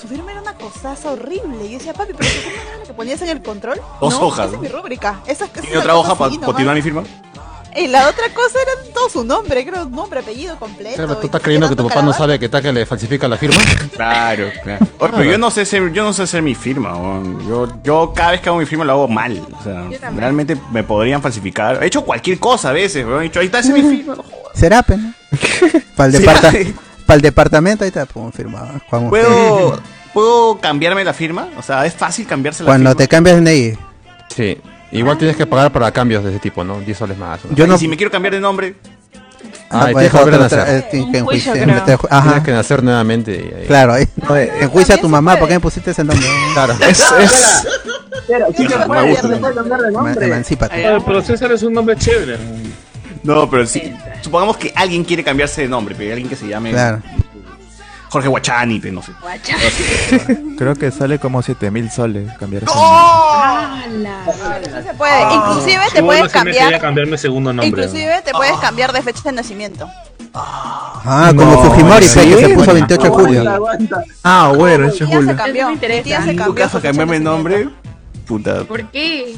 Speaker 16: su firma era una cosaza horrible. Y yo decía, papi, pero tu firma no era la que ponías en el control.
Speaker 1: Dos
Speaker 16: no, Esa
Speaker 1: hojas,
Speaker 16: es
Speaker 1: ¿no?
Speaker 16: mi rúbrica. Esa, esa
Speaker 1: ¿Tiene
Speaker 16: la
Speaker 1: otra
Speaker 16: cosa
Speaker 1: hoja para
Speaker 16: así nomás".
Speaker 1: continuar mi firma?
Speaker 16: Y la otra cosa era todo su nombre, creo, nombre, apellido completo.
Speaker 2: Claro, ¿Tú
Speaker 16: y
Speaker 2: estás creyendo que tu papá no
Speaker 16: calabaza.
Speaker 2: sabe que está que le falsifica la firma?
Speaker 1: Claro, claro. Oye,
Speaker 4: Ah,
Speaker 1: pero yo no sé hacer, yo no sé hacer mi firma, weón. yo, yo cada vez que hago mi firma lo hago mal. O sea,
Speaker 16: Yo también.
Speaker 1: realmente me podrían falsificar. He hecho cualquier cosa a veces, weón. he dicho, ahí está ese mi firma.
Speaker 3: Será, pe, ¿no? Para el, departa- pa'l departamento, ahí está, pum, firmado. Juan
Speaker 1: ¿Puedo, ¿Puedo cambiarme la firma? O sea, es fácil cambiarse la
Speaker 3: Cuando
Speaker 1: firma.
Speaker 3: te cambias de ahí.
Speaker 2: Sí. Igual tienes que pagar para cambios de ese tipo, ¿no? 10 soles más. ¿no?
Speaker 1: Yo no... Si me quiero cambiar de nombre,
Speaker 2: Ah,
Speaker 3: Ah,
Speaker 2: y
Speaker 3: pues,
Speaker 2: tienes que volver a
Speaker 3: otra-
Speaker 2: nacer.
Speaker 3: eh, tienes que Un juicio, enjuiciar- creo. Ajá.
Speaker 2: Tienes que nacer nuevamente. y eh, ahí-
Speaker 3: Claro, ahí. Enjuicia a tu mamá, ¿por qué me pusiste ese nombre?
Speaker 2: Claro.
Speaker 9: Pero sí se
Speaker 3: Me
Speaker 9: puede,
Speaker 3: gusta.
Speaker 9: ya se puede cambiar de nombre.
Speaker 3: Emancípate.
Speaker 9: Ay,
Speaker 4: Pero César es un nombre chévere.
Speaker 1: No, pero sí. Supongamos que alguien quiere cambiarse de nombre, pero alguien que se llame
Speaker 15: Claro.
Speaker 1: Jorge Guachani, pe, no sé.
Speaker 15: Creo que sale como 7000 soles cambiar ese
Speaker 16: Sí ¡Oh! se puede.
Speaker 1: Ah,
Speaker 16: Inclusive te
Speaker 4: Qué bueno
Speaker 16: puedes
Speaker 4: que me quería
Speaker 16: cambiar
Speaker 4: cambiarme segundo nombre.
Speaker 16: Inclusive te puedes cambiar de fecha de nacimiento.
Speaker 3: Ah, como Fujimori,
Speaker 4: sí,
Speaker 3: pe, que se
Speaker 4: bueno.
Speaker 3: puso 28 de
Speaker 1: Aguanta,
Speaker 3: julio.
Speaker 1: Ah, bueno, ese
Speaker 16: Ya se cambió. Mi tía se
Speaker 1: En tu
Speaker 16: cambió.
Speaker 1: caso, cambiarme de nombre. Puta.
Speaker 16: ¿Por qué?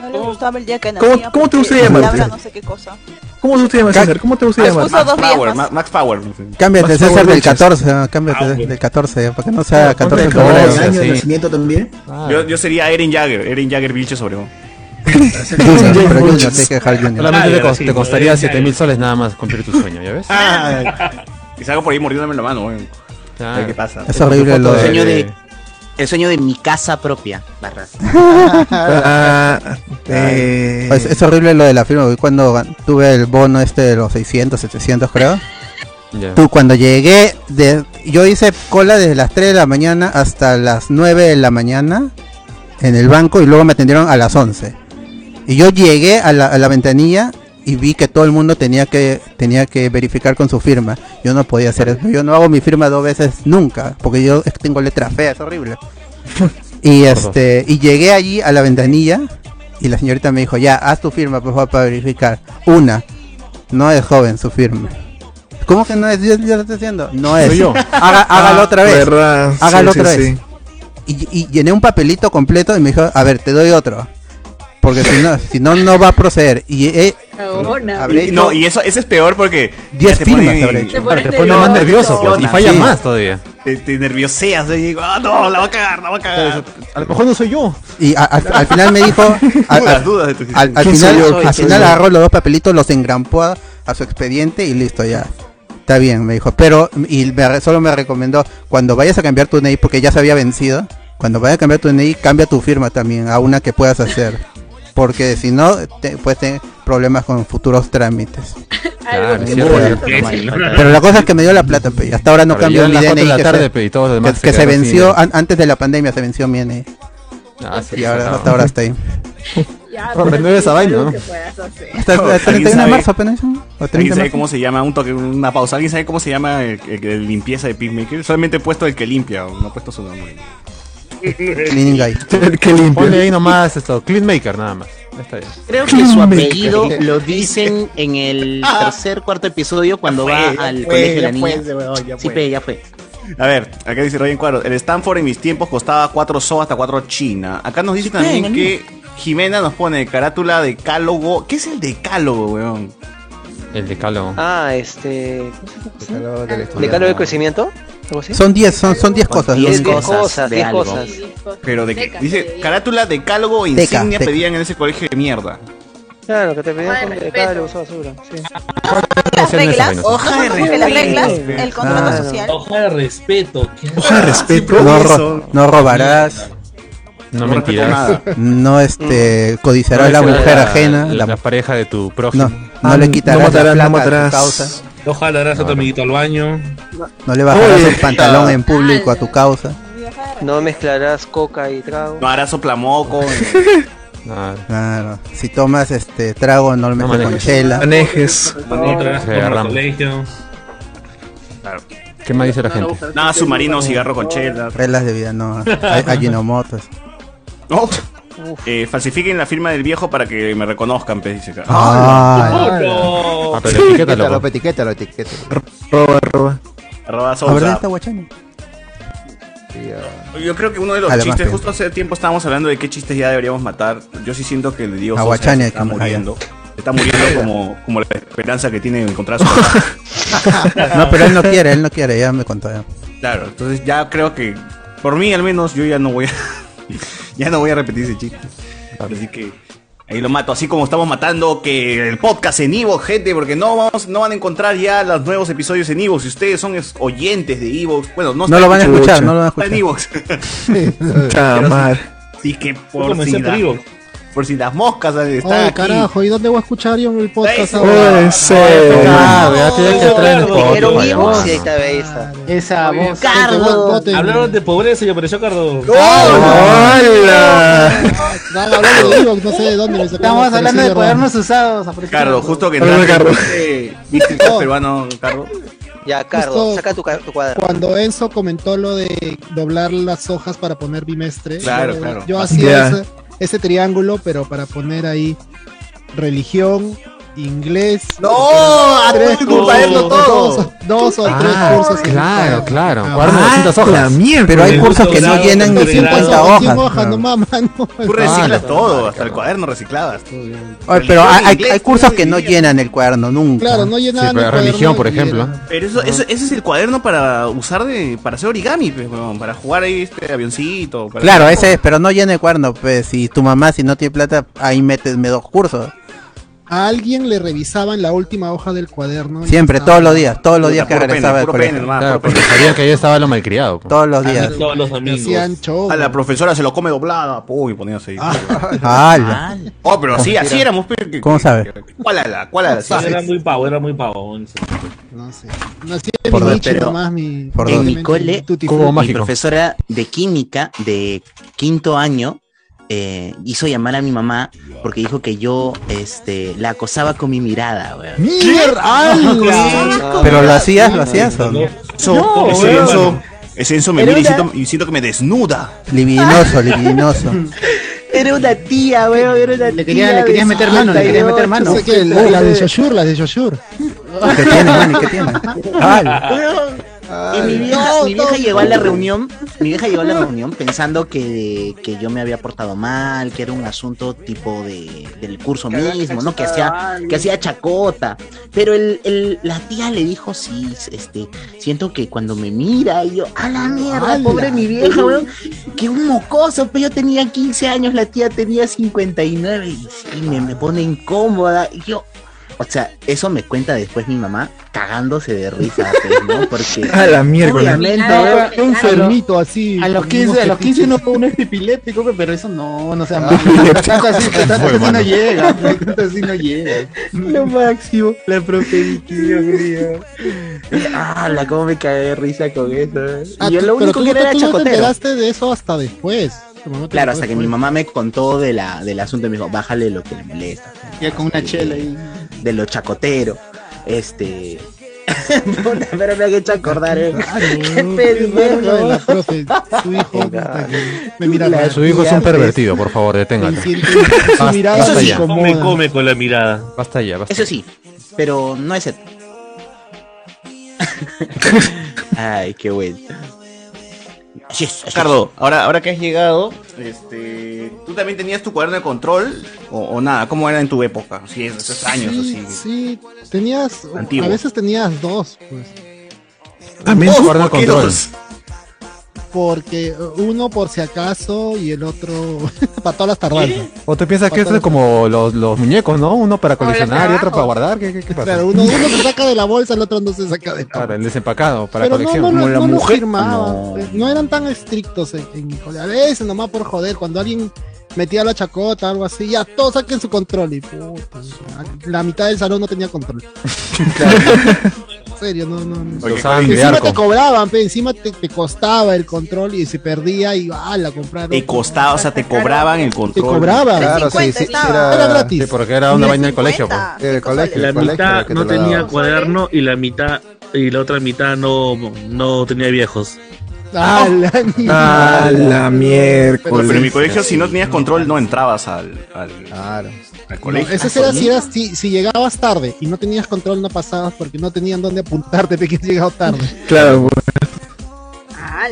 Speaker 16: No le gustaba el día que
Speaker 15: ¿Cómo-
Speaker 16: nacía.
Speaker 15: cómo te
Speaker 16: porque
Speaker 15: gusta llamarte?
Speaker 16: hablaba No sé qué cosa.
Speaker 15: ¿Cómo se usted llama, César? ¿Cómo te gusta llamar?
Speaker 16: puso dos
Speaker 1: Power,
Speaker 16: viejas.
Speaker 1: Ma- Max Power. no sé.
Speaker 3: Cámbiate,
Speaker 15: Más
Speaker 3: César,
Speaker 15: favor,
Speaker 3: del
Speaker 15: luchas.
Speaker 3: 14, ah, cámbiate de- del 14, para que no sea 14 de
Speaker 15: Ponte el
Speaker 3: febrero.
Speaker 15: año de
Speaker 3: Sí.
Speaker 18: nacimiento también?
Speaker 1: Yo, yo sería Eren Jagger, Eren Jagger Vilche Obregón.
Speaker 3: Junior, pero Junior, tienes que dejar Junior.
Speaker 2: Solamente te,
Speaker 1: Ah,
Speaker 2: cos-
Speaker 1: sí,
Speaker 2: te costaría
Speaker 1: podría
Speaker 2: 7 mil soles nada más cumplir tu sueño, ¿ya ves?
Speaker 1: Ah, Y salgo por ahí mordiéndome la mano, weón. A ver ¿Qué pasa?
Speaker 3: Es horrible lo
Speaker 12: el sueño
Speaker 3: de-
Speaker 12: de El sueño de mi casa propia, barras.
Speaker 3: Ah,
Speaker 12: eh.
Speaker 3: Pues es horrible lo de la firma. porque Cuando gan- tuve el bono este de los 600, 700 creo.
Speaker 2: Ya.
Speaker 3: Tú cuando llegué, de, yo hice cola desde las 3 de la mañana hasta las 9 de la mañana en el banco y luego me atendieron a las 11. Y yo llegué a la, a la ventanilla y vi que todo el mundo tenía que, tenía que verificar con su firma. Yo no podía hacer eso. Yo no hago mi firma dos veces nunca, porque yo tengo letras feas, es horrible. Y este, y llegué allí a la ventanilla y la señorita me pues, dijo, ya, haz tu firma, por favor, para verificar. Una, no es joven su firma. ¿Cómo que no es? Yo, yo lo estoy diciendo. No es.
Speaker 10: Soy yo.
Speaker 3: Haga- hágalo
Speaker 10: Ah,
Speaker 3: otra vez.
Speaker 10: verdad.
Speaker 3: Hágalo
Speaker 10: Sí,
Speaker 3: otra
Speaker 10: sí,
Speaker 3: vez.
Speaker 10: sí.
Speaker 3: Y, y llené un papelito completo y me dijo, a ver, te doy otro. Porque si no, si no, no va a proceder. Y eh,
Speaker 1: Y, no, y eso, eso es peor porque.
Speaker 3: Diez
Speaker 1: ya te ponen-
Speaker 3: firmas te habré hecho. Te pones
Speaker 2: Te pone más nervioso, pues, y falla
Speaker 1: Sí.
Speaker 2: más todavía.
Speaker 1: Te, te nervioseas. ¿no? Y digo, ah, no, la va a cagar, la va a cagar.
Speaker 2: A lo mejor no soy yo.
Speaker 3: Y a- al, al final me dijo. al-
Speaker 1: Dudas,
Speaker 3: al-
Speaker 1: dudas de tu
Speaker 3: al, al
Speaker 1: ¿Quién
Speaker 3: final,
Speaker 1: soy yo? ¿Quién
Speaker 3: al
Speaker 1: soy
Speaker 3: final
Speaker 1: yo?
Speaker 3: agarró los dos papelitos, los engrampó a, a su expediente y listo, ya. Está bien, me dijo. Pero, y me re- solo me recomendó, cuando vayas a cambiar tu DNI, porque ya se había vencido, cuando vayas a cambiar tu DNI, cambia tu firma también a una que puedas hacer. Porque si no, te, puedes tener problemas con futuros trámites.
Speaker 2: Claro,
Speaker 3: Sí,
Speaker 2: es cierto,
Speaker 3: pero-
Speaker 2: es cierto, no hay- no hay-
Speaker 3: Pero la cosa es que me dio la plata, pe, y hasta ahora no
Speaker 2: Pero
Speaker 3: cambio
Speaker 2: ya
Speaker 3: mi
Speaker 2: a las cuatro de
Speaker 3: DNI.
Speaker 2: la
Speaker 3: que
Speaker 2: tarde,
Speaker 3: se-
Speaker 2: pe, y todos los demás
Speaker 3: que-
Speaker 2: se
Speaker 3: que se
Speaker 2: quedaron
Speaker 3: venció,
Speaker 2: sin-
Speaker 3: an- antes de la pandemia se venció mi DNI.
Speaker 2: Ah, sí,
Speaker 3: y ahora,
Speaker 2: claro.
Speaker 3: hasta ahora está ahí.
Speaker 14: Ya,
Speaker 2: Pero renueve esa vaina, ¿no?
Speaker 3: Hasta el
Speaker 1: ¿Alguien
Speaker 3: 31 de
Speaker 1: sabe?
Speaker 3: marzo apenas. ¿no? O 30 de
Speaker 1: ¿Alguien sabe
Speaker 3: marzo.
Speaker 1: cómo se llama? Un toque, una pausa. ¿Alguien sabe cómo se llama el, el- el limpieza de Pigmaker? Solamente he puesto el que limpia, no he puesto su nombre.
Speaker 3: Cleaning Guy.
Speaker 2: Qué limpio. Ponle ahí nomás esto, Clean Maker nada más. Está bien.
Speaker 12: Creo que su apellido lo dicen en el
Speaker 3: Ah.
Speaker 12: tercer, cuarto episodio cuando
Speaker 1: fue,
Speaker 12: va
Speaker 1: Ah. ya
Speaker 12: al
Speaker 1: fue,
Speaker 12: colegio de
Speaker 1: ya
Speaker 12: la niña.
Speaker 1: fue ese huevón, ya
Speaker 12: Sí,
Speaker 1: fue.
Speaker 12: pe, Pues, ya fue.
Speaker 1: A ver, acá dice Ryan Cuadros. El Stanford en mis tiempos costaba 4 so hasta 4 China. Acá nos dice
Speaker 12: Sí, ven,
Speaker 1: también
Speaker 12: amigo.
Speaker 1: que Jimena nos pone carátula decálogo. ¿Qué es el decálogo, weón?
Speaker 2: El decálogo.
Speaker 13: Ah, este.
Speaker 3: Decálogo del estudiante.
Speaker 13: Decálogo del crecimiento. ¿Algo así?
Speaker 3: Son 10, son, son 10 cosas.
Speaker 13: Diez
Speaker 3: ¿no?
Speaker 13: cosas, diez cosas.
Speaker 1: Pero de qué? Dice carátula decálogo e
Speaker 3: Teca,
Speaker 1: insignia
Speaker 3: teca.
Speaker 1: pedían en ese colegio de mierda.
Speaker 13: Claro, que te pedían
Speaker 16: Hoja de
Speaker 13: con
Speaker 16: respeto.
Speaker 13: decálogo, usa basura. Sí.
Speaker 16: Las reglas, no
Speaker 13: Hoja de
Speaker 16: son como que las
Speaker 13: respeto.
Speaker 16: reglas, el contrato
Speaker 3: Claro.
Speaker 16: social.
Speaker 4: Hoja de respeto. Ah,
Speaker 3: Hoja de respeto. No, ro- no robarás.
Speaker 2: No mentirás.
Speaker 3: No este, codiciarás a la mujer ajena.
Speaker 2: La, la pareja de tu prójimo.
Speaker 3: No, no le quitarás la
Speaker 2: No
Speaker 3: plata
Speaker 2: matarás, no
Speaker 3: a tu
Speaker 2: matarás.
Speaker 3: causa.
Speaker 4: No jalarás a tu amiguito al baño.
Speaker 3: No le bajarás
Speaker 4: Oye,
Speaker 3: el pantalón en público a tu causa.
Speaker 13: No mezclarás coca y trago.
Speaker 1: No hará soplamoco.
Speaker 3: Claro. Si tomas este trago, no lo metes con
Speaker 2: manejes.
Speaker 3: chela.
Speaker 10: Manejes.
Speaker 4: No tragas
Speaker 2: Se
Speaker 4: como en el
Speaker 2: agarran.
Speaker 4: colegio.
Speaker 2: ¿Qué más dice la gente?
Speaker 1: Nada, submarino, cigarro con chela.
Speaker 3: Reglas de vida, no. Hay Ajinomotos.
Speaker 1: Oh. Eh, falsifiquen la firma del viejo para que me reconozcan, pues, dice acá.
Speaker 3: Ah,
Speaker 1: ¡Oh, no!
Speaker 8: Etiquétalo, etiquétalo, etiquétalo.
Speaker 10: Roba, roba.
Speaker 1: Arroba
Speaker 3: La verdad
Speaker 1: Sousa.
Speaker 3: está guachani.
Speaker 1: Yo creo que uno de los
Speaker 3: Ah, Además,
Speaker 1: chistes,
Speaker 3: que-
Speaker 1: justo hace tiempo estábamos hablando de qué chistes ya deberíamos matar. Yo sí siento que el Dios
Speaker 3: A Guachani hay
Speaker 1: está
Speaker 3: que matar.
Speaker 1: muriendo. Está muriendo como, como la esperanza que tiene de encontrar su papá.
Speaker 3: No, pero él no quiere, él no quiere, ya me contó. ya.
Speaker 1: Claro, entonces ya creo que, por mí al menos, yo ya no voy a, ya no voy a repetir ese chiste. Así que ahí lo mato, así como estamos matando que el podcast en Ivo, gente, porque no vamos, no van a encontrar ya los nuevos episodios en Ivo. Si ustedes son es- oyentes de Ivo, bueno, no,
Speaker 3: No lo van a escuchar, no lo van a
Speaker 1: está en
Speaker 3: escuchar.
Speaker 1: Evox.
Speaker 10: Chamar.
Speaker 1: Sí, que por
Speaker 10: Comencé
Speaker 1: si,
Speaker 10: por
Speaker 1: la-
Speaker 10: Evox.
Speaker 1: por si las moscas eh, están
Speaker 17: Ay,
Speaker 1: aquí.
Speaker 17: carajo, ¿y dónde voy a escuchar yo el podcast ahora?
Speaker 10: Puede ser.
Speaker 13: Dijeron
Speaker 4: Spotify,
Speaker 13: Evox
Speaker 4: además.
Speaker 13: y ahí estaba esa.
Speaker 17: Esa voz.
Speaker 4: Hablaron de pobreza y apareció
Speaker 1: ¡Oh,
Speaker 4: Cardo.
Speaker 10: ¡Hola!
Speaker 17: Están hablando de Evox, no sé de dónde me sacaron.
Speaker 18: Estamos hablando de cuadernos
Speaker 17: usados.
Speaker 1: Carlos, justo que
Speaker 10: Hola,
Speaker 1: entraste,
Speaker 10: Carlos.
Speaker 1: ¿viste- ¿viste el peruano, Carlos?
Speaker 13: Ya, Cardo,
Speaker 17: Justo-
Speaker 13: saca tu, ca- tu cuadro.
Speaker 17: Cuando Enzo comentó lo de doblar las hojas para poner bimestre,
Speaker 1: Claro,
Speaker 17: yo,
Speaker 1: claro.
Speaker 17: yo hacía
Speaker 10: Ya.
Speaker 17: ese, ese triángulo, pero para poner ahí religión, inglés.
Speaker 1: ¡No!
Speaker 17: tres
Speaker 1: ¡A tu
Speaker 17: cursos,
Speaker 1: cuaderno todo!
Speaker 17: Dos, dos o tres
Speaker 2: Ah,
Speaker 17: cursos. en
Speaker 2: claro,
Speaker 17: cada-
Speaker 2: claro.
Speaker 17: Ah,
Speaker 2: Cuaderno de 200 hojas.
Speaker 10: la mierda.
Speaker 3: Pero hay
Speaker 10: Me
Speaker 3: cursos
Speaker 10: gusta
Speaker 3: que no
Speaker 10: usar
Speaker 3: llenan ni
Speaker 10: otro
Speaker 3: 50
Speaker 10: grado.
Speaker 3: hojas.
Speaker 17: no mames, no.
Speaker 3: Ah,
Speaker 1: Tú reciclas
Speaker 3: Claro.
Speaker 1: todo, hasta el cuaderno reciclabas.
Speaker 3: Oye, pero hay, hay- hay cursos que no llenan el cuaderno nunca.
Speaker 17: Claro, no llenan Sí, pero el cuaderno religión, por y ejemplo. llenan.
Speaker 1: Pero eso, eso- ese es el cuaderno para usar de, para hacer origami, pues, weón, para jugar ahí este avioncito. para-
Speaker 3: Claro, ese es, pero no llena el cuaderno. Pues si tu mamá, si no tiene plata, ahí metes dos cursos.
Speaker 17: A alguien le revisaban la última hoja del cuaderno. y
Speaker 3: Siempre,
Speaker 17: estaba-
Speaker 3: todos los días, todos los
Speaker 17: Puta,
Speaker 3: días que
Speaker 17: puro pene,
Speaker 3: regresaba del
Speaker 17: puro
Speaker 3: colegio.
Speaker 17: pene, Ah,
Speaker 2: Claro, porque sabían que yo estaba lo malcriado. po.
Speaker 3: Todos los días.
Speaker 4: Todos los domingos.
Speaker 17: Hacían show. Ah,
Speaker 1: A la profesora se lo come doblada. Uy, ponía así.
Speaker 3: ¡Hala!
Speaker 1: Oh, pero así, así éramos. pe, que-
Speaker 3: ¿Cómo sabe?
Speaker 1: ¿Cuál ala? ¿Cuál ala? Sí,
Speaker 4: Era
Speaker 1: sí.
Speaker 4: muy pavo, era muy pavo.
Speaker 17: No sé. No sé,
Speaker 12: Por
Speaker 17: mi
Speaker 12: dos,
Speaker 17: nicho
Speaker 12: pero-
Speaker 17: nomás, mi.
Speaker 12: en mi cole,
Speaker 17: Tutti
Speaker 12: mi
Speaker 17: Frutti.
Speaker 12: profesora de química de quinto año eh, hizo llamar a mi mamá porque dijo que yo este, la acosaba con mi mirada, weón.
Speaker 17: ¡Mierda!
Speaker 12: ¡Ala!
Speaker 3: Pero lo hacías, lo hacías. ¿o no?
Speaker 1: Eso,
Speaker 12: Ah, No,
Speaker 1: ese
Speaker 12: weón.
Speaker 1: lienzo- ese lienzo me
Speaker 12: Pero
Speaker 1: mira y
Speaker 12: era-
Speaker 1: siento, y siento que me desnuda.
Speaker 3: Libidinoso, libidinoso.
Speaker 12: Era una tía, weón, era una
Speaker 18: Le quería- le querías meter mano, le querías meter mano.
Speaker 17: Sé que la, la de Yoshur, la de Yoshur.
Speaker 3: ¿Qué tiene, man? ¿Qué tiene?
Speaker 12: Y mi vieja, mi vieja llegó a la reunión, mi vieja llegó a la reunión pensando que, que yo me había portado mal, que era un asunto tipo de, del curso
Speaker 13: Que había
Speaker 12: mismo, ¿no? Que
Speaker 13: cachado a
Speaker 12: hacía,
Speaker 13: alguien.
Speaker 12: que hacía chacota. Pero el, el- la tía le dijo, sí, este, siento que cuando me mira, y yo, a la mierda,
Speaker 19: ¡Hala!
Speaker 12: pobre mi vieja, weón, que un mocoso, pero yo tenía 15 años, la tía tenía 59, y sí, me, me pone incómoda, y yo, o sea, eso me cuenta después mi mamá cagándose de risa, pues, ¿no? Porque
Speaker 10: A la miércoles.
Speaker 12: obviamente, weón,
Speaker 18: Qué enfermito
Speaker 17: así.
Speaker 18: A los
Speaker 12: con
Speaker 18: 15,
Speaker 12: unos
Speaker 18: a los 15 uno, uno es epiléptico, pe, pero eso no, no sea malo. Tanto así, tanto así no llega, pe, tanto así no llega.
Speaker 12: Lo máximo, la profe Dios mío. ¡Hala! ¿Cómo me cae de risa con eso? eh. Y
Speaker 17: Ah,
Speaker 12: yo
Speaker 17: tú-
Speaker 12: lo
Speaker 17: pero
Speaker 12: único
Speaker 17: tú
Speaker 12: que
Speaker 17: no
Speaker 12: era
Speaker 17: te-
Speaker 12: era
Speaker 17: tú no te
Speaker 12: chacotero.
Speaker 17: enteraste de eso hasta después. Tu mamá te
Speaker 12: Claro,
Speaker 17: contó
Speaker 12: hasta que mi
Speaker 17: después.
Speaker 12: mamá me contó de la, del asunto y me dijo, bájale lo que le molesta.
Speaker 18: Ya con una chela ahí.
Speaker 12: De lo chacotero. Este. Puta, pero me ha hecho acordar, eh.
Speaker 17: Ah,
Speaker 12: Qué
Speaker 17: Lo de la
Speaker 12: pendejo.
Speaker 17: profe, su hijo. puta, que me mira raro.
Speaker 2: Su hijo es un pervertido, por favor, deténgate.
Speaker 17: Su mirada
Speaker 2: Basta
Speaker 17: se
Speaker 2: ya.
Speaker 4: Come, come con la mirada.
Speaker 2: Basta ya, basta.
Speaker 12: Eso sí, pero no es hetero. Ay, qué bueno.
Speaker 1: Ricardo, ahora, ahora que has llegado, este, ¿tú también tenías tu cuaderno de control o, o nada? ¿Cómo era en tu época? Sí, esos años,
Speaker 17: Sí,
Speaker 1: así.
Speaker 17: sí, tenías,
Speaker 1: Antiguo.
Speaker 17: a veces tenías dos, pues,
Speaker 2: También su
Speaker 17: Dos,
Speaker 2: cuerno
Speaker 17: ¿por
Speaker 2: de
Speaker 17: qué
Speaker 2: control.
Speaker 17: dos? porque eh, uno por si acaso y el otro para todas las tardanzas.
Speaker 2: O tú piensas que esto es como los, los muñecos, ¿no? Uno para coleccionar y otro para guardar. ¿Qué, qué, qué pasa?
Speaker 17: Claro, uno, uno se saca de la bolsa, el otro no se saca de la
Speaker 2: Claro, el desempacado, para
Speaker 17: Pero
Speaker 2: colección.
Speaker 17: no, no, lo- no lo firmaban,
Speaker 2: No.
Speaker 17: pues, no eran tan estrictos en, en mi colegio. A veces nomás por joder, cuando alguien metía la chacota algo así, ya todos saquen su control. Y puta, la mitad del salón no tenía control. en serio, no, no. no.
Speaker 2: Lo usaban
Speaker 17: Porque
Speaker 2: de
Speaker 17: encima
Speaker 2: arco.
Speaker 17: te cobraban, pe, encima te, te costaba el control y se perdía y ah, la compraron.
Speaker 1: Te costaba, o sea, te cobraban el control.
Speaker 17: Te cobraban. Claro, sí, 50 sí, estaba. era gratis.
Speaker 2: Sí, porque era una vaina del colegio. pues.
Speaker 17: Eh,
Speaker 4: La mitad no tenía cuaderno y la mitad y la otra mitad no, no tenía viejos.
Speaker 17: Ah, la
Speaker 1: A la
Speaker 4: miércoles.
Speaker 1: Pero en mi colegio, si no tenías control, no entrabas al, al, al colegio.
Speaker 17: No, ese era si, eras- si, si llegabas tarde y no tenías control, no pasabas porque no tenían dónde apuntarte de que has llegado tarde.
Speaker 10: Claro,
Speaker 14: Ah,
Speaker 16: Ah,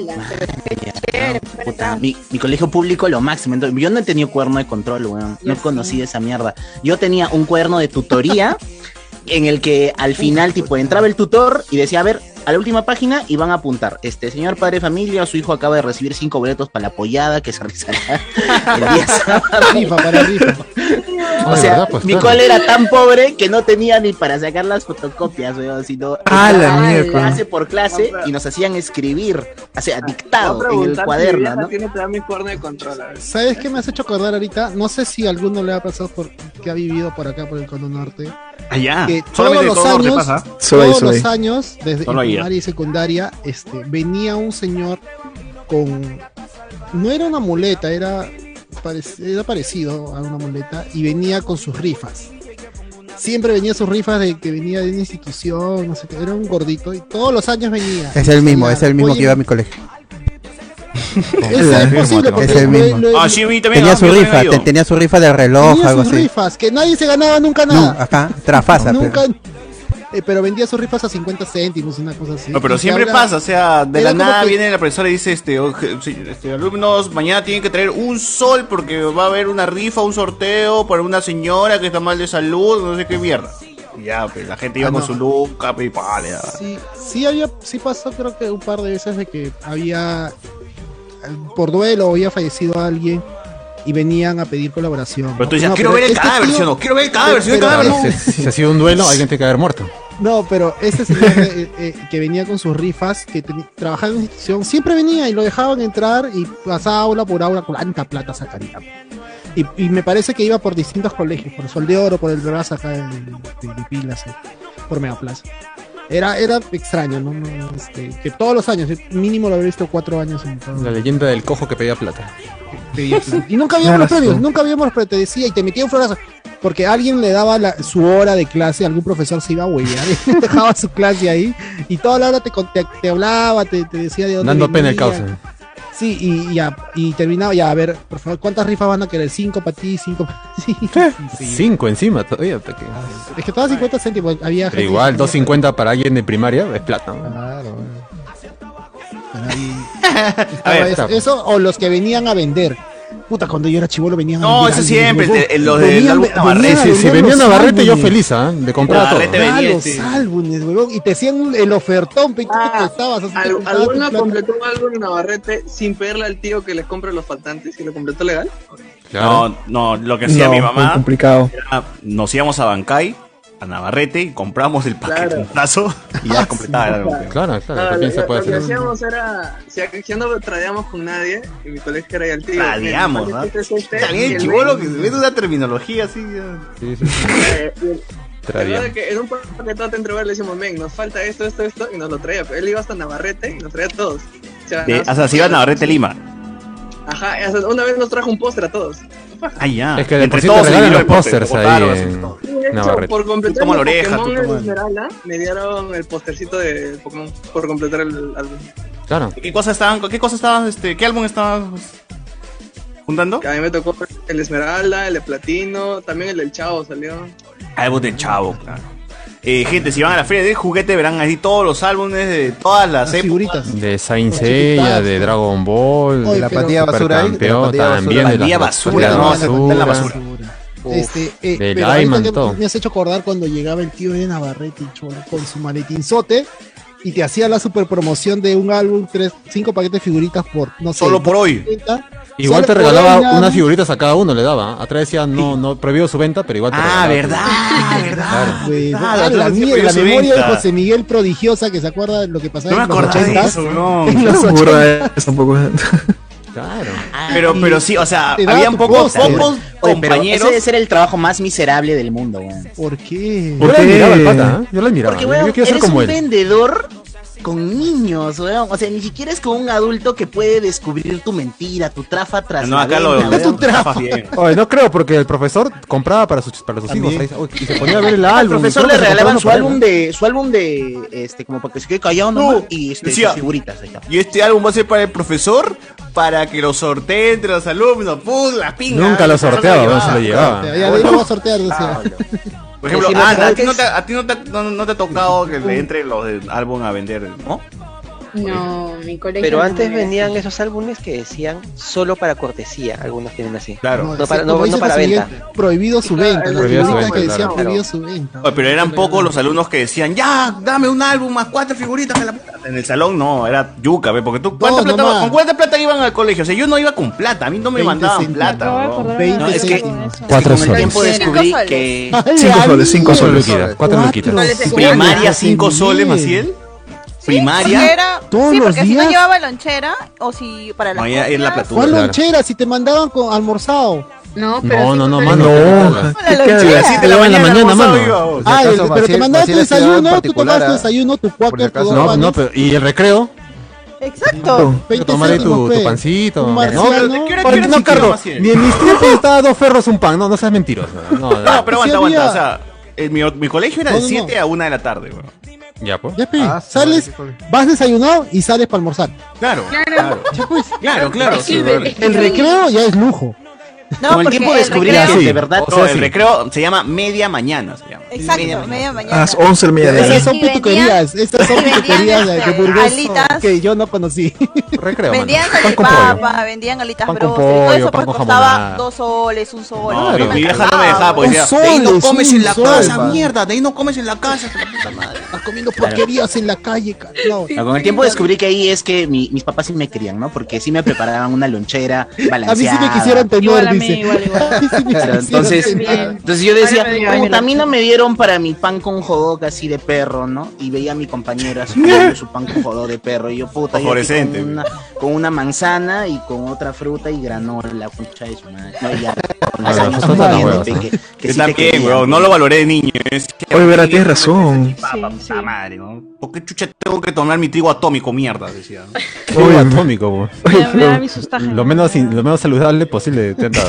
Speaker 12: Puta, mi, mi colegio público lo máximo. Entonces, yo no he tenido cuerno de control, weón. No conocí esa mierda. Yo tenía un cuerno de tutoría en el que al final, tipo, entraba el tutor y decía, a ver, a la última página y van a apuntar. Este señor padre de familia, su hijo acaba de recibir cinco boletos para la pollada que se realizará el día sábado.
Speaker 2: Ah,
Speaker 12: O
Speaker 2: de
Speaker 12: sea,
Speaker 2: verdad, pues,
Speaker 12: mi
Speaker 2: claro.
Speaker 12: cole era tan pobre que no tenía ni para sacar las fotocopias, weón, sino
Speaker 10: Ah, la
Speaker 12: entraba
Speaker 10: miércoles.
Speaker 12: clase por clase y nos hacían escribir, o sea, dictado
Speaker 9: Voy a
Speaker 12: en
Speaker 9: preguntar
Speaker 12: el
Speaker 9: si mi
Speaker 12: cuaderno,
Speaker 9: vieja
Speaker 12: ¿no?
Speaker 9: tiene también mi cuerno de control. a ver.
Speaker 17: ¿Sabes qué me has hecho acordar ahorita? No sé si alguno le ha pasado por que ha vivido por acá por el Cono Norte.
Speaker 1: Allá.
Speaker 17: Que
Speaker 1: Ah,
Speaker 17: todos
Speaker 1: Solamente
Speaker 17: los
Speaker 1: todo norte
Speaker 17: años,
Speaker 1: pasa.
Speaker 10: Solo ahí,
Speaker 17: todos
Speaker 10: solo
Speaker 17: los
Speaker 10: ahí.
Speaker 17: años desde
Speaker 1: Solo ahí,
Speaker 17: primaria y secundaria, este, venía un señor con no era una muleta, era parec- era parecido a una muleta y venía con sus rifas. Siempre venía sus rifas de que venía de una institución, no sé qué, era un gordito y todos los años venía.
Speaker 3: Es el mismo, es el mismo
Speaker 17: Oye,
Speaker 3: que iba a mi colegio.
Speaker 17: Es imposible, porque
Speaker 3: Es el
Speaker 17: lo-
Speaker 3: mismo.
Speaker 17: lo-
Speaker 1: Ah, sí, vi también.
Speaker 3: Tenía
Speaker 1: ah,
Speaker 3: su
Speaker 1: yo también
Speaker 3: rifa,
Speaker 1: he
Speaker 3: te-
Speaker 1: ido.
Speaker 3: tenía su rifa de reloj,
Speaker 17: Tenía
Speaker 3: algo
Speaker 17: sus
Speaker 3: así.
Speaker 17: rifas, que nadie se ganaba nunca nada.
Speaker 3: Ajá, trafasa. pero-
Speaker 17: Nunca, eh, pero vendía sus rifas a 50 céntimos, una cosa así.
Speaker 1: No, pero
Speaker 17: Y que
Speaker 1: siempre
Speaker 17: ahora-
Speaker 1: pasa, o sea, de
Speaker 17: Era
Speaker 1: la
Speaker 17: como
Speaker 1: nada
Speaker 17: que-
Speaker 1: viene la profesora y dice, este, oje- sí, este, alumnos, mañana tienen que traer un sol porque va a haber una rifa, un sorteo para una señora que está mal de salud, no sé qué mierda. Y ya, pues la gente iba
Speaker 17: Ah,
Speaker 1: con
Speaker 17: no.
Speaker 1: su look, capa y pa, le daba.
Speaker 17: Sí, sí, había, sí pasó creo que un par de veces de que había, eh, por duelo, había fallecido alguien y venían a pedir colaboración.
Speaker 1: Pero tú decías,
Speaker 17: No,
Speaker 1: quiero ver el
Speaker 17: este
Speaker 1: cadáver,
Speaker 17: tío-
Speaker 1: ¿sí o no? Quiero ver el cadáver, ¿sí o no?
Speaker 17: Pero-
Speaker 1: El cadáver, no.
Speaker 2: Si, si ha sido un duelo, alguien tiene que haber muerto.
Speaker 17: No, pero este señor eh, eh, que venía con sus rifas, que teni- trabajaba en una institución, siempre venía y lo dejaban entrar y pasaba aula por aula, cuánta plata sacaría. Y, y me parece que iba por distintos colegios, por Sol de Oro, por el Braza acá en Filipinas, eh, por Megaplaza. Era, era extraño, ¿no? No, este, que todos los años, mínimo lo había visto cuatro años en todo.
Speaker 2: La leyenda del cojo que pedía plata.
Speaker 17: Y nunca habíamos
Speaker 2: Claro,
Speaker 17: los premios,
Speaker 2: sí.
Speaker 17: nunca habíamos los premios, te decía y te metía un florazo. Porque alguien le daba la- su hora de clase, algún profesor se iba a huevear, y dejaba su clase ahí, y toda la hora te, con- te, te hablaba, te, te decía de dónde.
Speaker 2: Dando pena el
Speaker 17: venía.
Speaker 2: causa.
Speaker 17: Sí, y, ya, y terminaba, ya, a ver, por favor, ¿cuántas rifas van a querer? Cinco para ti, cinco para ti.
Speaker 2: Eh. Cinco encima todavía. hasta que-
Speaker 17: Es que todas 50 céntimos había
Speaker 2: Pero
Speaker 17: gente-
Speaker 2: igual, 2.50 para alguien de primaria es plata. ¿no?
Speaker 17: Claro.
Speaker 2: A ver,
Speaker 17: eso,
Speaker 2: está.
Speaker 17: eso o los que venían a vender. Puta, cuando yo era chivolo venían
Speaker 1: No,
Speaker 17: a
Speaker 1: eso
Speaker 17: vender.
Speaker 1: siempre,
Speaker 17: álbumes,
Speaker 1: te-
Speaker 17: weón.
Speaker 1: los de-
Speaker 17: Venían-
Speaker 1: de Navarrete.
Speaker 17: venían
Speaker 1: Sí, sí,
Speaker 17: vender
Speaker 1: venían
Speaker 17: los
Speaker 2: Navarrete, yo
Speaker 17: álbumes.
Speaker 2: feliz, ¿ah? De comprar todo.
Speaker 1: Navarrete
Speaker 17: Ah,
Speaker 1: venía,
Speaker 17: los
Speaker 1: sí.
Speaker 17: álbumes, huevón. Y te hacían el ofertón, pe, tú te prestabas, así te
Speaker 9: ¿Al-
Speaker 17: prestabas tu
Speaker 9: ¿Alguna
Speaker 17: plata.
Speaker 9: completó un álbum en Navarrete sin pedirle al tío que le compre los faltantes y lo completó legal?
Speaker 1: No, no, lo que hacía
Speaker 10: No,
Speaker 1: mi mamá.
Speaker 10: muy complicado.
Speaker 1: era, nos íbamos a Bancay, a Navarrete, y compramos el paquetazo y ya completaba el álbum.
Speaker 2: Claro, claro,
Speaker 9: Ah,
Speaker 2: también se
Speaker 9: lo,
Speaker 2: puede
Speaker 9: lo que
Speaker 2: hacer.
Speaker 9: hacíamos era, si aquí ya no tradeamos con nadie, en mi colegio era el tío.
Speaker 1: Tradeamos,
Speaker 9: "Mira,
Speaker 1: ¿no?
Speaker 9: este es este,
Speaker 1: Está
Speaker 9: y
Speaker 1: bien,
Speaker 9: el
Speaker 1: chivolo, que
Speaker 9: de-
Speaker 1: se ve una terminología así.
Speaker 2: Sí, sí, sí.
Speaker 9: eh, y el- la verdad
Speaker 2: Traía.
Speaker 9: es que en un paquetote entre varios le decimos, men, nos falta esto, esto, esto, y nos lo traía. Pero él iba hasta Navarrete y nos traía a todos. O sea,
Speaker 1: De-
Speaker 9: nos-
Speaker 1: hasta se iba a Navarrete Lima.
Speaker 9: Ajá, hasta una vez nos trajo un póster a todos.
Speaker 1: Ah, ya.
Speaker 2: Es que de por sí te
Speaker 1: todos se
Speaker 2: regalan
Speaker 1: dividió
Speaker 2: los
Speaker 1: el póster,
Speaker 2: pósters
Speaker 1: lo
Speaker 2: ahí
Speaker 1: botaron, así,
Speaker 2: en
Speaker 1: todo.
Speaker 9: Y de hecho,
Speaker 2: Navarrete.
Speaker 9: por completar
Speaker 1: Toma
Speaker 9: el
Speaker 1: la oreja,
Speaker 9: Pokémon
Speaker 1: tú toma el-
Speaker 9: Esmeralda, me dieron el postercito de Pokémon por completar el álbum.
Speaker 2: Claro.
Speaker 1: ¿Qué cosas estaban, qué cosas estaban, este, qué álbum estaban juntando?
Speaker 9: Que a mí me tocó el Esmeralda, el de Platino, también el del Chavo salió.
Speaker 1: Álbum del chavo, claro. Eh, gente, si van a la feria de juguete verán ahí todos los álbumes de todas las, épocas.
Speaker 2: De Saint Seiya, de Dragon Ball,
Speaker 1: Oye,
Speaker 2: de
Speaker 1: pero-
Speaker 2: Supercampeón,
Speaker 1: La patilla
Speaker 2: también
Speaker 1: basura.
Speaker 2: de la
Speaker 1: Patilla basura, no,
Speaker 2: basura,
Speaker 1: está en la basura.
Speaker 2: Uf.
Speaker 17: Este, eh,
Speaker 2: Del
Speaker 17: pero ahorita
Speaker 2: Iman,
Speaker 17: que
Speaker 2: todo.
Speaker 17: me has hecho acordar cuando llegaba el tío de Navarrete cholo, con su maletinzote y te hacía la super promoción de un álbum, tres, cinco paquetes de figuritas por no sé,
Speaker 2: Solo por hoy.
Speaker 17: 30.
Speaker 2: Igual
Speaker 17: Solo
Speaker 2: te
Speaker 17: por
Speaker 2: regalaba
Speaker 17: hoy, nada
Speaker 2: unas
Speaker 17: más.
Speaker 2: figuritas a cada uno, le daba. Atrás decía, no, no, prohibido su venta, pero igual te Ah,
Speaker 1: verdad,
Speaker 2: verdad.
Speaker 17: Pues,
Speaker 1: Ah,
Speaker 17: ah, la,
Speaker 1: entonces
Speaker 17: mía-
Speaker 1: fue
Speaker 17: la
Speaker 1: su
Speaker 17: memoria de
Speaker 1: venta.
Speaker 17: José Miguel prodigiosa que se acuerda de lo que pasaba
Speaker 1: No me
Speaker 17: en los
Speaker 1: acordaba de
Speaker 17: 80s.
Speaker 1: eso, weón.
Speaker 17: En los
Speaker 1: No me
Speaker 17: 80s.
Speaker 10: Tampoco.
Speaker 2: Claro.
Speaker 13: Ah,
Speaker 1: Pero, pero sí, o sea,
Speaker 12: Te daba
Speaker 1: habían
Speaker 12: tu eh.
Speaker 1: pocos,
Speaker 12: póster.
Speaker 1: pocos
Speaker 12: Oye, pero
Speaker 1: compañeros.
Speaker 12: Ese debe ser el trabajo más miserable del mundo, weón.
Speaker 17: ¿Por qué?
Speaker 2: Yo la miraba al pata, ¿eh? yo la miraba.
Speaker 12: Porque,
Speaker 2: Yo,
Speaker 12: weón,
Speaker 2: quiero ser
Speaker 12: eres
Speaker 2: como
Speaker 12: un
Speaker 2: él.
Speaker 12: vendedor con niños, weón. O sea, ni siquiera es con un adulto que puede descubrir tu mentira, tu trafa tras
Speaker 2: No,
Speaker 12: la
Speaker 2: acá lo-
Speaker 12: venta,
Speaker 2: lo-
Speaker 12: weón.
Speaker 2: tu trafa. Oye, no creo, porque el profesor compraba para sus, para sus hijos.
Speaker 12: También.
Speaker 2: ahí, uy, Y se ponía a ver el
Speaker 12: Al
Speaker 2: álbum.
Speaker 12: profesor
Speaker 2: creo
Speaker 12: le
Speaker 2: que se
Speaker 12: regalaban su
Speaker 2: compraba uno
Speaker 12: álbum de, su álbum de, este, como para que se quede callado nomás, y este,
Speaker 1: decía,
Speaker 12: sus figuritas, ahí está.
Speaker 1: Y este álbum va a ser para el profesor, para que lo sortee entre los alumnos. ¡Pum! La
Speaker 2: por ahí.
Speaker 1: pinga.
Speaker 2: Nunca lo
Speaker 1: El profesor
Speaker 2: sorteaba, weón, se lo llevaba.
Speaker 17: Ya, ya, de ahí lo voy a sortear, decía.
Speaker 1: Por ejemplo,
Speaker 17: Decime,
Speaker 1: Ana, ¿a
Speaker 17: ¿sabes
Speaker 1: ti, no te, a ti no te- no- no te ha tocado que le entre los del álbum a vender, ¿no?
Speaker 14: No, mi colegio.
Speaker 13: Pero
Speaker 14: no
Speaker 13: antes
Speaker 14: era
Speaker 13: venían esos álbumes que decían solo para cortesía, algunos tienen así.
Speaker 1: Claro.
Speaker 13: No para, no,
Speaker 17: Como dice
Speaker 13: no para
Speaker 17: José Miguel,
Speaker 13: venta.
Speaker 17: Prohibido su venta. La
Speaker 1: Prohibido su
Speaker 17: figurita
Speaker 1: venta,
Speaker 17: que decía
Speaker 1: claro.
Speaker 17: prohibido su venta.
Speaker 1: Oye, Pero eran pocos los alumnos que decían, ya, dame un álbum más cuatro figuritas. que la puta". En el salón no, era yuca, ¿ve? Porque tú, ¿cuánta plata,
Speaker 17: nomás.
Speaker 1: ¿con cuánta plata iban al colegio? O sea, yo no iba con plata, a mí no me
Speaker 17: 20
Speaker 1: mandaban
Speaker 17: céntimos.
Speaker 1: plata.
Speaker 17: Acabo de
Speaker 1: ¿no?
Speaker 17: acordarme de 20
Speaker 1: No, es que-
Speaker 17: céntimos.
Speaker 2: Cuatro
Speaker 1: con el
Speaker 2: soles.
Speaker 1: tiempo descubrí
Speaker 14: soles.
Speaker 1: que...
Speaker 2: Cinco soles, cinco
Speaker 1: Cuatro
Speaker 2: soles. Luquita, Cuatro luquitas.
Speaker 1: En Primaria, cinco soles,
Speaker 2: más
Speaker 1: Maciel.
Speaker 16: Porque
Speaker 1: Primaria.
Speaker 16: era-
Speaker 17: ¿Todos
Speaker 16: sí,
Speaker 17: los
Speaker 16: porque si
Speaker 17: días?
Speaker 16: no llevaba lonchera o si para la
Speaker 1: No, ya es la platuda.
Speaker 17: ¿Cuál lonchera? Si te mandaban con almorzado.
Speaker 14: No,
Speaker 2: No, no, no,
Speaker 17: sí,
Speaker 2: mano.
Speaker 17: pero-
Speaker 2: ¿Qué queda?
Speaker 17: lonchera.
Speaker 2: A las siete de la
Speaker 17: Pero en la
Speaker 2: mañana,
Speaker 17: mañana,
Speaker 2: mano.
Speaker 17: Ah, el- pero te mandabas tu
Speaker 8: Maciel estudiaba en
Speaker 17: desayuno, tú
Speaker 8: particular,
Speaker 17: tomabas tu
Speaker 8: ah.
Speaker 17: desayuno, tu cuáquer, tu
Speaker 2: No, no, pero ¿y el recreo?
Speaker 16: Exacto.
Speaker 2: Quiero tomar ahí tu, tu pancito.
Speaker 17: Un
Speaker 2: No,
Speaker 17: marciano. ¿De
Speaker 2: pero-
Speaker 17: qué hora-
Speaker 2: Oye,
Speaker 17: qué hora
Speaker 2: no,
Speaker 17: se
Speaker 2: Carlos,
Speaker 1: quedó Maciel?
Speaker 2: ni en mis tiempos estaba dos ferros un pan. No, no seas mentiroso. No, no,
Speaker 1: No, pero
Speaker 17: Sí
Speaker 1: aguanta, aguanta.
Speaker 17: había.
Speaker 1: O sea, el- mi, mi colegio era
Speaker 17: No,
Speaker 1: de
Speaker 17: no, no.
Speaker 1: 7 a 1 de la tarde, weón.
Speaker 2: Ya, pues.
Speaker 17: Ya, pe, sales, vas desayunado y sales para almorzar.
Speaker 1: Claro,
Speaker 17: claro.
Speaker 1: Claro, claro. sí, weón.
Speaker 17: El recreo ya es lujo.
Speaker 16: No, Con el porque tiempo el descubrí recreo- que de verdad-
Speaker 17: Oh,
Speaker 1: O sea,
Speaker 16: o sea,
Speaker 1: el
Speaker 16: sí.
Speaker 1: recreo se llama media mañana. Se llama.
Speaker 16: Exacto, media
Speaker 1: mañana.
Speaker 16: mañana.
Speaker 10: A
Speaker 2: Ah,
Speaker 10: las 11 del mediodía.
Speaker 17: Esas son pituquerías, esas son pituquerías de, de burgués
Speaker 16: alitas.
Speaker 17: que yo no conocí.
Speaker 2: Recreo,
Speaker 16: Vendían salipapa, vendían alitas
Speaker 17: Pan con
Speaker 16: bros, y todo
Speaker 17: pollo,
Speaker 16: eso
Speaker 17: pan
Speaker 16: pues
Speaker 17: con
Speaker 16: costaba
Speaker 17: jamonada.
Speaker 16: dos soles, un sol.
Speaker 10: Ah.
Speaker 1: No, mi,
Speaker 16: me
Speaker 1: mi vieja no me
Speaker 16: alcanzaba,
Speaker 1: dejaba porque
Speaker 16: weón.
Speaker 1: decía,
Speaker 17: Un
Speaker 1: de ahí no
Speaker 17: sol,
Speaker 1: comes
Speaker 17: un
Speaker 1: en la
Speaker 17: sol,
Speaker 1: casa,
Speaker 17: pa".
Speaker 1: mierda, de ahí no comes en la casa, la puta madre.
Speaker 17: Estás comiendo porquerías en la calle, ca- no.
Speaker 12: Ah, Con el tiempo descubrí que ahí es que mi- mis papás sí me querían, ¿no? Porque sí me preparaban una lonchera balanceada.
Speaker 17: A mí sí me quisieron tener,
Speaker 12: Igual a mí,
Speaker 17: dice.
Speaker 12: igual, igual.
Speaker 17: A mí sí me
Speaker 12: Claro,
Speaker 17: quisieron
Speaker 12: entonces,
Speaker 17: tener.
Speaker 12: entonces yo decía,
Speaker 17: Ahora me digan,
Speaker 12: puta, a mí
Speaker 17: mira.
Speaker 12: no me dieron para mi pan con jodó así de perro, ¿no? Y veía a mi compañero así comiendo su pan con jodó de perro. Y yo, puta, yo aquí
Speaker 1: Fosforescente,
Speaker 12: con una, con una manzana y con otra fruta y granola, concha de su madre. No, ya, con los
Speaker 1: Ah,
Speaker 12: años
Speaker 1: son tan
Speaker 12: viendo
Speaker 1: huevos,
Speaker 12: que-
Speaker 1: ¿no?
Speaker 12: que- que
Speaker 1: Yo
Speaker 12: sí te
Speaker 1: también,
Speaker 12: querían,
Speaker 1: weón, no lo valoré de niño. Es que
Speaker 10: Oye, Vera, tienes razón.
Speaker 1: Papa, puta madre, ¿no? ¿Por qué chucha tengo que tomar mi trigo atómico, mierda? Decía.
Speaker 2: Muy atómico, güey.
Speaker 14: Me da- me da mi sustaje.
Speaker 2: Lo menos, in- lo menos saludable posible. Tenta.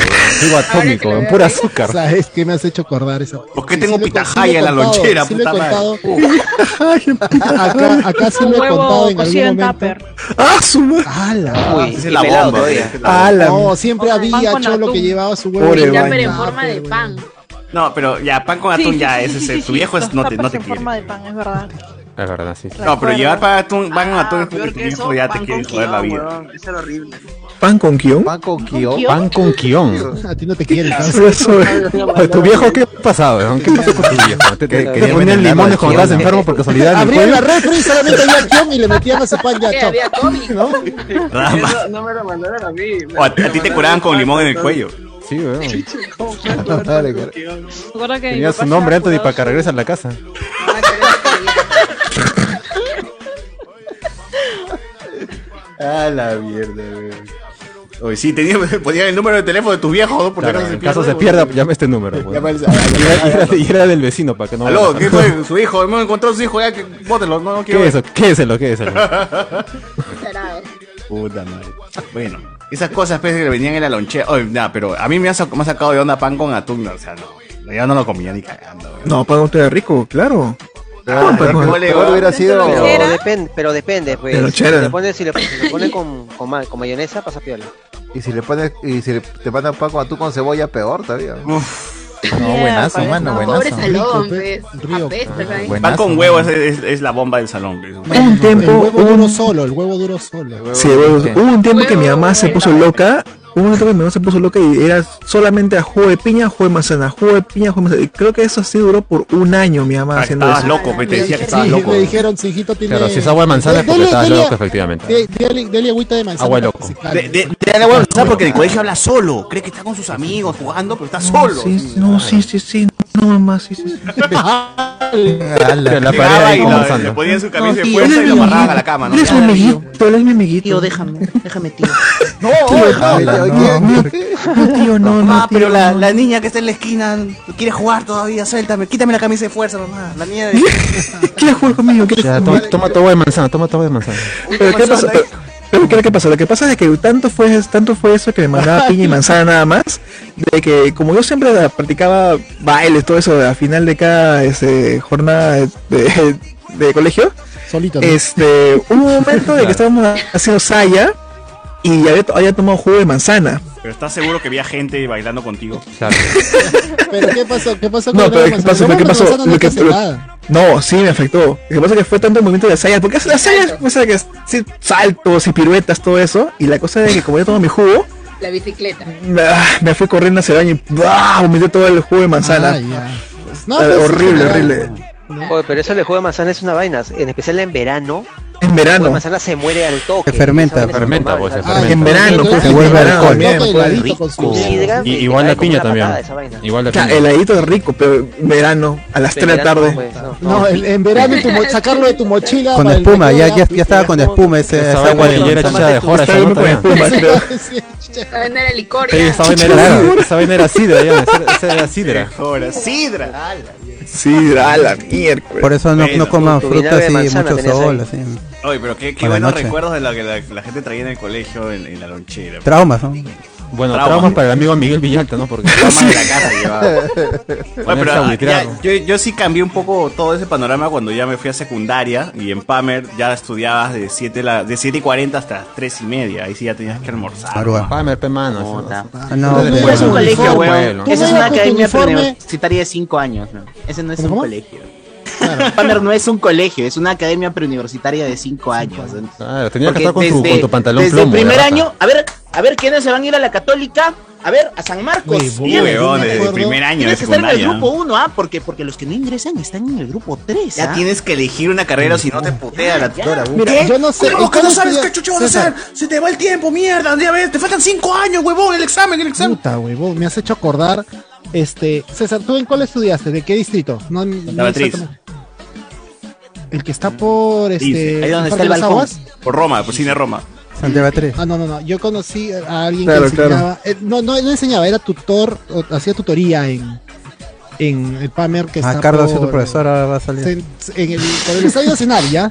Speaker 2: Digo atómico, en pura azúcar.
Speaker 17: ¿Sabes qué me has hecho acordar eso?
Speaker 1: ¿Por qué tengo
Speaker 17: lo he con-
Speaker 1: pitahaya
Speaker 17: sí
Speaker 1: en
Speaker 17: lo he
Speaker 1: la
Speaker 17: contado,
Speaker 1: lonchera,
Speaker 17: sí lo he
Speaker 1: puta madre?
Speaker 17: contado. Acá, acá sí
Speaker 19: Un
Speaker 17: lo he
Speaker 19: huevo
Speaker 17: contado en
Speaker 19: cocido
Speaker 17: algún
Speaker 19: en
Speaker 17: momento.
Speaker 10: ¡Ah, su madre!
Speaker 17: ¡Hala!
Speaker 1: Uy, Esa es la y pelado bomba, todavía. güey. ¡Hala!
Speaker 17: No, siempre
Speaker 14: Pan
Speaker 17: había
Speaker 14: con
Speaker 17: cholo que
Speaker 14: atún.
Speaker 17: llevaba su huevo.
Speaker 1: Pobre
Speaker 17: en la
Speaker 1: vaina.
Speaker 14: Pero en
Speaker 17: mano.
Speaker 14: forma de pan.
Speaker 1: No, pero ya, pan con
Speaker 14: Sí,
Speaker 1: atún
Speaker 14: sí,
Speaker 1: ya,
Speaker 14: sí,
Speaker 1: ese,
Speaker 14: sí,
Speaker 1: ese-
Speaker 14: sí,
Speaker 1: tu
Speaker 14: sí.
Speaker 1: viejo es, no, te, no
Speaker 16: Tapas
Speaker 1: te
Speaker 16: en
Speaker 1: quiere.
Speaker 16: forma de pan, es verdad.
Speaker 2: Es verdad, sí.
Speaker 1: No, pero llevar pan, atún, pan
Speaker 14: Ah,
Speaker 1: con atún es
Speaker 9: peor
Speaker 1: porque tu
Speaker 9: que eso,
Speaker 1: viejo ya te
Speaker 9: pan
Speaker 1: quiere
Speaker 9: con
Speaker 1: joder la
Speaker 9: quinoa,
Speaker 1: vida.
Speaker 9: Eso era horrible.
Speaker 10: ¿Pan con guión?
Speaker 8: Pan con
Speaker 2: guión. Pan con guión.
Speaker 17: A ti no te quieren.
Speaker 2: ¿Tu viejo qué ha pasado? weón? ¿Qué pasó con tu viejo? Te, te-
Speaker 17: Que-
Speaker 2: te
Speaker 17: que
Speaker 2: ponían
Speaker 17: le
Speaker 2: limones
Speaker 17: mandaron
Speaker 2: cuando estabas
Speaker 17: la
Speaker 2: enfermo por casualidad. en el
Speaker 17: Abrían
Speaker 2: cuello?
Speaker 17: la refri y solamente había guión y le metían ese pan ya,
Speaker 9: Sí,
Speaker 17: chao.
Speaker 9: había
Speaker 17: ¿No?
Speaker 2: Uh,
Speaker 9: Eso no me lo mandaron a mí. me
Speaker 1: O a, a
Speaker 9: lo
Speaker 1: ti te
Speaker 9: mandaron
Speaker 1: curaban con
Speaker 9: a-
Speaker 1: limón en el cuello.
Speaker 2: Sí, weón.
Speaker 9: ¿Cómo fue?
Speaker 2: Dale, cara. Tenía su nombre, Anthony, para que regrese a la casa.
Speaker 1: A la mierda, weón. Oye, sí, tenía, ponían el número de teléfono de tus viejos, ¿no? Por si
Speaker 2: Claro,
Speaker 1: acaso
Speaker 2: en caso se
Speaker 1: weón.
Speaker 2: pierda, llama este número. weón.
Speaker 1: Llama el-
Speaker 2: Y era- y era- Y era del vecino, para que no...
Speaker 1: Aló, ¿qué fue? Su hijo, hemos encontrado a su hijo, ya que bótelo, no, no quiero.
Speaker 2: ¿Qué es
Speaker 1: ver.
Speaker 2: eso? ¿Qué es eso? ¿Qué es eso?
Speaker 1: Puta madre. Bueno, esas cosas pues, que le venían en la lonchera. Oye, nada, pero a mí me ha, sac- me ha sacado de onda pan con atún. no, o sea, no, yo no lo comía ni cagando.
Speaker 10: No, pan usted rico, claro.
Speaker 1: Ah,
Speaker 10: pan con-
Speaker 1: huele,
Speaker 10: peor
Speaker 1: va.
Speaker 10: hubiera sido-
Speaker 13: Pero,
Speaker 10: ¿Lonchera?
Speaker 13: depende, pero depende, pues.
Speaker 10: De
Speaker 13: Si
Speaker 10: lonchera.
Speaker 13: le pones, si le, si le pones con, con, ma- con mayonesa, pasa piola.
Speaker 8: Y si le pones, y si le- te mandan pan con atún con cebolla, peor todavía.
Speaker 15: No, buenazo, mano,
Speaker 14: Pobre
Speaker 15: buenazo.
Speaker 14: salón, pues. Apesta, ¿sabes?
Speaker 1: Pan con huevo es, es- es la bomba del salón. pues.
Speaker 17: El huevo duro solo, el huevo duro solo.
Speaker 10: Sí, huevos. Hubo un tiempo que mi mamá se puso loca. Hubo un tiempo que mi mamá se puso loca y era solamente a jugo de piña, jugo de manzana, jugo de piña, jugo de manzana. Y creo que eso así duró por un año mi mamá
Speaker 1: Ah,
Speaker 10: haciendo
Speaker 1: estabas
Speaker 10: eso.
Speaker 1: loco, pe, te decía que
Speaker 17: Sí,
Speaker 1: estabas loco.
Speaker 17: le dijeron, si hijito tiene...
Speaker 2: Claro, si es agua de manzana es porque
Speaker 17: Dele-
Speaker 2: estabas
Speaker 17: dele-
Speaker 2: loco, efectivamente.
Speaker 17: de- Dele dele agüita de manzana.
Speaker 2: Agua de loco.
Speaker 1: De, de, de la hueva, ¿sabes? porque en el colegio habla solo. Cree que está con sus amigos jugando, pero está solo. Ah.
Speaker 10: Sí, sí, no, sí, sí, sí. No, mamá, sí, sí. sí.
Speaker 2: la, la
Speaker 1: Llegaba
Speaker 2: pared ahí
Speaker 1: y la-
Speaker 2: conversando.
Speaker 1: le ponía su camisa
Speaker 13: No,
Speaker 1: de
Speaker 13: tío,
Speaker 1: fuerza y lo
Speaker 13: no,
Speaker 1: amarraban
Speaker 13: no.
Speaker 1: a la cama, ¿no?
Speaker 13: No,
Speaker 10: Es mi amiguito, él es mi amiguito.
Speaker 13: Tío, déjame, déjame, tío.
Speaker 1: No,
Speaker 10: No, tío, no, no.
Speaker 1: Mamá,
Speaker 10: tío,
Speaker 1: Ah, pero la,
Speaker 10: no.
Speaker 1: la niña que está en la esquina quiere jugar todavía, suéltame, quítame la camisa de fuerza, mamá. La niña de...
Speaker 10: ¿Quieres jugar conmigo? ¿Quieres
Speaker 2: Ya,
Speaker 10: jugar?
Speaker 2: toma, toma tu agua de manzana, toma tu agua de manzana.
Speaker 10: Pero ¿qué pasa? Pero, pero ¿qué es lo que pasa? Lo que pasa es que tanto fue, tanto fue eso que me mandaba piña y manzana nada más, de que como yo siempre practicaba bailes, todo eso, al final de cada este, jornada de, de- de colegio,
Speaker 17: Solito. ¿no?
Speaker 10: este, hubo un momento de que estábamos haciendo saya y había, to- había tomado jugo de manzana.
Speaker 1: Pero estás seguro que había gente bailando contigo.
Speaker 17: Pero ¿qué pasó? ¿Qué pasó con
Speaker 10: No,
Speaker 17: el
Speaker 10: pero
Speaker 17: agua de
Speaker 10: ¿qué pasó?
Speaker 17: manzana?
Speaker 10: ¿Qué
Speaker 17: El agua de
Speaker 10: pasó?
Speaker 17: manzana no
Speaker 10: Lo
Speaker 17: te
Speaker 10: que-
Speaker 17: hace nada.
Speaker 10: No, sí, me afectó. Lo que pasa es que fue tanto el movimiento de las sayas, porque las sayas, pues, era que sí, saltos y piruetas, todo eso, y la cosa de que como yo tomo mi jugo,
Speaker 14: La bicicleta.
Speaker 10: Ah, me fui corriendo hacia el baño y ¡bah! vomité todo el jugo de manzana.
Speaker 17: Ah, ya. No,
Speaker 10: Ah,
Speaker 17: pues,
Speaker 10: horrible,
Speaker 17: ah,
Speaker 10: horrible.
Speaker 13: Oye, pero eso del jugo de manzana es una vaina. En especial en verano.
Speaker 10: En
Speaker 13: El jugo de
Speaker 10: verano.
Speaker 13: manzana se muere al toque.
Speaker 3: Se fermenta.
Speaker 13: Esa vaina Ah, es
Speaker 2: Fermenta,
Speaker 13: normal,
Speaker 2: pues, se
Speaker 13: ¿sabes?
Speaker 2: fermenta.
Speaker 10: En verano, pues,
Speaker 3: Se
Speaker 10: en
Speaker 3: vuelve
Speaker 10: verano
Speaker 3: alcohol.
Speaker 10: también.
Speaker 17: Todo heladito con su-
Speaker 13: Rico.
Speaker 2: Y- igual la piña también. Igual la
Speaker 10: Ya,
Speaker 2: piña.
Speaker 10: heladito es rico, pero en verano, a las 3 de la tarde.
Speaker 17: No, en, en verano tu mo- sacarlo de tu mochila.
Speaker 3: Con
Speaker 17: para el
Speaker 3: espuma, ya,
Speaker 17: recreo,
Speaker 3: ya, ya estaba con espuma ese,
Speaker 2: Esa
Speaker 3: esa
Speaker 2: vaina
Speaker 3: agua
Speaker 2: de
Speaker 3: de
Speaker 2: hielo
Speaker 3: manzana.
Speaker 2: chicha de jora,
Speaker 10: Está bien
Speaker 2: no
Speaker 10: con espuma, creo.
Speaker 14: La vender el licor.
Speaker 2: Sí,
Speaker 14: ya.
Speaker 2: Esa vaina era- esa vaina era sidra, ya. esa- Esa era sidra.
Speaker 1: Ahora, sidra.
Speaker 10: Sí, a la miércoles.
Speaker 3: Por eso no,
Speaker 1: Bueno,
Speaker 3: no coman
Speaker 13: tu
Speaker 3: frutas
Speaker 13: vinagre de
Speaker 3: y
Speaker 13: manzana
Speaker 3: mucho
Speaker 13: tenías
Speaker 3: sol,
Speaker 13: ahí.
Speaker 3: así.
Speaker 1: Oye, pero qué, qué
Speaker 3: Buenas
Speaker 1: buenos
Speaker 3: noches.
Speaker 1: recuerdos de lo que la, la gente traía en el colegio en, en la lonchera.
Speaker 3: Traumas, ¿no?
Speaker 2: Bueno,
Speaker 1: Traumas.
Speaker 2: traumas para el amigo Miguel Villalta, ¿no? Porque
Speaker 1: Traumas de la casa llevaba. Oye,
Speaker 2: Ponerse
Speaker 1: pero,
Speaker 2: a
Speaker 1: ah,
Speaker 2: buitrear,
Speaker 1: ya, yo, yo sí cambié un poco todo ese panorama cuando ya me fui a secundaria y en Pamer ya estudiabas de 7 la, de siete y 40 hasta las 3 y media. Ahí sí ya tenías que almorzar.
Speaker 3: Aruga.
Speaker 2: Palmer, pe mano. eso-
Speaker 3: Ah, No,
Speaker 2: Eso
Speaker 3: pero-
Speaker 2: es
Speaker 12: colegio,
Speaker 2: un colegio,
Speaker 12: weón.
Speaker 2: weón.
Speaker 12: Esa es una
Speaker 17: ¿Cómo iba con tu
Speaker 12: academia
Speaker 17: uniforme?
Speaker 12: preuniversitaria de 5 años. ¿no? Ese no es un
Speaker 17: ¿Cómo?
Speaker 12: colegio. Palmer no es un colegio, es una academia preuniversitaria de 5 años. ¿no?
Speaker 2: Claro, tenías Ah, que
Speaker 12: Porque
Speaker 2: estar con tu,
Speaker 12: desde-
Speaker 2: con tu pantalón
Speaker 12: desde
Speaker 2: plomo.
Speaker 12: el primer
Speaker 2: de rata.
Speaker 12: año, a ver, a ver quiénes se van a ir a la Católica, a ver, a San Marcos.
Speaker 17: Huevón,
Speaker 1: Sí,
Speaker 12: Mierda,
Speaker 1: weón,
Speaker 12: ¿no?
Speaker 1: desde el primer año de
Speaker 12: Tienes que estar en el
Speaker 1: secundaria.
Speaker 12: grupo 1, ¿ah? Porque, porque los que no ingresan están en el grupo ¿ah? 3.
Speaker 1: Ya tienes que elegir una carrera o si no te putea la tutora. güey.
Speaker 17: Ah, Mira, yo no sé. ¿y
Speaker 1: ¿Cómo que
Speaker 17: cómo
Speaker 1: no sabes
Speaker 17: estudia-
Speaker 1: qué chucho vas a
Speaker 17: César,
Speaker 1: hacer? Se te va el tiempo, mierda. Ya ves, te faltan 5 años, huevón, el examen, el examen.
Speaker 17: Puta, huevón, me has hecho acordar. Este, César, ¿tú en cuál estudiaste? ¿De qué distrito? No, no
Speaker 1: Beatriz.
Speaker 17: exactamente. El que está por este.
Speaker 1: Dice,
Speaker 12: Mm. ahí donde
Speaker 17: Parque
Speaker 12: está el
Speaker 17: Las
Speaker 12: balcón.
Speaker 17: Aguas.
Speaker 1: Por Roma, por Cine Roma.
Speaker 3: Santiago Batres.
Speaker 17: Ah, no, no, no. Yo conocí a alguien
Speaker 10: Claro,
Speaker 17: que enseñaba. eh, no, no, no enseñaba, era tutor, o hacía tutoría en, en el Pamer que
Speaker 3: Ah,
Speaker 17: está
Speaker 3: Carlos,
Speaker 17: por,
Speaker 3: tu profesor, ahora va a salir.
Speaker 17: se- en el, por el estadio Cenar, ¿ya?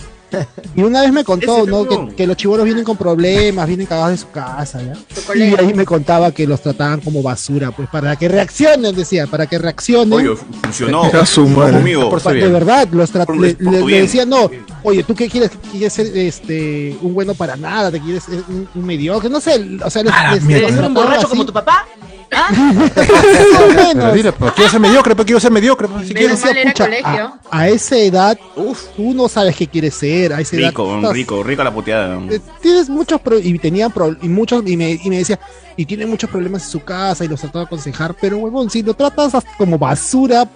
Speaker 17: Y una vez me contó,
Speaker 18: Ese
Speaker 17: ¿no?
Speaker 18: cabrón.
Speaker 17: Que, que los chivoros vienen con problemas, vienen cagados de su casa, ¿ya? Y
Speaker 18: colega.
Speaker 17: ahí me contaba que los trataban como basura, pues, para que reaccionen, decía, para que reaccionen.
Speaker 1: Oye, funcionó.
Speaker 17: Era su madre.
Speaker 1: conmigo.
Speaker 17: Pa- de verdad, los tra-
Speaker 1: Por-
Speaker 17: le,
Speaker 1: por tu
Speaker 17: le- le
Speaker 1: bien.
Speaker 17: decían, no, oye, ¿tú qué quieres? ¿Quieres ser este, un bueno para nada? ¿Te quieres eh, un, un mediocre? No sé, o sea, les, les-
Speaker 12: mierda.
Speaker 17: los
Speaker 12: ¿Ser un
Speaker 17: trataban
Speaker 12: borracho
Speaker 17: así.
Speaker 12: como tu papá? ¿Ah?
Speaker 2: Pero dile, pues, pero quiero ser mediocre, pero quiero ser mediocre. pues, Si
Speaker 17: Y yo
Speaker 2: quieres
Speaker 17: decía,
Speaker 2: ser
Speaker 17: pucha, a, a esa edad, tú no sabes qué quieres ser, a esa edad.
Speaker 1: Rico,
Speaker 17: estás-
Speaker 1: rico, rico la puteada.
Speaker 17: eh, tienes muchos pro- y tenían pro- y muchos y me, y me decía y tiene muchos problemas en su casa y los trataba de aconsejar pero huevón si lo tratas hasta como basura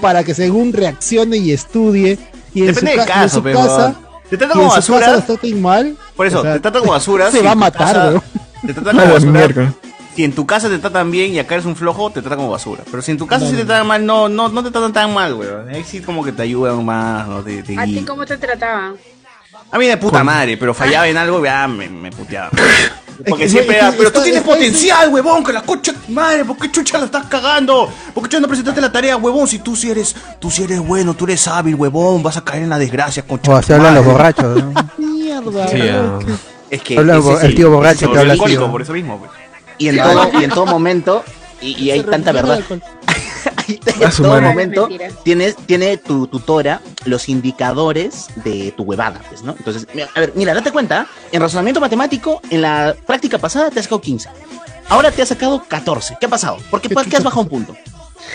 Speaker 17: para que según reaccione y estudie y en
Speaker 1: Depende
Speaker 17: su,
Speaker 1: del
Speaker 17: ca- y en
Speaker 1: caso,
Speaker 17: su
Speaker 1: pe,
Speaker 17: casa
Speaker 1: huevón. Te tratan
Speaker 17: y en
Speaker 1: como
Speaker 17: su
Speaker 1: basura.
Speaker 17: casa los traten mal
Speaker 1: Por eso,
Speaker 17: o sea,
Speaker 1: te tratan como basura.
Speaker 17: se
Speaker 1: si
Speaker 17: va a
Speaker 1: en tu
Speaker 17: matar
Speaker 1: casa-
Speaker 17: huevón.
Speaker 1: Te tratan como basura. Si en tu casa te tratan bien y acá eres un flojo, te tratan como basura. Pero si en tu casa sí te tratan mal, no, no, no te tratan tan mal, weón. Ahí sí como que te ayudan más, no te, te
Speaker 14: ¿A ti
Speaker 1: guían.
Speaker 14: cómo te trataban?
Speaker 1: A mí de puta madre, pero fallaba en algo, ya me, me puteaba. Porque
Speaker 14: Es que-
Speaker 1: siempre
Speaker 14: es que-
Speaker 1: era, pero tú
Speaker 14: esto-
Speaker 1: tienes
Speaker 14: esto es-
Speaker 1: potencial, huevón, que la concha de tu madre, ¿por qué chucha la estás cagando? ¿Por qué chucha no presentaste la tarea, huevón? Si tú sí eres, tú sí eres bueno, tú eres hábil, huevón, vas a caer en la desgracia, concha.
Speaker 3: O así hablan los borrachos. ¿no?
Speaker 17: Mierda.
Speaker 2: Ah.
Speaker 1: Es que
Speaker 3: Habla
Speaker 1: ese
Speaker 3: bo-
Speaker 1: sí,
Speaker 3: el tío
Speaker 1: ese
Speaker 3: borracho
Speaker 1: se
Speaker 3: que
Speaker 1: volvió
Speaker 3: habla
Speaker 1: alcohólico,
Speaker 3: así,
Speaker 1: por eso mismo. pues.
Speaker 12: Y en, todo, y en todo momento, y, y hay tanta verdad. en
Speaker 1: su
Speaker 12: todo
Speaker 1: madre.
Speaker 12: momento
Speaker 14: Mentira.
Speaker 12: tienes, tiene tu tutora los indicadores de tu huevada, pues, ¿no? Entonces, mira, a ver, mira, date cuenta, en razonamiento matemático, en la práctica pasada te has sacado 15. Ahora te has sacado 14. ¿Qué ha pasado? ¿Por qué, por qué has bajado un punto?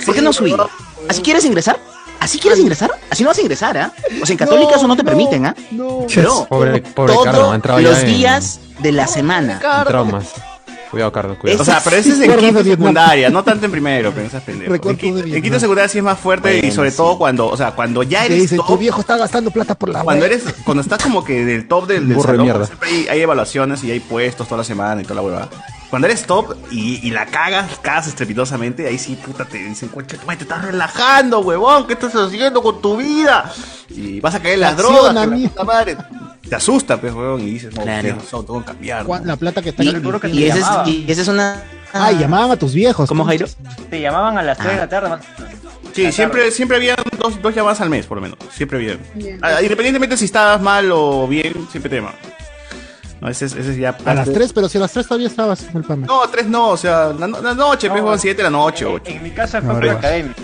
Speaker 12: ¿Por qué no has subido? ¿Así quieres ingresar? ¿Así quieres ingresar? Así no vas a ingresar, ¿ah? O sea, en católica eso no te permiten, ¿ah?
Speaker 17: No.
Speaker 12: Pero
Speaker 2: Pobre- pobre
Speaker 12: todos
Speaker 2: Carlos, ha entrado ya
Speaker 12: los
Speaker 2: en-
Speaker 12: días de la semana.
Speaker 2: En Traumas. Cuidado, Carlos, cuidado.
Speaker 1: O sea, pero ese es en quinto y secundaria, no tanto en primero, pero esas pendejas.
Speaker 2: Recuerdo
Speaker 1: En quinto,
Speaker 2: de
Speaker 1: en
Speaker 2: Vietnam.
Speaker 1: quinto y secundaria sí es más fuerte y
Speaker 2: Bueno,
Speaker 1: sobre todo cuando, o sea, cuando ya
Speaker 17: te
Speaker 1: eres
Speaker 17: dicen tu
Speaker 1: top,
Speaker 17: viejo está gastando plata por la
Speaker 1: cuando
Speaker 17: web".
Speaker 1: eres, cuando estás como que del top del, del
Speaker 2: Burro de
Speaker 1: salón,
Speaker 2: mierda.
Speaker 1: siempre hay, hay evaluaciones y hay puestos toda la semana y toda la huevada. Cuando eres top y, y la cagas, cagas estrepitosamente, ahí sí, puta, te dicen, concha, tu madre, te estás relajando, huevón, ¿qué estás haciendo con tu vida? Y vas a caer en las
Speaker 17: Acciona,
Speaker 1: drogas, que la
Speaker 17: mijo.
Speaker 1: puta madre. Te asusta, pues, huevón, y dices, no, tienes razón, tengo que cambiar.
Speaker 17: Cu- la plata que está
Speaker 12: Y,
Speaker 17: en el burro que
Speaker 12: y
Speaker 17: te
Speaker 12: esa es,
Speaker 17: llamaba.
Speaker 12: y esa es una...
Speaker 17: Ah, y llamaban a tus viejos.
Speaker 12: ¿Cómo, Jairo?
Speaker 5: Te llamaban a las 3 de
Speaker 12: Ah.
Speaker 5: la tarde. más-
Speaker 1: Sí, siempre, siempre había dos, dos llamadas al mes, por lo menos. Siempre había.
Speaker 5: Bien.
Speaker 1: Ah, Independientemente si estabas mal o bien, siempre te llamaban. No, ese, es- ese es ya.
Speaker 12: Ah,
Speaker 17: A las 3, pero si a las 3 todavía estabas en el PAME.
Speaker 1: No, tres no, o sea, la, no- la noche, pues, bueno, siete de la noche, ocho.
Speaker 5: En mi casa fue
Speaker 1: Ahora
Speaker 5: por
Speaker 1: vas.
Speaker 5: academia.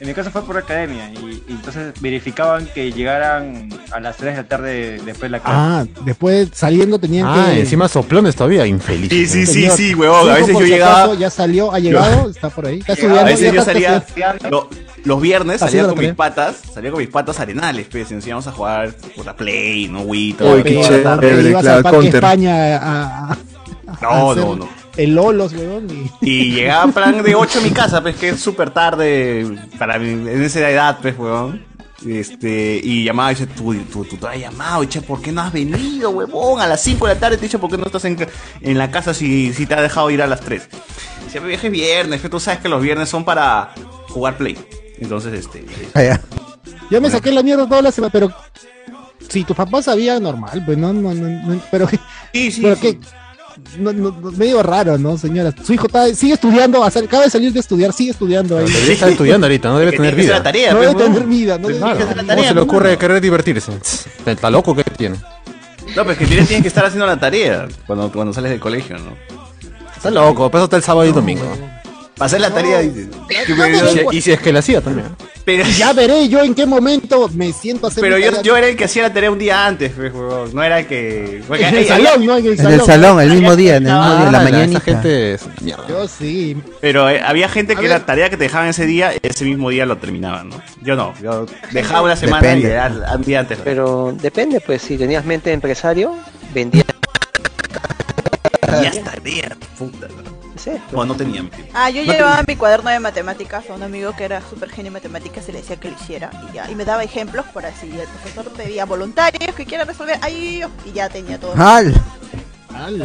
Speaker 5: En mi casa fue por academia. Y, y entonces verificaban que llegaran a las 3 de la tarde después de la clase.
Speaker 17: Ah, después saliendo tenían
Speaker 2: Ah,
Speaker 17: que.
Speaker 2: encima soplones todavía, infeliz.
Speaker 1: Sí, sí, sí,
Speaker 17: Señor,
Speaker 1: sí, huevón. A
Speaker 17: cinco
Speaker 1: veces
Speaker 17: por
Speaker 1: yo
Speaker 17: si
Speaker 1: llegaba.
Speaker 17: acaso, Ya salió, ha llegado, está por ahí. Está
Speaker 1: a
Speaker 17: estudiando.
Speaker 1: veces
Speaker 17: ya
Speaker 1: yo
Speaker 17: está
Speaker 1: salía.
Speaker 17: estudiando.
Speaker 1: lo- los viernes salía
Speaker 17: Haciendo la
Speaker 1: con mis
Speaker 17: tarea.
Speaker 1: patas, salía con mis patas arenales, pues, y nos íbamos a jugar por la Play, no Wii,
Speaker 17: Uy,
Speaker 1: toda
Speaker 17: qué
Speaker 1: la
Speaker 17: chévere,
Speaker 1: tarde.
Speaker 17: ibas al Parque España a, a- a
Speaker 1: No,
Speaker 17: hacer
Speaker 1: no, no.
Speaker 17: El Lolos, weón. y-
Speaker 1: Y llegaba plan de 8 a mi casa, pues que es súper tarde para mí, en esa edad, pues, weón. Este, y llamaba y dice, tú, tú, tú te has llamado, y che, ¿por qué no has venido, huevón? A las 5 de la tarde te he dicho, ¿por qué no estás en, ca- en la casa si, si te ha dejado ir a las 3? Dice, "Pero viaje viernes, que tú sabes que los viernes son para jugar play. Entonces, este,
Speaker 17: Yo me saqué la mierda toda la semana, pero si tus papás sabían, normal, pues no, no, no, no, pero, pero que no, no, no, medio raro, ¿no, señora? Su hijo está, sigue estudiando, va a sal- acaba de salir de estudiar, sigue estudiando ahí.
Speaker 2: Debería estar estudiando ahorita, no debe
Speaker 17: Que
Speaker 2: tener
Speaker 17: tiene que
Speaker 2: vida.
Speaker 17: hacer la tarea, No pues, debe huevón. tener vida, no debe
Speaker 2: Claro,
Speaker 17: hacer la
Speaker 2: ¿Cómo
Speaker 17: tarea,
Speaker 2: se le
Speaker 17: pues,
Speaker 2: ocurre querer divertirse? Está loco que tiene.
Speaker 1: no, pues que tienes, tienes que estar haciendo la tarea cuando, cuando sales del colegio, ¿no?
Speaker 2: Está loco, pasa hasta el sábado y domingo.
Speaker 1: Pasé la tarea y,
Speaker 2: Y si- Y si es que la hacía también.
Speaker 1: pero,
Speaker 17: Ya veré yo en qué momento me siento a hacer
Speaker 1: Pero
Speaker 17: mi
Speaker 1: yo,
Speaker 17: tarea.
Speaker 1: yo era el que hacía la tarea un día antes, pues, huevón. No era el que. porque
Speaker 17: En
Speaker 1: ahí-
Speaker 17: el salón, ¿no? En el
Speaker 3: En el
Speaker 17: salón.
Speaker 3: salón, el mismo día, en el mismo día, en la
Speaker 2: Ah, la- esa
Speaker 3: mañanita.
Speaker 2: gente es mierda.
Speaker 17: Yo sí.
Speaker 1: Pero eh, había gente que la tarea que te dejaban ese día, ese mismo día lo terminaban, ¿no? Yo no, yo dejaba una semana
Speaker 3: Depende.
Speaker 1: y era al- un día antes.
Speaker 13: Pero depende, pues, si tenías mente de empresario, vendías.
Speaker 1: Ya estaría, puta.
Speaker 13: pues.
Speaker 1: O no tenía mente.
Speaker 16: Ah, yo
Speaker 1: No
Speaker 16: llevaba
Speaker 1: tenía-
Speaker 16: mi cuaderno de matemáticas a un amigo que era súper genio en matemáticas y le decía que lo hiciera y ya. Y me daba ejemplos por así. El profesor pedía voluntarios que quieran resolver. Ay, yo- y ya tenía todo.
Speaker 3: ¡Al!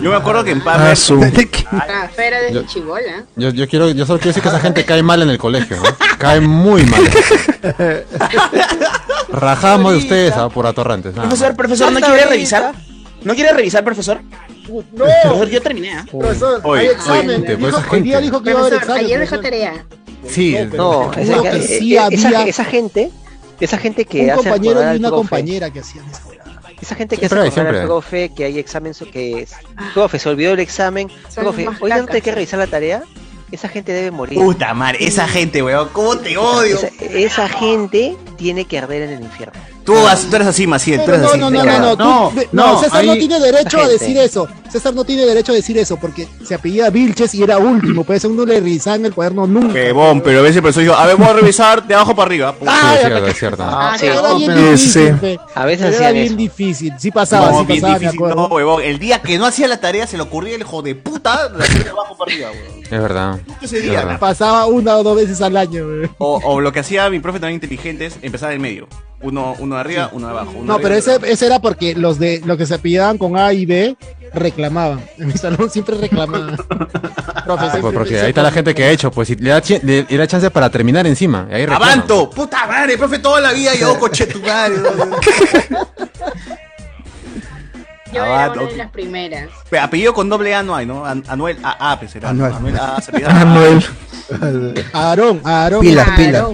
Speaker 1: Yo me acuerdo que en Pamela.
Speaker 2: Ah, su-
Speaker 14: Trafera Ah, de
Speaker 2: Yo-
Speaker 14: chibola.
Speaker 2: Yo, yo quiero, yo solo quiero decir que esa gente cae mal en el colegio, ¿no? Cae muy mal.
Speaker 14: ¿eh?
Speaker 2: Rajamos de ustedes ah, por atorrantes. nada más.
Speaker 12: Profesor, profesor, ¿no quiere revisar? ¿No quiere revisar, profesor?
Speaker 17: No.
Speaker 12: Profesor, yo terminé, ¿ah?
Speaker 17: Profesor,
Speaker 2: Oye, hay examen. oye, gente, pues,
Speaker 17: Dijo-
Speaker 2: esa
Speaker 17: hoy día
Speaker 2: gente.
Speaker 17: dijo que iba a haber
Speaker 14: Profesor,
Speaker 17: examen.
Speaker 14: ayer dejó
Speaker 17: profesor.
Speaker 14: tarea.
Speaker 2: Sí,
Speaker 13: No,
Speaker 17: Te juro
Speaker 13: esa,
Speaker 17: que
Speaker 13: eh,
Speaker 17: sí
Speaker 13: eh, esa-
Speaker 17: había-
Speaker 13: esa gente Esa gente que
Speaker 17: un
Speaker 13: hace
Speaker 17: compañero
Speaker 13: acordar
Speaker 17: y
Speaker 13: al
Speaker 17: una
Speaker 13: profe.
Speaker 17: compañera que hacían eso.
Speaker 13: Esa gente que
Speaker 17: Siempre hay,
Speaker 13: hace acordar al
Speaker 17: siempre hay.
Speaker 13: profe que hay examen, so- que es, profe, se olvidó el examen,
Speaker 17: Son
Speaker 13: profe,
Speaker 17: más
Speaker 13: hoy día no te hay
Speaker 17: cacas.
Speaker 13: que revisar la tarea, esa gente debe morir.
Speaker 1: Puta madre, esa gente, weón, ¿cómo te odio?
Speaker 13: Esa, esa gente tiene que arder en el infierno.
Speaker 1: Tú, tú eres así, Maciel, tú
Speaker 17: Pero
Speaker 1: eres
Speaker 17: no,
Speaker 1: así.
Speaker 17: no, no, no, no, tú- ve- no, César no tiene derecho a
Speaker 1: Gente.
Speaker 17: decir eso. César no tiene derecho a decir eso porque se apellida Vilches y era último. Pues uno le revisaba en el cuaderno nunca.
Speaker 1: Huevón, pero a veces pero yo, a ver, voy a revisar de abajo para arriba.
Speaker 17: es
Speaker 1: cierto,
Speaker 2: es cierto.
Speaker 1: Ah,
Speaker 17: sí.
Speaker 1: no,
Speaker 17: Era bien
Speaker 1: pero-
Speaker 17: difícil, fe.
Speaker 13: A veces
Speaker 17: Pero era
Speaker 13: hacían
Speaker 17: bien
Speaker 13: eso.
Speaker 17: difícil. Sí pasaba,
Speaker 1: no,
Speaker 17: sí
Speaker 1: bien
Speaker 17: pasaba, me
Speaker 1: difícil,
Speaker 17: acuerdo.
Speaker 1: no, huevón. El día que no hacía la tarea se le ocurría el hijo de puta de hacer de abajo para arriba, huevón.
Speaker 2: Es verdad.
Speaker 1: Ese día,
Speaker 2: Es verdad.
Speaker 17: Pasaba una o dos veces al año. güey.
Speaker 1: O, o lo que hacía mi profe también inteligente es empezar en medio. Uno, uno de arriba, uno de abajo. uno
Speaker 17: No,
Speaker 1: arriba,
Speaker 17: pero
Speaker 1: uno de
Speaker 17: ese, ese era porque los de los que se apillaban con A y B reclamaban. En mi salón siempre reclamaban. Profe,
Speaker 2: Ah,
Speaker 17: siempre-
Speaker 2: porque ahí está la gente que ha hecho, pues si le da, chi- le- le da chance para terminar encima. y Ahí
Speaker 1: abajo.
Speaker 2: reclama.
Speaker 1: ¡Avanto! ¡Puta madre! Profe, toda la vida yo coche tu madre.
Speaker 14: Yo era
Speaker 1: Avanto,
Speaker 14: una de
Speaker 1: Ah, ok.
Speaker 14: las primeras.
Speaker 1: Pe- Apellido con doble A no hay, ¿no? An- Anuel A, A, pues será.
Speaker 17: Anuel.
Speaker 1: Anuel A,
Speaker 17: Anuel. Aarón, Aarón.
Speaker 1: Pilas,
Speaker 17: pilas.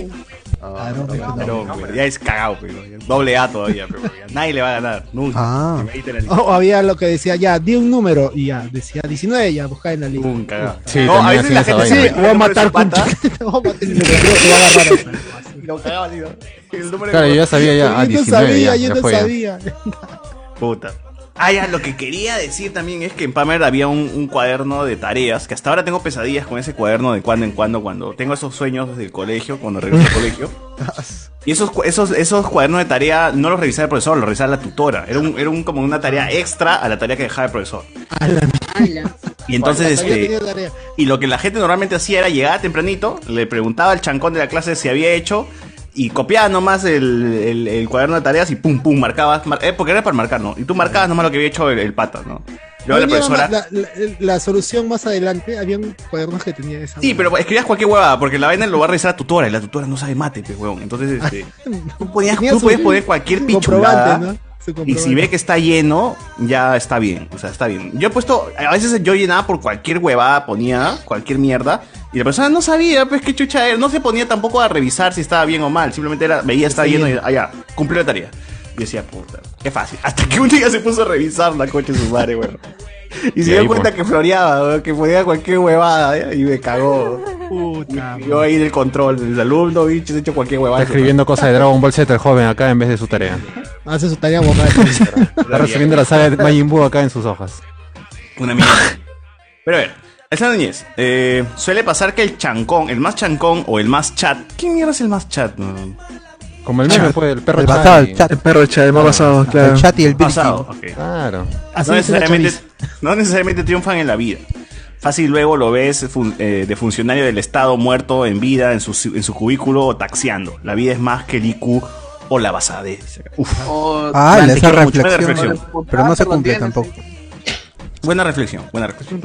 Speaker 1: Pero, pues, ya es cagado, pero ya es doble A todavía, pero ya nadie le va a ganar, nunca.
Speaker 17: Ah.
Speaker 1: Que me editen la lista.
Speaker 17: O había lo que decía, ya, di un número y ya, decía 19, ya, busca en la lista.
Speaker 1: Nunca.
Speaker 2: Sí,
Speaker 1: no,
Speaker 2: también
Speaker 1: a veces
Speaker 2: hacen
Speaker 1: la
Speaker 2: esa
Speaker 1: gente
Speaker 2: vaina.
Speaker 1: se
Speaker 2: Sí,
Speaker 17: voy a matar
Speaker 1: con pata.
Speaker 17: Lo
Speaker 1: cagaba, tío. El número de
Speaker 2: Claro, yo ya
Speaker 1: pata.
Speaker 2: sabía ya. Ah,
Speaker 1: Yo no
Speaker 2: 19
Speaker 1: sabía,
Speaker 2: ya,
Speaker 1: yo
Speaker 2: ya
Speaker 1: no
Speaker 2: fue ya.
Speaker 1: sabía. Puta. Ah, ya, lo que quería decir también es que en Pamer había un, un cuaderno de tareas, que hasta ahora tengo pesadillas con ese cuaderno de cuando en cuando, cuando tengo esos sueños del colegio, cuando regreso al colegio. Y esos, cu- esos, esos cuadernos de tarea no los revisaba el profesor, los revisaba la tutora. Era, un, era un, como una tarea extra a la tarea que dejaba el profesor. Y entonces,
Speaker 17: Hasta yo
Speaker 1: este,
Speaker 17: tenía tarea.
Speaker 1: y lo que la gente normalmente hacía era llegar tempranito, le preguntaba al chancón de la clase si había hecho y copiaba nomás el, el- el cuaderno de tareas y pum, pum, marcabas. mar- eh, porque era para marcar, ¿no? Y tú marcabas nomás lo que había hecho el, el pata, ¿no? Luego la
Speaker 17: Tenía
Speaker 1: profesora.
Speaker 17: la, la- la solución más adelante, habían cuadernos que tenía esa.
Speaker 1: Sí, pero escribías cualquier huevada, porque la vaina lo va a revisar la tutora y la tutora no sabe mate, pues, huevón. Entonces, este, tú, podías,
Speaker 17: Tenía
Speaker 1: tú
Speaker 17: su-
Speaker 1: podías poner cualquier
Speaker 17: su comprobante,
Speaker 1: pichulada.
Speaker 17: ¿no? Su
Speaker 1: Y si
Speaker 17: comprobante.
Speaker 1: ve que está lleno, ya está bien. O sea, está bien. Yo he puesto, a veces yo llenaba por cualquier huevada, ponía cualquier mierda. Y la persona no sabía, pues qué chucha era. No se ponía tampoco a revisar si estaba bien o mal. Simplemente era, veía, estaba lleno y allá, cumplió la tarea. Y decía, puta, qué fácil. Hasta que un día se puso a revisar la coche de su madre, weón. Y se
Speaker 2: Y ahí,
Speaker 1: dio cuenta
Speaker 2: pues.
Speaker 1: que floreaba, weón, que ponía cualquier huevada. ¿eh? Y me cagó. Puta. Yo ahí en el control, el alumno, bicho, se hecho cualquier huevada.
Speaker 2: pues. Está escribiendo cosas de Dragon Ball Z el joven acá en vez de su tarea.
Speaker 17: Hace su tarea borracha.
Speaker 2: Está recibiendo la saga de Majin Buu acá en sus hojas.
Speaker 1: Una mierda. Pero a ver, esa Núñez, eh, suele pasar que el chancón, el más chancón o el más chat. ¿Quién mierda es el más chat? No, no.
Speaker 2: Como el meme fue el perro
Speaker 10: el
Speaker 2: Chai.
Speaker 10: basado, el chat. El perro chat, el más basado, claro.
Speaker 2: El chat y el
Speaker 1: Pasado, ok.
Speaker 2: Claro.
Speaker 1: No necesariamente, no necesariamente triunfan en la vida. Fácil luego lo ves fun- eh, de funcionario del Estado muerto en vida, en su, en su cubículo o taxiando. La vida es más que el IQ o la basadez. Uf.
Speaker 3: Ah,
Speaker 1: Man, te
Speaker 3: esa
Speaker 1: quiero mucho. Buena
Speaker 3: reflexión. Pero no se cumple tampoco.
Speaker 1: Buena reflexión, buena reflexión.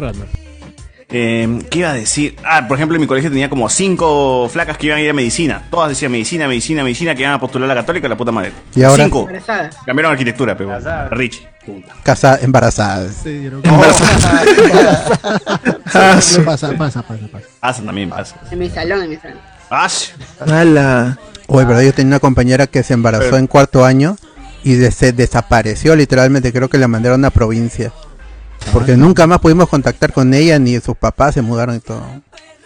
Speaker 1: Eh, ¿Qué iba a decir? Ah, por ejemplo, en mi colegio tenía como cinco flacas que iban a ir a medicina. Todas decían medicina, medicina, medicina, que iban a postular a la católica, la puta madre.
Speaker 3: ¿Y ahora?
Speaker 1: Cinco. Cambiaron arquitectura, pero. Rich.
Speaker 3: Casa embarazada.
Speaker 2: Ah,
Speaker 3: Ah,
Speaker 17: Pasa, pasa, pasa, pasa.
Speaker 1: Asan también, Asan.
Speaker 14: En mi salón, en mi salón.
Speaker 1: Ash.
Speaker 3: Ala. Oye, pero yo tenía una compañera que se embarazó
Speaker 1: Pero-
Speaker 3: en cuarto año y de- se desapareció literalmente, creo que la mandaron a provincia. Porque nunca más pudimos contactar con ella ni sus papás se mudaron y todo.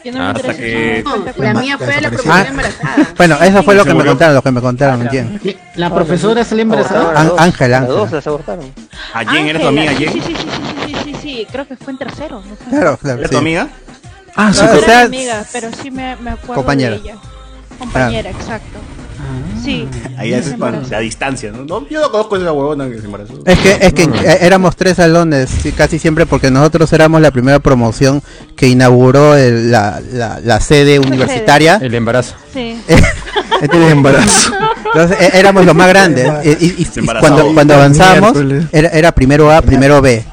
Speaker 16: Yo
Speaker 1: no me Hasta enteré. que-
Speaker 14: No, la mía fue la
Speaker 3: Desapareció.
Speaker 14: profesora
Speaker 3: Ah,
Speaker 14: embarazada.
Speaker 3: Bueno, eso fue lo que me
Speaker 1: murió.
Speaker 3: contaron, lo que me contaron, ¿me entiendes?
Speaker 18: La profesora sale embarazada.
Speaker 3: An- Ángel,
Speaker 18: Las
Speaker 3: Ángel.
Speaker 18: dos
Speaker 13: las abortaron.
Speaker 1: ¿A Jen? ¿Era tu
Speaker 16: Ángela,
Speaker 1: amiga, Jen?
Speaker 16: Ah, Sí, sí, sí, sí, sí, sí, sí, sí, creo que fue en tercero. No sé.
Speaker 3: Claro, claro.
Speaker 1: ¿Era
Speaker 3: sí.
Speaker 1: tu amiga?
Speaker 3: Ah,
Speaker 16: No
Speaker 3: sí,
Speaker 16: era
Speaker 3: o sea,
Speaker 16: mi amiga, pero sí me, me acuerdo
Speaker 1: compañera.
Speaker 16: de ella. Compañera, exacto. Sí.
Speaker 1: Ahí
Speaker 16: sí
Speaker 1: es
Speaker 16: se
Speaker 1: cuando-
Speaker 16: embarazó.
Speaker 1: la distancia, ¿no? No, Yo no conozco esa huevona que se embarazó.
Speaker 3: Es que, es que eh, éramos tres salones sí, casi siempre porque nosotros éramos la primera promoción que inauguró el- la, la- la sede universitaria. Este
Speaker 2: El embarazo.
Speaker 16: Sí.
Speaker 3: el embarazo. Entonces é- éramos los más grandes. eh, Y, y- y
Speaker 1: Se embarazó.
Speaker 3: cuando, cuando avanzamos
Speaker 1: Miércoles.
Speaker 3: era, era primero A, primero B.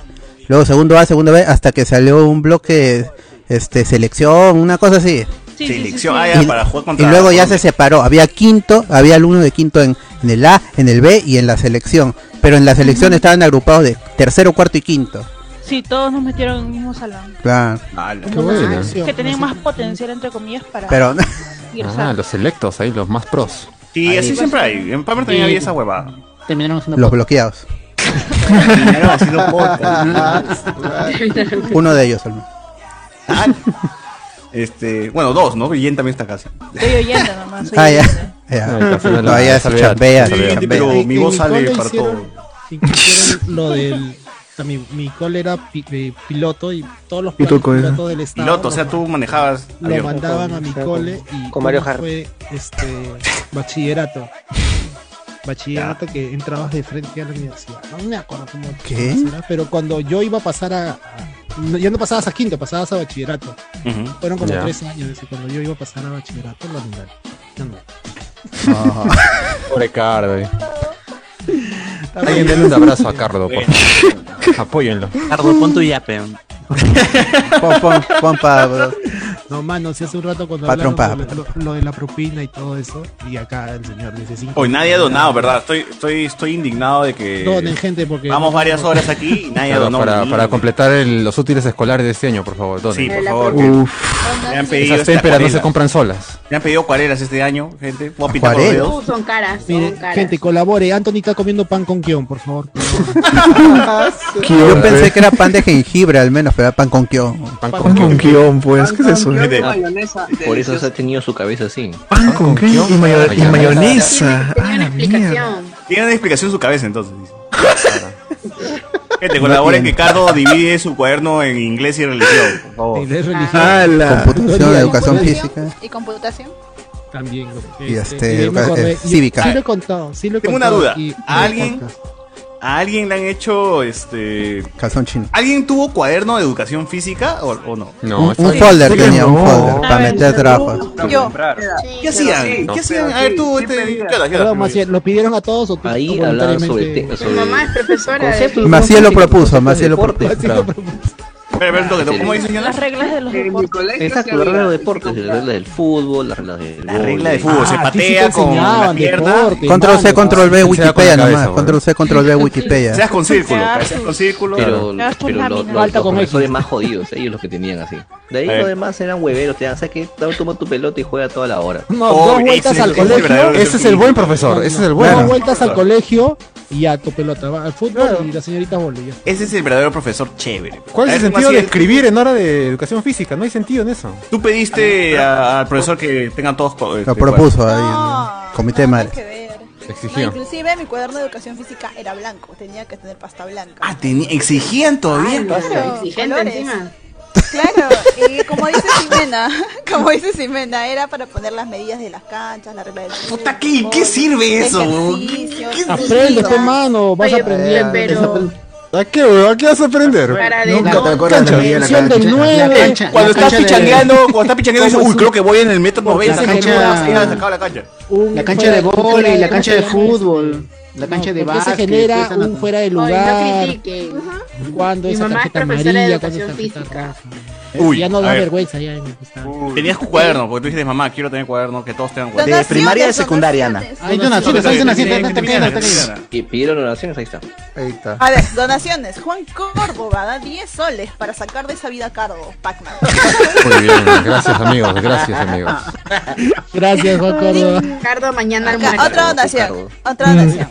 Speaker 3: Luego segundo A, segundo B, hasta que salió un bloque este selección, una cosa así.
Speaker 1: Selección. Ah, ya, para jugar
Speaker 3: Y
Speaker 1: contra.
Speaker 3: luego ya se
Speaker 1: Colombia.
Speaker 3: separó. Había quinto, había alumnos de quinto en, en el A, en el B y en la selección. Pero en la selección estaban agrupados de tercero, cuarto y quinto.
Speaker 16: Sí, todos nos metieron en el mismo salón.
Speaker 3: Claro.
Speaker 1: Ala.
Speaker 2: Qué bueno.
Speaker 16: Que tenían más potencial, entre comillas, para
Speaker 3: Pero
Speaker 16: irse.
Speaker 17: Ah,
Speaker 2: Ah, los selectos ahí, los más pros.
Speaker 1: Sí,
Speaker 3: Ahí.
Speaker 1: así siempre hay. En Pamer también
Speaker 3: Y-
Speaker 1: había esa huevada.
Speaker 3: Terminaron Los bloqueados.
Speaker 1: Terminaron haciendo podcast.
Speaker 3: Uno de ellos al menos.
Speaker 1: Este, bueno, dos, ¿no? Guillén también está casi.
Speaker 16: Soy oyente nomás. soy
Speaker 3: Ah, ya.
Speaker 16: oyente.
Speaker 3: Ya.
Speaker 1: Ay, casi no
Speaker 3: No,
Speaker 1: la-
Speaker 3: ya es
Speaker 1: chambea,
Speaker 3: chambea,
Speaker 1: sí,
Speaker 3: chambea.
Speaker 1: pero
Speaker 3: En-
Speaker 1: mi
Speaker 3: en
Speaker 1: voz
Speaker 3: mi
Speaker 1: sale
Speaker 3: cole
Speaker 1: para
Speaker 3: hicieron-
Speaker 1: todo.
Speaker 17: Hicieron lo del. o sea, mi, mi col era pi- eh, piloto y todos los
Speaker 1: Y tu
Speaker 2: eh.
Speaker 1: col-
Speaker 17: pilotos del estado.
Speaker 1: Piloto, o sea, tú manejabas
Speaker 17: Lo
Speaker 1: avión.
Speaker 17: mandaban a mi
Speaker 1: Con-
Speaker 17: cole y
Speaker 1: con Mario
Speaker 17: uno
Speaker 1: Hart.
Speaker 17: fue este bachillerato. Bachillerato que entrabas de frente a la universidad. No me acuerdo cómo
Speaker 3: ¿Qué?
Speaker 17: cómo será, pero cuando yo iba a pasar a, a- no, ya no pasabas a quinto, pasabas a bachillerato.
Speaker 1: Ujú.
Speaker 17: Fueron como
Speaker 1: Ya.
Speaker 17: tres años desde cuando yo iba a pasar a bachillerato lo anularon. Ya no.
Speaker 2: Pobre Cardo. eh. Alguien denle un abrazo a Cardo, por favor. Apóyenlo.
Speaker 12: Cardo, pon tu yape.
Speaker 3: Pon, pon, pon pa, bro.
Speaker 17: No, mano, si hace un rato cuando
Speaker 3: Patrón,
Speaker 17: hablaron de lo, lo- lo de la propina y todo eso, y acá el señor dice cinco.
Speaker 1: Hoy nadie ha donado, ¿verdad? Estoy, estoy, estoy indignado de que.
Speaker 17: Donen, gente, porque-
Speaker 1: Vamos varias horas aquí y nadie ha
Speaker 2: Claro,
Speaker 1: donado.
Speaker 2: para,
Speaker 1: ni-
Speaker 2: para completar el- los útiles escolares de este año, por favor. donen.
Speaker 1: Sí, por favor. que- Me han pedido.
Speaker 2: Esas
Speaker 1: este,
Speaker 2: témperas no se
Speaker 1: acuarelas.
Speaker 2: compran solas.
Speaker 1: Me han pedido acuarelas este año, gente. Voy a pintar los
Speaker 2: ¿Acuarelas?
Speaker 1: dedos.
Speaker 14: Uh, Son caras, son
Speaker 17: Mire,
Speaker 14: caras.
Speaker 17: gente, colabore. Anthony está comiendo pan con guión, por favor.
Speaker 3: Yo pensé que era pan de jengibre al menos, pero era pan con kio.
Speaker 2: Pan
Speaker 10: con
Speaker 3: kio,
Speaker 10: con guión, pues, ¿qué es eso?
Speaker 9: mayonesa.
Speaker 6: Por eso se ha tenido su cabeza así.
Speaker 10: Pan con guión y mayo- y mayonesa.
Speaker 14: Tenía una explicación.
Speaker 1: Tiene una explicación en su cabeza, entonces. Gente, colaboren que Cardo divide su cuaderno en inglés y religión, por favor.
Speaker 17: Inglés,
Speaker 3: religión. Ala. Computación, educación física.
Speaker 16: ¿Y computación?
Speaker 17: También. ¿no?
Speaker 3: Y este,
Speaker 17: yo me
Speaker 3: educa-
Speaker 17: acordé,
Speaker 3: eh,
Speaker 17: yo-
Speaker 3: cívica.
Speaker 17: Sí lo he contado, sí lo he
Speaker 1: Tengo una
Speaker 17: contado
Speaker 1: duda.
Speaker 17: aquí en el
Speaker 1: ¿A alguien,
Speaker 17: podcast.
Speaker 1: ¿A alguien le han hecho este.
Speaker 3: Calzón chino.
Speaker 1: ¿Alguien tuvo cuaderno de educación física o, o no?
Speaker 3: Un- un, folder tenía, un folder para meter trabajo.
Speaker 1: Yo. ¿Qué hacían?
Speaker 9: Sí,
Speaker 1: ¿Qué hacían?
Speaker 9: sí,
Speaker 1: A ver, tú,
Speaker 9: sí
Speaker 1: este,
Speaker 9: pedía.
Speaker 1: ¿qué hacías?
Speaker 17: Perdón, Maciel, ¿lo pidieron a todos o tú
Speaker 6: Ahí
Speaker 17: tú
Speaker 6: hablaban
Speaker 17: voluntariamente?
Speaker 6: sobre te-
Speaker 14: Mi mamá es profesora de...
Speaker 3: Maciel lo propuso, Maciel lo propuso.
Speaker 1: Espera, espera, un toque, ¿cómo dice?
Speaker 14: Las reglas de los deportes.
Speaker 6: Exacto, la regla de deportes, la regla del fútbol, la regla del La
Speaker 1: regla de
Speaker 13: Ah,
Speaker 1: fútbol,
Speaker 3: Ah,
Speaker 1: se patea con la pierna.
Speaker 3: Control C, control B, Wikipedia
Speaker 6: cabeza,
Speaker 3: nomás.
Speaker 6: bro.
Speaker 3: Control C, control B, Wikipedia.
Speaker 1: Seas con círculo, ca, seas con círculo.
Speaker 6: Pero,
Speaker 1: Claro.
Speaker 6: pero los, los, los profesores más jodidos, ellos los que tenían así. De ahí
Speaker 1: A ver.
Speaker 6: los demás eran hueveros, te dan, ¿sabes qué? Toma- Toma tu pelota y juega toda la hora.
Speaker 17: No, dos vueltas al colegio.
Speaker 2: Ese es el buen profesor, ese es el
Speaker 17: Dos
Speaker 2: bueno.
Speaker 17: vueltas al colegio y a tu pelota. va Al fútbol y la señorita Bolo. ya.
Speaker 1: Ese es el verdadero profesor chévere.
Speaker 2: ¿Cuál es
Speaker 1: A
Speaker 2: el
Speaker 1: ver,
Speaker 2: sentido de
Speaker 1: Maciel,
Speaker 2: escribir en hora de educación física? No hay sentido en eso.
Speaker 1: Tú pediste a- al profesor que tengan todos. co- este,
Speaker 3: Lo propuso
Speaker 1: cuadernos.
Speaker 3: ahí en el comité de madres.
Speaker 16: No, inclusive mi cuaderno de educación física era blanco, tenía que tener pasta blanca.
Speaker 1: Ah, teni- exigían todavía.
Speaker 16: Claro,
Speaker 14: Ah, Exigente
Speaker 16: colores.
Speaker 14: encima.
Speaker 16: Claro, y como dice Simena, como dice Simena, era para poner las medidas de las canchas, la regla del Puta,
Speaker 1: ¿qué, ¿qué sirve eso, huevón?
Speaker 17: Aprende, este mano, vas
Speaker 14: Oye,
Speaker 17: aprendiendo.
Speaker 14: pero-
Speaker 2: ¿A qué, weón? ¿A qué vas a aprender?
Speaker 14: Para de
Speaker 2: Nunca
Speaker 14: no-
Speaker 2: te acuerdas de la vida de la
Speaker 17: Cancha.
Speaker 2: cancha.
Speaker 17: Canción del nueve.
Speaker 1: Cuando
Speaker 17: La
Speaker 1: estás
Speaker 17: cancha de-
Speaker 1: pichangueando, cuando estás pichangueando dices,
Speaker 17: ¿Cómo
Speaker 10: Pues
Speaker 1: uy,
Speaker 17: es
Speaker 1: creo que voy en el metro
Speaker 17: Porque
Speaker 1: 90,
Speaker 17: la
Speaker 1: se
Speaker 17: cancha-
Speaker 1: acabó la- se acabó la cancha.
Speaker 17: un
Speaker 18: La cancha de
Speaker 17: fuera-
Speaker 18: vóley, la cancha de
Speaker 17: ¿cómo se llama
Speaker 18: fútbol, la
Speaker 17: No,
Speaker 18: cancha de
Speaker 17: porque
Speaker 18: básquet.
Speaker 17: se genera
Speaker 18: todas esas
Speaker 17: un fuera de
Speaker 14: Ay, no
Speaker 17: lugar.
Speaker 14: critiquen.
Speaker 17: cuando
Speaker 14: Mi
Speaker 17: esa
Speaker 14: mamá es
Speaker 17: tarjeta
Speaker 14: profesora de
Speaker 17: amarilla, cuando
Speaker 14: educación
Speaker 17: esa tarjeta
Speaker 14: física.
Speaker 17: roja.
Speaker 1: Uy,
Speaker 17: ya no
Speaker 1: a
Speaker 17: da
Speaker 1: ver.
Speaker 17: vergüenza ya en el cristal.
Speaker 1: Tenías tu cuaderno, porque tú dijiste, mamá, quiero tener cuaderno, que todos tengan cuaderno.
Speaker 6: De primaria a secundaria, Ana.
Speaker 17: Hay donaciones, hay donaciones,
Speaker 1: Bien,
Speaker 17: está
Speaker 1: bien,
Speaker 17: bien,
Speaker 1: bien,
Speaker 17: está bien.
Speaker 1: bien.
Speaker 6: Que pidieron oraciones, ahí está.
Speaker 3: Ahí está.
Speaker 16: A ver, donaciones. Juan Córdoba da 10 soles para sacar de esa vida a cargo, Pac-Man.
Speaker 2: Muy bien, gracias amigos, gracias amigos.
Speaker 17: Gracias, Juan Córdoba.
Speaker 14: Ricardo, mañana
Speaker 16: Acá,
Speaker 14: almuerzo.
Speaker 16: otra donación, otra donación.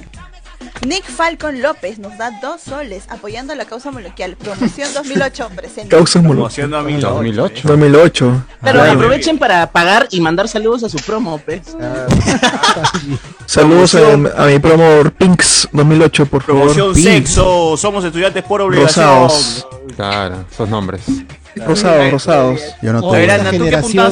Speaker 16: Nick Falcon López nos da 2 soles apoyando la causa molequial. Promoción 2008 presente.
Speaker 10: Causa molo-
Speaker 1: Promoción
Speaker 10: 2008. 2008.
Speaker 12: Pero aprovechen para pagar y mandar saludos a su promo, pues.
Speaker 10: Saludos a, a mi promo Pinks 2008, por favor.
Speaker 1: Promoción
Speaker 10: Pinks.
Speaker 1: sexo, somos estudiantes por obligación.
Speaker 10: Rosados.
Speaker 2: Claro, esos nombres.
Speaker 10: Rosados, rosados.
Speaker 3: Yo
Speaker 17: no
Speaker 10: no tengo.
Speaker 17: tengo. Esta generación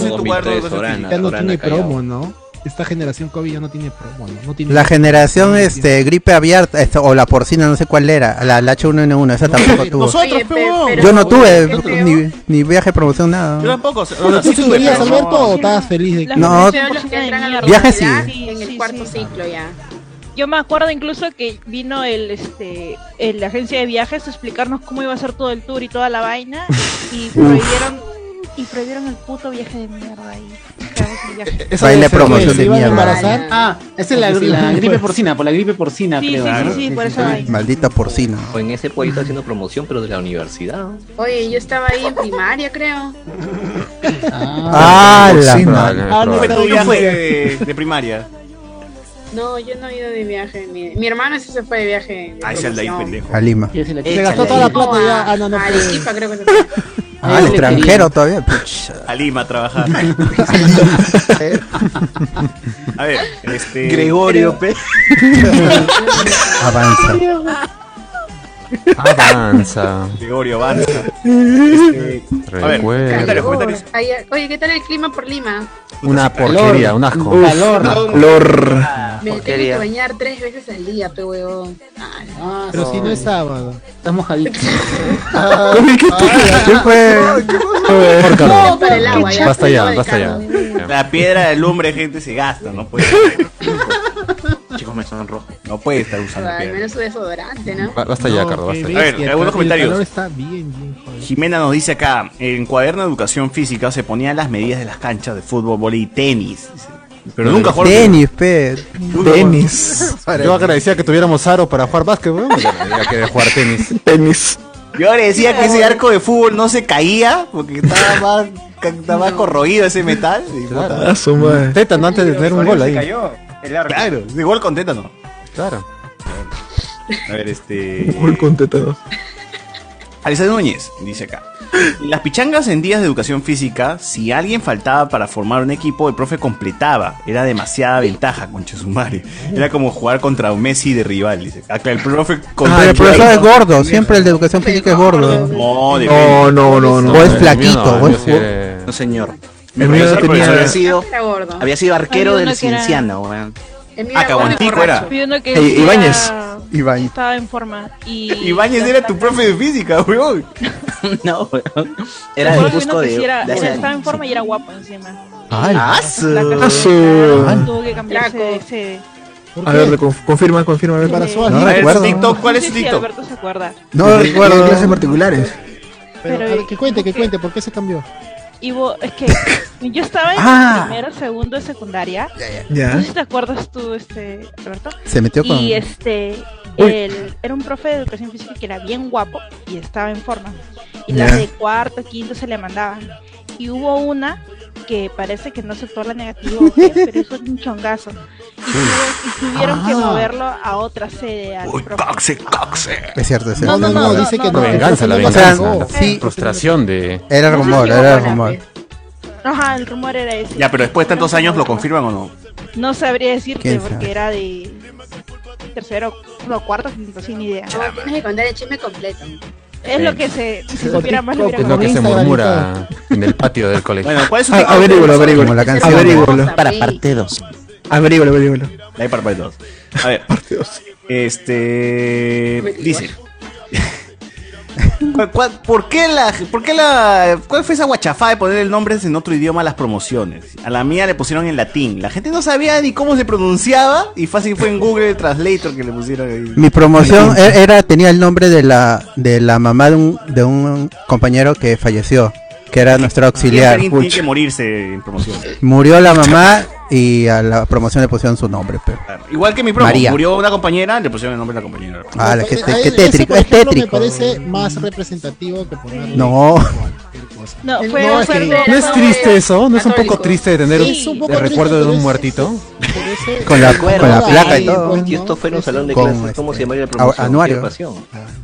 Speaker 17: ya no tiene
Speaker 6: Callao.
Speaker 17: promo, ¿no? Esta generación COVID ya no tiene promo, ¿no? No tiene-
Speaker 3: La generación este gripe abierta esta- o la porcina, no sé cuál era, la, la H1N1, esa tampoco tuvo.
Speaker 14: Oye, pe- pero-
Speaker 3: Yo no
Speaker 14: ¿qué
Speaker 3: tuve
Speaker 14: feo?
Speaker 3: ni, ni viaje de promoción,
Speaker 1: Yo
Speaker 3: nada.
Speaker 1: tampoco.
Speaker 17: Pero ¿Tú sí querías Alberto o estabas feliz de que
Speaker 3: No,
Speaker 14: Son los que entran a la
Speaker 3: Viajes sí.
Speaker 14: universidad en el cuarto ciclo ya.
Speaker 20: Yo me acuerdo incluso que vino el, este, el- la agencia de viajes a explicarnos cómo iba a ser todo el tour y toda la vaina y prohibieron y prohibieron el puto viaje de mierda ahí.
Speaker 2: Esa
Speaker 3: Baile
Speaker 2: debe ser
Speaker 3: promoción
Speaker 2: que se
Speaker 3: de
Speaker 2: iban a
Speaker 3: mierda.
Speaker 2: embarazar.
Speaker 18: Ah, esa es la,
Speaker 2: Sí,
Speaker 18: la
Speaker 2: sí,
Speaker 18: gripe
Speaker 2: pues.
Speaker 18: porcina, por la gripe porcina,
Speaker 20: Sí,
Speaker 18: creo.
Speaker 20: sí,
Speaker 18: ¿no?
Speaker 20: sí, por eso vaina.
Speaker 3: Maldita porcina.
Speaker 6: O en ese pueblo está haciendo promoción, pero de la universidad.
Speaker 14: Oye, yo estaba ahí en primaria, creo.
Speaker 3: Ah, la
Speaker 2: Sí,
Speaker 3: madre.
Speaker 17: Ah.
Speaker 2: probable, probable.
Speaker 1: ¿Cuál fue tu viaje de, de primaria?
Speaker 14: No, yo no he ido de viaje. ni- Mi hermano sí se fue de viaje. de
Speaker 1: Ahí se anda ahí,
Speaker 14: promoción.
Speaker 1: pendejo.
Speaker 3: A Lima.
Speaker 17: Se gastó toda la plata ya. Ah, no, no.
Speaker 14: A Arequipa creo que se fue.
Speaker 3: Ah, extranjero todavía. Pucha.
Speaker 1: A Lima a trabajar. a ver, este.
Speaker 13: Gregorio, pe.
Speaker 3: Avanza.
Speaker 2: Avanza.
Speaker 1: Gregorio, avanza.
Speaker 2: A ver,
Speaker 1: comentarios,
Speaker 2: Recuerdo.
Speaker 1: comentarios.
Speaker 14: Ay, ay, Oye, ¿qué tal el clima por Lima?
Speaker 2: Una porquería, un asco.
Speaker 14: Uf, Calor.
Speaker 2: Calor.
Speaker 20: Ah,
Speaker 14: Me tengo que
Speaker 2: porquería.
Speaker 14: bañar tres veces al día, pe huevón. Ay, no.
Speaker 17: Pero si no es sábado. Ah.
Speaker 18: Está mojadito.
Speaker 14: Ah,
Speaker 2: ¿Qué fue? Por calor.
Speaker 14: Para el agua, ya.
Speaker 2: Basta ya, basta ya.
Speaker 1: La piedra del lumbre, gente, se gasta, no puede.
Speaker 12: Chicos, me sonrojo.
Speaker 1: No puede estar usando
Speaker 14: Al
Speaker 1: piedra.
Speaker 14: menos su desodorante, ¿no?
Speaker 1: Ba- basta ya, Cardo, basta ya. A ver,
Speaker 17: bestia,
Speaker 1: algunos
Speaker 17: el- El
Speaker 1: comentarios.
Speaker 17: calor está bien, bien.
Speaker 1: Jimena nos dice acá, en cuaderno de educación física se ponían las medidas de las canchas de fútbol, vóley y tenis. dice. Pero nunca jugaron.
Speaker 3: Tenis, pe. Ah, Tenis.
Speaker 2: Yo agradecía que tuviéramos aro para jugar básquet, weón. Ya que de jugar tenis. Tenis.
Speaker 1: Yo le decía que ese arco de fútbol no se caía porque estaba más, ca- estaba más corroído ese metal. Y puta.
Speaker 2: Tétano antes de tener un gol
Speaker 1: Se
Speaker 2: ahí.
Speaker 1: cayó el arco. Claro, de gol con tétano.
Speaker 2: Claro.
Speaker 1: A ver, este.
Speaker 10: Muy contento.
Speaker 1: Alessandro Núñez dice acá. Las pichangas en días de educación física, si alguien faltaba para formar un equipo, el profe completaba. Era demasiada ventaja con Chesumari. Era como jugar contra un Messi de rival. Dice. Acá el profe
Speaker 3: Ah, el profesor es gordo, siempre el de educación física es gordo.
Speaker 1: No, de-
Speaker 3: no, no, no, no. O es
Speaker 12: El mío
Speaker 3: flaquito, ¿eh?
Speaker 12: no,
Speaker 3: o
Speaker 12: el
Speaker 3: es
Speaker 12: mío sí
Speaker 1: eh,
Speaker 12: era- No, señor. El
Speaker 3: mío
Speaker 12: profesor
Speaker 3: tenía-
Speaker 12: había sido,
Speaker 14: Era gordo.
Speaker 12: había sido arquero
Speaker 20: Había uno
Speaker 12: del
Speaker 20: que era-
Speaker 12: Cienciano, weón.
Speaker 14: El mío
Speaker 12: Ah,
Speaker 14: era gordo y
Speaker 12: Caguantico
Speaker 14: borracho.
Speaker 12: era.
Speaker 20: Vi uno que
Speaker 12: Eh,
Speaker 20: decía-
Speaker 12: Ibáñez.
Speaker 3: Ibañez.
Speaker 20: Estaba en forma. Y
Speaker 1: Ibáñez era tu profe de física, weón.
Speaker 12: no, weón.
Speaker 20: Me
Speaker 12: Era
Speaker 20: acuerdo
Speaker 12: del
Speaker 20: que
Speaker 12: Cusco
Speaker 20: uno que
Speaker 12: de.
Speaker 20: sí era-
Speaker 12: de
Speaker 20: o
Speaker 12: hace
Speaker 20: sea,
Speaker 12: años.
Speaker 20: estaba en forma y era guapo encima.
Speaker 12: Ay,
Speaker 10: Ah,
Speaker 12: asu.
Speaker 20: La cagó.
Speaker 10: Asu.
Speaker 20: Claro,
Speaker 15: Ah,
Speaker 20: Tuvo que cambiarse de ese-
Speaker 10: A ver, conf- confirma, confirma. a ver.
Speaker 20: Para su
Speaker 10: no
Speaker 20: amigo.
Speaker 10: recuerdo.
Speaker 1: TikTok, ¿cuál
Speaker 20: No
Speaker 1: es
Speaker 20: sé
Speaker 1: el
Speaker 20: si
Speaker 1: TikTok?
Speaker 20: Alberto se acuerda.
Speaker 10: No recuerdo.
Speaker 18: Clases particulares.
Speaker 17: Pero, a ver, que cuente, que cuente, ¿por qué se cambió?
Speaker 20: Y vos- es que yo estaba en
Speaker 17: Ah.
Speaker 20: primero, segundo de secundaria.
Speaker 3: ya.
Speaker 20: No sé si te acuerdas tú, este, Roberto.
Speaker 3: Se metió con-
Speaker 20: Y este,
Speaker 3: Uy.
Speaker 20: el- era un profe de educación física que era bien guapo y estaba en forma. Y
Speaker 3: Ya.
Speaker 20: las de cuarto, quinto se le mandaban. Y hubo una que parece que no aceptó la negativa, ¿ok? pero eso es un chongazo. Y, tuvo- y tuvieron que
Speaker 3: Ah.
Speaker 20: moverlo a otra sede. al profe.
Speaker 3: Es cierto, es
Speaker 20: No, no,
Speaker 3: cierto.
Speaker 20: no, no, no,
Speaker 2: La
Speaker 20: no.
Speaker 2: venganza, la
Speaker 3: O
Speaker 2: venganza.
Speaker 3: sea,
Speaker 2: la
Speaker 3: sí.
Speaker 2: Frustración de.
Speaker 3: Era rumor, era rumor.
Speaker 20: Ajá, el rumor era ese.
Speaker 1: Ya, pero después de tantos años lo confirman o no.
Speaker 20: No sabría decirte
Speaker 1: ¿Quién
Speaker 20: porque
Speaker 1: sabe?
Speaker 20: era de tercero, no, cuarto, quinto, sin idea.
Speaker 14: No, tienes que contar el chisme completo.
Speaker 20: Es lo que se, si
Speaker 14: Sí.
Speaker 20: supiera más lo hubiera
Speaker 2: Es lo que se
Speaker 20: contado.
Speaker 2: murmura en el patio del colegio.
Speaker 1: Bueno, ¿cuál es su
Speaker 10: Ah,
Speaker 1: TikTok?
Speaker 10: averígüelo, averígüelo.
Speaker 1: Como la canción.
Speaker 10: Averígüelo.
Speaker 1: Para
Speaker 10: parte 2. Averígüelo, averígüelo.
Speaker 1: Ahí para parte 2. A ver. Este. Dice. ¿Cuál- cuál- ¿Por qué la, por qué la, cuál fue esa guachafá de poner el nombre en otro idioma a las promociones? A la mía le pusieron en latín. La gente no sabía ni cómo se pronunciaba y fácil fue en Google Translator que le pusieron ahí.
Speaker 3: Mi promoción e- era tenía el nombre de la de la mamá de un de un compañero que falleció, que era nuestro
Speaker 1: Siempre
Speaker 3: auxiliar.
Speaker 1: alguien tiene
Speaker 3: Puch.
Speaker 1: que morirse en promoción.
Speaker 3: Murió la mamá y a la promoción le pusieron su nombre, pero.
Speaker 1: Igual que mi promo,
Speaker 3: María.
Speaker 1: murió una compañera, le pusieron el nombre de la compañera.
Speaker 3: Ah, la que
Speaker 17: A
Speaker 3: este- qué
Speaker 17: ese,
Speaker 3: tétrico,
Speaker 17: por
Speaker 3: es
Speaker 17: ejemplo,
Speaker 3: tétrico.
Speaker 17: me parece más representativo que poner.
Speaker 3: No.
Speaker 20: No,
Speaker 17: El-
Speaker 20: fue
Speaker 17: no,
Speaker 20: un
Speaker 17: es que-
Speaker 20: saludo.
Speaker 2: ¿No es triste eso? ¿No es un poco
Speaker 20: Católico.
Speaker 2: triste de tener
Speaker 20: Sí.
Speaker 2: un- el recuerdo de un muertito?
Speaker 3: Con la- con la placa y todo.
Speaker 13: Y pues, esto fue en un salón de
Speaker 3: Con
Speaker 13: clases. ¿Cómo
Speaker 1: este,
Speaker 13: se llamaría la promoción?
Speaker 3: anuario.
Speaker 13: Qué pasión.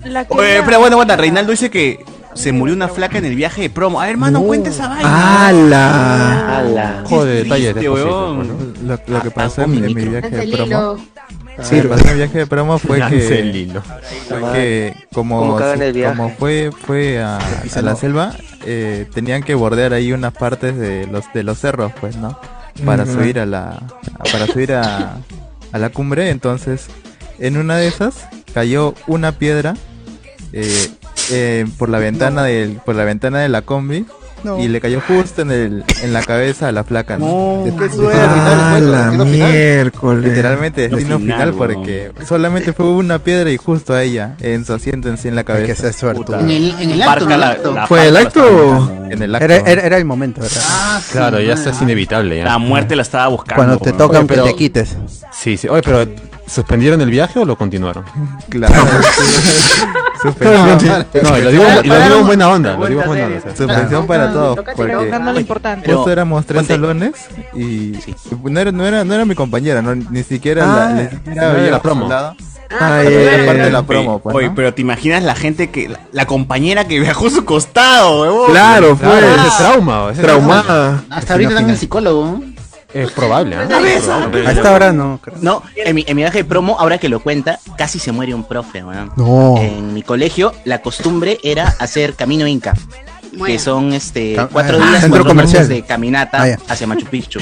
Speaker 20: La que
Speaker 1: Oye,
Speaker 20: era-
Speaker 1: pero bueno, bueno, Reinaldo dice que se murió una flaca en el viaje de promo. A ver, hermano, cuenta esa vaina.
Speaker 10: ¡Hala!
Speaker 1: ¡Hala!
Speaker 2: Joder, detalles.
Speaker 1: Triste,
Speaker 2: después,
Speaker 1: huevón.
Speaker 2: sí, pues,
Speaker 15: Lo, lo que pasó en, en mi viaje de
Speaker 14: Lanza el
Speaker 15: promo.
Speaker 14: hilo.
Speaker 15: Sí, lo que pasó en mi Ah, viaje de promo fue
Speaker 2: Lanza el
Speaker 15: que.
Speaker 2: hilo.
Speaker 15: Fue que como,
Speaker 13: ¿Cómo cagan el viaje?
Speaker 15: como fue, fue a, a la selva, eh, tenían que bordear ahí unas partes de los de los cerros, pues, ¿no? Para
Speaker 10: Ujú.
Speaker 15: subir a la. a- Para subir a, a la cumbre. Entonces, en una de esas cayó una piedra eh, eh, por la ventana del, por la ventana de la combi.
Speaker 3: No.
Speaker 15: Y le cayó justo en, el, en la cabeza a la flaca. ¿no? Después
Speaker 10: Ah, la miércoles.
Speaker 15: Literalmente destino final,
Speaker 10: Final,
Speaker 15: porque solamente fue una piedra y justo a ella, en su asiento, en, sí, en la cabeza.
Speaker 3: que ser suertudo.
Speaker 18: En el- en el acto,
Speaker 15: Parca
Speaker 18: en el
Speaker 15: la-
Speaker 18: acto.
Speaker 15: la
Speaker 10: ¿Fue
Speaker 15: parca
Speaker 10: el
Speaker 15: la
Speaker 10: acto?
Speaker 15: estaba buscando. En el acto.
Speaker 3: Era, era- era el momento, ¿verdad?
Speaker 1: Ah.
Speaker 2: Claro, ya está es inevitable.
Speaker 1: La muerte la estaba buscando.
Speaker 3: Cuando te tocan, que te
Speaker 2: quites. Sí, sí. Oye, pero ¿suspendieron el viaje o lo continuaron?
Speaker 15: Claro.
Speaker 2: Suspensión. No, y lo digo, y lo digo en buena onda. Lo digo en buena onda. o sea.
Speaker 15: Suspensión para todos. Porque
Speaker 20: No, no lo importante.
Speaker 15: justo éramos tres salones y no era, no era, no era mi compañera, no, ni siquiera la,
Speaker 1: Ah,
Speaker 15: ni siquiera
Speaker 1: no era
Speaker 15: había
Speaker 1: la promo.
Speaker 15: hablado.
Speaker 18: Ah,
Speaker 20: Ah,
Speaker 2: Ah,
Speaker 1: Ay,
Speaker 15: Pero
Speaker 1: eh,
Speaker 15: era parte de la promo,
Speaker 1: oye,
Speaker 15: pues,
Speaker 1: oye,
Speaker 15: ¿no?
Speaker 1: pero te imaginas la gente que. La, la compañera que viajó a su costado, huevón.
Speaker 2: Claro, pues. Ese trauma, ese Traumada.
Speaker 1: trauma.
Speaker 12: Hasta ahorita están en el psicólogo.
Speaker 2: Es probable, ¿ah?
Speaker 12: A esta hora no. No, en mi, en mi viaje de promo, ahora que lo cuenta, casi se muere un profe, weón.
Speaker 17: No.
Speaker 1: Eh,
Speaker 12: En mi colegio, la costumbre era hacer camino inca. Que son este
Speaker 17: Ca-
Speaker 12: cuatro
Speaker 17: ah,
Speaker 12: días
Speaker 17: centro
Speaker 12: cuatro noches
Speaker 17: comercial.
Speaker 12: de caminata
Speaker 17: Ah, ya.
Speaker 12: hacia Machu Picchu.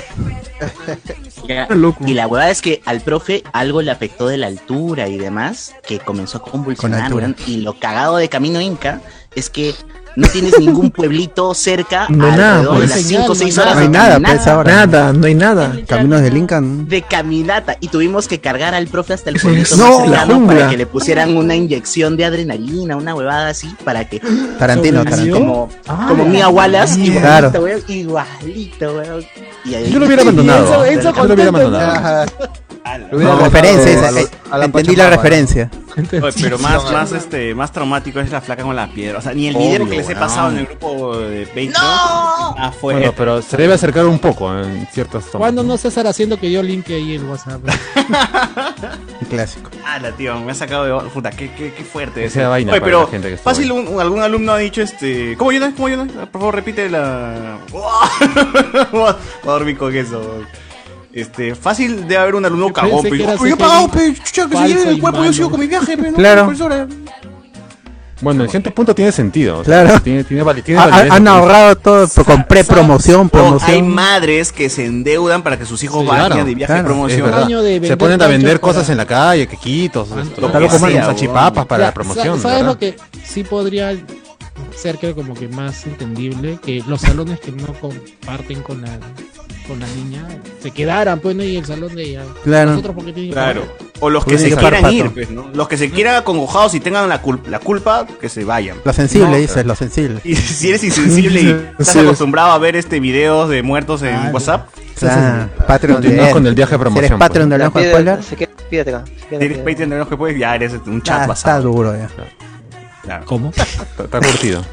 Speaker 12: Ya, Y la huevada es que al profe algo le afectó de la altura y demás, que comenzó a
Speaker 17: Con
Speaker 12: convulsionar,
Speaker 17: altura.
Speaker 12: weón. Y lo cagado de camino inca es que no tienes ningún pueblito cerca
Speaker 10: No hay nada,
Speaker 12: alrededor de
Speaker 10: pues.
Speaker 12: las 5 o 6 horas
Speaker 10: No hay
Speaker 12: de
Speaker 10: nada,
Speaker 12: caminata
Speaker 10: pues, ahora. Nada, no hay nada. Caminos del Inca.
Speaker 12: de caminata y tuvimos que cargar al profe hasta el
Speaker 10: Sí,
Speaker 12: pueblito
Speaker 10: no,
Speaker 12: más
Speaker 10: la
Speaker 12: cercano
Speaker 10: jungla.
Speaker 12: para que le pusieran una inyección de adrenalina, una huevada así para que
Speaker 3: Tarantino,
Speaker 12: así
Speaker 3: Tarantino.
Speaker 12: como
Speaker 3: Ah,
Speaker 12: como Mia Wallace
Speaker 3: mierda.
Speaker 12: igualito,
Speaker 3: Claro.
Speaker 12: weón, igualito, weón. Y ahí-
Speaker 2: Yo lo hubiera abandonado.
Speaker 12: Y Enzo- Enzo
Speaker 2: Yo lo hubiera
Speaker 12: contento,
Speaker 2: abandonado.
Speaker 12: ¿no?
Speaker 2: Lo hubiera
Speaker 3: No,
Speaker 2: abandonado
Speaker 3: Ah, referencia, esa,
Speaker 2: a los-
Speaker 3: eh,
Speaker 2: a la
Speaker 3: entendí la
Speaker 2: Pachamama.
Speaker 3: referencia.
Speaker 1: Oye, pero
Speaker 3: Sí,
Speaker 1: más,
Speaker 3: sí,
Speaker 1: más,
Speaker 3: sí.
Speaker 1: este, más traumático es la flaca con la piedra. O sea, ni el video
Speaker 2: Obvio,
Speaker 1: que les he
Speaker 2: weón.
Speaker 1: pasado en el grupo de Patreon ah, fue.
Speaker 2: Bueno, pero se debe acercar un poco en ciertas tomas.
Speaker 17: ¿Cuándo no César haciendo que yo limpie ahí el WhatsApp?
Speaker 2: Clásico.
Speaker 1: Ah, la tío, me ha sacado de. Puta, qué, qué, qué fuerte.
Speaker 2: Esa
Speaker 1: eso.
Speaker 2: vaina
Speaker 1: Oye,
Speaker 2: para
Speaker 1: pero
Speaker 2: la gente que está
Speaker 1: fácil, un- un- algún alumno ha dicho este. ¿Cómo ayudas? ¿Cómo ayudas? Por favor, repite la. Voy a dormir con eso. Este, fácil de haber un alumno
Speaker 11: pensé
Speaker 1: cagón, pero
Speaker 11: que
Speaker 1: yo
Speaker 11: era
Speaker 1: "Pero yo he
Speaker 11: César
Speaker 1: pagado,
Speaker 11: y-
Speaker 1: pe, chucha, que se
Speaker 11: falso
Speaker 1: lleve el
Speaker 11: y
Speaker 1: cuerpo, yo
Speaker 11: malo".
Speaker 1: sigo con mi viaje, pero
Speaker 11: Claro.
Speaker 1: profesora.
Speaker 2: Bueno, en cierto punto tiene sentido. o sea,
Speaker 3: Claro.
Speaker 2: Tiene, tiene, vali- tiene
Speaker 3: Ha- ha-
Speaker 2: validez.
Speaker 3: Ah, han ahorrado todo por- con pre-promoción,
Speaker 1: Oh, hay
Speaker 3: promoción.
Speaker 1: madres que se endeudan para que sus hijos vayan
Speaker 2: Claro,
Speaker 1: de viaje
Speaker 2: claro,
Speaker 1: de
Speaker 2: es
Speaker 1: promoción.
Speaker 2: verdad. se ponen a vender cosas en la calle, quequitos,
Speaker 8: Ah,
Speaker 1: Lo
Speaker 2: tal
Speaker 1: que
Speaker 2: como
Speaker 1: sea,
Speaker 2: los salchipapas
Speaker 1: weón.
Speaker 2: Ah, para
Speaker 1: Ya,
Speaker 2: la promoción.
Speaker 17: Sa- ¿Sabes
Speaker 2: ¿verdad?
Speaker 17: lo que sí podría ser creo como que más entendible? Que los salones que no comparten con la, con la niña se quedaran, pues, ¿no? Y el salón de ella.
Speaker 1: Claro.
Speaker 17: Nosotros porque tienen que
Speaker 1: Claro.
Speaker 17: pagar?
Speaker 1: O los que
Speaker 3: Tiene
Speaker 1: se
Speaker 3: que
Speaker 1: quieran
Speaker 3: pagar
Speaker 1: ir,
Speaker 3: pato.
Speaker 1: pues, ¿no? Los que se quieran acongojados y tengan la, cul- la culpa, que se vayan.
Speaker 3: Lo sensible,
Speaker 1: No,
Speaker 3: dices, lo sensible.
Speaker 1: Y si eres insensible y estás
Speaker 3: Sí.
Speaker 1: acostumbrado a ver este videos de muertos en WhatsApp,
Speaker 3: Claro, Patreon de
Speaker 2: Continúas
Speaker 3: él.
Speaker 2: con el viaje de
Speaker 3: Si
Speaker 2: promoción.
Speaker 3: eres Patreon
Speaker 2: pues.
Speaker 3: de Blanco
Speaker 1: piedra-
Speaker 3: Spoiler,
Speaker 13: Se queda, fíjate acá. se queda,
Speaker 1: tienes
Speaker 13: fíjate.
Speaker 1: Patreon de los que puedes, ya eres un
Speaker 2: Ah,
Speaker 1: chat
Speaker 3: está,
Speaker 1: basado.
Speaker 3: está duro ya.
Speaker 1: Claro.
Speaker 17: ¿Cómo?
Speaker 2: Está, está curtido.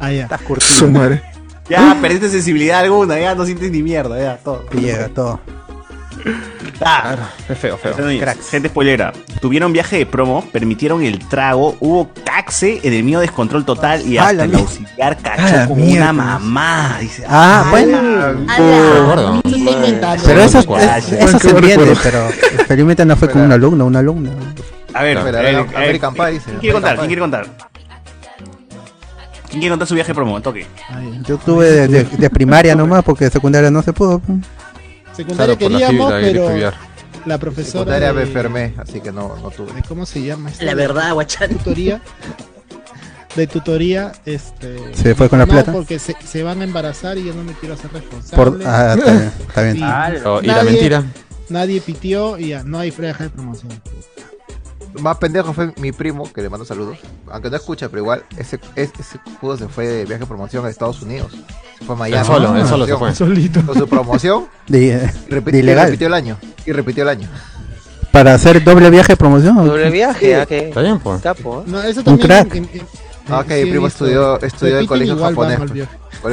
Speaker 17: Ah, ya.
Speaker 3: Estás
Speaker 10: Su madre.
Speaker 1: Ya perdiste sensibilidad alguna, ya no sientes ni mierda, ya todo.
Speaker 3: Llega todo.
Speaker 1: Ah,
Speaker 2: Es feo, feo.
Speaker 1: Entonces, Gente spoilera, tuvieron viaje de promo, permitieron el trago, hubo taxe, en el mío descontrol total y
Speaker 3: Ah,
Speaker 1: hasta
Speaker 3: la
Speaker 1: el
Speaker 3: mierda.
Speaker 1: auxiliar
Speaker 3: Ah, la
Speaker 1: cachó como
Speaker 3: mierda.
Speaker 1: una mamá. Dice,
Speaker 3: Ah,
Speaker 1: "A
Speaker 10: pues,
Speaker 3: bueno.
Speaker 1: la
Speaker 3: Ah,
Speaker 1: mierda".
Speaker 3: Pero eso, es- es- eso se entiende,
Speaker 1: recuerdo.
Speaker 3: pero felizmente no fue con un alumno, una alumna.
Speaker 1: A ver,
Speaker 3: Claro.
Speaker 1: a ver,
Speaker 3: Pero
Speaker 1: a ver,
Speaker 8: American
Speaker 1: ¿quién-
Speaker 8: Pie,
Speaker 1: ¿Quién
Speaker 8: señor,
Speaker 1: quiere contar? ¿Quién
Speaker 8: American
Speaker 1: quiere contar? ¿Quién quiere contar su viaje promo? Al Toque.
Speaker 3: Yo tuve de, de- de primaria nomás, porque de secundaria no se pudo.
Speaker 17: Secundaria
Speaker 3: Claro, por la
Speaker 17: queríamos,
Speaker 3: fibra, ir a
Speaker 17: pero
Speaker 3: estudiar.
Speaker 17: la profesora...
Speaker 8: Secundaria me
Speaker 17: de-
Speaker 8: enfermé, así que no, no tuve.
Speaker 17: de ¿Cómo se llama? esta?
Speaker 12: La verdad, guachán.
Speaker 17: Tutoría. De tutoría, este.
Speaker 3: Se fue con la
Speaker 17: no,
Speaker 3: plata.
Speaker 17: porque se, se van a embarazar y yo no me quiero hacer responsable.
Speaker 3: Por- ah, está bien, está bien.
Speaker 2: Oh, y la mentira.
Speaker 17: Nadie pitió y ya, no hay freja de promoción.
Speaker 8: Más pendejo fue mi primo, que le mando saludos. Aunque no escucha, pero igual, ese, ese, ese judo se fue de viaje de promoción a Estados Unidos. Se fue a Miami.
Speaker 2: Él solo, él solo se
Speaker 8: Promoción.
Speaker 2: fue.
Speaker 17: Solito.
Speaker 8: Con su promoción.
Speaker 3: De-
Speaker 8: repi-
Speaker 3: de ilegal.
Speaker 8: Y repitió el año. Y repitió el año.
Speaker 3: Para hacer doble viaje de promoción. ¿o
Speaker 8: Doble
Speaker 3: qué?
Speaker 8: viaje, ah, que- Está bien,
Speaker 3: pues.
Speaker 8: Capo, ¿eh?
Speaker 17: No, eso
Speaker 3: Un
Speaker 17: también.
Speaker 3: crack.
Speaker 8: Ah, que mi primo estudió, estudió en el colegio japonés. pues. Colegio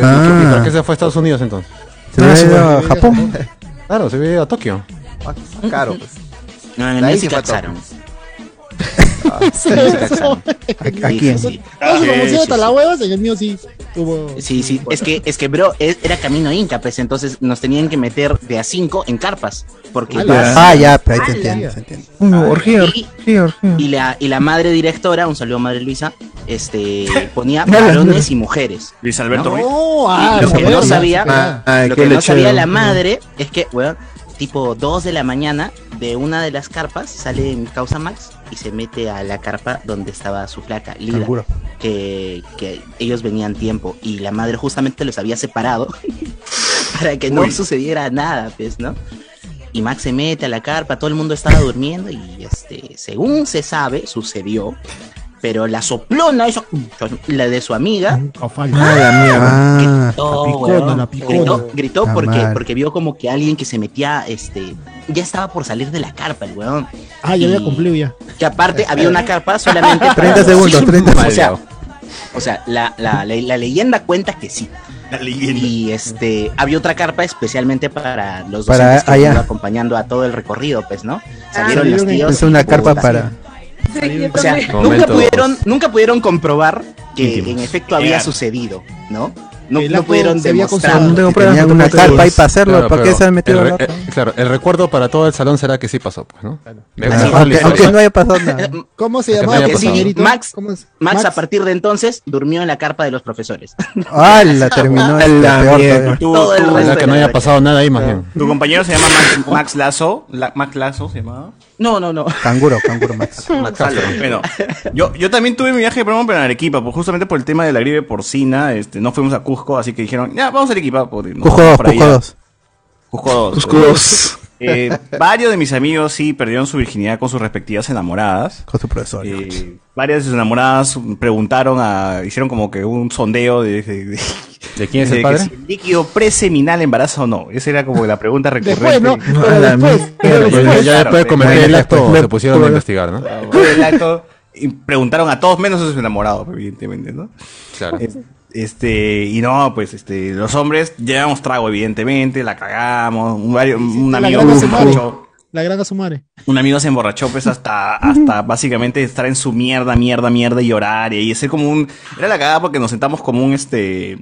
Speaker 8: Ah,
Speaker 2: Ah.
Speaker 8: japonés.
Speaker 2: ¿Por qué se fue a Estados Unidos entonces?
Speaker 3: Se hubiera ido a Japón.
Speaker 2: Claro, se hubiera ido a Tokio.
Speaker 8: Ah, Caro, pues.
Speaker 12: No,
Speaker 8: De
Speaker 12: en el
Speaker 8: ahí
Speaker 12: mío sí
Speaker 8: se mató.
Speaker 12: cacharon.
Speaker 17: Sí, eso.
Speaker 12: ¿A quién? Ah, Sí,
Speaker 17: Todos
Speaker 12: Ah, sí,
Speaker 17: promoción
Speaker 12: sí.
Speaker 17: hasta la huevas, en el mío sí. Hubo.
Speaker 12: Sí, sí, es que, es que bro, es- era camino inca, pues entonces nos tenían que meter de a 5 en carpas. Porque
Speaker 3: Ah, ya, pero ahí se entiende, se entiende.
Speaker 10: orgía,
Speaker 12: orgía,
Speaker 10: Mm.
Speaker 12: Y la, y la madre directora, un saludo a madre Luisa, este ponía
Speaker 10: Nada,
Speaker 12: varones y mujeres.
Speaker 1: Luis Alberto
Speaker 12: ¿no?
Speaker 1: Ruiz.
Speaker 12: Y
Speaker 10: ah,
Speaker 12: lo que no
Speaker 10: bueno,
Speaker 12: sabía,
Speaker 10: ah, ah,
Speaker 12: lo
Speaker 10: qué
Speaker 12: que no
Speaker 10: lechero.
Speaker 12: sabía la madre es que, weón, tipo 2 de la mañana, de una de las carpas, sale mi causa Max y se mete a la carpa donde estaba su flaca, Lida.
Speaker 3: Seguro.
Speaker 12: Que, que ellos venían tiempo y la madre justamente los había separado para que no
Speaker 1: Uy.
Speaker 12: sucediera nada, pues, ¿no? Y Max se mete a la carpa, todo el mundo estaba durmiendo y este, según se sabe, sucedió Pero la soplona, eso, la de su amiga.
Speaker 17: Ah, la mierda.
Speaker 12: gritó,
Speaker 17: la picona,
Speaker 12: weón.
Speaker 17: la picona.
Speaker 12: Gritó, gritó
Speaker 17: La
Speaker 12: porque,
Speaker 17: madre.
Speaker 12: porque vio como que alguien que se metía, este, ya estaba por salir de la carpa, el weón.
Speaker 17: Ah, ya
Speaker 12: Y-
Speaker 17: había cumplido ya.
Speaker 12: Que aparte había una carpa solamente
Speaker 17: 30
Speaker 12: los-
Speaker 17: segundos, 30
Speaker 12: O sea,
Speaker 17: segundos.
Speaker 12: o sea, la, la- la- la leyenda cuenta que sí. Y este, había otra carpa especialmente para los
Speaker 3: Para
Speaker 12: docentes que
Speaker 3: allá.
Speaker 12: iban acompañando a todo el recorrido, pues, ¿no?
Speaker 17: Ah,
Speaker 12: Salieron los
Speaker 3: Salieron en-
Speaker 12: tíos.
Speaker 3: Es una
Speaker 12: y
Speaker 3: carpa
Speaker 12: puta,
Speaker 3: para.
Speaker 12: o sea, nunca
Speaker 3: Momentos
Speaker 12: pudieron, nunca pudieron comprobar que en efecto había
Speaker 3: Claro.
Speaker 12: sucedido, ¿no? No,
Speaker 3: El
Speaker 12: no
Speaker 3: acto
Speaker 12: pudieron
Speaker 3: se había
Speaker 12: demostrar.
Speaker 3: consumado. No tengo pruebas, Tenían no tengo una carpa ahí para hacerlo, ¿por qué
Speaker 2: porque
Speaker 3: se han metido
Speaker 2: el,
Speaker 3: al
Speaker 2: re-
Speaker 3: otro?
Speaker 2: eh, Claro, el recuerdo para todo el salón será que sí pasó, pues, ¿no? Me-
Speaker 3: Así
Speaker 2: me-
Speaker 3: es. Aunque-
Speaker 2: me-
Speaker 3: aunque no haya pasado nada.
Speaker 17: ¿Cómo se
Speaker 2: Que
Speaker 17: llamaba?
Speaker 2: no haya
Speaker 17: pues,
Speaker 2: pasado.
Speaker 17: señorito?
Speaker 12: Max,
Speaker 17: ¿Cómo es?
Speaker 12: Max, a partir de entonces, durmió en la carpa de los profesores.
Speaker 3: Ah, la terminó.
Speaker 2: A
Speaker 3: este,
Speaker 2: la
Speaker 3: peor
Speaker 2: mierda.
Speaker 3: todavía.
Speaker 2: Tú- Todo el tú- resto que no haya
Speaker 1: era-
Speaker 2: pasado nada ahí, más bien.
Speaker 1: Tu compañero se llama Max, Max Lazo. La- Max Lazo se llamaba.
Speaker 12: No, no, no.
Speaker 3: Canguro, canguro Max.
Speaker 1: Bueno, yo, yo también tuve mi viaje de promo pero en Arequipa, pues justamente por el tema de la gripe porcina, este, no fuimos a Cusco, así que dijeron, ya, vamos a Arequipa. Por, nos
Speaker 3: Cusco
Speaker 1: vamos
Speaker 3: 2,
Speaker 1: para
Speaker 3: Cusco
Speaker 1: allá".
Speaker 3: 2.
Speaker 1: Cusco 2.
Speaker 3: Cusco
Speaker 1: Eh,
Speaker 3: dos.
Speaker 1: eh, varios de mis amigos sí perdieron su virginidad con sus respectivas enamoradas.
Speaker 3: Con su profesor.
Speaker 1: Eh, varias de sus enamoradas preguntaron a, hicieron como que un sondeo de, de, de-
Speaker 2: quién es el
Speaker 1: que
Speaker 2: padre?
Speaker 1: si líquido preseminal embarazo o no. Esa era como la pregunta recurrente.
Speaker 2: Después, ¿no? Pero A la después, mierda. pero después. Ya después de cometer el acto, se pusieron a investigar, ¿no?
Speaker 1: Después del acto, y preguntaron a todos menos a sus enamorados, evidentemente, ¿no?
Speaker 2: Claro.
Speaker 1: Eh, Este, y no, pues este, los hombres llevamos trago, evidentemente, la cagamos, un, vario- un
Speaker 17: La
Speaker 1: amigo
Speaker 17: gran
Speaker 1: se
Speaker 17: Asumare.
Speaker 1: emborrachó.
Speaker 17: La gran Asumare.
Speaker 1: Un amigo se emborrachó pues hasta, hasta básicamente estar en su mierda, mierda, mierda y llorar y hacer como un... Era la cagada porque nos sentamos como un este...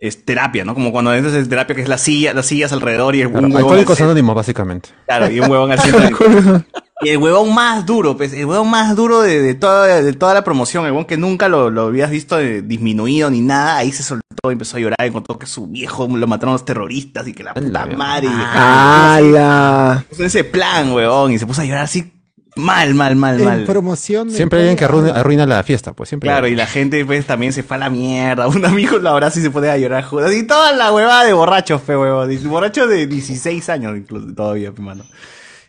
Speaker 1: Es terapia, ¿no? Como cuando entras en terapia que es la silla, las sillas alrededor y un
Speaker 2: Claro,
Speaker 1: huevón
Speaker 2: alcohólicos
Speaker 1: al centro.
Speaker 2: anónimos, básicamente.
Speaker 1: Claro, y un huevón al centro. Y el huevón más duro, pues, el huevón más duro de, de toda, de toda la promoción, el huevón que nunca lo, lo habías visto eh, disminuido ni nada, ahí se soltó y empezó a llorar y contó que su viejo lo mataron los terroristas y que la puta madre. y-
Speaker 10: ¡Hala!
Speaker 1: puso ese plan, weón, y se puso a llorar así mal, mal, mal,
Speaker 17: En
Speaker 1: mal.
Speaker 17: promoción.
Speaker 2: Siempre hay alguien que arruina, arruina la fiesta, pues siempre.
Speaker 1: Claro, y la gente pues también se fue a la mierda. Un amigo lo abraza y se pone a llorar juntos. Y toda la huevada de borrachos, fe, huevón. Y Borrachos de 16 años incluso todavía, mi mano.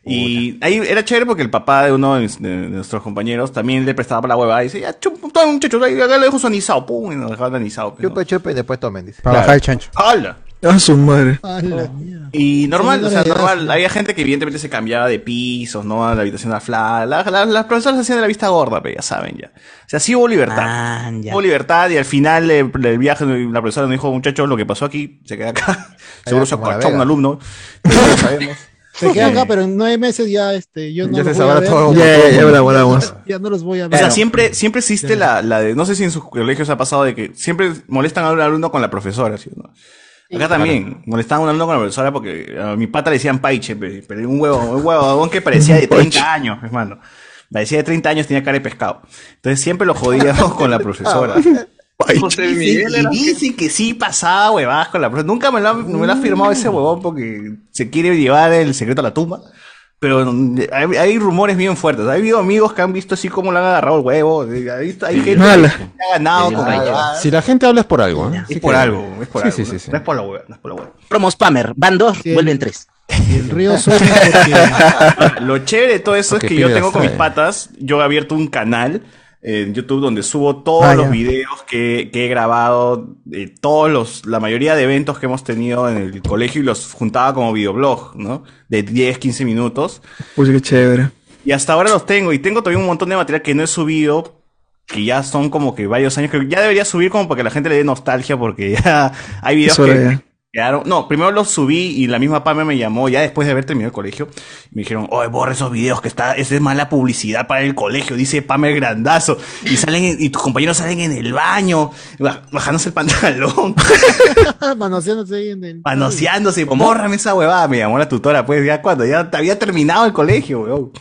Speaker 1: Y ahí era chévere porque el papá de uno de, mis- de nuestros compañeros también le prestaba para la huevada y decía, ya, chup, toma muchachos, ahí acá le dejo sonizado, pum, y nos dejaba sonizado. Chupe,
Speaker 8: chupe y después tomen, dice.
Speaker 3: Para bajar el chancho.
Speaker 1: ¡Hala!
Speaker 10: A Ah, su madre.
Speaker 17: Ah,
Speaker 12: Oh.
Speaker 1: Y normal, o sea,
Speaker 10: Señores,
Speaker 1: normal. Había gente que evidentemente se cambiaba de pisos, ¿no? A la habitación de la fla. la- la- las profesoras hacían de la vista gorda, pero ya saben, ya. O sea, sí hubo libertad. Hubo libertad y al final eh, del viaje la profesora nos dijo, muchachos, lo que pasó aquí se queda acá. Seguro se
Speaker 8: como la
Speaker 1: acuachó un
Speaker 8: Vega.
Speaker 1: alumno. Pero no sabemos.
Speaker 17: Se queda
Speaker 1: Sí.
Speaker 17: acá, pero en nueve meses ya, este, yo no
Speaker 1: Ya
Speaker 17: los
Speaker 1: se
Speaker 17: voy a
Speaker 1: sabrá
Speaker 17: ver,
Speaker 1: todo.
Speaker 17: Ya,
Speaker 1: Ya, ya, ya
Speaker 17: ya,
Speaker 1: habrá guardaguas.
Speaker 17: ya no los voy a
Speaker 1: O
Speaker 17: ver.
Speaker 1: sea, siempre, siempre existe la, la de, no sé si en sus colegios ha pasado de que siempre molestan a un alumno con la profesora, ¿sí o no? Acá también, molestaban a un alumno con la profesora porque a mi pata le decían paiche, pe- pero un huevo, un huevón que parecía de 30 años, hermano. Parecía de 30 años, tenía cara de pescado. Entonces siempre lo jodíamos con la profesora.
Speaker 17: Ah,
Speaker 10: Ah.
Speaker 9: José
Speaker 1: Dicen-
Speaker 9: Miguel era-
Speaker 1: y dicen que sí pasaba huevadas con la profesora. Nunca me lo, ha, me
Speaker 9: Mm.
Speaker 1: lo ha firmado ese huevón porque se quiere llevar el secreto a la tumba. Pero mm, hay, hay rumores bien fuertes. Ha habido amigos que han visto así como le han agarrado el huevo. de- Hay, hay gente que
Speaker 2: Ala.
Speaker 1: ha ganado con huevadas.
Speaker 2: Si la gente habla es por algo, ¿eh?
Speaker 1: Es por algo, es por
Speaker 2: Sí,
Speaker 1: algo.
Speaker 2: sí,
Speaker 1: no-
Speaker 2: sí, sí.
Speaker 1: No es por la hueva, no es por la hueva.
Speaker 12: Promo spammer, van dos, vuelven tres.
Speaker 17: El río suena
Speaker 1: Lo chévere de todo eso
Speaker 12: Porque
Speaker 1: es que yo
Speaker 12: pide
Speaker 1: tengo con mis
Speaker 12: hasta-
Speaker 1: patas, yo he abierto un canal en YouTube donde subo todos
Speaker 3: Ah,
Speaker 1: los
Speaker 3: ya.
Speaker 1: videos que, que he grabado, eh, todos los, la mayoría de eventos que hemos tenido en el colegio y los juntaba como videoblog, ¿no? De 10, 15 minutos.
Speaker 10: Uy, Pues, qué chévere.
Speaker 1: Y hasta ahora los tengo. Y tengo todavía un montón de material que no he subido. Que ya son como que varios años. Que ya debería subir como para que la gente le dé nostalgia. Porque ya hay videos
Speaker 10: Es hora
Speaker 1: que
Speaker 10: ya.
Speaker 1: quedaron. No, primero los subí y la misma Pame me llamó ya después de haber terminado el colegio. y me dijeron, oye, borra esos videos que está. Esa es mala publicidad para el colegio. Dice Pame el grandazo. Y salen, en- y tus compañeros salen en el baño, baj- bajándose el pantalón,
Speaker 17: Manoseándose ahí en el.
Speaker 1: manoseándose. Bórrame esa huevada. Me llamó la tutora, pues ya cuando ya había terminado el colegio, weón.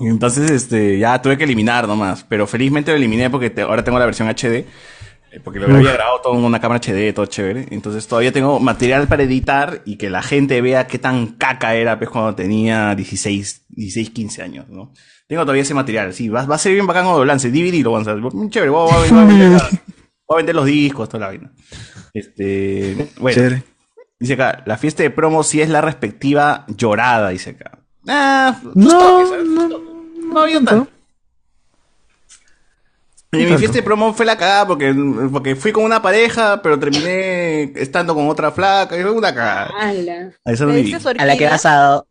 Speaker 1: Y Entonces, este, ya tuve que eliminar nomás. Pero felizmente lo eliminé porque te- ahora tengo la versión HD. eh, Porque lo
Speaker 10: Uf.
Speaker 1: había grabado todo en una cámara HD, todo chévere. Entonces todavía tengo material para editar y que la gente vea qué tan caca era pues, cuando tenía 16, 16, 15 años, ¿no? Tengo todavía ese material, sí. Va, va a ser bien bacán cuando lo lance. DVD lo van a hacer. Chévere, voy, a- voy a- voy a vender la- voy a vender los discos, toda la vaina. Este, bueno.
Speaker 10: Chévere.
Speaker 1: Dice acá, la fiesta de promo sí es la respectiva llorada, dice acá.
Speaker 10: Ah, No, no.
Speaker 1: No había tanto. Y mi fiesta de promo fue la cagada porque, porque fui con una pareja, pero terminé estando con otra flaca. Y fue una cagada.
Speaker 14: Ala.
Speaker 1: A esa no
Speaker 14: ¿Le
Speaker 1: viví.
Speaker 14: dices orquídea? A la que vas
Speaker 12: a-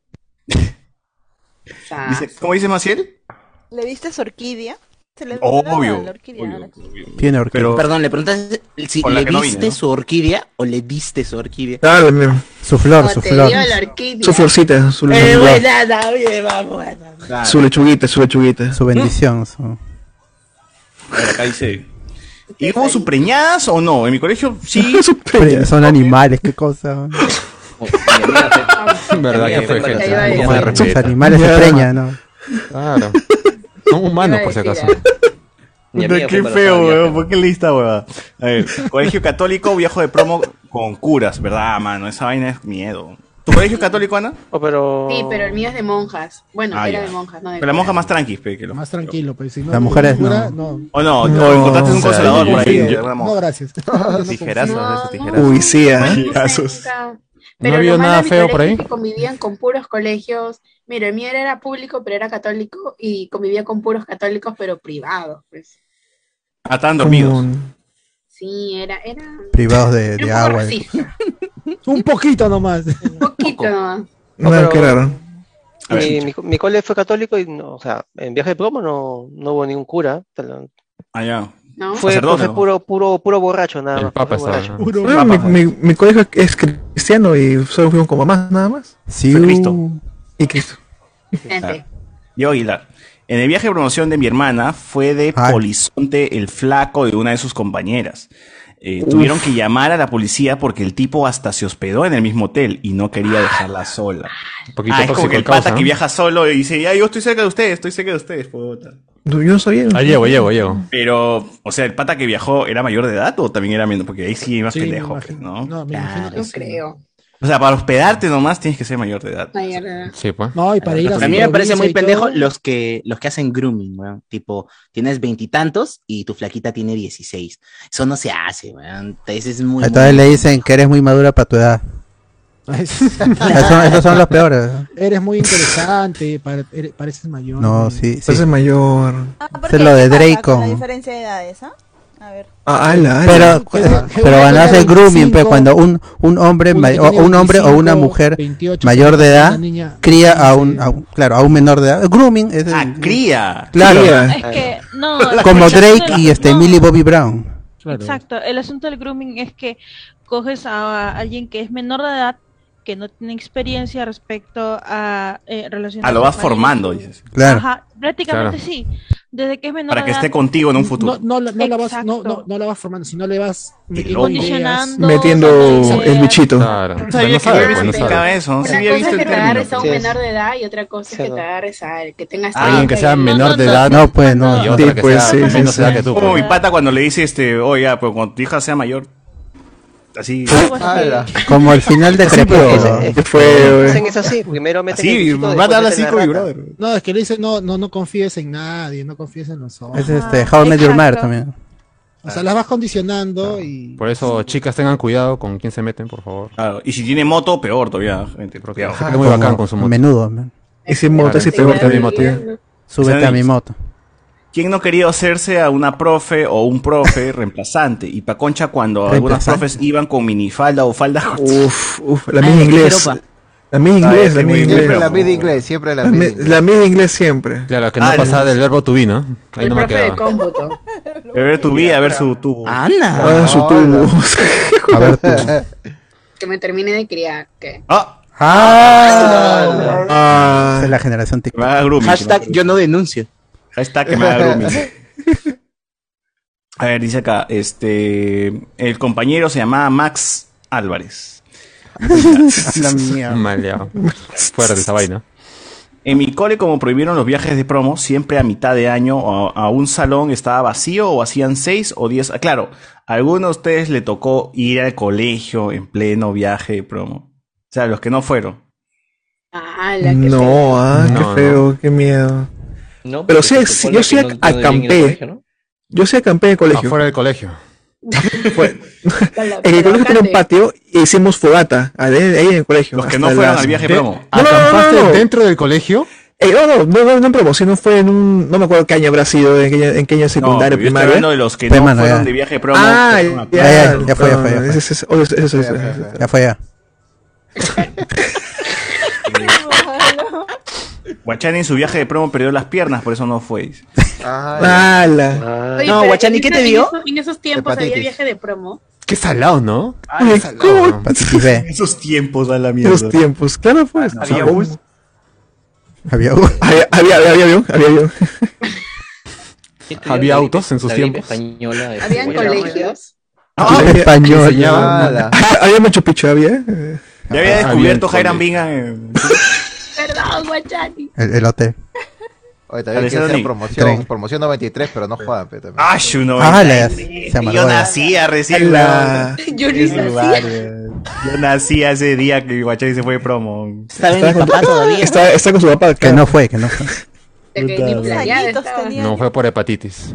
Speaker 1: Dice, ¿Cómo dice Maciel?
Speaker 16: ¿Le viste orquídea? Se le
Speaker 1: Obvio,
Speaker 16: La orquídea.
Speaker 12: Tiene
Speaker 2: orquídea.
Speaker 12: Perdón, le preguntas si
Speaker 2: Con la
Speaker 12: le
Speaker 2: que no
Speaker 12: viste
Speaker 2: vine, ¿no?
Speaker 12: su orquídea o le diste su orquídea.
Speaker 10: Claro, mi- su flor, su
Speaker 12: te
Speaker 10: flor.
Speaker 12: dio la orquídea.
Speaker 10: Su florcita, su,
Speaker 12: Eh,
Speaker 10: su-
Speaker 12: buena, oye, vamos.
Speaker 10: su lechuguita, su lechuguita.
Speaker 3: Su bendición. su-
Speaker 1: Acá dice. ¿Y hubo su preñadas o no? En mi colegio sí.
Speaker 3: Pre- Son animales, qué cosa.
Speaker 2: Verdad que fue
Speaker 1: Ahí
Speaker 2: gente.
Speaker 1: va
Speaker 2: Un
Speaker 1: ella.
Speaker 2: poco más de
Speaker 3: Sus
Speaker 2: respeto.
Speaker 3: animales se preñan, ¿no?
Speaker 2: Claro. Son humanos, por si acaso.
Speaker 1: Puta, qué feo, weón. ¿Por qué lista, weón? A ver, colegio católico, viajo de promo con curas, ¿verdad, mano? Esa vaina es miedo. ¿Tu colegio católico, Ana?
Speaker 8: pero.
Speaker 14: Sí, pero el mío es de monjas. Bueno,
Speaker 1: Ah,
Speaker 14: era
Speaker 1: ya.
Speaker 14: de monjas, no de
Speaker 1: Pero la monja más tranqui, pe, que lo-
Speaker 17: Más tranquilo, pues. Si no,
Speaker 1: Las mujeres no.
Speaker 17: cura, no.
Speaker 1: O no,
Speaker 17: No.
Speaker 1: o encontraste un
Speaker 17: O sea,
Speaker 1: consolador
Speaker 17: yo-
Speaker 1: por ahí.
Speaker 17: yo-
Speaker 1: de una
Speaker 17: no,
Speaker 1: monja.
Speaker 17: gracias.
Speaker 1: Tijerazos, ese tijerazo.
Speaker 10: Uy, sí, ¿ah?
Speaker 3: ¿eh?
Speaker 1: Tijerazos.
Speaker 14: Nunca.
Speaker 10: ¿No ha
Speaker 14: lo
Speaker 10: habido
Speaker 14: malo de
Speaker 10: nada
Speaker 14: mi
Speaker 10: feo
Speaker 14: colegio
Speaker 10: por ahí?
Speaker 14: es que convivían con puros colegios. Mira, el mío era público, pero era católico y convivía con puros católicos, pero privados, pues.
Speaker 1: Ah, estaban dormidos.
Speaker 14: Sí, era era
Speaker 3: Privados de, de
Speaker 14: un poco
Speaker 3: agua.
Speaker 14: racista,
Speaker 17: Un poquito nomás.
Speaker 14: un poquito nomás.
Speaker 10: No,
Speaker 13: pero-
Speaker 10: qué raro.
Speaker 1: A ver.
Speaker 13: Mi, mi, co- mi cole fue católico y, no, o sea, en viaje de plomo no, no hubo ningún cura. te lo-
Speaker 1: Ah, ya.
Speaker 14: ¿No?
Speaker 13: Fue,
Speaker 1: Sacerdote,
Speaker 13: fue
Speaker 1: ¿no?
Speaker 13: puro, puro, puro borracho, nada más.
Speaker 2: Papa
Speaker 13: puro
Speaker 2: estaba,
Speaker 13: borracho.
Speaker 2: ¿no?
Speaker 10: Bueno, mi, mi, mi colegio es cristiano y solo fuimos con mamás, nada más.
Speaker 3: Sí.
Speaker 10: Y Cristo.
Speaker 1: Claro. Ah, Yo, Aguilar. En el viaje de promoción de mi hermana fue de Polizonte el flaco de una de sus compañeras. Eh,
Speaker 10: Uf.
Speaker 1: tuvieron que llamar a la policía porque el tipo hasta se hospedó en el mismo hotel y no quería
Speaker 14: Ah,
Speaker 1: dejarla sola.
Speaker 2: poquito
Speaker 1: ah, es como
Speaker 2: tóxico
Speaker 1: que el
Speaker 2: el causa,
Speaker 1: pata
Speaker 2: ¿no?
Speaker 1: que viaja solo y dice, ya, yo estoy cerca de ustedes, estoy cerca de ustedes, puta.
Speaker 10: No, Yo no sabía.
Speaker 2: Ah, llego, llego, llego.
Speaker 1: Pero, o sea, el pata que viajó era mayor de edad o también era menor, porque ahí sí más pendejo, pues, ¿no?
Speaker 14: No creo.
Speaker 1: O sea, para hospedarte nomás tienes que ser mayor de edad.
Speaker 14: Mayor de edad.
Speaker 2: Sí, pues.
Speaker 17: No, y para ir a
Speaker 12: a mí me parece
Speaker 17: provincia
Speaker 12: muy
Speaker 17: y todo.
Speaker 12: pendejo los que, los que hacen grooming, weón. Tipo, tienes veintitantos y, tu flaquita tiene dieciséis. Eso no se hace, weón. Ese es muy.
Speaker 3: Entonces
Speaker 12: muy-
Speaker 3: le dicen que eres muy madura para tu edad. Esos son- esos son los peores. ¿no?
Speaker 17: Eres muy interesante, pare- eres- pareces mayor.
Speaker 3: No, sí, sí.
Speaker 10: Ese es mayor.
Speaker 16: Ah,
Speaker 3: Es lo de Draco.
Speaker 16: La diferencia de edades, ¿ah? A ver.
Speaker 10: Ah, ala,
Speaker 3: Pero,
Speaker 10: ala.
Speaker 3: pero van a hacer grooming, pues cuando un, un hombre,
Speaker 17: Uno que
Speaker 3: may- o
Speaker 17: tiene
Speaker 3: un hombre o una
Speaker 17: 25,
Speaker 3: mujer
Speaker 17: 28,
Speaker 3: mayor de edad
Speaker 17: una niña
Speaker 3: cría a un, a un- claro, a un menor de edad. Grooming es el-
Speaker 12: Ah,
Speaker 1: cría.
Speaker 3: Claro.
Speaker 20: Es que, no,
Speaker 3: Como
Speaker 20: el asunto
Speaker 3: Drake
Speaker 20: del-
Speaker 3: y este
Speaker 20: no,
Speaker 3: Millie Bobby Brown.
Speaker 20: Exacto, el asunto del grooming es que coges a alguien que es menor de edad, que no tiene experiencia respecto a eh, relaciones
Speaker 1: Ah, lo vas
Speaker 20: sexuales.
Speaker 1: formando, dices.
Speaker 3: Claro.
Speaker 20: Ajá, prácticamente
Speaker 1: Claro.
Speaker 20: sí. Desde que es menor
Speaker 1: Para que
Speaker 20: de edad,
Speaker 1: esté contigo en un futuro.
Speaker 17: No, no, la- no la vas, no, no, no la vas formando, sino le vas metiendo
Speaker 1: loco.
Speaker 17: ideas.
Speaker 10: Metiendo el bichito.
Speaker 2: Claro.
Speaker 1: sabía
Speaker 10: No
Speaker 1: que
Speaker 10: sabe, pues,
Speaker 1: había visto
Speaker 10: no
Speaker 1: que
Speaker 10: sabe.
Speaker 1: cada vez, ¿no? Sí
Speaker 14: Una
Speaker 1: había
Speaker 14: cosa
Speaker 1: visto
Speaker 14: es que
Speaker 1: el
Speaker 14: te agarres a
Speaker 1: término.
Speaker 14: un menor de edad y otra cosa es que te agarres a que tengas
Speaker 1: Ah,
Speaker 14: treinta
Speaker 1: alguien que
Speaker 14: y
Speaker 1: sea
Speaker 14: el-
Speaker 1: menor de edad,
Speaker 10: no, pues, no.
Speaker 2: Y otra
Speaker 10: Sí,
Speaker 2: que
Speaker 10: pues,
Speaker 2: sea
Speaker 10: sí, sí,
Speaker 2: menos
Speaker 10: sí.
Speaker 2: edad que tú.
Speaker 1: Como
Speaker 2: pues.
Speaker 1: mi pata cuando le dice, este, oiga, pues cuando tu hija sea mayor. Así.
Speaker 10: Ah,
Speaker 3: Como el final de
Speaker 10: Sí,
Speaker 3: Crepúsculo.
Speaker 10: pero- Qué feo, eh.
Speaker 13: Hacen eso así, primero meten
Speaker 1: Así,
Speaker 13: el bichito,
Speaker 1: van a
Speaker 13: después
Speaker 1: hablar
Speaker 13: meten
Speaker 1: así
Speaker 13: la
Speaker 1: con mi
Speaker 13: rata.
Speaker 1: brother.
Speaker 17: No, es que le dice, no, no, no confíes en nadie, no confíes en los hombres.
Speaker 3: Es este,
Speaker 2: Ah,
Speaker 3: How I Met Your Mother también.
Speaker 17: O sea, las vas condicionando y
Speaker 2: Por eso, chicas, tengan cuidado con quién se meten, por favor.
Speaker 1: Claro, Y si tiene moto, peor todavía, gente. Porque
Speaker 2: se pone muy bacán con su moto.
Speaker 3: Menudo, man.
Speaker 10: Ese
Speaker 2: moto,
Speaker 10: ese
Speaker 2: peor
Speaker 10: también.
Speaker 3: Súbete a mi
Speaker 1: ¿Sabes?
Speaker 3: moto.
Speaker 1: ¿Quién no quería hacerse a una profe o un profe reemplazante? Y pa' concha cuando algunas
Speaker 10: Reemplazante.
Speaker 1: profes iban con minifalda o falda Ah,
Speaker 10: Uf, uf, la misma inglés. La misma inglés, la misma
Speaker 8: Siempre
Speaker 10: inglés.
Speaker 8: la
Speaker 3: Ah.
Speaker 8: media inglés, siempre la
Speaker 10: La
Speaker 8: media
Speaker 10: mi-
Speaker 8: inglés.
Speaker 10: La misma inglés siempre.
Speaker 2: Claro,
Speaker 1: Ah,
Speaker 2: que no pasaba del verbo to be, ¿no? Ahí no me quedaba.
Speaker 14: cómputo.
Speaker 1: A ver tu vida, a ver su tubo.
Speaker 12: ¡Ana!
Speaker 10: Ah, su tubo. A ver,
Speaker 14: Que me termine de criar, que
Speaker 1: Ah.
Speaker 3: Ah. Esa es la generación TikTok.
Speaker 12: Hashtag yo no denuncio.
Speaker 1: Hashtag que me haga grooming. A ver, dice acá, este, el compañero se llamaba Max Álvarez.
Speaker 3: La mía.
Speaker 2: Maleado. Fuerte esa vaina.
Speaker 1: En mi cole, como prohibieron los viajes de promo, siempre a mitad de año a, a un salón estaba vacío o hacían seis o diez. Ah, Claro, a algunos de ustedes le tocó ir al colegio en pleno viaje de promo. O sea, los que no fueron.
Speaker 10: No, ah,
Speaker 2: No, no.
Speaker 10: qué feo, qué miedo. Pero sí, sí, yo sí ac- acampé. Yo sí acampé en el colegio.
Speaker 2: Afuera del colegio.
Speaker 10: En el colegio tenía un patio y hicimos fogata. Ahí ahí en el colegio.
Speaker 1: Los que
Speaker 10: hasta
Speaker 1: no fueron
Speaker 10: las-
Speaker 1: al viaje
Speaker 10: de-
Speaker 1: promo.
Speaker 10: No, no, no, no,
Speaker 2: ¿Acampaste
Speaker 10: no.
Speaker 2: dentro del colegio?
Speaker 10: Eh, no, no, no, no, no en promoción, no fue en un. No me acuerdo qué año habrá sido, en qué año, en qué año secundario,
Speaker 1: yo estoy
Speaker 10: primaria.
Speaker 1: hablando de los que
Speaker 10: Pues,
Speaker 1: no
Speaker 10: mano,
Speaker 1: fueron
Speaker 10: ya.
Speaker 1: de viaje promo.
Speaker 10: Ah,
Speaker 1: que fueron a-
Speaker 10: ya,
Speaker 3: Ya, ya, ya fue, ya fue, ya fue.
Speaker 10: Ah, Ese- ese- ese- ese- ese- ese-
Speaker 3: Ya fue ya.
Speaker 1: Guachani en su viaje de promo perdió las piernas, por eso no fue.
Speaker 3: Ah.
Speaker 10: ¡Hala!
Speaker 14: Oye, pero en esa- En esos, en esos tiempos había
Speaker 1: Hepatitis.
Speaker 14: viaje de promo.
Speaker 2: Qué salado, ¿no?
Speaker 14: Ay,
Speaker 10: ¿Cómo?
Speaker 1: Esos tiempos a la mierda.
Speaker 10: Los tiempos, claro, pues.
Speaker 1: Había
Speaker 10: Sí,
Speaker 1: bus.
Speaker 10: Había bus. Había, había, había, había avión, había avión.
Speaker 2: Había autos en sus
Speaker 6: La gripe
Speaker 2: tiempos.
Speaker 6: española de
Speaker 14: Habían
Speaker 6: fútbol.
Speaker 14: colegios.
Speaker 10: Ah,
Speaker 3: Ah,
Speaker 10: Había-
Speaker 2: español,
Speaker 10: Había
Speaker 2: nada.
Speaker 10: había Machu Picchu, había. eh.
Speaker 1: Ya había descubierto Jairam Binga. eh,
Speaker 14: Perdón, Guachani.
Speaker 3: El, el hotel.
Speaker 8: Oye, también quiero
Speaker 1: Alessandro
Speaker 8: hacer
Speaker 1: Ni-
Speaker 8: promoción, promoción 93, pero no jodan, pe, también.
Speaker 1: Ah, su
Speaker 3: Ah, la-
Speaker 10: ¿eh?
Speaker 3: se amargó
Speaker 1: Eh, Yo
Speaker 3: la-
Speaker 1: nacía recién.
Speaker 3: la-
Speaker 1: weón.
Speaker 14: Yo ni
Speaker 1: Ese
Speaker 14: nacía.
Speaker 1: lugar, weón. Yo nací ese día que Guachani se fue de promo.
Speaker 12: Estaba
Speaker 10: Está con- Está, está con su papá. Que
Speaker 3: no fue, que no fue.
Speaker 2: No fue por hepatitis.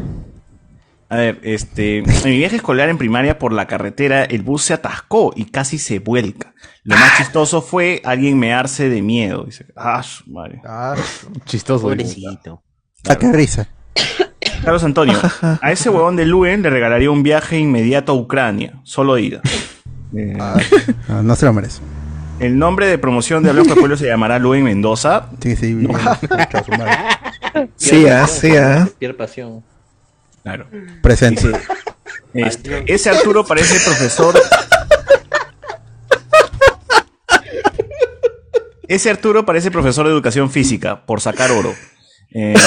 Speaker 1: A ver, este, en mi viaje escolar en primaria por la carretera, el bus se atascó y casi se vuelca. Lo más chistoso fue alguien mearse de miedo. Dice, ah, su madre.
Speaker 2: Chistoso.
Speaker 1: Pobrecito.
Speaker 3: Ah, qué risa.
Speaker 1: Carlos Antonio, a ese huevón de Luen le regalaría un viaje inmediato a Ucrania, solo ida. Eh,
Speaker 10: Ah.
Speaker 3: No, no se lo merece.
Speaker 1: El nombre de promoción de Hablemos de Pueblo se llamará Luen Mendoza.
Speaker 3: Sí, sí.
Speaker 10: Sí, ah, sí, ah.
Speaker 6: Pier pasión. Mm.
Speaker 1: Claro.
Speaker 3: Presente.
Speaker 1: Este, ese Arturo parece profesor. Ese Arturo parece profesor de educación física, por sacar oro. Eh,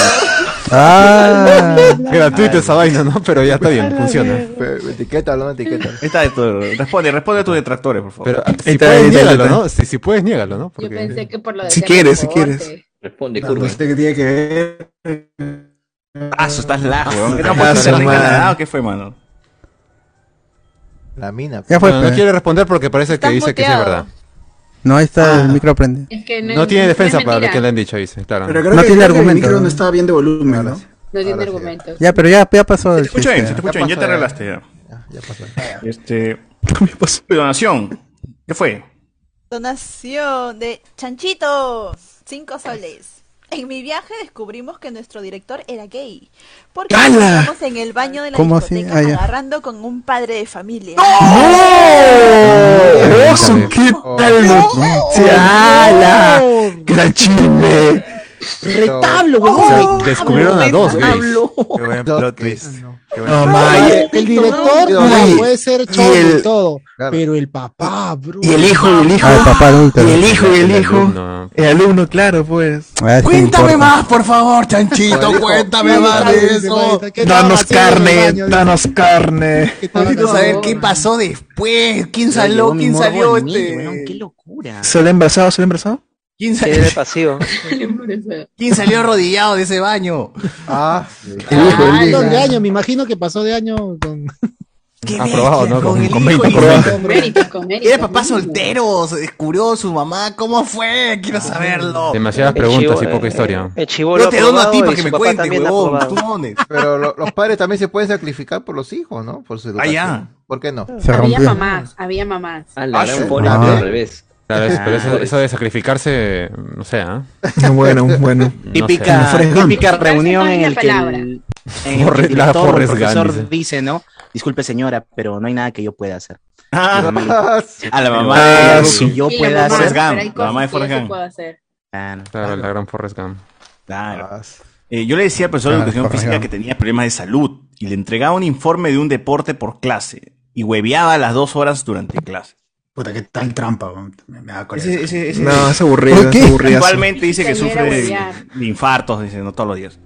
Speaker 3: Ah,
Speaker 2: gratuito esa vaina, ¿no? Pero ya está bien, funciona.
Speaker 8: Pe- Etiqueta, hablando de etiqueta.
Speaker 1: Está de todo. Responde, responde a tus detractores, por favor.
Speaker 2: Pero ah, si
Speaker 8: Está
Speaker 2: puedes,
Speaker 8: bien, está
Speaker 2: niégalo,
Speaker 8: bien.
Speaker 2: ¿no? Si, si puedes, niégalo, ¿no?
Speaker 14: Yo pensé que por lo de.
Speaker 2: Si
Speaker 14: hacer
Speaker 2: quieres, si
Speaker 14: deporte.
Speaker 2: quieres.
Speaker 6: Responde,
Speaker 2: curva.
Speaker 6: curva.
Speaker 2: que tiene que ver.
Speaker 1: Ah, su- estás lajo, weón. ¿Qué
Speaker 2: Ah,
Speaker 1: no puedes
Speaker 2: su
Speaker 1: hacer en
Speaker 2: madre.
Speaker 1: Canadá o qué fue, mano?
Speaker 8: La mina.
Speaker 3: Ya fue,
Speaker 2: No,
Speaker 3: pues.
Speaker 2: no quiere responder porque parece que
Speaker 14: Estás
Speaker 2: dice que sí es
Speaker 14: muteado.
Speaker 2: verdad.
Speaker 3: No, ahí está
Speaker 10: Ah.
Speaker 3: el micro prende.
Speaker 14: Es que no,
Speaker 2: No tiene
Speaker 14: es
Speaker 2: defensa para lo
Speaker 14: mentira.
Speaker 2: que le han dicho, dice, claro.
Speaker 3: Pero creo No que- tiene creo que el argumento, micro ¿no? no
Speaker 21: estaba bien de volumen, ¿no?
Speaker 14: No tiene argumentos.
Speaker 3: Ya, pero ya, ya pasó el
Speaker 1: Escucha bien,
Speaker 3: chiste.
Speaker 1: se te escucha bien, ya te arreglaste ya. Este. Donación. ¿Qué fue?
Speaker 16: Donación de chanchitos, 5 soles. En mi viaje descubrimos que nuestro director era gay. Porque
Speaker 3: ¡Hala!
Speaker 16: nos estábamos en el baño de la
Speaker 3: ¿Cómo así?
Speaker 16: discoteca
Speaker 3: Ah, ya.
Speaker 16: agarrando con un padre de familia.
Speaker 10: ¡Oh! ¡Oso! ¡Qué tal noticia! ¡Ala! ¡Gran chisme!
Speaker 19: Retablo,
Speaker 2: O sea, descubrieron a dos gays.
Speaker 1: Qué buen plot twist. Qué buen
Speaker 10: No,
Speaker 1: plot
Speaker 10: ma,
Speaker 1: twist.
Speaker 10: y-
Speaker 17: El director
Speaker 10: No,
Speaker 17: mira,
Speaker 10: y-
Speaker 17: puede ser
Speaker 10: y
Speaker 17: cholo y
Speaker 10: el-
Speaker 17: todo, pero el papá, bro.
Speaker 10: Y el hijo, y el hijo.
Speaker 3: Ah, el papá adulto.
Speaker 10: Y el hijo, y el hijo.
Speaker 2: alumno.
Speaker 10: El alumno, claro, pues.
Speaker 3: Ah, sí importa.
Speaker 10: por favor, chanchito.
Speaker 21: Cuéntame más de eso.
Speaker 10: Danos carne, danos carne.
Speaker 21: Necesito saber qué pasó después. ¿Quién salió? ¿Quién salió este?
Speaker 12: Qué locura.
Speaker 10: ¿Se le ha embarazado? ¿Se le ha embarazado?
Speaker 21: ¿Quién salió?
Speaker 13: pasivo.
Speaker 21: ¿Quién salió arrodillado de ese baño? Ah,
Speaker 17: Ah, don de año, me imagino que pasó de año con.
Speaker 2: Aprobado, ¿no? Con, con 20 aprobado.
Speaker 21: Era papá soltero, se descubrió su mamá, ¿cómo fue?
Speaker 10: Ah,
Speaker 21: Quiero saberlo.
Speaker 2: Demasiadas preguntas y poca historia.
Speaker 13: eh, El
Speaker 8: Yo
Speaker 13: chivolo
Speaker 8: te dono a ti
Speaker 13: aprobado
Speaker 8: para
Speaker 13: y
Speaker 8: que
Speaker 13: su
Speaker 8: me
Speaker 13: papá
Speaker 8: cuentes,
Speaker 13: también
Speaker 8: huevón.
Speaker 13: aprobado.
Speaker 8: Tú dones. Pero lo- los padres también se pueden sacrificar por los hijos, ¿no? Por su educación.
Speaker 1: Ah, ya.
Speaker 8: ¿Por qué no?
Speaker 14: Había mamás, había mamás.
Speaker 6: Ah, la gran
Speaker 8: sí.
Speaker 6: pobre
Speaker 8: Ah.
Speaker 6: al revés.
Speaker 2: Claro, es- pero eso,
Speaker 6: Ah,
Speaker 2: eso de sacrificarse, no sé, ¿ah?
Speaker 10: Bueno, bueno.
Speaker 2: No
Speaker 12: Típica,
Speaker 2: sé.
Speaker 12: típica reunión
Speaker 14: no es
Speaker 12: en
Speaker 14: la
Speaker 12: el que el,
Speaker 14: palabra.
Speaker 12: en el que
Speaker 2: Forre- la
Speaker 12: el director o el
Speaker 2: Forrest Gump,
Speaker 12: profesor
Speaker 2: dice.
Speaker 12: dice. ¿no? Disculpe señora, pero no hay nada que yo pueda hacer.
Speaker 1: Ah,
Speaker 12: Mi mamá-
Speaker 1: a la
Speaker 12: pero
Speaker 1: mamá de-
Speaker 12: algo que yo
Speaker 14: Y
Speaker 12: pueda
Speaker 14: la mamá,
Speaker 12: hacer.
Speaker 14: pero
Speaker 1: Gump,
Speaker 14: hay
Speaker 1: la
Speaker 14: cosas
Speaker 1: mamá de
Speaker 14: que
Speaker 1: Forrest
Speaker 14: yo sí
Speaker 1: Gump.
Speaker 14: puedo hacer.
Speaker 2: Claro, la gran Forrest Gump.
Speaker 1: Claro. Eh, yo le decía al profesor de
Speaker 2: Claro,
Speaker 1: educación
Speaker 2: correcto.
Speaker 1: física que tenía problemas de salud y le entregaba un informe de un deporte por clase y hueveaba las dos horas durante clase.
Speaker 21: Puta, qué tan trampa, weón. me, me da
Speaker 1: Ese- ese- ese-
Speaker 10: No, es aburrido, es aburrido.
Speaker 1: Actualmente dice que
Speaker 14: Te viera
Speaker 1: sufre de,
Speaker 14: huevear.
Speaker 1: de infartos, dice, no todos los días.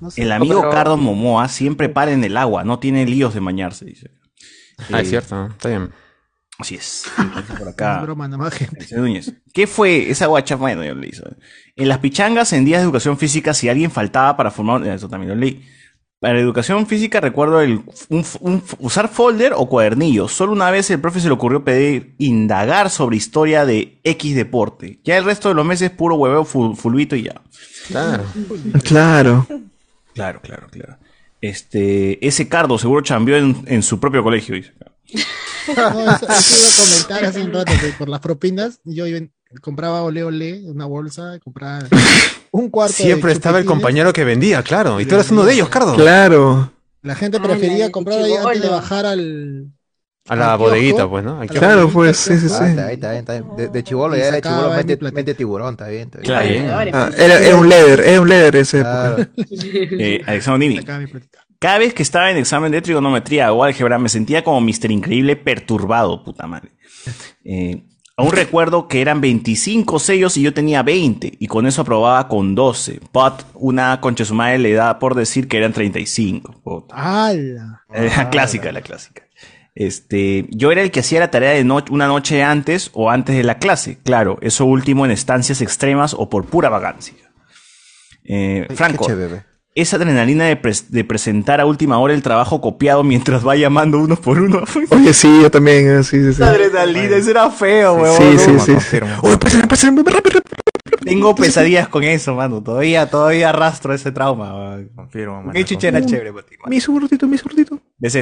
Speaker 17: No sé.
Speaker 1: El amigo Cardo Momoa siempre para en el agua, no tiene líos de bañarse, dice.
Speaker 2: Ah, es
Speaker 1: Eh,
Speaker 2: cierto, está bien.
Speaker 1: Así es. Entonces, por acá.
Speaker 17: Es broma, nada más, gente.
Speaker 1: Señor Núñez, ¿Qué fue esa guacha? Bueno, yo lo hizo. En las pichangas, en días de educación física, si alguien faltaba para formar. Eso también lo leí. Para educación física, recuerdo el, un- un- usar folder o cuadernillo. Solo una vez el profe se le ocurrió pedir indagar sobre historia de X deporte. Ya el resto de los meses, puro hueveo fu- fulbito y ya.
Speaker 10: Ah.
Speaker 2: Claro.
Speaker 10: Claro.
Speaker 1: Claro, claro, claro. Este, ese cardo seguro chambeó en, en su propio colegio, dice.
Speaker 17: No, eso, eso iba a comentar hace un rato que por las propinas yo iba en- compraba ole ole, una bolsa, compraba un cuarto. de
Speaker 2: Siempre estaba el
Speaker 17: chupetines.
Speaker 2: compañero que vendía, claro. Y tú eras uno de ellos, Cardo.
Speaker 10: Claro.
Speaker 17: La gente
Speaker 10: Ah,
Speaker 17: prefería
Speaker 10: la
Speaker 17: comprar ahí antes de bajar al.
Speaker 2: A la
Speaker 17: al
Speaker 2: bodeguita,
Speaker 17: kiosco.
Speaker 2: pues, ¿no? Al
Speaker 17: A la
Speaker 2: kiosco.
Speaker 10: Claro, pues, sí, sí, sí.
Speaker 8: Ah, está bien, está bien, está bien. De, de chivolo,
Speaker 17: Y
Speaker 8: ya de
Speaker 17: sacaba
Speaker 8: chivolo,
Speaker 17: ahí mi
Speaker 8: mete, mete tiburón, está bien. Está bien.
Speaker 1: Claro. Claro.
Speaker 10: Ah, era, era un leather, era un leather ese. época.
Speaker 1: Eh, Alexander Nini.
Speaker 17: Sacaba mi platita.
Speaker 1: Cada vez que estaba en examen de trigonometría o álgebra me sentía como Mr. Increíble perturbado, puta madre. Eh, aún recuerdo que eran 25 sellos y yo tenía 20 y con eso aprobaba con 12. Pat, una concha de su madre le da por decir que eran 35. puta.
Speaker 17: Ah,
Speaker 1: Eh,
Speaker 17: ¡Hala!
Speaker 1: La clásica, la clásica. Este, yo era el que hacía la tarea de no- una noche antes o antes de la clase. Claro, eso último en estancias extremas o por pura vagancia. Eh, Franco, esa adrenalina de, pres- de presentar a última hora el trabajo copiado mientras va llamando uno por uno.
Speaker 10: Oye, sí, yo también, eh, sí, sí, sí.
Speaker 1: Esa adrenalina, eso era feo, weón.
Speaker 10: Sí, sí, sí.
Speaker 1: Uy, pásame, pásame, rápido, rápido, rápido. Tengo pesadillas con eso, mano. Todavía, todavía arrastro ese trauma. weón. Qué chucha era chévere, pues, weón.
Speaker 10: Me hizo un ratito, me hizo un ratito.
Speaker 1: BZ.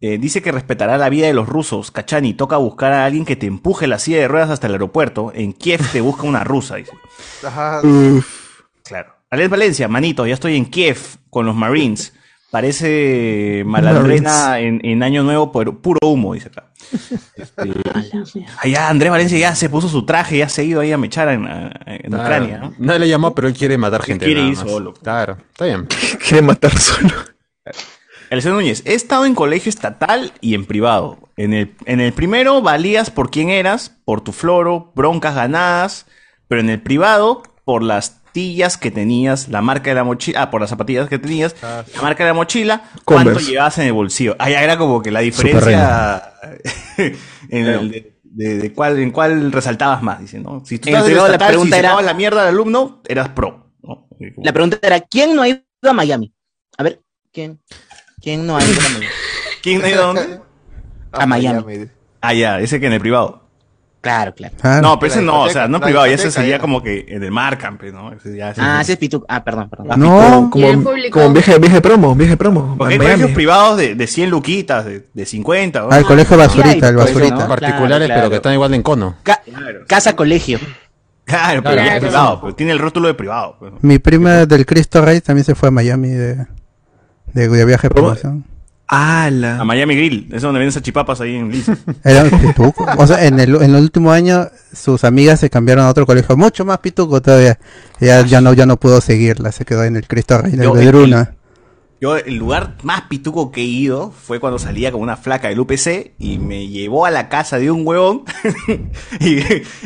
Speaker 1: eh, dice que respetará la vida de los rusos. Cachani, toca buscar a alguien que te empuje la silla de ruedas hasta el aeropuerto. En Kiev te busca una rusa, dice.
Speaker 8: Ajá.
Speaker 1: Mm. Claro. Alex Valencia, manito, ya estoy en Kiev con los Marines. Parece malandrena en, en Año Nuevo, pero puro humo, dice acá. Este, allá Andrés Valencia ya se puso su traje, ya se ha ido ahí a mechar en, en
Speaker 2: Claro.
Speaker 1: Ucrania, ¿no?
Speaker 2: Nadie le llamó, pero él quiere matar gente.
Speaker 1: quiere
Speaker 2: nada
Speaker 1: ir
Speaker 2: más.
Speaker 1: solo.
Speaker 2: Claro, está bien.
Speaker 10: Quiere matar solo.
Speaker 1: Alessandro Núñez, he estado en colegio estatal y en privado. En el, en el primero valías por quién eras, por tu floro, broncas ganadas, pero en el privado por las tillas que tenías, la marca de la mochila, ah, por las zapatillas que tenías, la marca de la mochila, cuánto
Speaker 10: Converse.
Speaker 1: llevabas en el bolsillo. Allá era como que la diferencia en el de, de- de cuál, en cuál resaltabas más, dicen, ¿no? Si tú
Speaker 12: En el
Speaker 1: estabas en el
Speaker 12: privado la
Speaker 1: estatal,
Speaker 12: pregunta
Speaker 1: si
Speaker 12: era-
Speaker 1: sacabas la mierda al alumno, eras pro.
Speaker 12: La pregunta era, ¿quién no ha ido a Miami? A ver, ¿quién? ¿Quién no ha ido a Miami?
Speaker 1: ¿Quién no ha ido a dónde?
Speaker 12: A Miami.
Speaker 1: Ah, ya, ese que en el privado.
Speaker 12: Claro, claro.
Speaker 2: Ah,
Speaker 1: No, pero ese no, o sea, no
Speaker 12: La
Speaker 1: privado, ya ese
Speaker 12: discoteca,
Speaker 1: sería
Speaker 12: ya.
Speaker 1: como que en el Marcampe, ¿no? Ese ya- ese-
Speaker 12: Ah, ese es Pitu. Ah, perdón, perdón.
Speaker 10: No,
Speaker 12: Y el
Speaker 10: como,
Speaker 12: público.
Speaker 10: como viaje, viaje de promo, viaje de promo.
Speaker 1: Porque hay colegios privados de, de 100 luquitas, de, de 50. ¿no?
Speaker 10: Ah, el colegio basurita, el basurita.
Speaker 2: Particulares, pero que están igual de encono.
Speaker 12: Casa colegio.
Speaker 1: Claro, pero
Speaker 12: Claro.
Speaker 1: ya es privado, pero tiene el rótulo de privado. pues.
Speaker 3: Mi prima del Cristo Rey también se fue a Miami de, de, de viaje de promoción.
Speaker 1: A Miami Grill, es donde venden chipapas ahí en Lince.
Speaker 3: Era un pituco. O sea, en el, en el último año sus amigas se cambiaron a otro colegio mucho más pituco todavía. Ella ya no, ya no pudo seguirla, se quedó en el Cristo Rey de
Speaker 1: Yo-
Speaker 3: Vedruna.
Speaker 1: Yo, el lugar más pituco que he ido fue cuando salía con una flaca del UPC y me llevó a la casa de un huevón. y,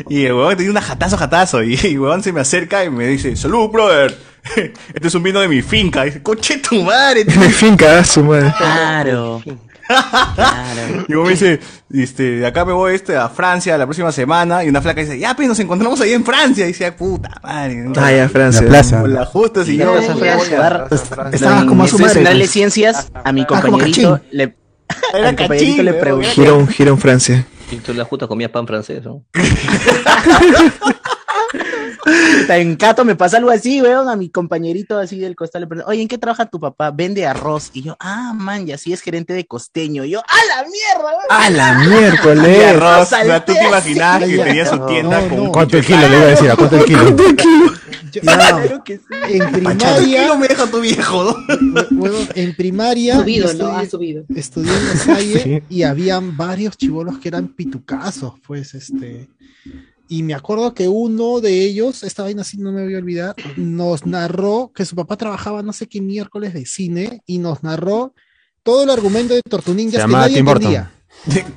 Speaker 1: y el huevón tenía una jatazo, jatazo. Y el huevón se me acerca y me dice: Salud, brother. Este es un vino de mi finca. Y dice: Coche tu madre.
Speaker 10: En finca, ah, su madre.
Speaker 12: Claro.
Speaker 1: Y luego me dice, este, de acá me voy este, a Francia la próxima semana. Y una flaca dice, ya, pues nos encontramos ahí en Francia. Y dice, "Ah, puta madre.
Speaker 10: Ah, ya, Francia. La plaza.
Speaker 1: Con la justa, si yo.
Speaker 12: Estabas
Speaker 10: como a su madre.
Speaker 12: darle ciencias
Speaker 1: Ah,
Speaker 12: a mi
Speaker 10: como
Speaker 12: compañerito.
Speaker 10: Cachín.
Speaker 12: Le,
Speaker 1: Era
Speaker 12: a mi compañerito
Speaker 1: Cachín,
Speaker 12: le
Speaker 1: weón,
Speaker 12: pregunté.
Speaker 10: Girón, Girón, Francia.
Speaker 13: Y tú la justa comías pan francés, ¿no?
Speaker 12: En Cato me pasa algo así, weón. A mi compañerito así del costal le pregunto, oye, ¿en qué trabaja tu papá? Vende arroz. Y yo, ah, man, y así es gerente de costeño. Y yo, ¡ah, la mierda! weón".
Speaker 10: A la miércoles.
Speaker 12: Y arroz,
Speaker 1: O sea, tú te imaginabas que tenía su tienda con un
Speaker 2: ¿Cuánto el
Speaker 1: cuchillo.
Speaker 2: kilo le iba a decir? ¿A cuánto el kilo?
Speaker 17: En primaria.
Speaker 1: Tranquilo, me deja tu viejo, ¿no?
Speaker 17: Huevón, en primaria.
Speaker 14: Subido,
Speaker 17: yo
Speaker 14: ¿no?
Speaker 17: estudié-
Speaker 14: Ha subido.
Speaker 17: Estudié en la Salle y habían varios chivolos que eran pitucazos, pues, este. Y me acuerdo que uno de ellos, esta vaina así no me voy a olvidar, nos narró que su papá trabajaba no sé qué miércoles de cine y nos narró todo el argumento de
Speaker 2: Se
Speaker 17: Tortuninjas que
Speaker 2: llamaba
Speaker 17: nadie
Speaker 2: Tim
Speaker 17: entendía.
Speaker 2: Burton.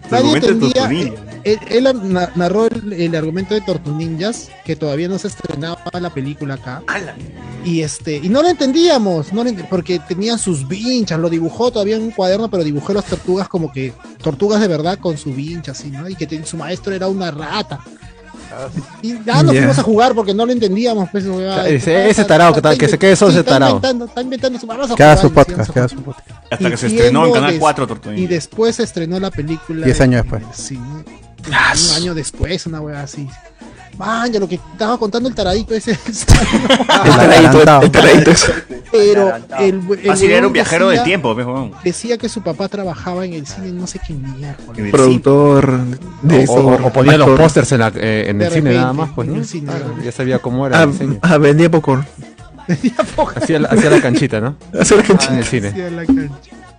Speaker 17: Nadie
Speaker 2: argumento de
Speaker 17: entendía.
Speaker 2: Tortuninjas.
Speaker 17: Él, él ar- na- narró el, el argumento de Tortuninjas, que todavía no se estrenaba la película acá. Y este, y no lo entendíamos, no lo ent- porque tenían sus vinchas, lo dibujó todavía en un cuaderno, pero dibujó las tortugas como que tortugas de verdad con su vincha, así, ¿no? Y que ten- su maestro era una rata. Y ya nos
Speaker 2: Ya.
Speaker 17: fuimos a jugar porque no lo entendíamos, pues, weá.
Speaker 2: Claro, ese- ese tarado que tal- que se quede solo
Speaker 17: Sí,
Speaker 2: ese
Speaker 17: está
Speaker 2: tarado.
Speaker 17: inventando, está inventando su vamos a
Speaker 3: Que haga
Speaker 17: jugar,
Speaker 3: su
Speaker 17: decíamos,
Speaker 3: podcast, que haga su podcast.
Speaker 1: Hasta que se
Speaker 17: y
Speaker 1: estrenó en
Speaker 17: luego
Speaker 1: Canal
Speaker 17: des-
Speaker 1: 4,
Speaker 17: Y
Speaker 1: Tortuguita.
Speaker 17: después se estrenó la película.
Speaker 3: Diez
Speaker 17: en-
Speaker 3: años después.
Speaker 17: Sí, un año después, una weá así. man, ya lo que estaba contando el taradito ese.
Speaker 10: taradito, el taradito ese.
Speaker 17: Pero el, el
Speaker 1: Fácil era
Speaker 17: huevón
Speaker 1: un viajero
Speaker 17: decía-
Speaker 1: del tiempo, pues, huevón.
Speaker 17: Decía que su papá trabajaba en el cine, no sé qué miércoles.
Speaker 10: productor de
Speaker 2: o, o- o ponía los
Speaker 10: actor.
Speaker 2: pósters en, la- eh, en
Speaker 17: De
Speaker 2: el cine
Speaker 17: repente,
Speaker 2: nada más, pues
Speaker 17: en
Speaker 2: ¿no?
Speaker 17: el cine.
Speaker 2: Ah, ya sabía cómo era.
Speaker 10: Ah,
Speaker 2: el diseño.
Speaker 10: ah, vendía popcorn.
Speaker 2: Hacía la, hacía la canchita, ¿no?
Speaker 10: Hacía la canchita.
Speaker 2: Ah, en el cine.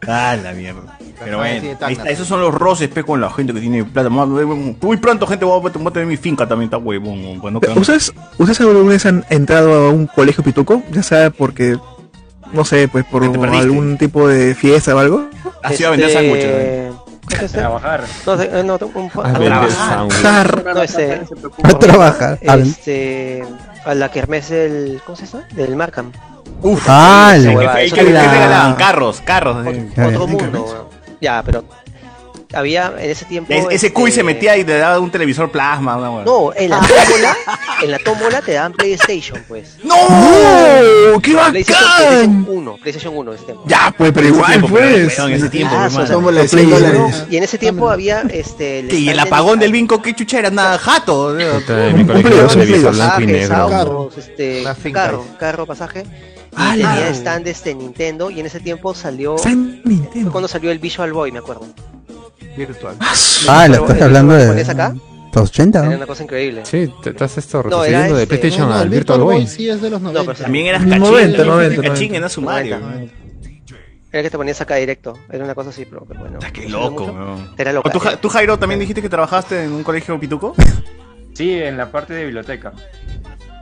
Speaker 1: Ah, la mierda. Pero
Speaker 2: Ah,
Speaker 1: bueno,
Speaker 2: sí, de
Speaker 1: ahí
Speaker 2: Tacna.
Speaker 1: está, esos son los roces pe, con la gente que tiene plata. Más- eh, Muy pronto, gente, voy a, voy a tener mi finca también, está huevón. pues, Cuando quedan-
Speaker 10: Eh, ¿Ustedes, ¿Ustedes alguna vez han entrado a un colegio pituco? Ya sea porque, no sé, pues por
Speaker 1: perdiste.
Speaker 10: algún tipo de fiesta o algo.
Speaker 13: Este,
Speaker 10: Eh,
Speaker 1: Ha sido a vender
Speaker 10: Este,
Speaker 1: sándwiches,
Speaker 13: ¿eh? sándwiches.
Speaker 5: Trabajar.
Speaker 13: este? No, sé, eh, no, tengo un
Speaker 10: A vender
Speaker 13: trabajar.
Speaker 10: sándwiches.
Speaker 13: No, este,
Speaker 10: A trabajar. A ver.
Speaker 13: Este, a la kermés del, ¿cómo se llama? Del Markham.
Speaker 1: Uf,
Speaker 10: Ah,
Speaker 1: el
Speaker 13: esa
Speaker 1: que-
Speaker 13: huevada,
Speaker 1: el
Speaker 13: eso
Speaker 1: que que
Speaker 13: era-
Speaker 1: regalaban carros, carros. eh. así.
Speaker 13: Otro mundo, weón. Ya, pero había en ese tiempo.
Speaker 1: Es- ese cuy se
Speaker 13: este,
Speaker 1: metía y te daba un televisor plasma. Una huevada.
Speaker 13: No, en la tómbola, en la tómbola te daban PlayStation, pues.
Speaker 10: ¡No! ¡Qué
Speaker 13: PlayStation,
Speaker 10: bacán!
Speaker 13: PlayStation 1, PlayStation 1 en ese tiempo.
Speaker 10: Ya, pues, pero igual, pues.
Speaker 1: En ese tiempo,
Speaker 10: Ah,
Speaker 1: hermano.
Speaker 10: somos los cien dólares.
Speaker 13: Y en ese tiempo había este el
Speaker 1: Y el
Speaker 13: stand de
Speaker 1: apagón del vinco, qué chucha era, nada, jato.
Speaker 2: Puta, en mi colegio era un televisor blanco y
Speaker 13: pasajes,
Speaker 2: negro.
Speaker 13: autos, este,
Speaker 1: Una finca.
Speaker 13: carro, carro, pasaje. Y
Speaker 1: ¡Hala!
Speaker 13: tenía stand este Nintendo y en ese tiempo salió fue cuando salió el Visual Boy, me acuerdo. Virtual.
Speaker 3: Ah, la estás hablando de.
Speaker 13: ¿Ponías acá?
Speaker 3: Los 80,
Speaker 13: Era
Speaker 3: ¿no?
Speaker 13: una cosa increíble.
Speaker 2: Sí, te estás esto
Speaker 13: No, era
Speaker 2: refiriendo de
Speaker 13: este,
Speaker 2: PlayStation
Speaker 13: no, no,
Speaker 2: al
Speaker 13: el
Speaker 2: Virtual Boy.
Speaker 17: Sí, es de los 90.
Speaker 1: También eras cachín.
Speaker 13: 90,
Speaker 1: era
Speaker 13: 90,
Speaker 1: Cachín
Speaker 13: 90.
Speaker 1: era su Mario.
Speaker 13: 90. Era que te ponías acá directo. Era una cosa así, pero pero bueno. Está
Speaker 1: Qué loco, weón.
Speaker 13: Era loca.
Speaker 1: ¿Tú, Ja- tú, Jairo, también dijiste que trabajaste en un colegio pituco?
Speaker 5: Sí, en la parte de biblioteca.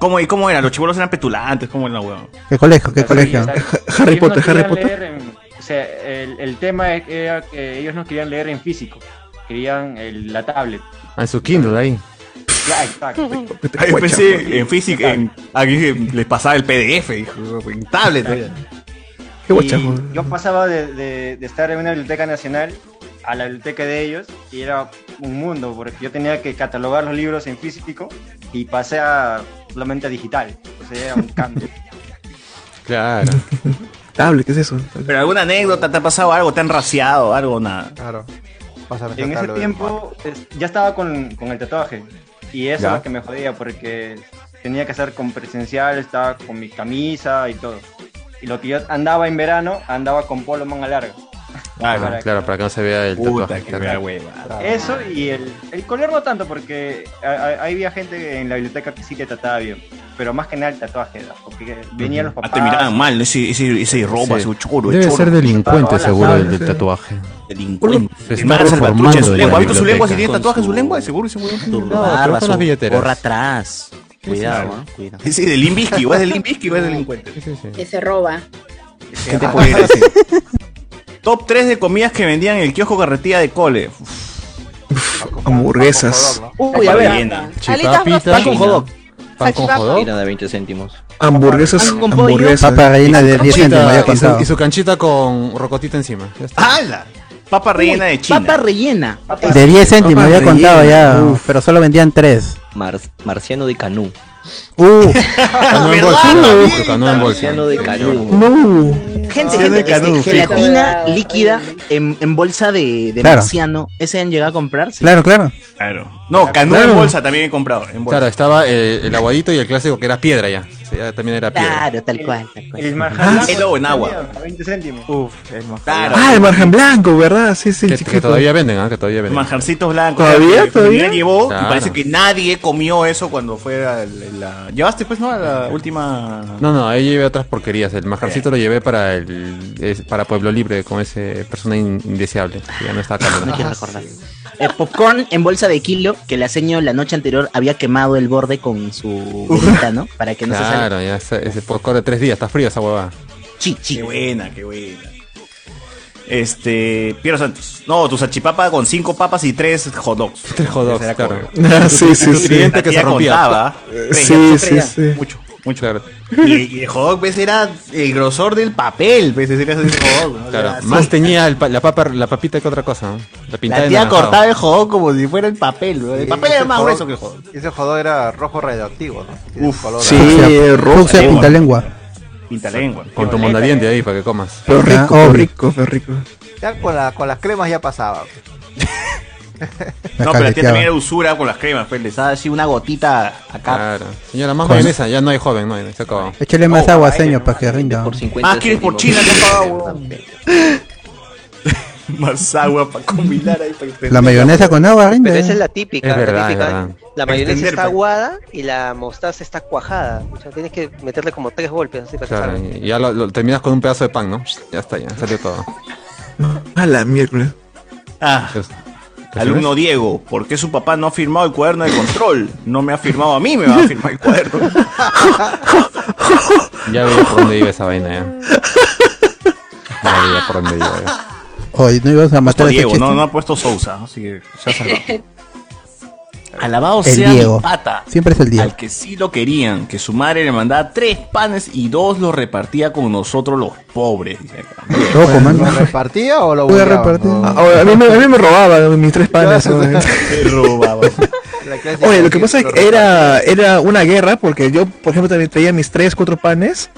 Speaker 1: ¿Cómo, ¿Y cómo eran? ¿Los chibolos eran petulantes? ¿Cómo era, weón?
Speaker 3: ¿Qué colegio? ¿Qué
Speaker 5: Así,
Speaker 3: colegio?
Speaker 5: o sea,
Speaker 3: Harry
Speaker 5: ellos no
Speaker 3: Potter, Harry
Speaker 5: querían
Speaker 3: Potter.
Speaker 5: leer en- o sea, el, el tema es- era que ellos no querían leer en físico, querían el- la tablet.
Speaker 2: Ah, en su Kindle ahí.
Speaker 5: Ya, exacto.
Speaker 1: Ah, yo pensé en física, en, aquí les pasaba el PDF, hijo, en tablet. eh. oye.
Speaker 5: Y yo pasaba de, de- de estar en una biblioteca nacional a la biblioteca de ellos y era un mundo, porque yo tenía que catalogar los libros en físico y pasé a solamente a digital. O sea, era un cambio.
Speaker 2: Claro.
Speaker 10: Tablet, ¿qué es eso?
Speaker 1: Pero alguna anécdota, ¿te ha pasado algo? ¿Te han raciado algo? Nada.
Speaker 8: Claro.
Speaker 5: En ese tiempo es- ya estaba con, con el tatuaje y eso
Speaker 1: Ya.
Speaker 5: es lo que me jodía porque tenía que hacer con presencial, estaba con mi camisa y todo. Y lo que yo andaba en verano, andaba con polo manga larga.
Speaker 2: Ah,
Speaker 5: Para
Speaker 2: claro, para que no se vea el
Speaker 1: Puta,
Speaker 2: tatuaje.
Speaker 1: que
Speaker 2: claro.
Speaker 1: vea hueva.
Speaker 5: Eso y el, el color no tanto porque a- a- ahí había gente en la biblioteca que sí te trataba bien, pero más que nada el tatuaje, ¿no? porque venían los
Speaker 1: Ah,
Speaker 5: papás.
Speaker 1: te miraban mal, ¿no? ese, ese, ese ropa,
Speaker 2: Sí.
Speaker 1: ese choro.
Speaker 2: Debe
Speaker 1: choro.
Speaker 2: ser delincuente
Speaker 10: Ah,
Speaker 1: Hola,
Speaker 2: seguro
Speaker 1: ¿sabes?
Speaker 2: el del tatuaje.
Speaker 1: Delincuente.
Speaker 2: Se
Speaker 1: Y
Speaker 2: está
Speaker 1: más salvatrucha
Speaker 2: reformando
Speaker 1: en su
Speaker 2: de la
Speaker 1: lengua. ¿Has visto su lengua? Si
Speaker 2: biblioteca.
Speaker 1: tiene tatuaje en su lengua, seguro ese huevón.
Speaker 2: barba, su gorra
Speaker 1: atrás.
Speaker 6: Cuidado, ¿eh? Cuidado.
Speaker 1: Ese de Limbisky, o es de Limbisky o es delincuente.
Speaker 14: Que se roba.
Speaker 1: ¿Qué te puede decir? Top 3 de comidas que vendían en el kiosco carretilla de cole.
Speaker 10: Hamburguesas.
Speaker 14: Uy,
Speaker 1: a
Speaker 14: a
Speaker 1: ver.
Speaker 14: ver.
Speaker 6: Chipapita.
Speaker 1: Pan con jodok.
Speaker 2: Pan con jodó.
Speaker 6: Era de 20 céntimos.
Speaker 10: Hamburguesas.
Speaker 6: Pan con pollo.
Speaker 10: Hamburguesas.
Speaker 3: Papa rellena de 10 céntimos, ya
Speaker 2: y, su,
Speaker 3: contado.
Speaker 2: y su canchita con rocotita encima. Ya está.
Speaker 1: ¡Hala! Papa rellena de china.
Speaker 12: Papa rellena.
Speaker 3: De 10 céntimos,
Speaker 12: Papa
Speaker 3: ya contado
Speaker 12: rellena.
Speaker 3: ya. Pero solo vendían 3.
Speaker 6: Mar- Marciano de Canú.
Speaker 3: Uh,
Speaker 2: Canú en bolsa. Canú en bolsa.
Speaker 6: Marciano de Canú.
Speaker 3: no.
Speaker 12: Gente,
Speaker 3: Ah,
Speaker 12: gente,
Speaker 3: de
Speaker 12: este,
Speaker 3: Canú, fijo.
Speaker 12: gelatina líquida en, en bolsa de, de
Speaker 3: Claro.
Speaker 12: marciano. ¿Ese han llegado a comprar? Sí.
Speaker 3: Claro, claro.
Speaker 1: Claro. No, canú
Speaker 2: Claro.
Speaker 1: en bolsa también he comprado. En bolsa.
Speaker 2: Claro, estaba eh, el aguadito y el clásico que era piedra ya. Sí, ya también era piedra.
Speaker 12: Claro, tal cual. tal cual.
Speaker 5: El
Speaker 1: Ah,
Speaker 5: marjalán
Speaker 1: helado en agua.
Speaker 5: a 20 céntimos.
Speaker 1: Uf, el
Speaker 10: Ah, el margen blanco, ¿verdad? Sí, sí, el
Speaker 2: Que, que
Speaker 10: chiquito.
Speaker 2: todavía venden, ¿ah? Que todavía
Speaker 1: Los
Speaker 2: venden.
Speaker 1: manjarcitos blancos.
Speaker 10: ¿Todavía?
Speaker 1: Que
Speaker 10: ¿Todavía?
Speaker 1: Julián llevó y
Speaker 2: Claro.
Speaker 1: parece que nadie comió eso cuando fue a la... ¿Llevaste pues, no? A la última...
Speaker 2: No, no, ahí llevé otras porquerías. El majarcito lo llevé para el es- para Pueblo Libre con ese persona in- indeseable. que Ya no está acá.
Speaker 12: No Ah, quiero recordar. Eh, popcorn en bolsa de kilo que la seño la noche anterior había quemado el borde con su velita, ¿no? Para que no se salga.
Speaker 2: Claro, ya ese, ese popcorn de tres días, está frío esa huevada.
Speaker 1: Qué buena, qué buena. Este, Piero Santos. No, tu salchipapa con cinco papas y tres hot dogs. Tres
Speaker 2: hot dogs, claro.
Speaker 10: Ah, sí, sí, sí.
Speaker 1: Cliente que se rompía.
Speaker 10: Sí, sí, sí.
Speaker 1: Mucho, mucho. Y, y el hot dog, ves, era el grosor del papel, ves, ese era el hot dog. ¿no?
Speaker 2: Claro,
Speaker 1: O sea,
Speaker 2: más
Speaker 1: sí.
Speaker 2: tenía el pa- la, papa, la papita que otra cosa. ¿no? La pintada
Speaker 1: La
Speaker 2: de
Speaker 1: tía
Speaker 2: naranjado.
Speaker 1: cortaba el hot dog como si fuera el papel, ¿no? El papel
Speaker 8: Ese
Speaker 1: era más
Speaker 8: jodó-
Speaker 1: grueso que el hot dog.
Speaker 8: Ese jodó era rojo radioactivo, ¿no? Uf, color
Speaker 3: Sí,
Speaker 8: raro.
Speaker 3: Rusia pinta lengua.
Speaker 1: Pintalengua.
Speaker 2: Con tu mondadiente ahí para que comas.
Speaker 3: Pero rico, pero rico, pero rico.
Speaker 8: Ya con, la- con las cremas ya pasaba.
Speaker 1: No, pero la tía
Speaker 3: caleteaba.
Speaker 1: también era usura con las cremas, pues les da así una gotita acá.
Speaker 2: Claro. Señora, más
Speaker 1: Con-
Speaker 2: mayonesa, ya no hay joven, no hay, se acabó.
Speaker 3: Échale
Speaker 1: Oh.
Speaker 13: Oh,
Speaker 3: más agua, señor, para que rinda.
Speaker 1: Más quieres por China que has pagado, huevón. Más agua para combinar ahí. pa' extender.
Speaker 3: La mayonesa con agua ¿eh? rinda.
Speaker 13: Pero esa es la típica.
Speaker 3: Es
Speaker 13: la
Speaker 3: verdad,
Speaker 13: típica. ¿eh?
Speaker 3: es verdad.
Speaker 13: La mayonesa
Speaker 3: Extender,
Speaker 13: está
Speaker 3: pues.
Speaker 13: aguada y la mostaza está cuajada. O sea, tienes que meterle como tres golpes así para que
Speaker 2: Claro,
Speaker 13: salga.
Speaker 2: y ya lo, lo terminas con un pedazo de pan, ¿no? Ya está, ya salió todo.
Speaker 10: A la miércoles.
Speaker 1: Ah, alumno Diego, ¿por qué su papá no ha firmado el cuaderno de control? No me ha firmado a mí, me va a firmar el cuaderno.
Speaker 2: Ya veía por dónde iba esa vaina, ya. Ya veía por dónde iba. ya.
Speaker 3: Hoy no ibas a matar a este
Speaker 1: Puesto Pues Diego,
Speaker 3: chiste.
Speaker 1: no, no ha puesto Sousa, así que se ha salvado. Alabado
Speaker 3: El
Speaker 1: sea
Speaker 3: Diego.
Speaker 1: mi pata.
Speaker 3: Siempre es el Diego.
Speaker 1: Al que sí lo querían, que su madre le mandaba tres panes y dos los repartía con nosotros los pobres. dice acá.
Speaker 8: ¿Lo repartía o lo
Speaker 10: Voy a
Speaker 8: volaba?
Speaker 10: repartir. Ahora, a, mí, me- a mí me robaba mis tres panes. ¿no? Oye, lo que pasa es que era, era una guerra porque yo, por ejemplo, también traía mis tres, cuatro panes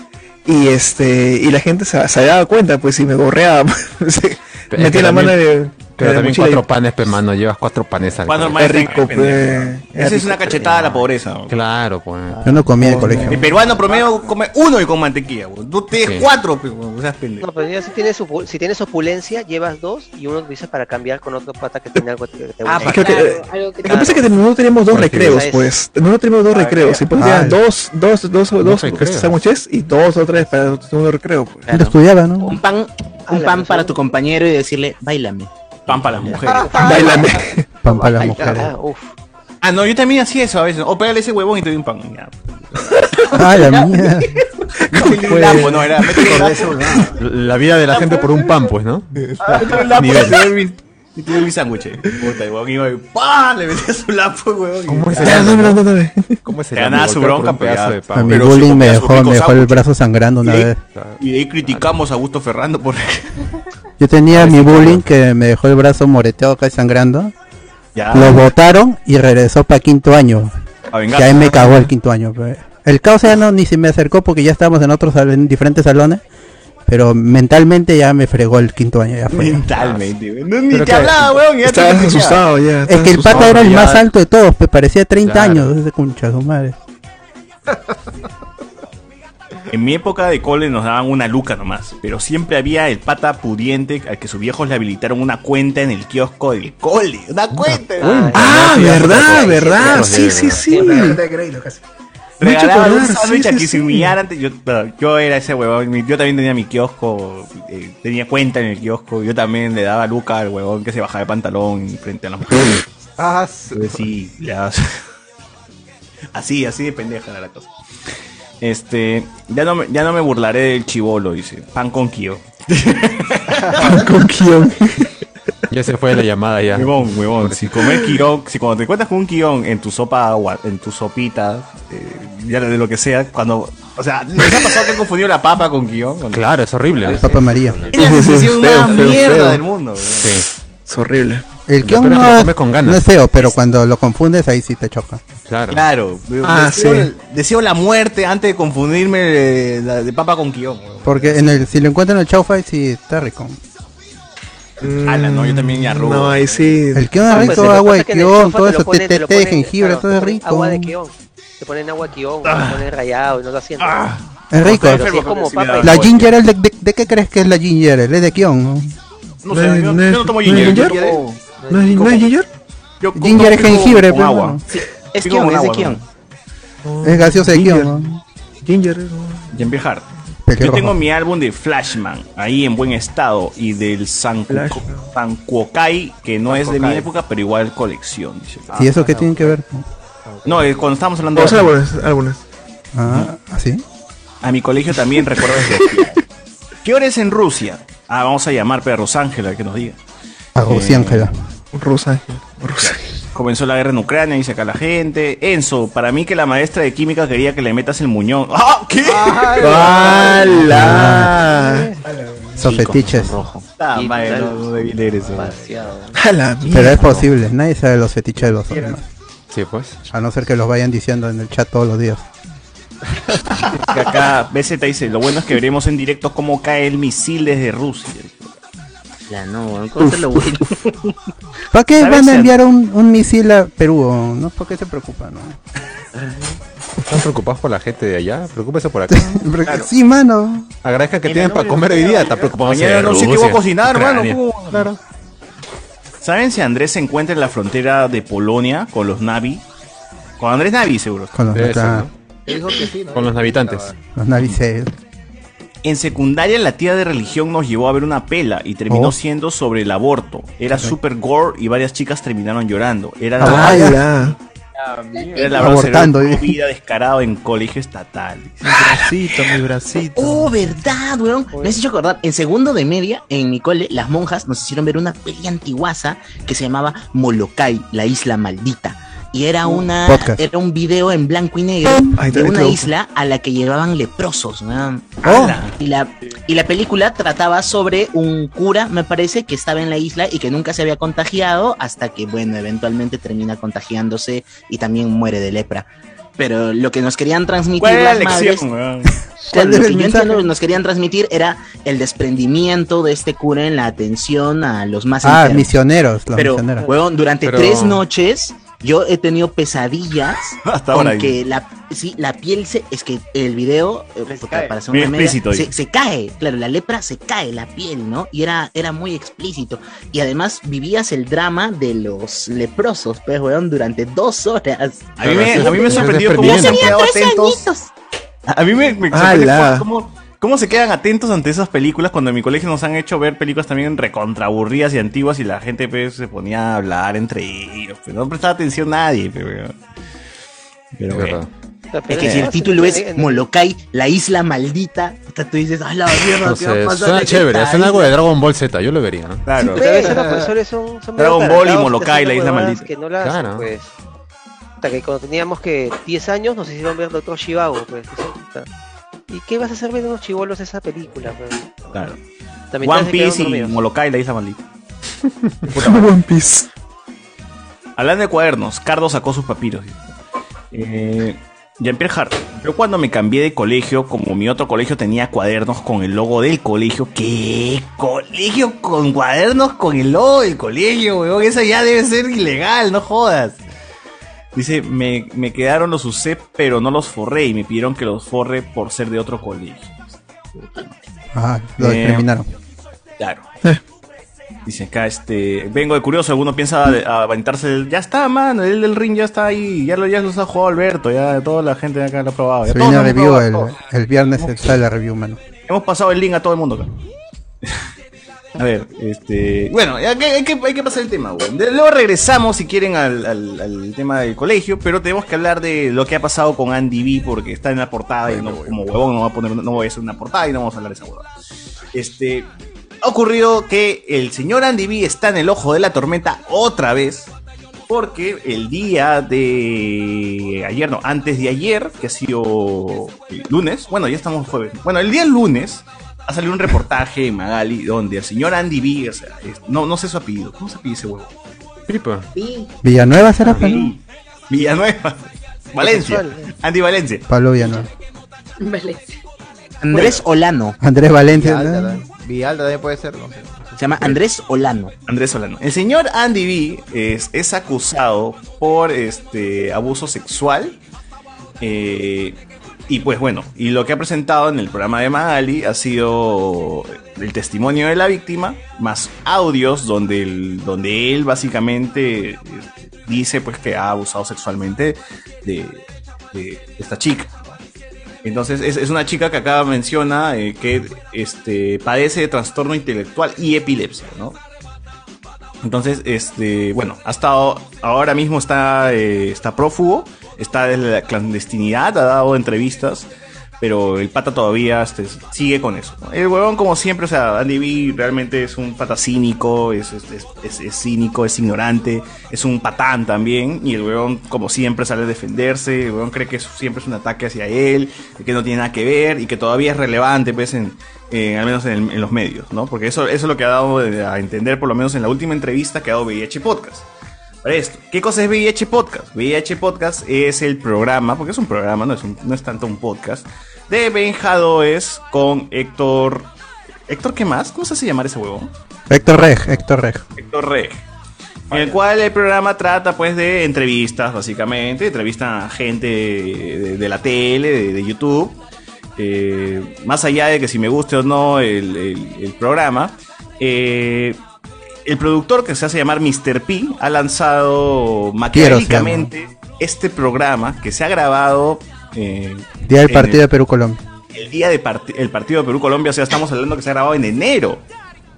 Speaker 10: y este y la gente se, se daba cuenta, pues, y me gorreaba. se-
Speaker 2: Pero es que
Speaker 10: metía la mano
Speaker 2: también-
Speaker 10: de, de
Speaker 2: Pero
Speaker 10: la
Speaker 2: también
Speaker 10: mochila y-
Speaker 2: cuatro panes, pe mano, llevas cuatro panes al
Speaker 1: Cuatro
Speaker 2: colegio.
Speaker 1: panes, Qué rico, pues. pe. pe. Esa es una
Speaker 2: Qué rico,
Speaker 1: cachetada a la
Speaker 2: pe.
Speaker 1: pobreza, ¿no?
Speaker 2: Claro, pues.
Speaker 3: Yo no comía en el colegio.
Speaker 1: El peruano promedio come uno y con mantequilla, weón. Tú tienes
Speaker 2: Sí.
Speaker 1: cuatro, pero o sea, es pendejo.
Speaker 13: No, pero ya si tienes, opu- si tienes opulencia, llevas dos y uno lo usas para cambiar con otro pata que tiene algo que te gusta.
Speaker 10: Ah, creo que-
Speaker 13: algo
Speaker 10: Lo que pasa es que nosotros teníamos dos
Speaker 13: Así es.
Speaker 10: recreos,
Speaker 13: Esa es.
Speaker 10: pues. Nosotros teníamos dos
Speaker 13: Ah,
Speaker 10: recreos. Y pues
Speaker 13: ah,
Speaker 10: tenían dos, dos, dos, dos
Speaker 13: recreos.
Speaker 10: sándwiches y dos o tres para el segundo recreo. Pues.
Speaker 12: Claro.
Speaker 3: estudiaba, ¿no?
Speaker 12: Un pan, un pan para tu compañero y decirle, bailame.
Speaker 1: Pan para las mujeres.
Speaker 10: Bailame.
Speaker 3: Pan para ¿eh?
Speaker 1: Ay,
Speaker 3: las mujeres.
Speaker 1: ah, uf. Ah, no, yo también hacía eso a veces. O pégale ese huevón y te doy un pan. Ya.
Speaker 3: Ah, la mía.
Speaker 1: Métele un lapo, no, era métele un lapo.
Speaker 2: La vida de la gente por un pan, pues, ¿no?
Speaker 1: Ah, métele un lapo y
Speaker 2: Nivel.
Speaker 1: te doy mi- y te doy mi sándwich. eh. Puta, el huevón iba y ¡pah! Le metía su lapo, huevón. ¿Cómo
Speaker 2: es
Speaker 10: Ah, dame, dame, dame.
Speaker 2: ¿Cómo se
Speaker 1: Te ganaba su bronca, pero ya.
Speaker 3: A mi
Speaker 1: Pero sí
Speaker 3: bullying me
Speaker 1: comía su
Speaker 3: dejó,
Speaker 1: rico
Speaker 3: me dejó el
Speaker 1: sándwich.
Speaker 3: brazo sangrando una
Speaker 1: Y ahí-
Speaker 3: vez.
Speaker 1: Y de ahí criticamos a Augusto Ferrando por
Speaker 3: Yo tenía mi bullying que me dejó el brazo moreteado casi sangrando.
Speaker 1: Ya.
Speaker 3: Lo botaron y regresó para quinto año.
Speaker 1: A
Speaker 3: Y
Speaker 1: vengarse.
Speaker 3: ahí me cagó el quinto año. pe. El caos ya no ni se me acercó porque ya estábamos en otros sal- en diferentes salones. Pero mentalmente ya me fregó el quinto año. Ya fue.
Speaker 1: Mentalmente, weón. No, ni
Speaker 3: Pero
Speaker 1: te
Speaker 3: que-
Speaker 1: hablaba, weón. y ya te
Speaker 10: Estabas
Speaker 1: criticaba.
Speaker 10: asustado ya.
Speaker 3: Es que el
Speaker 10: asustado,
Speaker 3: pata era el
Speaker 10: ya.
Speaker 3: más alto de todos, pe, parecía 30
Speaker 1: Claro.
Speaker 3: años. Ese concha, su madre.
Speaker 1: En mi época de cole nos daban una luca nomás, pero siempre había el pata pudiente al que sus viejos le habilitaron una cuenta en el kiosco del cole. Una cuenta.
Speaker 10: Ah, verdad, verdad. Sí, sí, sí.
Speaker 1: Regalaban un
Speaker 10: acordar,
Speaker 1: sándwich
Speaker 10: sí,
Speaker 1: a
Speaker 10: sí,
Speaker 1: que se
Speaker 10: sí.
Speaker 1: humillara antes. Yo, yo era ese huevón. Yo también tenía mi kiosco. eh, tenía cuenta en el kiosco. Yo también le daba luca al huevón que se bajaba el pantalón frente a las mujeres.
Speaker 8: Ah,
Speaker 1: Sí, ya. Así, así de pendeja era la cosa. Este, ya no, me- ya no me burlaré del chivolo, dice. Pan con kio.
Speaker 2: Ya se fue la llamada ya.
Speaker 1: Huevón, huevón. Si comes quirón, si cuando te encuentras con un quirón en tu sopa agua, en tu sopita, eh, ya de lo que sea, cuando. O sea, ¿les ha pasado que han confundido la papa con quirón?
Speaker 2: Claro, es horrible. ¿eh?
Speaker 3: Papa María.
Speaker 1: Es la decisión
Speaker 2: Feo,
Speaker 1: más
Speaker 2: feo,
Speaker 1: mierda
Speaker 2: feo.
Speaker 1: del mundo.
Speaker 2: Sí.
Speaker 10: Es horrible.
Speaker 3: El
Speaker 2: Lo
Speaker 3: kion
Speaker 2: peor es que lo
Speaker 3: no,
Speaker 2: comes con ganas.
Speaker 3: no es feo, pero cuando lo confundes ahí sí te choca.
Speaker 2: Claro.
Speaker 1: Claro.
Speaker 3: Ah,
Speaker 1: deseo,
Speaker 3: sí.
Speaker 1: deseo la muerte antes de confundirme eh, la de, papa con quirón. huevón.
Speaker 3: Porque en el, si lo encuentran en el chaufa, sí está rico. Mm,
Speaker 1: Ala, no, yo también ya arrugo.
Speaker 10: No, ahí sí.
Speaker 3: El
Speaker 13: Ah,
Speaker 3: kion
Speaker 13: pues,
Speaker 3: es rico, agua de kion, todo eso, té té- té de jengibre, todo es rico.
Speaker 13: Agua de quión. Te ponen agua de quión,
Speaker 2: Ah.
Speaker 13: te ponen rayado y no lo hacen.
Speaker 3: Es rico.
Speaker 13: Pero sí es como papa. y
Speaker 3: La
Speaker 13: limón.
Speaker 3: ginger ale, ¿de, de qué crees que es la ginger ale? Es de kion, ¿no?
Speaker 1: No sé, yo- yo no tomo ginger. yo tomo-
Speaker 10: ¿No es, ¿no es ginger?
Speaker 1: yo como-
Speaker 3: Ginger es
Speaker 1: pico
Speaker 3: jengibre,
Speaker 1: con
Speaker 3: pero
Speaker 1: agua.
Speaker 3: no.
Speaker 1: Sí,
Speaker 12: Es
Speaker 1: pico
Speaker 12: kion,
Speaker 1: con
Speaker 12: es de
Speaker 1: agua,
Speaker 12: kion.
Speaker 1: ¿no?
Speaker 3: Es gaseosa de kion, ¿no?
Speaker 10: Ginger.
Speaker 1: Jean-Pierre Hart. Yo
Speaker 3: Pelirrojo.
Speaker 1: tengo mi álbum de Flashman, ahí en buen estado, y del San Sankuokai, que no es de mi
Speaker 10: Sankuokai.
Speaker 1: época, pero igual colección. dice.
Speaker 3: ¿Y eso qué tiene que ver?
Speaker 1: No, eh, cuando estábamos Ah, hablando
Speaker 10: Dos
Speaker 1: de...
Speaker 10: álbumes, álbumes.
Speaker 3: Ah, ¿así?
Speaker 1: A mi colegio también recuerdo desde... ¿Qué hora es en Rusia? Ah, vamos a llamar pero a Rosángela que nos diga.
Speaker 3: A
Speaker 10: Eh,
Speaker 3: Rosiángela.
Speaker 10: Rusa.
Speaker 1: Comenzó la guerra en Ucrania, dice acá la gente. Enzo, para mí que la maestra de química quería que le metas el muñón. ¡Ah! ¿Qué?
Speaker 10: ¡Hala!
Speaker 3: Son fetiches.
Speaker 1: Ah, madre, no, no debí leer eso.
Speaker 3: Pero es posible, nadie sabe los fetiches de los hombres.
Speaker 2: Sí, pues.
Speaker 3: A no ser que los vayan diciendo en el chat todos los días.
Speaker 1: Que acá BZ dice, lo bueno es que veremos en directo cómo cae el misil desde Rusia.
Speaker 12: Ala, no, weón, ¿cómo se lo voy
Speaker 3: ¿Para qué
Speaker 12: ¿Sabes
Speaker 3: van a
Speaker 12: el-
Speaker 3: enviar un, un misil a Perú? weón? ¿No? ¿Por qué se preocupan? no?
Speaker 2: ¿Están preocupados por la gente de allá? Preocúpese por acá.
Speaker 3: Porque Sí, mano.
Speaker 2: Agradezca que tienen para comer hoy día. Está preocupado.
Speaker 1: Mañana no sé qué voy a cocinar, hermano. ¿Saben si Andrés se encuentra en la frontera de Polonia con los Navi? Con Andrés Navi, seguro.
Speaker 3: Con los,
Speaker 1: Debe ser,
Speaker 3: ah,
Speaker 1: ¿no?
Speaker 8: Dijo que sí, ¿no?
Speaker 2: Con los navitantes.
Speaker 3: los naviceros.
Speaker 1: En secundaria la tía de religión nos llevó a ver una pela y terminó
Speaker 3: Oh.
Speaker 1: siendo sobre el aborto. Era super gore y varias chicas terminaron llorando. Era
Speaker 10: Ah,
Speaker 1: la,
Speaker 10: ¡Hala!
Speaker 1: era la
Speaker 10: Abortando,
Speaker 1: brasa
Speaker 10: ¿eh?
Speaker 1: vida descarado en colegio estatal.
Speaker 12: bracito, mi bracito. Oh, verdad, weón. Me has hecho acordar. En segundo de media, en mi cole, las monjas nos hicieron ver una peli antiguaza que se llamaba Molokai, la isla maldita. Y era
Speaker 1: Uh,
Speaker 12: una
Speaker 3: podcast.
Speaker 12: era un video en blanco y negro
Speaker 3: Ahí está,
Speaker 12: de
Speaker 3: ahí
Speaker 12: una
Speaker 3: está.
Speaker 12: isla a la que llevaban leprosos, weón.
Speaker 3: Oh.
Speaker 12: Y la, y la película trataba sobre un cura, me parece, que estaba en la isla y que nunca se había contagiado hasta que, bueno, eventualmente termina contagiándose y también muere de lepra. Pero lo que nos querían transmitir
Speaker 1: ¿Cuál era
Speaker 12: las
Speaker 1: la
Speaker 12: madres-
Speaker 1: lección, weón?
Speaker 12: Claro,
Speaker 1: ¿Cuál
Speaker 12: lo
Speaker 1: era
Speaker 12: que
Speaker 1: el
Speaker 12: yo
Speaker 1: mensaje?
Speaker 12: entiendo que nos querían transmitir era el desprendimiento de este cura en la atención a los más
Speaker 3: Ah,
Speaker 12: enfermos.
Speaker 3: misioneros. Los
Speaker 12: Pero,
Speaker 3: misioneros.
Speaker 12: huevón, durante
Speaker 3: Pero-
Speaker 12: tres noches yo he tenido pesadillas
Speaker 1: Hasta
Speaker 12: con
Speaker 1: ahora Ah, ahí.
Speaker 12: que la, sí, la piel se... Es que el video, eh, puta, para hacer una
Speaker 1: Bien
Speaker 12: media,
Speaker 1: explícito ahí.
Speaker 12: se, se cae, claro, la lepra se cae, la piel, ¿no? Y era, era muy explícito. Y además vivías el drama de los leprosos, pues, weón, durante dos horas.
Speaker 1: A mí me, a mí me sorprendió cómo
Speaker 12: Yo
Speaker 1: se han
Speaker 12: tenía
Speaker 1: quedado
Speaker 12: tres
Speaker 1: atentos. A mí me, me sorprende
Speaker 12: Ala.
Speaker 1: cómo, cómo se quedan atentos ante esas películas cuando en mi colegio nos han hecho ver películas también recontraburridas y antiguas y la gente pues, se ponía a hablar entre ellos. Pero no prestaba atención nadie. pues, Pero, pero bueno.
Speaker 12: Es que si el título es Molokai, la isla maldita, puta, tú dices, ¡ah, la mierda!
Speaker 2: No
Speaker 12: ¿qué va a
Speaker 2: sé,
Speaker 12: pasar
Speaker 2: suena
Speaker 12: en
Speaker 2: chévere.
Speaker 12: esta
Speaker 2: Hacen algo de
Speaker 12: isla?".
Speaker 2: Dragon Ball Z. Yo lo vería, ¿no?
Speaker 1: Claro.
Speaker 13: Pero a veces los profesores son, son medio
Speaker 2: Dragon Ball y
Speaker 13: taratados, te
Speaker 2: Molokai,
Speaker 13: hacen
Speaker 2: la isla
Speaker 13: huevadas
Speaker 2: maldita.
Speaker 13: Que no las,
Speaker 2: Claro.
Speaker 13: pues. Hasta que cuando teníamos que 10 años nos hicieron ver Doctor Chivago, pues. que son- puta. ¿Y qué vas a hacer viendo unos chivolos esa película, pues?
Speaker 1: Claro.
Speaker 13: También
Speaker 1: One
Speaker 13: te quedaron
Speaker 1: Piece y
Speaker 13: dormidos.
Speaker 1: Molokai, la isla maldita.
Speaker 10: One Piece.
Speaker 1: Hablando de cuadernos, Cardo sacó sus papiros. Eh, Jean-Pierre Hart, yo cuando me cambié de colegio, como mi otro colegio tenía cuadernos con el logo del colegio, ¿qué? ¿Colegio con cuadernos con el logo del colegio, weón? Eso ya debe ser ilegal, no jodas. Dice, me, me quedaron los usé, pero no los forré y me pidieron que los forre por ser de otro colegio.
Speaker 3: Ah, lo
Speaker 1: Eh,
Speaker 3: discriminaron.
Speaker 1: Claro. Dice acá, este, vengo de curioso, alguno piensa de- aventarse el, ya está, mano, el del ring ya está ahí, ya lo, ya los ha jugado Alberto, ya toda la gente de acá lo ha probado. ya
Speaker 3: Se
Speaker 1: todos
Speaker 3: viene la
Speaker 1: hemos
Speaker 3: review el,
Speaker 1: probado,
Speaker 3: el viernes, sale la review, mano.
Speaker 1: Hemos pasado el link a todo el mundo acá. A ver, este. Bueno, hay que, hay que- hay que pasar el tema, weón. De- Luego regresamos, si quieren, al, al- al tema del colegio, pero tenemos que hablar de lo que ha pasado con Andy B, porque está en la portada y no, como huevón no, va a poner, no voy a hacer una portada y no vamos a hablar de esa huevada. Este. Ha ocurrido que el señor Andy B está en el ojo de la tormenta otra vez, porque el día de ayer, no, antes de ayer, que ha sido eh, lunes, bueno, ya estamos jueves. Bueno, el día lunes ha salido un reportaje en Magali donde el señor Andy B, o sea, es- no, no sé su apellido, ¿cómo se apellida ese huevo? Pipa.
Speaker 3: ¿Villanueva será Pablo?
Speaker 1: Villanueva. Valencia. Andy Valencia.
Speaker 3: Pablo Villanueva.
Speaker 12: Andrés Olano.
Speaker 3: Andrés Valencia. ¿no?
Speaker 8: Vialda, Vialda también puede ser, no sé.
Speaker 12: Se llama Andrés Olano.
Speaker 1: Andrés Solano. El señor Andy B es, es acusado por este abuso sexual. eh, y pues bueno, y lo que ha presentado en el programa de Magali ha sido el testimonio de la víctima, más audios donde, el- donde él básicamente este, dice pues que ha abusado sexualmente de, de esta chica. Entonces es, es una chica que acá menciona eh, que este, padece de trastorno intelectual y epilepsia, ¿no? Entonces, este, bueno, ha estado, ahora mismo está, eh, está prófugo, está desde la clandestinidad, ha dado entrevistas, pero el pata todavía este, sigue con eso. ¿no? El huevón, como siempre, o sea, Andy B realmente es un pata cínico, es, es- es- es- es cínico, es ignorante, es un patán también, y el huevón, como siempre, sale a defenderse, el huevón cree que eso siempre es un ataque hacia él, que no tiene nada que ver, y que todavía es relevante, pues, en, eh, al menos en, el- en los medios, ¿no? Porque eso, eso es lo que ha dado eh, a entender, por lo menos en la última entrevista que ha dado VIH Podcast. Para esto, ¿qué cosa es VIH Podcast? VIH Podcast es el programa, porque es un programa, no es, un- no es tanto un podcast, de Benjadores con Héctor ¿Héctor qué más? ¿Cómo se hace llamar ese huevo?
Speaker 3: Héctor Reg, Héctor Reg.
Speaker 1: Héctor Reg. En el cual el programa trata pues de entrevistas, básicamente. Entrevista a gente de, de la tele, de, de YouTube. Eh, más allá de que si me guste o no el, el- el programa. eh, el productor que se hace llamar Mr. P ha lanzado maquiavélicamente este programa que se ha grabado eh,
Speaker 3: Día del
Speaker 1: en
Speaker 3: partido
Speaker 1: el-
Speaker 3: de Perú-Colombia.
Speaker 1: el día del partido de Perú-Colombia, o sea, estamos hablando que se ha grabado en enero.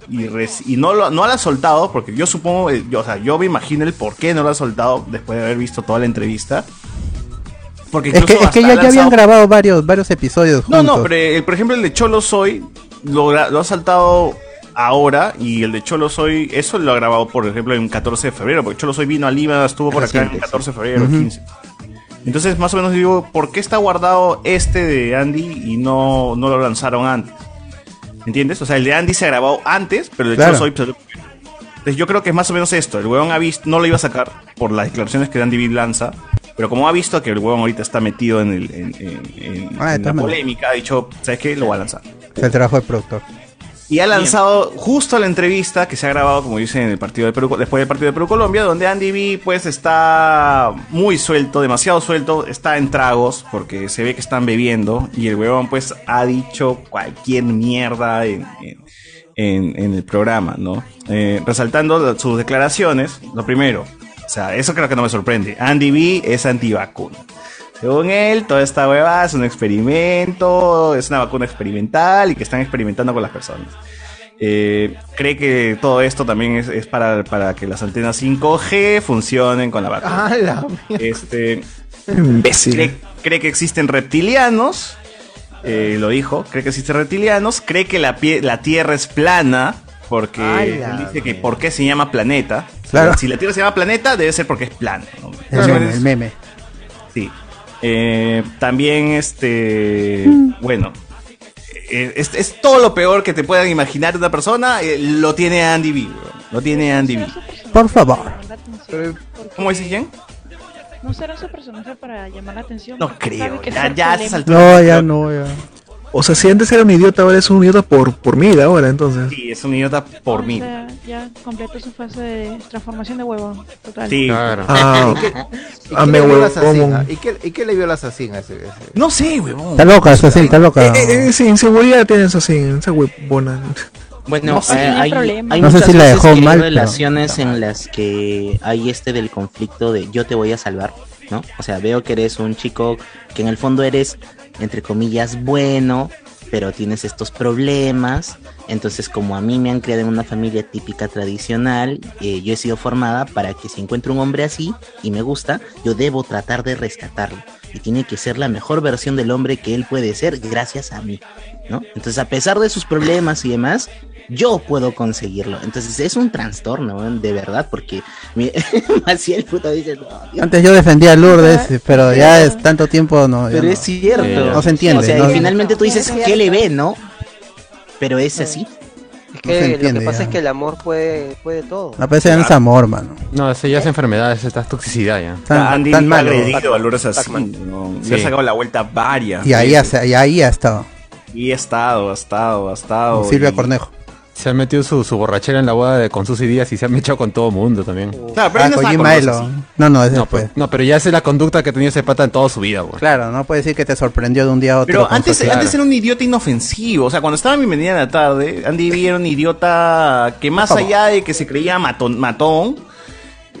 Speaker 1: Y, res- y no, lo, no la ha soltado, porque yo supongo, eh, yo, o sea, yo me imagino el por qué no lo ha soltado después de haber visto toda la entrevista. Porque
Speaker 3: Es que,
Speaker 1: incluso
Speaker 3: es que
Speaker 1: hasta
Speaker 3: ya,
Speaker 1: ha
Speaker 3: ya habían
Speaker 1: lanzado-
Speaker 3: grabado varios, varios episodios
Speaker 1: No,
Speaker 3: juntos.
Speaker 1: no, pero eh, por ejemplo el de Cholo Soy lo, gra- lo ha saltado ahora y el de Cholo Soy, eso lo ha grabado por ejemplo en 14 de febrero, porque Cholo Soy vino a Lima, estuvo por acá en
Speaker 8: Reciente,
Speaker 1: 14 de febrero,
Speaker 8: Ujú.
Speaker 1: 15. Entonces, más o menos digo, ¿por qué está guardado este de Andy y no, no lo lanzaron antes? ¿Entiendes? O sea, el de Andy se grabó antes, pero el de
Speaker 3: Claro.
Speaker 1: Cholo Soy salió primero. Entonces, yo creo que es más o menos esto. El huevón ha visto, no lo iba a sacar por las declaraciones que Andy Bill lanza, pero como ha visto que el huevón ahorita está metido en, el, en- en- en-
Speaker 3: Ah, de
Speaker 1: en la
Speaker 3: todas maneras.
Speaker 1: polémica, ha dicho, ¿sabes qué? Lo voy a lanzar.
Speaker 3: Es el trabajo del productor.
Speaker 1: Y ha lanzado justo la entrevista que se ha grabado, como dicen, en el partido de Perú, después del partido de Perú Colombia, donde Andy B pues está muy suelto, demasiado suelto, está en tragos, porque se ve que están bebiendo, y el huevón pues ha dicho cualquier mierda en, en- en- en el programa, ¿no? Eh, resaltando la- sus declaraciones, lo primero, o sea, eso creo que no me sorprende. Andy B es antivacuna. Según él, toda esta hueva es un experimento, es una vacuna experimental y que están experimentando con las personas. Eh, cree que todo esto también es, es para, para que las antenas 5G funcionen con la vacuna.
Speaker 8: Ah, la
Speaker 1: Este,
Speaker 10: Imbécil.
Speaker 1: Cree, cree que existen reptilianos. eh, lo dijo. Cree que existen reptilianos. Cree que la, pie- la Tierra es plana. Porque
Speaker 8: Ala,
Speaker 1: él dice que por qué se llama planeta.
Speaker 3: Claro.
Speaker 1: Si la Tierra se llama planeta, debe ser porque es plana. ¿no?
Speaker 3: El meme, el meme.
Speaker 1: Sí. Eh, también, este. Bueno. eh, Es, es todo lo peor que te puedan imaginar de una persona. eh, lo tiene Andy B. bro. Lo tiene Andy B.
Speaker 3: Por favor.
Speaker 1: ¿Cómo dices, Jen?
Speaker 20: No será su personaje para llamar la atención.
Speaker 1: No
Speaker 20: porque
Speaker 1: creo,
Speaker 20: sabe que
Speaker 1: ya-
Speaker 20: ser
Speaker 1: ya
Speaker 20: polémico-
Speaker 1: se saltó.
Speaker 10: No, ya no, ya. O sea, si antes era un idiota, ahora es un idiota por, por mí ahora, entonces.
Speaker 1: Sí, es un idiota por mí.
Speaker 20: O sea, ya completó su fase de transformación de huevón. Total.
Speaker 1: Sí. Claro.
Speaker 10: Ah,
Speaker 8: ¿Y qué- y
Speaker 10: ah,
Speaker 8: qué
Speaker 10: me
Speaker 8: le vio
Speaker 10: huevo-
Speaker 8: la asesina?
Speaker 10: como-
Speaker 8: ¿Y qué- ¿Y qué le vio la asesina a ese? ese?
Speaker 1: No sé, huevón.
Speaker 3: Está loca, está así, está loca.
Speaker 10: Eh, eh, sí, inseguridad tienes así, esa huevona.
Speaker 12: Bueno,
Speaker 10: No sé,
Speaker 12: eh,
Speaker 10: tenía
Speaker 12: hay,
Speaker 10: problemas.
Speaker 12: hay
Speaker 10: No sé
Speaker 12: muchas
Speaker 10: si la
Speaker 12: veces
Speaker 10: dejó
Speaker 12: que hay
Speaker 10: mal, pero-
Speaker 12: relaciones en las que hay este del conflicto de yo te voy a salvar, ¿no? O sea, veo que eres un chico que en el fondo eres, entre comillas, bueno, pero tienes estos problemas. Entonces, como a mí me han creado en una familia típica tradicional, eh, yo he sido formada para que si encuentro un hombre así y me gusta, yo debo tratar de rescatarlo. Y tiene que ser la mejor versión del hombre que él puede ser gracias a mí. ¿no? Entonces, a pesar de sus problemas y demás, yo puedo conseguirlo. Entonces, es un trastorno, weón, de verdad, porque mi- Maciel puta dice, "No, Dios".
Speaker 3: Antes yo defendía a Lourdes, pero ya es tanto tiempo no. ya
Speaker 12: pero
Speaker 3: no. Eh,
Speaker 12: es cierto.
Speaker 3: No se entiende.
Speaker 12: O sea,
Speaker 3: ¿no?
Speaker 12: y finalmente tú dices, ¿qué le ve, no? Pero es así.
Speaker 13: Es que lo
Speaker 3: entiende
Speaker 13: que pasa
Speaker 3: ya.
Speaker 13: es que el amor puede, puede todo.
Speaker 3: No, pero ese ya
Speaker 1: Ah.
Speaker 3: no es amor, mano.
Speaker 2: No, esa ya es enfermedad, esa es toxicidad ya.
Speaker 3: Tan-
Speaker 1: Andy
Speaker 3: tan
Speaker 1: lo ha
Speaker 3: malo.
Speaker 1: agredido a Lourdes así. ¿no? Le ha
Speaker 2: Sí.
Speaker 1: sacado la vuelta varias.
Speaker 3: Y ahí,
Speaker 1: veces.
Speaker 3: ha- y ahí ha estado.
Speaker 1: Y ha estado, ha estado, ha estado.
Speaker 3: Silvia
Speaker 1: y-
Speaker 3: Cornejo.
Speaker 2: Se ha metido su, su borrachera en la boda de, con Susi Díaz y se ha mechado con todo mundo también.
Speaker 13: Uh.
Speaker 1: Claro, pero ahí
Speaker 3: Ah,
Speaker 1: no
Speaker 3: con
Speaker 1: estaba
Speaker 3: Jim
Speaker 1: con Lourdes
Speaker 3: Melo.
Speaker 1: así.
Speaker 3: No, no, es
Speaker 2: No,
Speaker 3: después.
Speaker 2: pero, no, pero ya esa es la conducta que ha tenido ese pata en toda su vida, güey.
Speaker 3: Claro, no puede decir que te sorprendió de un día a otro.
Speaker 1: pues. Pero
Speaker 3: con
Speaker 1: antes,
Speaker 3: su-
Speaker 1: antes era un idiota inofensivo. O sea, cuando estaba en Bienvenida en la tarde, Andy B era un idiota que más allá de que se creía matón, matón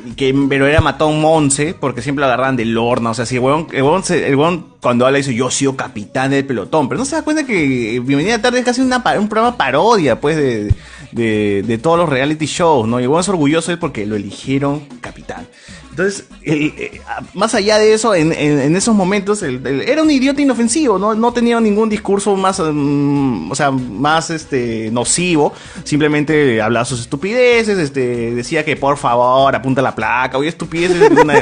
Speaker 1: y que, pero era matón monce, porque siempre lo agarraban del horno. O sea, si el huevón, el huevón se- el huevón cuando habla dice yo he sido capitán del pelotón. Pero no se da cuenta que Bienvenida a la tarde es casi una, pa- un programa parodia, pues, de, de- de todos los reality shows, ¿no? Y el huevón es orgulloso es porque lo eligieron capitán. Entonces, el- eh, a- más allá de eso, en, en- en esos momentos, el- el- era un idiota inofensivo, no, no tenía ningún discurso más, mm, o sea, más este, nocivo, simplemente hablaba sus estupideces, este, decía que por favor apunta la placa, oye, estupideces, de una-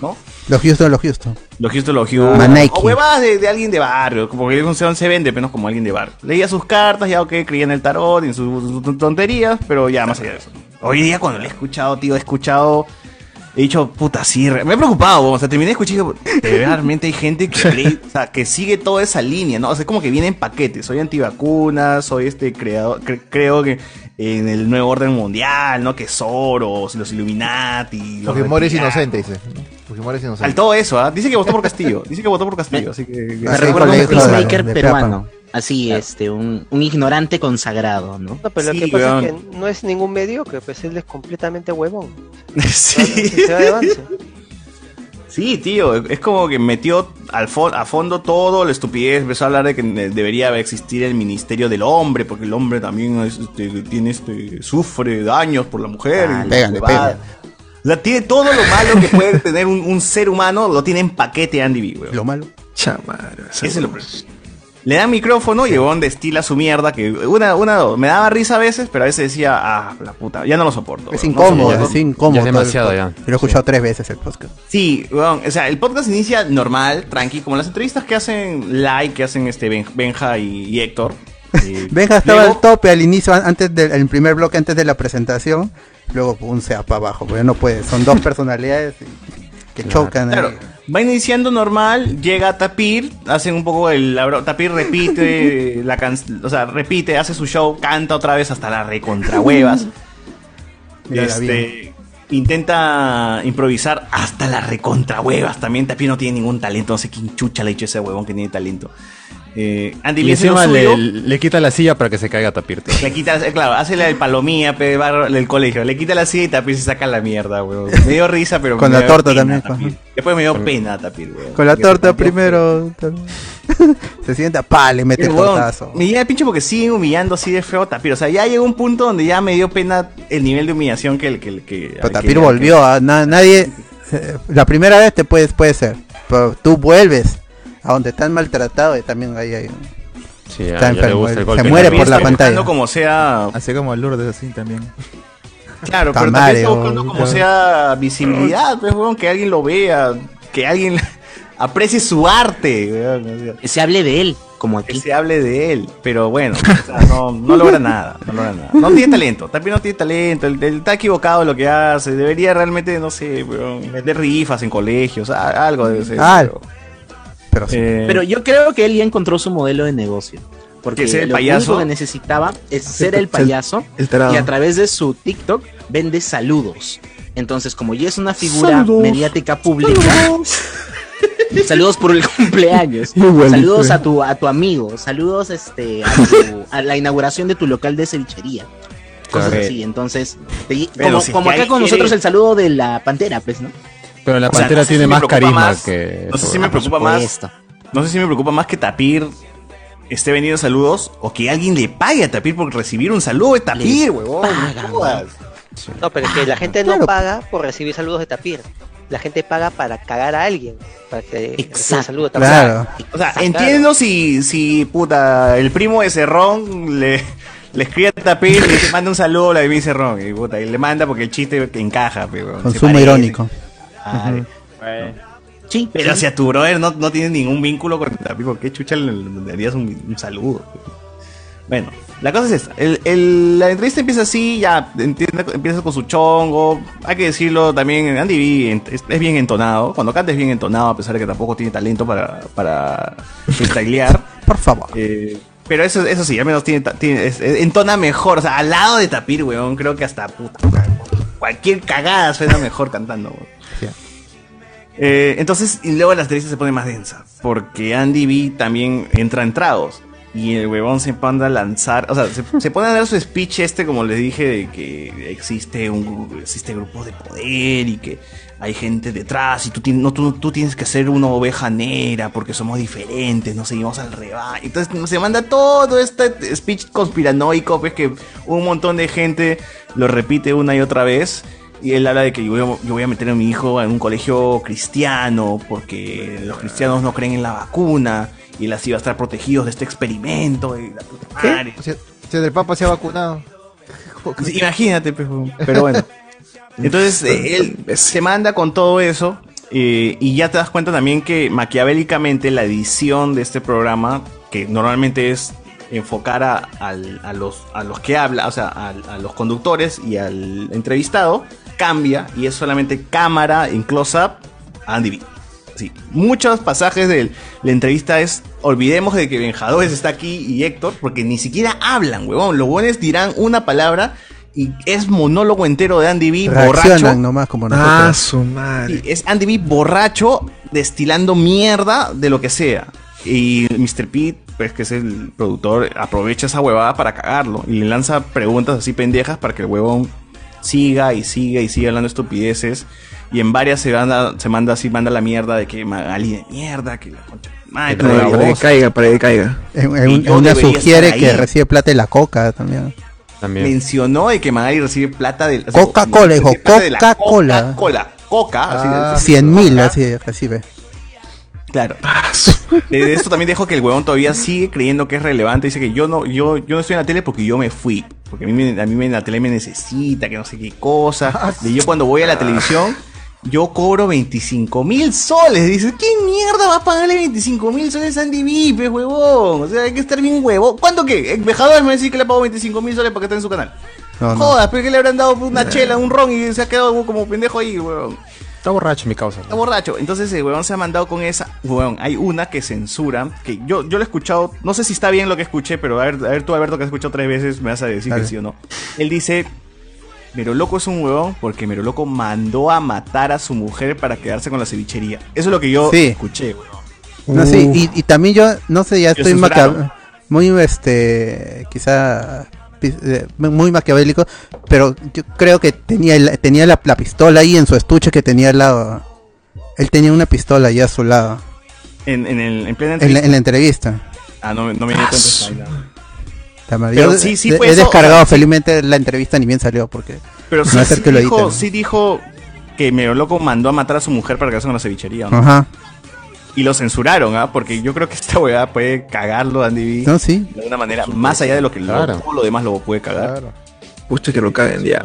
Speaker 1: ¿no?
Speaker 3: Los Houston, los Houston.
Speaker 1: Los Houston, los Houston.
Speaker 3: Maneki.
Speaker 1: O huevadas de, de alguien de barrio, como que el Gonzalo se vende, pero no como alguien de barrio. Leía sus cartas, ya ok, creía en el tarot y en sus, sus tonterías, pero ya más allá de eso. Hoy día cuando le he escuchado, tío, he escuchado He dicho, puta, sí, re- me he preocupado, weón. o sea, terminé de escuchar y dije, "De verdad, realmente hay gente que, cree- o sea, que sigue toda esa línea, ¿no? O sea, es como que viene en paquetes. Soy antivacunas, soy este creador, cre- creo que en el nuevo orden mundial, ¿no? Que Soros, los Illuminati, los
Speaker 8: Fujimori es
Speaker 1: reptilianos.
Speaker 8: inocente, dice. Fujimori es inocente.
Speaker 1: Saltó eso, ¿ah? Dice que votó por Castillo, dice que votó por Castillo, así que...
Speaker 12: Me recuerda a un peacemaker peruano. Así, este, un, un ignorante consagrado, ¿no?
Speaker 13: No, pero lo que pasa es que no es ningún medio que pues él es completamente huevón.
Speaker 1: Sí.
Speaker 13: Se va de avance.
Speaker 1: Sí, tío, es como que metió al fo- a fondo todo la estupidez, empezó a hablar de que ne- debería existir el ministerio del hombre, porque el hombre también es, este, tiene este sufre daños por la mujer. y
Speaker 3: pégale,
Speaker 1: huevada. O sea, tiene todo lo malo que puede tener un, un ser humano, lo tiene en paquete Andy B, Lo malo. Chamaro. Ese es lo peor. Le dan micrófono y Ebon destila su mierda, que una, una, dos. Me daba risa a veces, pero a veces decía, ah, la puta, ya no lo soporto.
Speaker 3: Es
Speaker 1: weón, no
Speaker 3: incómodo,
Speaker 1: soporto".
Speaker 3: es incómodo.
Speaker 1: Ya es
Speaker 3: todo el
Speaker 1: demasiado,
Speaker 3: podcast.
Speaker 1: ya.
Speaker 3: Yo Lo he escuchado tres veces el podcast.
Speaker 1: Sí, weón, o sea, el podcast inicia normal, tranqui, como las entrevistas que hacen Like, que hacen este Ben- Benja y, y Héctor. Eh,
Speaker 3: Benja estaba
Speaker 1: luego-
Speaker 3: al tope al inicio, an- antes del el primer bloque, antes de la presentación. Luego un sea para abajo, pero no puede. Son dos personalidades y- que chocan. eh,
Speaker 1: Claro,
Speaker 3: ahí.
Speaker 1: va iniciando normal, llega Tapir, hacen un poco el la bro- Tapir repite la can- o sea, repite, hace su show, canta otra vez hasta la recontra huevas.
Speaker 3: Ya la
Speaker 1: Este, intenta improvisar hasta la recontra huevas. También Tapir no tiene ningún talento, no sé quién chucha le ha dicho ese huevón que tiene talento. Eh, Andy
Speaker 2: Y
Speaker 1: Lee hace lo
Speaker 2: encima
Speaker 1: suyo.
Speaker 2: le, le quita la silla para que se caiga Tapirte.
Speaker 1: Le quita, eh, claro, hace la del palomía, pe, barro- del colegio. Le quita la silla y Tapir se saca la mierda, weón. Me dio risa, pero.
Speaker 3: Con la
Speaker 1: me dio
Speaker 3: torta
Speaker 1: pena,
Speaker 3: también,
Speaker 1: Tapir.
Speaker 3: ajá.
Speaker 1: Después me dio pena, Tapir, weón.
Speaker 3: Con la
Speaker 1: Porque
Speaker 3: torta
Speaker 1: Tapir-
Speaker 3: primero. también. Se sienta, pa, le mete el
Speaker 1: Weón,
Speaker 3: tortazo.
Speaker 1: Me llega el pinche porque siguen humillando así de feo a Tapir. O sea, ya llegó un punto donde ya me dio pena el nivel de humillación que el que. que
Speaker 3: Pero
Speaker 1: que-
Speaker 3: Tapir
Speaker 1: que-
Speaker 3: volvió, ah, na- nadie. eh, La primera vez te puedes, puede ser, pero tú vuelves a donde están maltratados y también ahí hay. un-
Speaker 2: Sí,
Speaker 3: Está
Speaker 2: ah, ya le
Speaker 3: enfermo,
Speaker 2: gusta
Speaker 3: él
Speaker 2: el golpe.
Speaker 3: se muere por la
Speaker 1: Está buscando
Speaker 3: pantalla.
Speaker 1: como sea.
Speaker 15: Así como Lourdes, así también.
Speaker 1: Claro, pero también
Speaker 15: Tamare,
Speaker 1: está buscando
Speaker 15: weón.
Speaker 1: como sea visibilidad, pues, weón, que alguien lo vea, que alguien aprecie su arte. Que se hable de él, como aquí. Que se hable de él, pero bueno, o sea, no, no logra nada, no logra nada. No tiene talento, también no tiene talento, él, él está equivocado en lo que hace, debería realmente, no sé, weón, vender rifas en colegios, a- algo debe ser.
Speaker 3: Ah,
Speaker 10: Ah.
Speaker 1: pero, eh,
Speaker 12: Pero yo creo que él ya encontró su modelo de negocio. Porque
Speaker 1: ¿Que sea el
Speaker 12: lo
Speaker 1: payaso?
Speaker 12: único que necesitaba es ser el payaso
Speaker 1: el tarado.
Speaker 12: y a través de su TikTok vende saludos. Entonces, como ya es una figura
Speaker 6: Saludos.
Speaker 12: mediática pública, saludos por el cumpleaños,
Speaker 6: Igualito,
Speaker 12: saludos
Speaker 6: eh.
Speaker 12: a tu a tu amigo, saludos este a, tu- a la inauguración de tu local de cevichería. Cosas
Speaker 2: Claro.
Speaker 12: así, entonces, te-
Speaker 2: Pero
Speaker 12: como,
Speaker 2: si es
Speaker 12: como
Speaker 2: que
Speaker 12: acá
Speaker 2: ahí
Speaker 12: con
Speaker 2: quiere-
Speaker 12: nosotros el saludo de la pantera, pues, ¿no?
Speaker 2: Pero la
Speaker 12: O sea,
Speaker 2: pantera
Speaker 12: no sé
Speaker 2: tiene
Speaker 12: si me
Speaker 2: más
Speaker 12: preocupa
Speaker 2: carisma
Speaker 12: más-
Speaker 2: que.
Speaker 1: No sé
Speaker 2: eso, ah,
Speaker 1: si me
Speaker 2: weón.
Speaker 1: preocupa más. No sé si me preocupa más que Tapir esté vendiendo saludos o que alguien le pague a Tapir por recibir un saludo de Tapir, huevón. no jodas.
Speaker 13: No, pero es que la gente no paga por recibir saludos de Tapir. La gente paga para cagar a alguien. Para que reciba saludos de Tapir.
Speaker 1: O sea, entiendo si, si, puta, el primo de Cerrón le, le escribe a Tapir y te manda un saludo a la de mi Cerrón. Y, puta, y le manda porque el chiste encaja, pero.
Speaker 3: Consumo irónico.
Speaker 12: Sí,
Speaker 1: pero si a tu brother no, no tiene ningún vínculo con Tapir, ¿por qué chucha le le darías un, un saludo? Bueno, la cosa es esta. El- el- la entrevista empieza así, ya entiende- empieza con su chongo. Hay que decirlo también, Andy B ent- es, es bien entonado. Cuando canta es bien entonado, a pesar de que tampoco tiene talento para, para freestylear. Eh,
Speaker 3: Por favor.
Speaker 1: pero eso, eso sí, al menos tiene, ta- tiene- es- es- entona mejor. O sea, al lado de Tapir, weón, creo que hasta puta. Cualquier cagada suena mejor cantando, weón. Eh, entonces, y luego la entrevista se pone más densa, porque Andy B también entra en tragos. Y el huevón se pone a lanzar, o sea, se, se pone a dar su speech este, como les dije, de que existe un gru- existe grupos de poder y que hay gente detrás y tú, tienes- no, tú, tú tienes que ser una oveja negra porque somos diferentes, no seguimos al rebaño. Entonces se manda todo este speech conspiranoico, pues que un montón de gente lo repite una y otra vez. Y él habla de que yo voy, a- yo voy a meter a mi hijo en un colegio cristiano porque los cristianos no creen en la vacuna y él así va a estar protegidos de este experimento. y la puta madre.
Speaker 8: Si, si el Papa se ha vacunado.
Speaker 1: Sí, Imagínate, pues, weón. pero bueno. Entonces eh, él se manda con todo eso eh, y ya te das cuenta también que maquiavélicamente la edición de este programa, que normalmente es enfocar a, al- a los, a los que habla, o sea, al- a, los conductores y al entrevistado, cambia y es solamente cámara en close-up Andy B. Sí, muchos pasajes de la entrevista es, olvidemos de que Benjadores está aquí y Héctor, porque ni siquiera hablan, huevón. Los buenos dirán una palabra y es monólogo entero de Andy B borracho.
Speaker 3: Reaccionan nomás como nosotros.
Speaker 10: Ah, su madre.
Speaker 1: Sí, es Andy B borracho, destilando mierda de lo que sea. Y Mr. Pete, pues que es el productor, aprovecha esa huevada para cagarlo. Y le lanza preguntas así pendejas para que el huevón siga y siga y siga hablando estupideces. Y en varias se manda, se manda así, manda la mierda de que Magali de mierda, que la concha. de tu Madre,
Speaker 10: Para
Speaker 1: la
Speaker 10: que- para que
Speaker 1: voz.
Speaker 10: caiga, para que caiga.
Speaker 3: En-
Speaker 1: Y
Speaker 3: en-
Speaker 1: yo
Speaker 3: Eh, una
Speaker 1: debería
Speaker 3: sugiere
Speaker 1: estar
Speaker 3: que
Speaker 1: ahí.
Speaker 3: recibe plata de la coca también.
Speaker 1: Mencionó de que Magali recibe plata de
Speaker 3: Coca-Cola, dijo,
Speaker 1: plata de la
Speaker 3: Coca-Cola.
Speaker 1: Coca-Cola. Coca, así
Speaker 10: Ah,
Speaker 1: de-
Speaker 3: 100 mil así recibe.
Speaker 1: Ah. Claro. Eh, De esto también dejo que el huevón todavía sigue creyendo que es relevante. Dice que yo no, yo, yo no estoy en la tele porque yo me fui. Porque a mí, me- a mí me- en la tele me necesita, que no sé qué
Speaker 3: Ah,
Speaker 1: cosa. Y yo cuando voy a la televisión, yo cobro 25 mil soles. Dice, ¿qué mierda va a pagarle 25 mil soles a Andy Vipe, huevón? O sea, hay que estar bien huevo. ¿Cuánto qué? El Vejador me va a decir que le pago 25 mil soles para que esté en su canal.
Speaker 3: No, Eh. no.
Speaker 1: Jodas, pero que le habrán dado una chela, un ron y se ha quedado como pendejo ahí, huevón.
Speaker 2: Está borracho mi causa.
Speaker 1: Está borracho. Entonces el huevón se ha mandado con esa. Huevón, hay una que censura. Que yo, yo lo he escuchado. No sé si está bien lo que escuché, pero a ver, a ver tú, Alberto, que has escuchado tres veces, me vas a decir
Speaker 3: Dale.
Speaker 1: que sí o no. Él dice. Mero Loco es un huevón porque Mero Loco mandó a matar a su mujer para quedarse con la cevichería. Eso es lo que yo
Speaker 3: Sí.
Speaker 1: escuché, huevón.
Speaker 3: No, sí, y, y también yo, no sé, ya
Speaker 1: Que
Speaker 3: estoy
Speaker 1: censuraron.
Speaker 3: maca- muy, este, quizá, pi- eh, muy maquiavélico, pero yo creo que tenía, el- tenía la, la pistola ahí en su estuche que tenía al lado. Él tenía una pistola ahí a su lado,
Speaker 1: En, en, el- en plena
Speaker 3: en la,
Speaker 1: entrevista.
Speaker 3: en la entrevista.
Speaker 1: Ah, no, me- no me di cuenta. de esa vaina.
Speaker 3: Tamar-
Speaker 1: Pero
Speaker 3: yo
Speaker 1: sí, sí
Speaker 3: he-
Speaker 1: fue
Speaker 3: he
Speaker 1: eso, o
Speaker 3: descargado
Speaker 1: sea, sí.
Speaker 3: felizmente la entrevista ni bien salió porque
Speaker 1: Pero
Speaker 3: no
Speaker 1: sí,
Speaker 3: va a ser
Speaker 1: sí
Speaker 3: que lo
Speaker 1: dijo,
Speaker 3: editen.
Speaker 1: sí dijo que Mero Loco mandó a matar a su mujer para quedarse con la cevichería. ¿no?
Speaker 3: Ajá.
Speaker 1: Y lo censuraron, ¿ah? Porque yo creo que esta weá puede cagarlo, Andy B.
Speaker 3: No, sí.
Speaker 1: De alguna manera, más allá de lo que lo-
Speaker 10: Claro.
Speaker 1: todo lo demás lo puede cagar.
Speaker 10: Pucha, que lo caguen ya.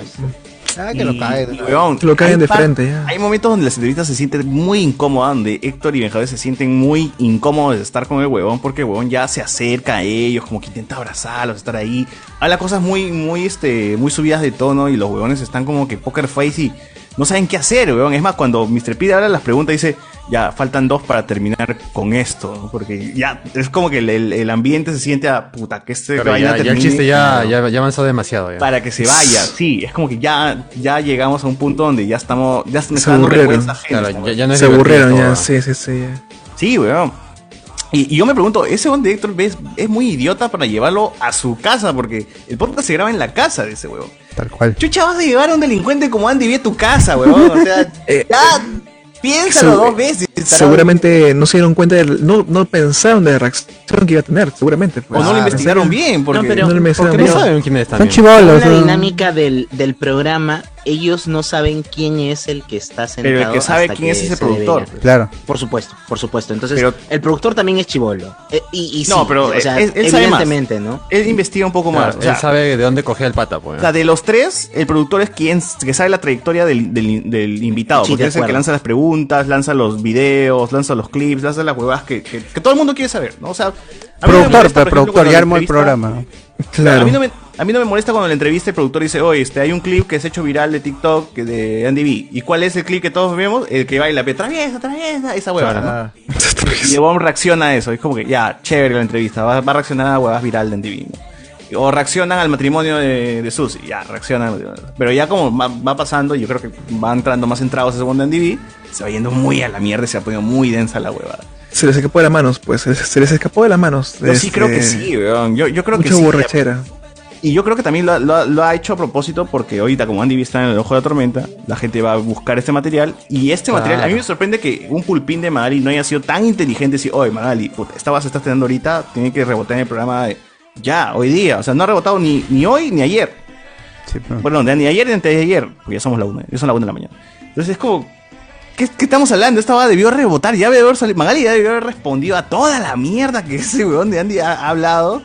Speaker 8: Ah, que lo caen.
Speaker 1: Weón,
Speaker 10: Que lo caguen
Speaker 1: hay
Speaker 10: de
Speaker 1: par-
Speaker 10: frente, ya.
Speaker 1: Hay momentos donde las entrevistas se sienten muy incómodas, donde Héctor y Benjadez se sienten muy incómodos de estar con el huevón, porque el huevón ya se acerca a ellos, como que intenta abrazarlos, estar ahí. Habla cosas muy, muy, este, muy subidas de tono y los huevones están como que poker face y no saben qué hacer, huevón. Es más, cuando Mr. Pete habla las preguntas, dice, ya, faltan dos para terminar con esto, ¿no? porque ya, es como que el, el- el ambiente se siente a puta, que este
Speaker 2: Claro, ya,
Speaker 1: vaina
Speaker 2: ya el
Speaker 1: termine".
Speaker 2: chiste ya, ya, ya avanzó demasiado. Ya.
Speaker 1: para que se vaya. Sí, es como que ya, ya llegamos a un punto donde ya estamos. Ya me
Speaker 10: Se
Speaker 1: está dando
Speaker 10: aburrieron.
Speaker 1: vergüenza ajena esta
Speaker 2: Claro, ya,
Speaker 1: weá.
Speaker 2: ya no es
Speaker 10: Se aburrieron
Speaker 2: divertido
Speaker 10: ya,
Speaker 2: todo.
Speaker 10: sí, sí, sí. ya.
Speaker 1: Sí, weón. Y, y yo me pregunto, ese buen director es, es muy idiota para llevarlo a su casa, porque el podcast se graba en la casa de ese weón.
Speaker 3: Tal cual.
Speaker 1: Chucha, vas a llevar a un delincuente como Andy B a tu casa, weón. O sea, ya piénsalo
Speaker 10: Eh, Segu-
Speaker 1: dos veces. tarado.
Speaker 10: Seguramente no se dieron cuenta, del- no, no pensaron de la reacción que iba a tener, seguramente. pues. Ah,
Speaker 1: O no lo investigaron bien, porque
Speaker 12: Pues, ah, No, pero-
Speaker 10: No lo investigaron
Speaker 12: porque no
Speaker 10: bien.
Speaker 12: saben
Speaker 2: quiénes
Speaker 10: Son
Speaker 12: Según
Speaker 10: chibolos.
Speaker 12: la
Speaker 10: ¿no?
Speaker 12: dinámica del, del programa, ellos no saben quién es el que está sentado.
Speaker 1: Pero el que sabe
Speaker 12: hasta
Speaker 1: quién es ese
Speaker 12: se
Speaker 1: productor.
Speaker 12: devela.
Speaker 3: Claro.
Speaker 12: Por supuesto, por supuesto. Entonces, el productor también es chivolo. y, y
Speaker 1: No,
Speaker 12: sí,
Speaker 1: pero
Speaker 12: o sea,
Speaker 1: él, él sabe más.
Speaker 12: evidentemente, ¿no?
Speaker 1: Él investiga un poco
Speaker 2: Claro,
Speaker 1: más. o sea,
Speaker 2: él sabe de dónde cogía el pata, pues.
Speaker 1: O sea, de los tres, el productor es quien que sabe la trayectoria del, del- del invitado.
Speaker 2: Sí,
Speaker 1: porque
Speaker 2: de
Speaker 1: es el que
Speaker 2: acuerdo.
Speaker 1: lanza las preguntas, lanza los videos, lanza los clips, lanza las huevas que, que- que todo el mundo quiere saber, ¿no? O sea, a mí no me
Speaker 3: Productor,
Speaker 1: molesta,
Speaker 3: pero
Speaker 1: por ejemplo,
Speaker 3: productor,
Speaker 1: cuando
Speaker 3: ya
Speaker 1: la
Speaker 3: armó el
Speaker 1: entrevista-
Speaker 3: programa.
Speaker 1: A mí, no me, a mí no me molesta cuando en la entrevista el productor dice, oye, este, hay un clip que se ha hecho viral de TikTok que de Andy B. ¿Y cuál es el clip que todos vemos? El que baila, pero traviesa, traviesa, esa hueva,
Speaker 2: Claro.
Speaker 1: ¿no? Y Bob reacciona a eso. Es como que, ya, chévere la entrevista. Va, va a reaccionar a huevas viral de MTV. ¿no? O reaccionan al matrimonio de, de Susi. Ya, reaccionan. Pero ya como va, va pasando, yo creo que va entrando más entrados ese mundo de MTV. Se va yendo muy a la mierda y se ha poniendo muy densa la huevada.
Speaker 10: Se les escapó de las manos, pues. Se les, se les escapó de las manos.
Speaker 1: Yo sí
Speaker 10: este,
Speaker 1: creo que sí, weón. Yo, yo creo que
Speaker 10: Mucha
Speaker 1: sí.
Speaker 10: borrachera.
Speaker 1: Y yo creo que también lo, lo- lo ha hecho a propósito porque ahorita como Andy B está en el ojo de la tormenta, la gente va a buscar este material y este material, a mí me sorprende que un pulpín de Magali no haya sido tan inteligente decir, oye Magali, puta, esta base estás teniendo ahorita, tiene que rebotar en el programa de ya, hoy día, o sea, no ha rebotado ni, ni hoy ni ayer. Bueno, ni ayer ni antes de ayer, porque ya somos la una, ya son la una de la mañana. Entonces es como, ¿qué, qué estamos hablando? Esta base debió rebotar, ya debió haber salido, Magali ya debió haber respondido a toda la mierda que ese weón de Andy ha- ha hablado.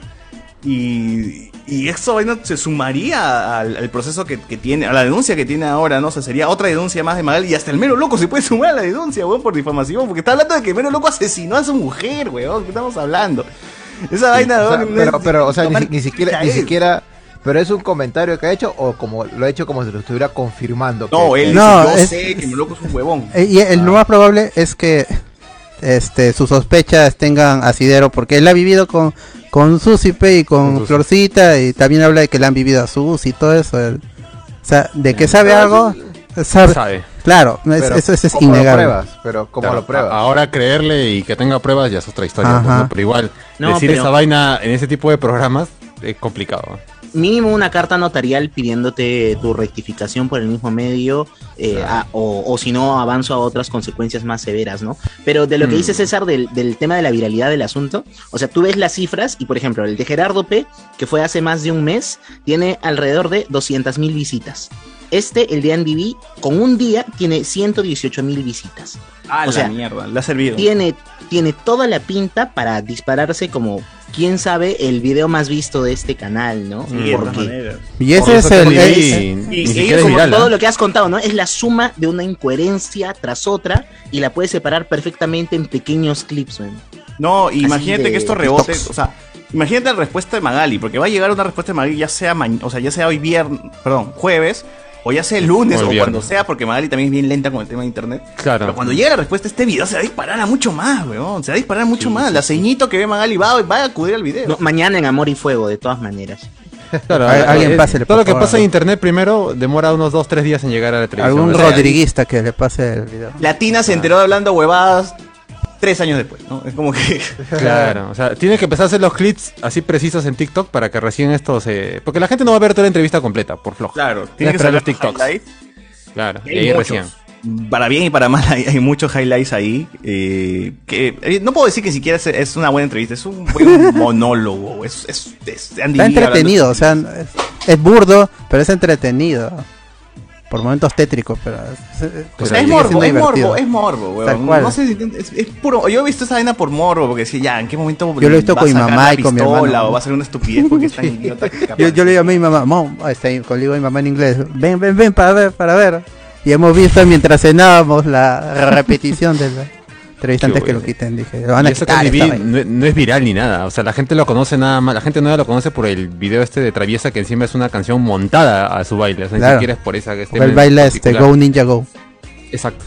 Speaker 1: Y, y eso vaina se sumaría al, al proceso que, que tiene, a la denuncia que tiene ahora, ¿no? O sea, sería otra denuncia más de Magali. Y hasta el mero loco se puede sumar a la denuncia, weón, por difamación. Porque está hablando de que el mero loco asesinó a su mujer, weón. ¿Qué estamos hablando? Esa vaina,
Speaker 8: O sea,
Speaker 1: weón, no es-
Speaker 8: pero, pero, o sea, ni,
Speaker 1: tomar
Speaker 8: si- ni siquiera, ni
Speaker 1: caer.
Speaker 8: siquiera, pero es un comentario que ha hecho o como lo ha hecho como si lo estuviera confirmando.
Speaker 1: No,
Speaker 8: que-
Speaker 1: él
Speaker 3: No,
Speaker 1: dice, yo
Speaker 3: es-
Speaker 1: sé que mi loco es un huevón.
Speaker 3: Eh, Y el lo más probable es que este sus sospechas tengan asidero porque él ha vivido con con Susi P y con Florcita y también habla de que le han vivido a Susi y todo eso. el- o sea, de que sabe algo, sabe.
Speaker 2: Sabe.
Speaker 3: Claro, es-
Speaker 2: Pero,
Speaker 3: eso, eso es
Speaker 2: ¿cómo lo
Speaker 3: innegable.
Speaker 2: pruebas?
Speaker 8: Pero
Speaker 2: Claro, a- Ahora creerle y que tenga pruebas ya es otra historia.
Speaker 3: Ajá.
Speaker 2: pues, ¿no? Pero igual,
Speaker 12: No,
Speaker 2: decir
Speaker 12: pero-
Speaker 2: esa vaina en ese tipo de programas es complicado.
Speaker 12: mínimo una carta notarial pidiéndote tu rectificación por el mismo medio, eh, a- o, o si no, avanzo a otras consecuencias más severas, ¿no? Pero de lo que
Speaker 6: Mm.
Speaker 12: dice César del, del tema de la viralidad del asunto, o sea, tú ves las cifras y, por ejemplo, el de Gerardo P., que fue hace más de un mes, tiene alrededor de 200.000 visitas. Este, el de Andy B, con un día tiene 118.000 visitas.
Speaker 1: Ah,
Speaker 12: O sea,
Speaker 1: la mierda, le ha servido.
Speaker 12: Tiene, tiene toda la pinta para dispararse como, quién sabe, el video más visto de este canal, ¿no?
Speaker 1: Sí, de todas maneras. Y
Speaker 12: por
Speaker 1: ese es
Speaker 12: eso
Speaker 1: el-
Speaker 12: también-
Speaker 1: el-
Speaker 12: es-
Speaker 1: y- ni
Speaker 12: y-
Speaker 1: siquiera
Speaker 12: y
Speaker 1: es
Speaker 12: como
Speaker 1: viral,
Speaker 12: todo
Speaker 1: ¿ah?
Speaker 12: lo que has contado, ¿no? Es la suma de una incoherencia tras otra y la puedes separar perfectamente en pequeños clips, man.
Speaker 1: No, imagínate
Speaker 12: de
Speaker 1: que esto rebote,
Speaker 12: TikToks.
Speaker 1: o sea, imagínate la respuesta de Magali, porque va a llegar una respuesta de Magali ya sea ma- o sea, ya sea hoy viernes, perdón, jueves o ya sea el lunes
Speaker 2: O el
Speaker 1: o,
Speaker 2: viernes.
Speaker 1: cuando sea, porque Magali también es bien lenta con el tema de internet.
Speaker 2: Claro.
Speaker 1: Pero cuando llegue la respuesta este video se va a disparar a mucho más, weón, se va a disparar mucho más. La ceñito que ve Magali va, va a acudir al video.
Speaker 12: No, mañana en Amor y Fuego, de todas maneras.
Speaker 2: Claro,
Speaker 12: Al-
Speaker 2: eh,
Speaker 12: alguien
Speaker 2: eh,
Speaker 12: pásele,
Speaker 2: Todo
Speaker 12: por
Speaker 2: lo que
Speaker 12: favor.
Speaker 2: pasa en internet primero demora unos 2-3 días en llegar a la televisión.
Speaker 3: Algún
Speaker 2: O sea,
Speaker 3: rodriguista que le pase el video.
Speaker 1: Latina se enteró hablando huevadas tres años
Speaker 3: pues,
Speaker 1: después, ¿no? Es como que
Speaker 2: Claro, o sea, tienes que empezar a hacer los clips así precisos en TikTok para que recién esto se... Porque la gente no va a ver toda la entrevista completa, por flojo.
Speaker 1: Claro,
Speaker 2: tiene que ser los TikToks.
Speaker 1: highlights.
Speaker 2: Claro,
Speaker 1: Y
Speaker 2: y
Speaker 1: hay
Speaker 2: ahí
Speaker 1: muchos.
Speaker 2: recién.
Speaker 1: Para bien y para mal hay, hay muchos highlights ahí. eh, que eh, no puedo decir que siquiera es, es una buena entrevista, es un buen monólogo. Es, es, es Andy
Speaker 3: Está
Speaker 1: Lee
Speaker 3: entretenido, o
Speaker 1: hablando-
Speaker 3: sea, es, es burdo, pero es entretenido. Por momentos tétricos, pero es, es-
Speaker 1: O sea, es
Speaker 3: sigue
Speaker 1: morbo,
Speaker 3: siendo
Speaker 1: es
Speaker 3: divertido.
Speaker 1: morbo, es morbo,
Speaker 3: Tal
Speaker 1: weón.
Speaker 3: cual.
Speaker 1: No sé, si- es, es puro. Yo he visto esa vaina por morbo, porque decía, ya, ¿en qué momento
Speaker 3: Yo lo he visto
Speaker 1: va
Speaker 3: con mi
Speaker 1: a sacar
Speaker 3: mamá
Speaker 1: la
Speaker 3: y con mi
Speaker 1: pistola
Speaker 3: hermano?
Speaker 1: O va a ser una estupidez porque es tan idiota que capaz-
Speaker 3: Yo, yo le llamé a mi mamá, mom, ah, está ahí conmigo mi mamá en inglés, ven, ven, ven para ver, para ver. Y hemos visto mientras cenábamos la repetición de la entrevista antes que lo quiten, dije, lo van a
Speaker 2: Y eso
Speaker 3: quitar
Speaker 2: que
Speaker 3: esta
Speaker 2: vi
Speaker 3: vaina.
Speaker 2: no, no es viral ni nada. O sea, la gente lo conoce nada más. La gente nueva lo conoce por el video este de Traviesa, que encima es una canción montada a su baile. O sea, ni
Speaker 3: Claro.
Speaker 2: siquiera es por esa que
Speaker 3: Porque él baila este Go Ninja Go.
Speaker 2: Exacto.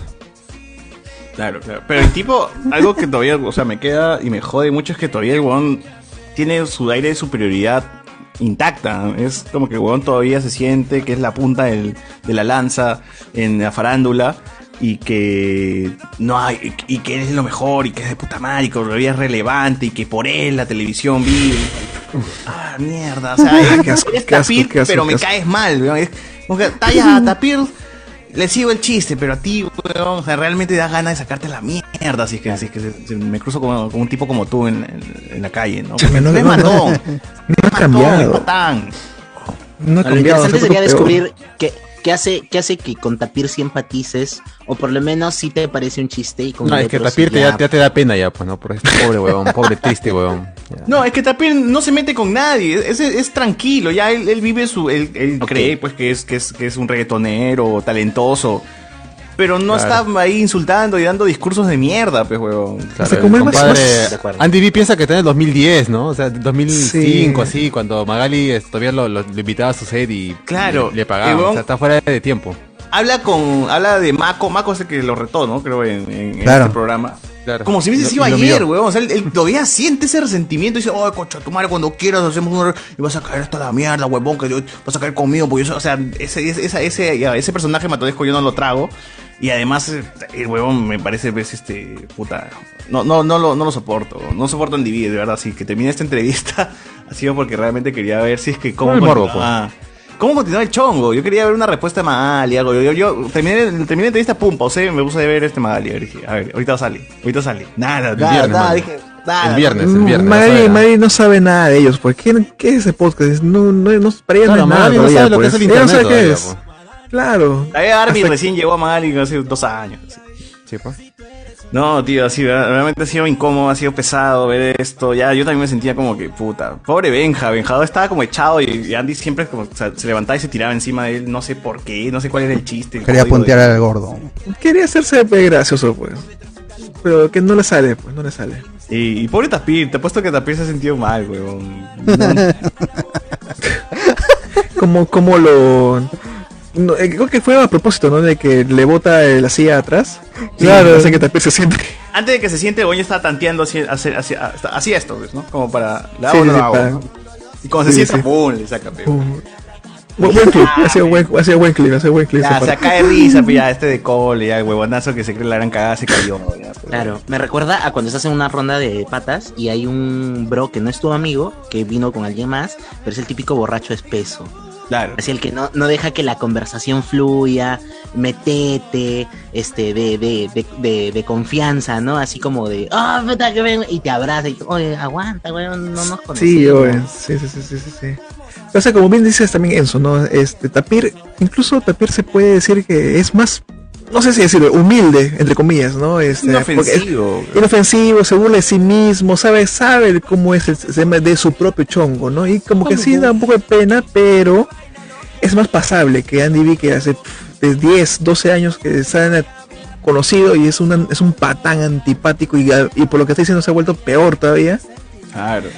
Speaker 1: Claro, claro. Pero el tipo, algo que todavía, o sea, me queda y me jode mucho es que todavía el weón tiene su aire de superioridad intacta. Es como que el weón todavía se siente que es la punta del- de la lanza en la farándula y que no hay y que él es lo mejor y que es de puta madre y que todavía es relevante y que por él la televisión vive. Ah, mierda, o sea,
Speaker 21: Qué asco,
Speaker 1: eres
Speaker 21: qué asco,
Speaker 1: tapir,
Speaker 21: qué asco,
Speaker 1: pero
Speaker 21: qué
Speaker 1: me
Speaker 21: asco.
Speaker 1: caes mal, weón. Es como que tallas a tapir, le sigo el chiste, pero a ti, weón, o sea, realmente da ganas de sacarte la mierda si es que, si es que se- se- me cruzo con, con un tipo como tú en, en- en la calle, ¿no? Porque
Speaker 10: No,
Speaker 1: tú
Speaker 10: no,
Speaker 1: eres
Speaker 10: no,
Speaker 1: matón,
Speaker 10: no. No ha
Speaker 1: matón,
Speaker 10: cambiado.
Speaker 1: patán.
Speaker 10: No ha
Speaker 12: No, lo
Speaker 10: cambiado.
Speaker 12: interesante
Speaker 10: se ha
Speaker 12: sería
Speaker 10: puesto peor.
Speaker 12: descubrir qué, qué hace, qué hace que con Tapir sí empatices, o por lo menos sí te parece un chiste y con
Speaker 2: No,
Speaker 12: el
Speaker 2: es que
Speaker 12: otro sí
Speaker 2: Tapir te-
Speaker 12: ya-
Speaker 2: ya, ya te da pena ya, pues, ¿no? Por este pobre huevón, pobre triste huevón.
Speaker 1: No, es que Tapir no se mete con nadie, es, es- es tranquilo, ya él, él vive su, él, él cree pues que es, que es, que es un reggaetonero, talentoso. Pero no
Speaker 2: Claro.
Speaker 1: está ahí insultando y dando discursos de mierda, pues, huevón.
Speaker 2: Claro, el compadre, Andy B piensa que está en el 2010, ¿no? O sea, 2005, así, cuando Magali eh, todavía lo, lo- lo invitaba a su set y
Speaker 1: Claro,
Speaker 2: le, le pagaba.
Speaker 1: el huevón-
Speaker 2: O sea, está fuera de tiempo.
Speaker 1: Habla con, habla de Mako, Mako es el que lo retó, ¿no? Creo en, en- en
Speaker 2: Claro.
Speaker 1: este programa.
Speaker 2: Claro.
Speaker 1: Como si hubiese
Speaker 2: Lo-
Speaker 1: sido
Speaker 2: y lo
Speaker 1: ayer,
Speaker 2: miró.
Speaker 1: weón. O sea, él, él todavía siente ese resentimiento y dice, oh, cocha, tu madre, cuando quieras hacemos una... Y vas a caer hasta la mierda, huevón, que yo- vas a caer conmigo. Porque yo, soy-". o sea, ese, ese, esa- ese, ya, ese personaje matodesco yo no lo trago. Y además, eh, el huevón me parece, pues, este, puta... No, no, no, lo, no lo soporto. No soporto en DVD, de verdad. Así que termine esta entrevista ha sido porque realmente quería ver si es que cómo...
Speaker 2: el morbo, pues.
Speaker 1: continuaba- ¿Cómo continúa el chongo? Yo quería ver una respuesta de Magali, algo. Yo, yo, yo terminé, terminé la entrevista, pum, pausé, me puse a ver este Magali. A ver, dije, a ver, ahorita sale, ahorita sale. Nada, nada,
Speaker 2: viernes,
Speaker 1: nada,
Speaker 2: mano.
Speaker 1: dije, nada.
Speaker 2: El viernes, el
Speaker 10: Mm,
Speaker 2: viernes. vas a
Speaker 10: Magali,
Speaker 2: ver, ¿ah?
Speaker 10: Magali no sabe nada de ellos. ¿Por qué, qué es ese podcast? No, no, no, para ella no es
Speaker 2: Claro,
Speaker 10: nada
Speaker 2: Magali no
Speaker 10: todavía,
Speaker 2: sabe lo que
Speaker 10: pues.
Speaker 2: es el
Speaker 10: Ella no
Speaker 2: internet.
Speaker 10: sabe qué
Speaker 2: todavía, pues.
Speaker 10: es. Claro.
Speaker 1: La de Armin recién llegó a Magali hace dos años.
Speaker 2: Sí, pues.
Speaker 1: No, tío, así, realmente ha sido incómodo, ha sido pesado ver esto. Ya, yo también me sentía como que, puta, pobre Benja. Benjado estaba como echado y y Andy siempre como, o sea, se levantaba y se tiraba encima de él. No sé por qué, no sé cuál era el chiste. el
Speaker 3: Quería
Speaker 1: código de-
Speaker 3: puntear al gordo.
Speaker 10: Quería hacerse pues, gracioso, pues. Pero que no le sale, pues, no le sale.
Speaker 1: Y, y pobre Tapir, te apuesto que Tapir se ha sentido mal, weón.
Speaker 10: como, como lo. no, eh, creo que fue a propósito, ¿no? De que le bota eh, la silla atrás.
Speaker 1: Claro.
Speaker 10: Claro. Hace que también se siente.
Speaker 1: Antes de que se siente, Boño está tanteando así, así, así- así esto, pues, ¿no? Como para. La
Speaker 10: Sí,
Speaker 1: hago o no
Speaker 10: sí,
Speaker 1: la hago,
Speaker 10: para-
Speaker 1: ¿no? Y cuando
Speaker 10: sí,
Speaker 1: se sienta,
Speaker 10: sí.
Speaker 1: ¡pum! Le saca, pe.
Speaker 10: Bu- buen clip, ha sido buen, ha sido buen clip, ha sido buen clip.
Speaker 1: Ya,
Speaker 10: esa
Speaker 1: se
Speaker 10: parte.
Speaker 1: cae de risa, pe, ya, este de cole, ya, el huevonazo que se cree la gran cagada se cayó. ya, pe.
Speaker 12: Claro, me recuerda a cuando estás en una ronda de patas y hay un bro que no es tu amigo, que vino con alguien más, pero es el típico borracho espeso.
Speaker 1: Claro.
Speaker 12: Así el que no, no deja que la conversación fluya, metete, este, de, de, de, de- de confianza, ¿no? Así como de, ah, puta que ven, y te abraza y oye, aguanta, weón, no nos conocemos.
Speaker 10: Sí, obvio, sí, sí, sí, sí, sí, sí. O sea, como bien dices también Enzo, ¿no? Este, Tapir, incluso Tapir se puede decir que es más, no sé si decirlo, humilde, entre comillas, ¿no? Este,
Speaker 1: Inofensivo.
Speaker 10: porque es inofensivo, se burla de sí mismo, sabe, sabe cómo es el tema de su propio chongo, ¿no? Y como que sí da un poco de pena, pero es más pasable que Andy V que hace pff, de 10, 12 años que se han conocido y es, una, es un patán antipático y, y por lo que está diciendo se ha vuelto peor todavía.
Speaker 1: Claro.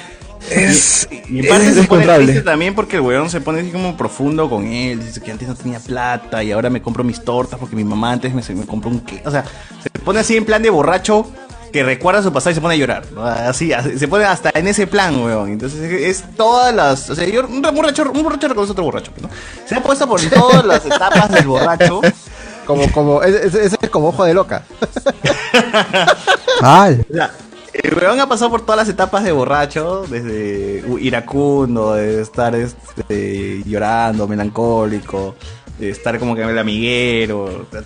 Speaker 10: Es-
Speaker 1: y, y en
Speaker 10: es
Speaker 1: parte se pone
Speaker 10: descontrable.
Speaker 1: triste también porque el weón se pone así como profundo con él. Dice que antes no tenía plata y ahora me compro mis tortas porque mi mamá antes me, se- me compró un qué. O sea, se pone así en plan de borracho que recuerda su pasado y se pone a llorar. ¿no? Así, así, se pone hasta en ese plan, weón. Entonces es, es todas las. O sea, yo- un borracho, un borracho reconoce a otro borracho. ¿no? Se ha puesto por todas las etapas del borracho.
Speaker 8: Como, como, ese es, es como ojo de loca.
Speaker 1: Mal. el weón ha pasado por todas las etapas de borracho, desde u- iracundo, de estar este, llorando, melancólico, de estar como que el amiguero, o sea,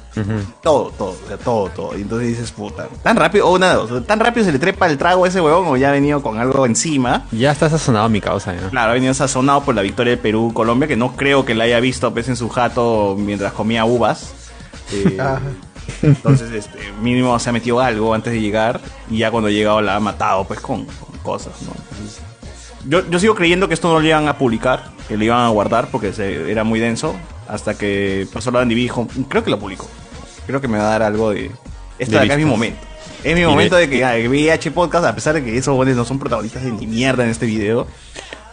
Speaker 1: todo, todo, o sea, todo, todo. Y entonces dices, puta, tan rápido, o una de dos, o tan rápido se le trepa el trago a ese weón o ya ha venido con algo encima.
Speaker 2: Ya está sazonado mi causa, ¿no?
Speaker 1: Claro, ha venido sazonado por la victoria de Perú-Colombia, que no creo que la haya visto pues, en su jato mientras comía uvas. Eh, entonces, este, mínimo se ha metido algo antes de llegar y ya cuando ha llegado la ha matado, pues, con, con cosas, ¿no? Entonces, yo, yo sigo creyendo que esto no lo iban a publicar, que lo iban a guardar porque se- era muy denso, hasta que pasó la Andy B y dijo, "Mm, creo que lo publico. Creo que me va a dar algo de... Esto
Speaker 2: De
Speaker 1: de acá es mi
Speaker 2: vistas.
Speaker 1: momento. Es mi
Speaker 2: Y
Speaker 1: momento
Speaker 2: de-
Speaker 1: de que ah, el VIH Podcast, a pesar de que esos buenos no son protagonistas de ni mierda en este video,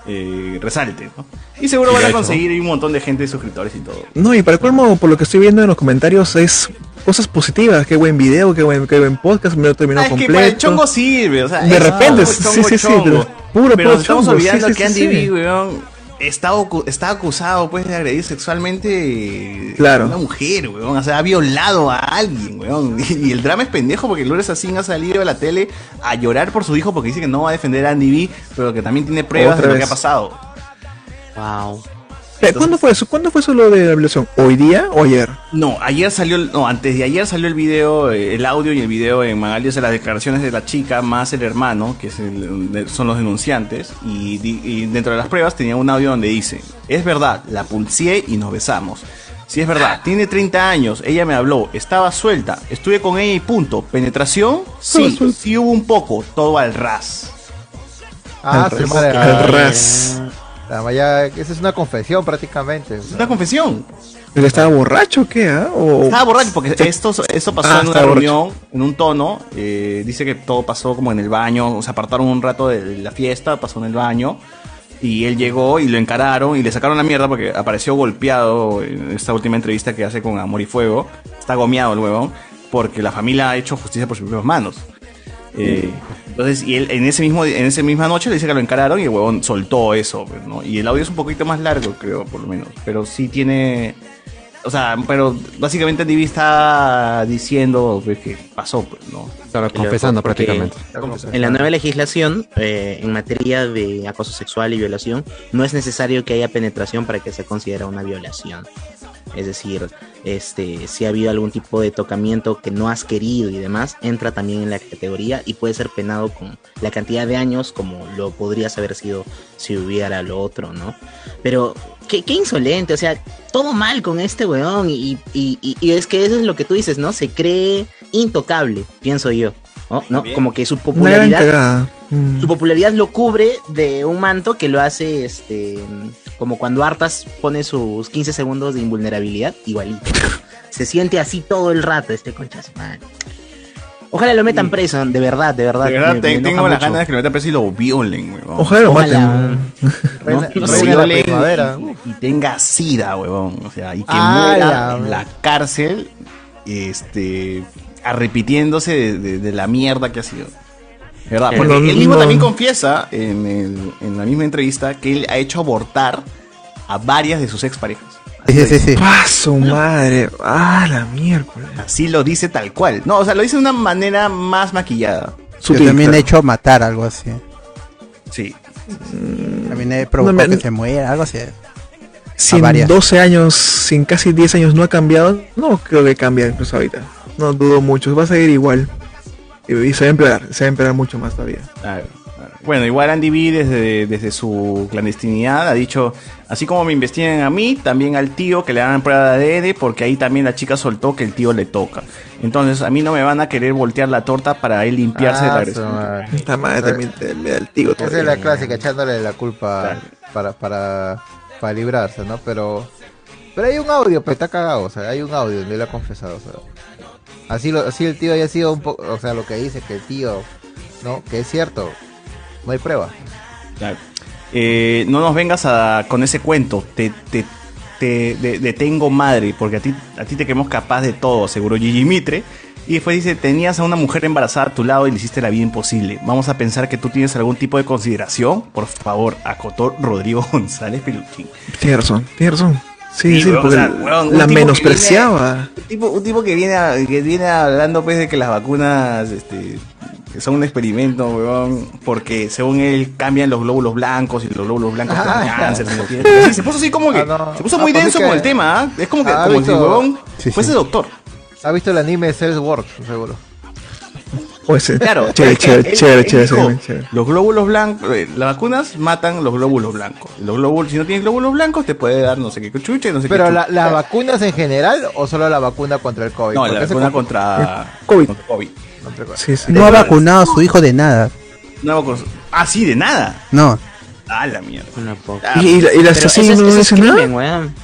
Speaker 1: eh, resalte, ¿no? Y seguro
Speaker 10: Y
Speaker 1: van
Speaker 10: lo
Speaker 1: a
Speaker 10: ha hecho,
Speaker 1: conseguir un montón de gente, suscriptores y todo.
Speaker 10: No, y para el colmo, por lo que estoy viendo en los comentarios, es cosas positivas. Qué buen video, qué buen, qué buen podcast, me lo terminó
Speaker 1: Ah, es
Speaker 10: completo.
Speaker 1: que para el chongo sirve, o sea,
Speaker 10: De
Speaker 1: es
Speaker 10: repente,
Speaker 1: chongo,
Speaker 10: sí,
Speaker 1: chongo,
Speaker 10: sí, sí,
Speaker 1: chongo.
Speaker 10: pero puro,
Speaker 1: Pero
Speaker 10: puro
Speaker 1: nos estamos
Speaker 10: chongo, sí,
Speaker 1: olvidando
Speaker 10: sí,
Speaker 1: que
Speaker 10: sí,
Speaker 1: Andy
Speaker 10: sí.
Speaker 1: B, weón, está, ocu- está acusado pues de agredir sexualmente
Speaker 10: Claro.
Speaker 1: a una mujer, weón, o sea, ha violado a alguien, weón. Y el drama es pendejo porque Lourdes Asín ha salido de la tele a llorar por su hijo porque dice que no va a defender a Andy B, pero que también tiene pruebas
Speaker 10: Otra
Speaker 1: de lo que
Speaker 10: vez.
Speaker 1: ha pasado.
Speaker 12: Wow.
Speaker 10: Pero, ¿Cuándo fue eso? ¿Cuándo fue eso lo de la violación? ¿Hoy día o ayer?
Speaker 1: No, ayer salió, el- no, antes de ayer salió el video, eh, el audio y el video en Magali, o sea, las declaraciones de la chica más el hermano, que es el- de- son los denunciantes, y, di- y dentro de las pruebas tenía un audio donde dice, es verdad, la pulseé y nos besamos. Sí, es verdad, tiene 30 años, ella me habló, estaba suelta, estuve con ella y punto. Penetración, sí, sí hubo un poco, todo al ras.
Speaker 8: Ah,
Speaker 1: Al
Speaker 8: su
Speaker 1: ras.
Speaker 8: madre.
Speaker 1: Al
Speaker 10: ras.
Speaker 8: La maya- esa es una confesión prácticamente. Es
Speaker 1: una confesión.
Speaker 10: ¿Él estaba borracho o qué? ah? ¿O...
Speaker 1: Estaba borracho porque esto, esto pasó
Speaker 10: Ah,
Speaker 1: en una
Speaker 10: estaba borracho.
Speaker 1: reunión, en un tono. eh, dice que todo pasó como en el baño. Se apartaron un rato de la fiesta, pasó en el baño. Y él llegó y lo encararon y le sacaron la mierda porque apareció golpeado en esta última entrevista que hace con Amor y Fuego. Está gomeado el huevón porque la familia ha hecho justicia por sus propias manos. Eh, entonces, y él en ese mismo en esa misma noche le dice que lo encararon y el huevón soltó eso, pues, ¿no? Y el audio es un poquito más largo, creo, por lo menos. Pero sí tiene. O sea, pero básicamente Andy está diciendo pues, que pasó, pues, ¿no?
Speaker 2: confesando
Speaker 12: Porque
Speaker 2: prácticamente.
Speaker 12: En la nueva legislación, eh, en materia de acoso sexual y violación, no es necesario que haya penetración para que se considere una violación. Es decir, este, si ha habido algún tipo de tocamiento que no has querido y demás, entra también en la categoría y puede ser penado con la cantidad de años como lo podrías haber sido si hubiera lo otro, ¿no? Pero qué, qué insolente, o sea, todo mal con este weón y, y- y- y es que eso es lo que tú dices, ¿no? Se cree intocable, pienso yo. ¿no? ¿No? Como que su
Speaker 10: Una gran
Speaker 12: popularidad
Speaker 10: cagada. Mm.
Speaker 12: su popularidad lo cubre de un manto que lo hace este como cuando Artas pone sus 15 segundos de invulnerabilidad, igualito. Se siente así todo el rato este concha de su madre. Ojalá lo metan preso, de verdad, de verdad.
Speaker 1: De verdad,
Speaker 12: me-
Speaker 1: te-
Speaker 12: me enoja
Speaker 1: tengo las
Speaker 12: mucho.
Speaker 1: ganas de que lo metan preso y lo violen, huevón.
Speaker 12: Ojalá lo maten, Ojalá.
Speaker 1: No,
Speaker 12: Reina-
Speaker 1: que lo
Speaker 12: Pues, eh, reina de la
Speaker 1: violen
Speaker 12: primavera.
Speaker 1: y, y tenga sida, huevón. O sea, y que
Speaker 12: Ah,
Speaker 1: muera
Speaker 12: la-
Speaker 1: en la cárcel, este, arrepitiéndose de, de- de la mierda que ha sido. De ¿Verdad?
Speaker 12: Eh,
Speaker 1: Porque
Speaker 12: lo
Speaker 1: él mismo
Speaker 12: mismo-
Speaker 1: también confiesa en, el- en la misma entrevista que él ha hecho abortar a varias de sus exparejas.
Speaker 10: Sí, sí, sí. Paso, madre. Ah, la mierda.
Speaker 1: Así lo dice tal cual. No, o sea, lo dice de una manera más maquillada.
Speaker 3: Yo también he hecho matar algo así.
Speaker 1: Sí.
Speaker 2: Mm,
Speaker 3: También he provocado
Speaker 10: No me-
Speaker 3: que se muera, algo así.
Speaker 10: Si
Speaker 3: A
Speaker 10: en
Speaker 3: varias.
Speaker 10: 12 años, si en casi 10 años no ha cambiado, no creo que cambie incluso ahorita. No dudo mucho, va a seguir igual. Y, y se va a empeorar, se va a empeorar mucho más todavía.
Speaker 1: Claro, claro. Bueno, igual Andy B desde, desde su clandestinidad ha dicho, así como me investigan a mí, también al tío que le dan prueba de ADN, porque ahí también la chica soltó que el tío le toca. Entonces a mí no me van a querer voltear la torta para él limpiarse de la
Speaker 8: Ah,
Speaker 1: agresión.
Speaker 8: su madre.
Speaker 10: Esta madre también te- le da el tío
Speaker 8: Esa es la clásica, echándole la culpa para, para, para librarse, ¿no? Pero pero hay un audio, pero está cagado, o sea, hay un audio donde él ha confesado, o sea. Así, lo, así el tío haya sido un poco, o sea, lo que dice que el tío, ¿no? Que es cierto, no hay prueba.
Speaker 1: Claro. Eh, no nos vengas a- con ese cuento, te, te, te- de- de tengo madre, porque a ti, a ti te creemos capaz de todo, seguro Gigi Mitre. Y después dice, tenías a una mujer embarazada a tu lado y le hiciste la vida imposible. Vamos a pensar que tú tienes algún tipo de consideración. Por favor, acotó Rodrigo González Peluchín.
Speaker 10: Tienes razón, tienes razón. Sí,
Speaker 1: Sí,
Speaker 10: sí,
Speaker 1: weón,
Speaker 10: porque
Speaker 1: o sea, weón, un
Speaker 10: la
Speaker 1: tipo que
Speaker 10: menospreciaba.
Speaker 1: Un tipo, un tipo que viene a- que viene hablando pues de que las vacunas este, que son un experimento, weón, porque según él cambian los glóbulos blancos y los glóbulos blancos
Speaker 10: Ah.
Speaker 1: te dan cáncer. si lo tienes. Sí, se puso así como que se puso
Speaker 8: Ah,
Speaker 1: muy
Speaker 8: pues
Speaker 1: denso
Speaker 8: es que-
Speaker 1: con el tema, ¿ah? es como que
Speaker 8: Ah,
Speaker 1: como si
Speaker 8: visto-
Speaker 1: el huevón
Speaker 8: Sí,
Speaker 1: fuese
Speaker 8: sí.
Speaker 1: doctor.
Speaker 8: ¿Ha visto el anime Sales Works, seguro?
Speaker 10: O ese-
Speaker 1: Claro,
Speaker 10: Chévere,
Speaker 1: es que
Speaker 10: chévere,
Speaker 1: él-
Speaker 10: chévere,
Speaker 1: él
Speaker 10: chévere,
Speaker 1: dijo,
Speaker 10: chévere, chévere.
Speaker 1: Los glóbulos blancos, eh, las vacunas matan los glóbulos blancos. Los glóbulos, si no tienes glóbulos blancos, te puede dar no sé qué chucha y no sé qué.
Speaker 8: Pero la,
Speaker 1: chucha.
Speaker 8: las vacunas en general o solo la vacuna contra el COVID?
Speaker 1: no,
Speaker 8: Porque
Speaker 1: la
Speaker 8: ese
Speaker 1: vacuna
Speaker 8: como-
Speaker 1: contra
Speaker 8: COVID.
Speaker 1: contra COVID.
Speaker 10: Sí, sí.
Speaker 3: No ha vacunado a su hijo de nada.
Speaker 1: No, con- ah, sí, de nada.
Speaker 3: No.
Speaker 1: Ah, la mierda. Ah,
Speaker 10: ¿Y, y, la- y el
Speaker 1: Pero
Speaker 10: asesino
Speaker 1: ese es-
Speaker 10: no
Speaker 1: ese es
Speaker 10: dice nada?
Speaker 12: crimen, weón.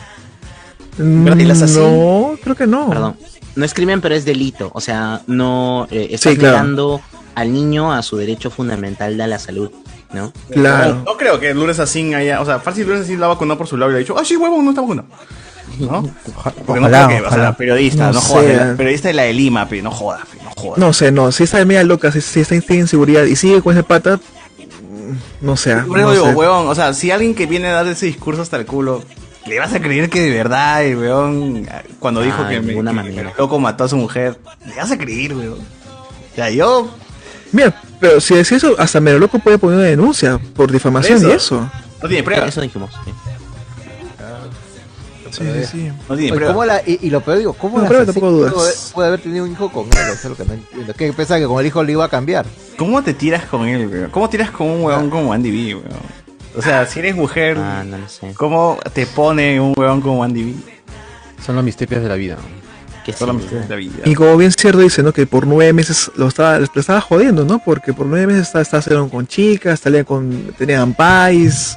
Speaker 10: Mm,
Speaker 12: ¿Y las así?
Speaker 10: No, creo que no.
Speaker 12: Perdón. No es crimen, pero es delito. O sea, no eh, estás
Speaker 10: Sí, claro.
Speaker 12: negando al niño a su derecho fundamental de la salud, ¿no?
Speaker 1: No, no creo que Lourdes Asín haya. O sea, fácil Lourdes Asín la vacunó por su lado y le ha dicho, ah, sí, huevón, no está vacunado. ¿No? Porque
Speaker 10: ojalá,
Speaker 1: no creo que, o sea,
Speaker 10: ojalá.
Speaker 1: periodista, no,
Speaker 10: No
Speaker 1: jodas.
Speaker 10: sé.
Speaker 1: de la- periodista de la de Lima, pe, no jodas, pe, no jodas.
Speaker 10: No sé, no, si está de media loca, si, si está en inseguridad y sigue con ese pata, mm, no sé.
Speaker 1: Por eso
Speaker 10: no
Speaker 1: digo,
Speaker 10: sé.
Speaker 1: huevón, o sea, si alguien que viene a dar ese discurso hasta el culo, ¿le vas a creer que de verdad, el huevón, cuando dijo
Speaker 12: Ah,
Speaker 1: que,
Speaker 12: de
Speaker 1: me,
Speaker 12: ninguna
Speaker 1: que
Speaker 12: manera.
Speaker 1: el loco mató a su mujer, ¿le vas a creer, huevón? O sea, yo
Speaker 10: Mira, pero si decís eso, hasta Mero Loco puede poner una denuncia por difamación
Speaker 1: Eso.
Speaker 10: y eso.
Speaker 1: no tiene pruebas.
Speaker 12: Eso dijimos. sí.
Speaker 10: Ah, Sí,
Speaker 8: Pero,
Speaker 10: sí,
Speaker 8: eh,
Speaker 10: sí.
Speaker 1: No tiene
Speaker 8: oye,
Speaker 1: prueba.
Speaker 8: ¿cómo la- y, y lo peor digo, ¿cómo
Speaker 10: No,
Speaker 8: la
Speaker 10: prueba tampoco dudas.
Speaker 8: puede, puede haber tenido un hijo con él? Eso es lo que no entiendo. ¿Qué pensaba que con el hijo le iba a cambiar? Ah.
Speaker 1: ¿Cómo te tiras con él, weón? ¿Cómo tiras con un weón como Andy B, weón? O sea, si eres mujer,
Speaker 12: Ah,
Speaker 1: ¿cómo te pone un weón como Andy B?
Speaker 2: Son los misterios de la vida.
Speaker 1: Son los misterios de la vida.
Speaker 10: Y como bien cierto dice, ¿no? Que por nueve meses lo estaba, lo estaba jodiendo, ¿no? Porque por nueve meses estaba, estaba salieron con chicas, salían con, tenían pais,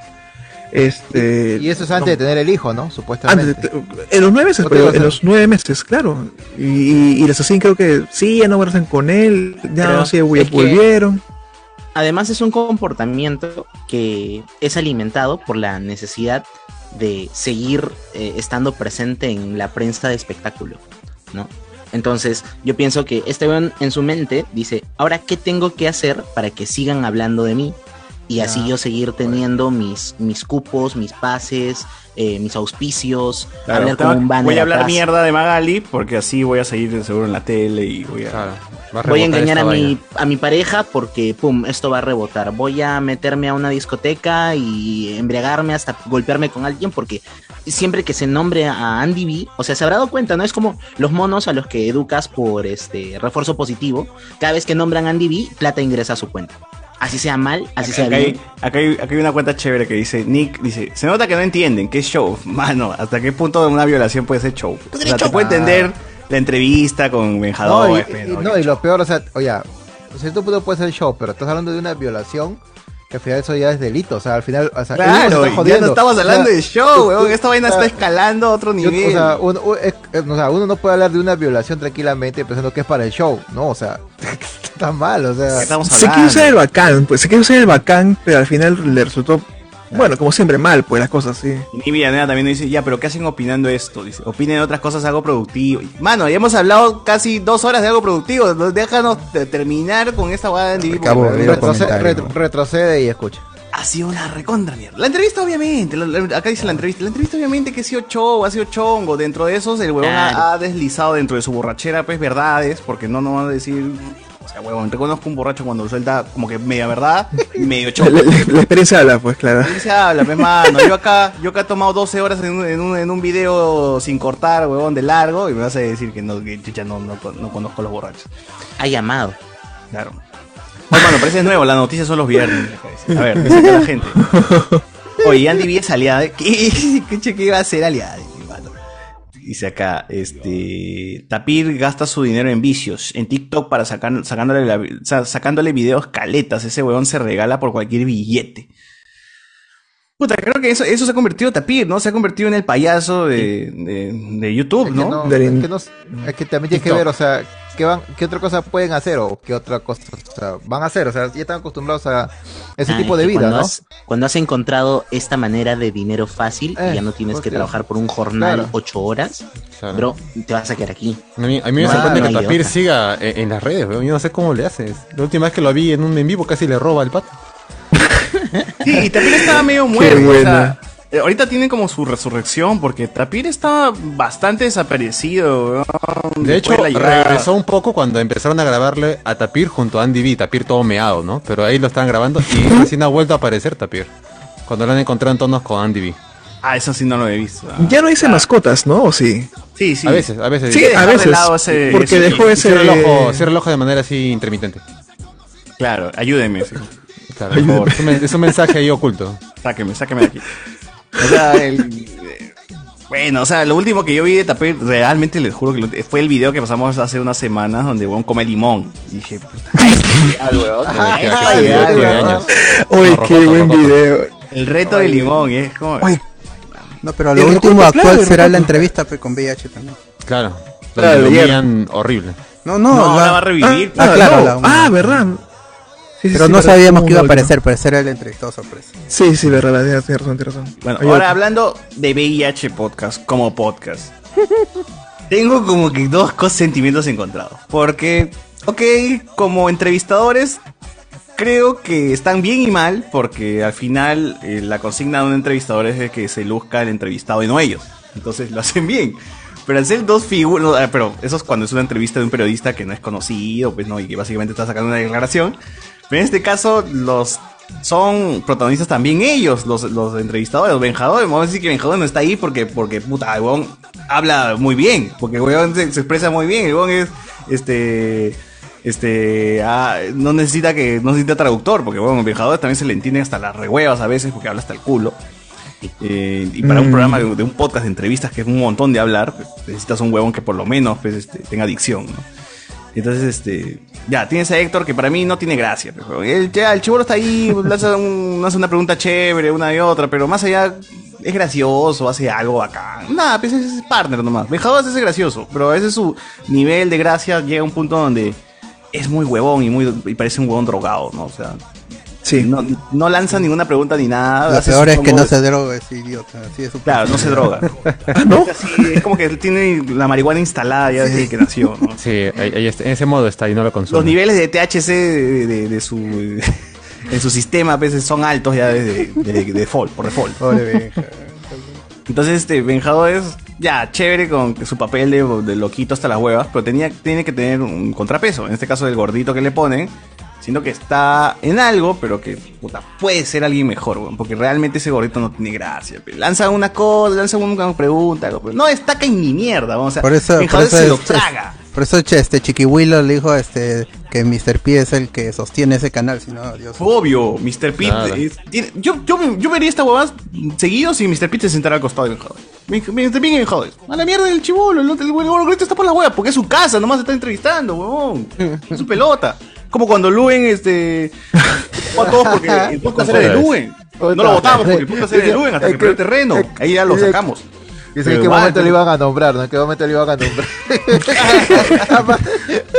Speaker 10: este...
Speaker 8: Y eso es antes de tener el hijo, ¿no? Supuestamente.
Speaker 10: Antes, eh, en los nueve meses,
Speaker 8: Otra
Speaker 10: pero
Speaker 8: cosa.
Speaker 10: en los nueve meses, claro. Y, y, y los así creo que sí, ya no conversan con él, ya
Speaker 12: Pero
Speaker 10: no se
Speaker 12: es que-
Speaker 10: volvieron.
Speaker 12: Además es un comportamiento que es alimentado por la necesidad de seguir eh, estando presente en la prensa de espectáculo, ¿no? Entonces yo pienso que este weón en su mente dice, ahora qué tengo que hacer para que sigan hablando de mí y
Speaker 1: Ah,
Speaker 12: así yo seguir teniendo mis, mis cupos, mis pases, eh, mis auspicios,
Speaker 1: Claro,
Speaker 12: hablar
Speaker 1: estaba-
Speaker 12: con un banner
Speaker 1: voy a hablar
Speaker 12: atrás.
Speaker 1: mierda de Magali porque así voy a seguir seguro en la tele y voy a...
Speaker 12: Voy a engañar a mi, a mi pareja porque, pum, esto va a rebotar. Voy a meterme a una discoteca y embriagarme hasta golpearme con alguien porque siempre que se nombre a Andy B, o sea, se habrá dado cuenta, ¿no? Es como los monos a los que educas por este refuerzo positivo. Cada vez que nombran a Andy B, plata ingresa a su cuenta. Así sea mal, así sea
Speaker 1: Acá hay,
Speaker 12: bien.
Speaker 1: acá, hay, acá hay una cuenta chévere que dice, Nick, dice, se nota que no entienden, qué show, mano, hasta qué punto una violación puede ser show. Ah. O sea, te puede entender la entrevista con Benjador. pues,
Speaker 8: No, y, y- no, y lo peor, o sea, oye, a cierto punto puede ser show, pero estás hablando de una violación Que al final eso ya es delito, o sea, al final... O sea, él mismo se
Speaker 1: Claro,
Speaker 8: está
Speaker 1: ya
Speaker 8: jodiendo.
Speaker 1: no estamos hablando
Speaker 8: O sea,
Speaker 1: de show, weón. Esta vaina
Speaker 8: o sea,
Speaker 1: está escalando a otro
Speaker 8: yo-
Speaker 1: nivel.
Speaker 8: o, sea, uno, u- es- eh, o sea, uno no puede hablar de una violación tranquilamente pensando que es para el show, ¿no? O sea, está mal, o sea...
Speaker 10: Se quiso usar el bacán, pues se quiso usar el bacán, pero al final le resultó, bueno, como siempre, mal, pues las cosas, sí.
Speaker 1: Y Villanera también dice, ya, pero ¿qué hacen opinando esto? Dice, opinen otras cosas, algo productivo. Y, Mano, ya hemos hablado casi dos horas de algo productivo. No, Déjanos te- terminar con esta guada de
Speaker 8: Acabo de leer el comentario. retrocede y escucha.
Speaker 1: Ha sido una ah, recontra mierda. La entrevista, obviamente. la- la- acá dice la entrevista. La entrevista, obviamente, que ha sido show, ha sido chongo. Dentro de esos, el huevón ha-
Speaker 21: Claro.
Speaker 1: ha, deslizado dentro de su borrachera, pues, verdades. Porque no nos van a decir. O sea, huevón, reconozco un borracho cuando suelta como que media verdad, medio
Speaker 10: La,
Speaker 1: chongo.
Speaker 10: la- la experiencia habla, pues, claro.
Speaker 1: ¿Quién se habla, pe, mano? Yo acá, yo acá he tomado 12 horas en un, en un- en un video sin cortar, huevón, de largo, y me vas a decir que no, que chucha, no, no, con- no conozco a los borrachos.
Speaker 12: Ha llamado.
Speaker 1: Claro. Bueno, mano, parece nuevo, las noticias son los viernes. me parece. A ver, dice acá la gente. Oye, Andy Vía es aliada. ¿Qué, qué, qué iba a ser aliada? mi mano? Dice acá, este. Tapir gasta su dinero en vicios, en TikTok para sacar, sacándole, la- sa- sacándole videos caletas. Ese huevón se regala por cualquier billete. Puta, creo que eso, eso se ha convertido Tapir, ¿no? Se ha convertido en el payaso de, de- de YouTube,
Speaker 8: Es que
Speaker 1: ¿no?
Speaker 8: no, es que no s- es que también tienes que
Speaker 1: TikTok.
Speaker 8: ver, o sea, qué van, qué otra cosa pueden hacer o qué otra cosa o sea, van a hacer, o sea, ya están acostumbrados a ese
Speaker 12: Ah,
Speaker 8: tipo
Speaker 12: es
Speaker 8: de
Speaker 12: que
Speaker 8: vida,
Speaker 12: cuando
Speaker 8: ¿no?
Speaker 12: Has, cuando has encontrado esta manera de dinero fácil
Speaker 8: Eh,
Speaker 12: y ya no tienes que
Speaker 8: hostia.
Speaker 12: trabajar por un jornal
Speaker 2: Claro.
Speaker 12: ocho horas, bro, te vas a quedar aquí.
Speaker 2: A mí, a mí me
Speaker 12: No,
Speaker 2: sorprende
Speaker 12: no
Speaker 2: que
Speaker 12: hay
Speaker 2: Tapir
Speaker 12: otra.
Speaker 2: siga eh, en, en las redes, weón. Yo no sé cómo le haces. La última vez que lo vi en un en vivo casi le roba el pato.
Speaker 1: Sí, y Tapir estaba medio muerto. o sea, eh, ahorita tiene como su resurrección, porque Tapir estaba bastante desaparecido. weón,
Speaker 2: De hecho,
Speaker 1: después la llegada.
Speaker 2: regresó un poco cuando empezaron a grabarle a Tapir junto a Andy B. Tapir todo meado, ¿no? Pero ahí lo estaban grabando y recién ha vuelto a aparecer Tapir. Cuando lo han encontrado en tonos con Andy B.
Speaker 1: Ah, eso sí no lo he visto.
Speaker 10: Ya no dice mascotas, ¿no? ¿O sí?
Speaker 1: Ah. Sí, sí.
Speaker 2: A veces, a veces.
Speaker 10: Sí,
Speaker 2: dice.
Speaker 10: a veces. porque dejó ese.
Speaker 2: Cierra el ojo, cierra el ojo de manera así intermitente.
Speaker 1: Claro, ayúdenme.
Speaker 2: Claro, por favor. Es un, men- es un mensaje ahí oculto.
Speaker 1: Sáqueme, sáqueme de aquí. O sea, el- eh, bueno, o sea, lo último que yo vi de Tapir, realmente les juro que lo- fue el video que pasamos hace unas semanas donde Won come limón. Y dije, puta, al huevón,
Speaker 10: Ay,
Speaker 1: al
Speaker 10: ay,
Speaker 1: huevón.
Speaker 10: ay, Uy, qué buen video.
Speaker 1: El reto de limón, y es como.
Speaker 3: No, pero
Speaker 1: El
Speaker 3: lo
Speaker 1: recurso,
Speaker 3: último
Speaker 1: claro,
Speaker 3: actual
Speaker 1: el
Speaker 3: será la
Speaker 1: recurso.
Speaker 3: entrevista pe, con VIH también.
Speaker 2: Claro.
Speaker 3: Claro, de
Speaker 2: Lo
Speaker 3: ayer.
Speaker 2: humillan horrible.
Speaker 3: No, no,
Speaker 1: No, la va a revivir.
Speaker 3: Ah,
Speaker 1: Ah,
Speaker 3: claro,
Speaker 1: no.
Speaker 3: la-
Speaker 10: Ah, ¿verdad? Sí, sí,
Speaker 3: pero
Speaker 10: sí,
Speaker 3: no
Speaker 10: verdad,
Speaker 3: sabíamos
Speaker 10: un
Speaker 3: que iba a
Speaker 10: golpe.
Speaker 3: aparecer, pero será el entrevistado sorpresa.
Speaker 10: Sí, sí, verdad, verdad, tienes razón, tienes razón.
Speaker 1: Bueno,
Speaker 10: Hay
Speaker 1: ahora
Speaker 10: otro.
Speaker 1: hablando de VIH Podcast como podcast. Tengo como que dos cos- sentimientos encontrados. Porque, ok, como entrevistadores, creo que están bien y mal, porque al final eh, la consigna de un entrevistador es de que se luzca el entrevistado y no ellos. Entonces lo hacen bien. Pero al ser dos figuras, pero eso es cuando es una entrevista de un periodista que no es conocido, pues no, y que básicamente está sacando una declaración. Pero en este caso, los son protagonistas también ellos, los, los entrevistadores, Benjador. Vamos a decir que Benjador no está ahí porque, porque puta, el huevón habla muy bien, porque el huevón se, se expresa muy bien, el huevón es, este, este, ah, no necesita que, no necesita traductor, porque bueno, Benjador también se le entiende hasta las rehuevas a veces porque habla hasta el culo. Eh, y para un
Speaker 10: Mm.
Speaker 1: programa de, de un podcast de entrevistas que es un montón de hablar, pues, necesitas un huevón que por lo menos pues, este, tenga adicción, ¿no? Entonces, este. Ya, tienes a Héctor que para mí no tiene gracia. pues, huevón. El, ya, el chivolo está ahí, pues, lanza un- lanza una pregunta chévere, una y otra, pero más allá es gracioso, hace algo bacán. Nada, pues es es partner nomás. Benjador es gracioso, pero a veces su nivel de gracia llega a un punto donde es muy huevón y, muy, y parece un huevón drogado, ¿no? O sea. No, no lanza ninguna pregunta ni nada.
Speaker 3: Lo
Speaker 1: hace
Speaker 3: peor
Speaker 1: sus
Speaker 3: es que
Speaker 1: combos
Speaker 3: no
Speaker 1: de-
Speaker 3: se droga ese idiota. Así es
Speaker 1: Claro, no se droga. Es así, es como que tiene la marihuana instalada ya desde que nació, ¿no?
Speaker 2: Sí, ahí, ahí está, en ese modo está y no lo consume.
Speaker 1: Los niveles de THC de, de- de su en su sistema a veces son altos ya desde de, de default, por default.
Speaker 3: Pobre Benja.
Speaker 1: Entonces, este, Benjado es ya chévere con su papel de, de loquito hasta las huevas, pero tenía, tiene que tener un contrapeso. En este caso, el gordito que le ponen, siendo que está en algo, pero que puta, puede ser alguien mejor, weón, porque realmente ese gordito no tiene gracia. pe. Lanza una cosa, lanza una pregunta, algo, pero no destaca en ni mierda. vamos O sea,
Speaker 3: Por eso, por
Speaker 1: Benjado
Speaker 3: eso,
Speaker 1: se lo
Speaker 3: este,
Speaker 1: traga.
Speaker 3: por eso che, este Chiquihuilo le dijo este, que Mr. P es el que sostiene ese canal, si no, Dios.
Speaker 1: Obvio, Mr. Pete.
Speaker 3: Nada.
Speaker 1: eh, tiene- yo, yo, yo vería esta huevada seguido si Mr. Pete se sentara al costado de Benjador. Mr. Pete y Benjador. A la mierda del chivolo, el otro el güey gordito está por la hueva, porque es su casa, nomás se está entrevistando, huevón. Es su pelota. Como cuando Luen, este. votó a todos porque el podcast era de Luen. No lo votamos
Speaker 8: eh,
Speaker 1: porque el podcast era de Luen hasta que perdió terreno. Ahí ya lo sacamos.
Speaker 8: Dice eh, que en qué
Speaker 1: Pero
Speaker 8: momento
Speaker 1: igual,
Speaker 8: le iban a nombrar, ¿no? En qué momento le iban a nombrar.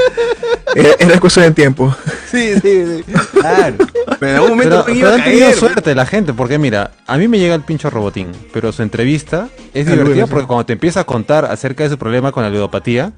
Speaker 10: Eh, Era cuestión de tiempo.
Speaker 8: sí, sí, sí. Claro.
Speaker 1: Pero en algún momento
Speaker 2: pero,
Speaker 1: alguien iba a
Speaker 2: han tenido
Speaker 1: caer.
Speaker 2: suerte la gente, porque mira, a mí me llega el pincho robotín, pero su entrevista es
Speaker 1: Ah,
Speaker 2: divertida
Speaker 1: bueno, sí.
Speaker 2: porque cuando te empieza a contar acerca de su problema con la ludopatía,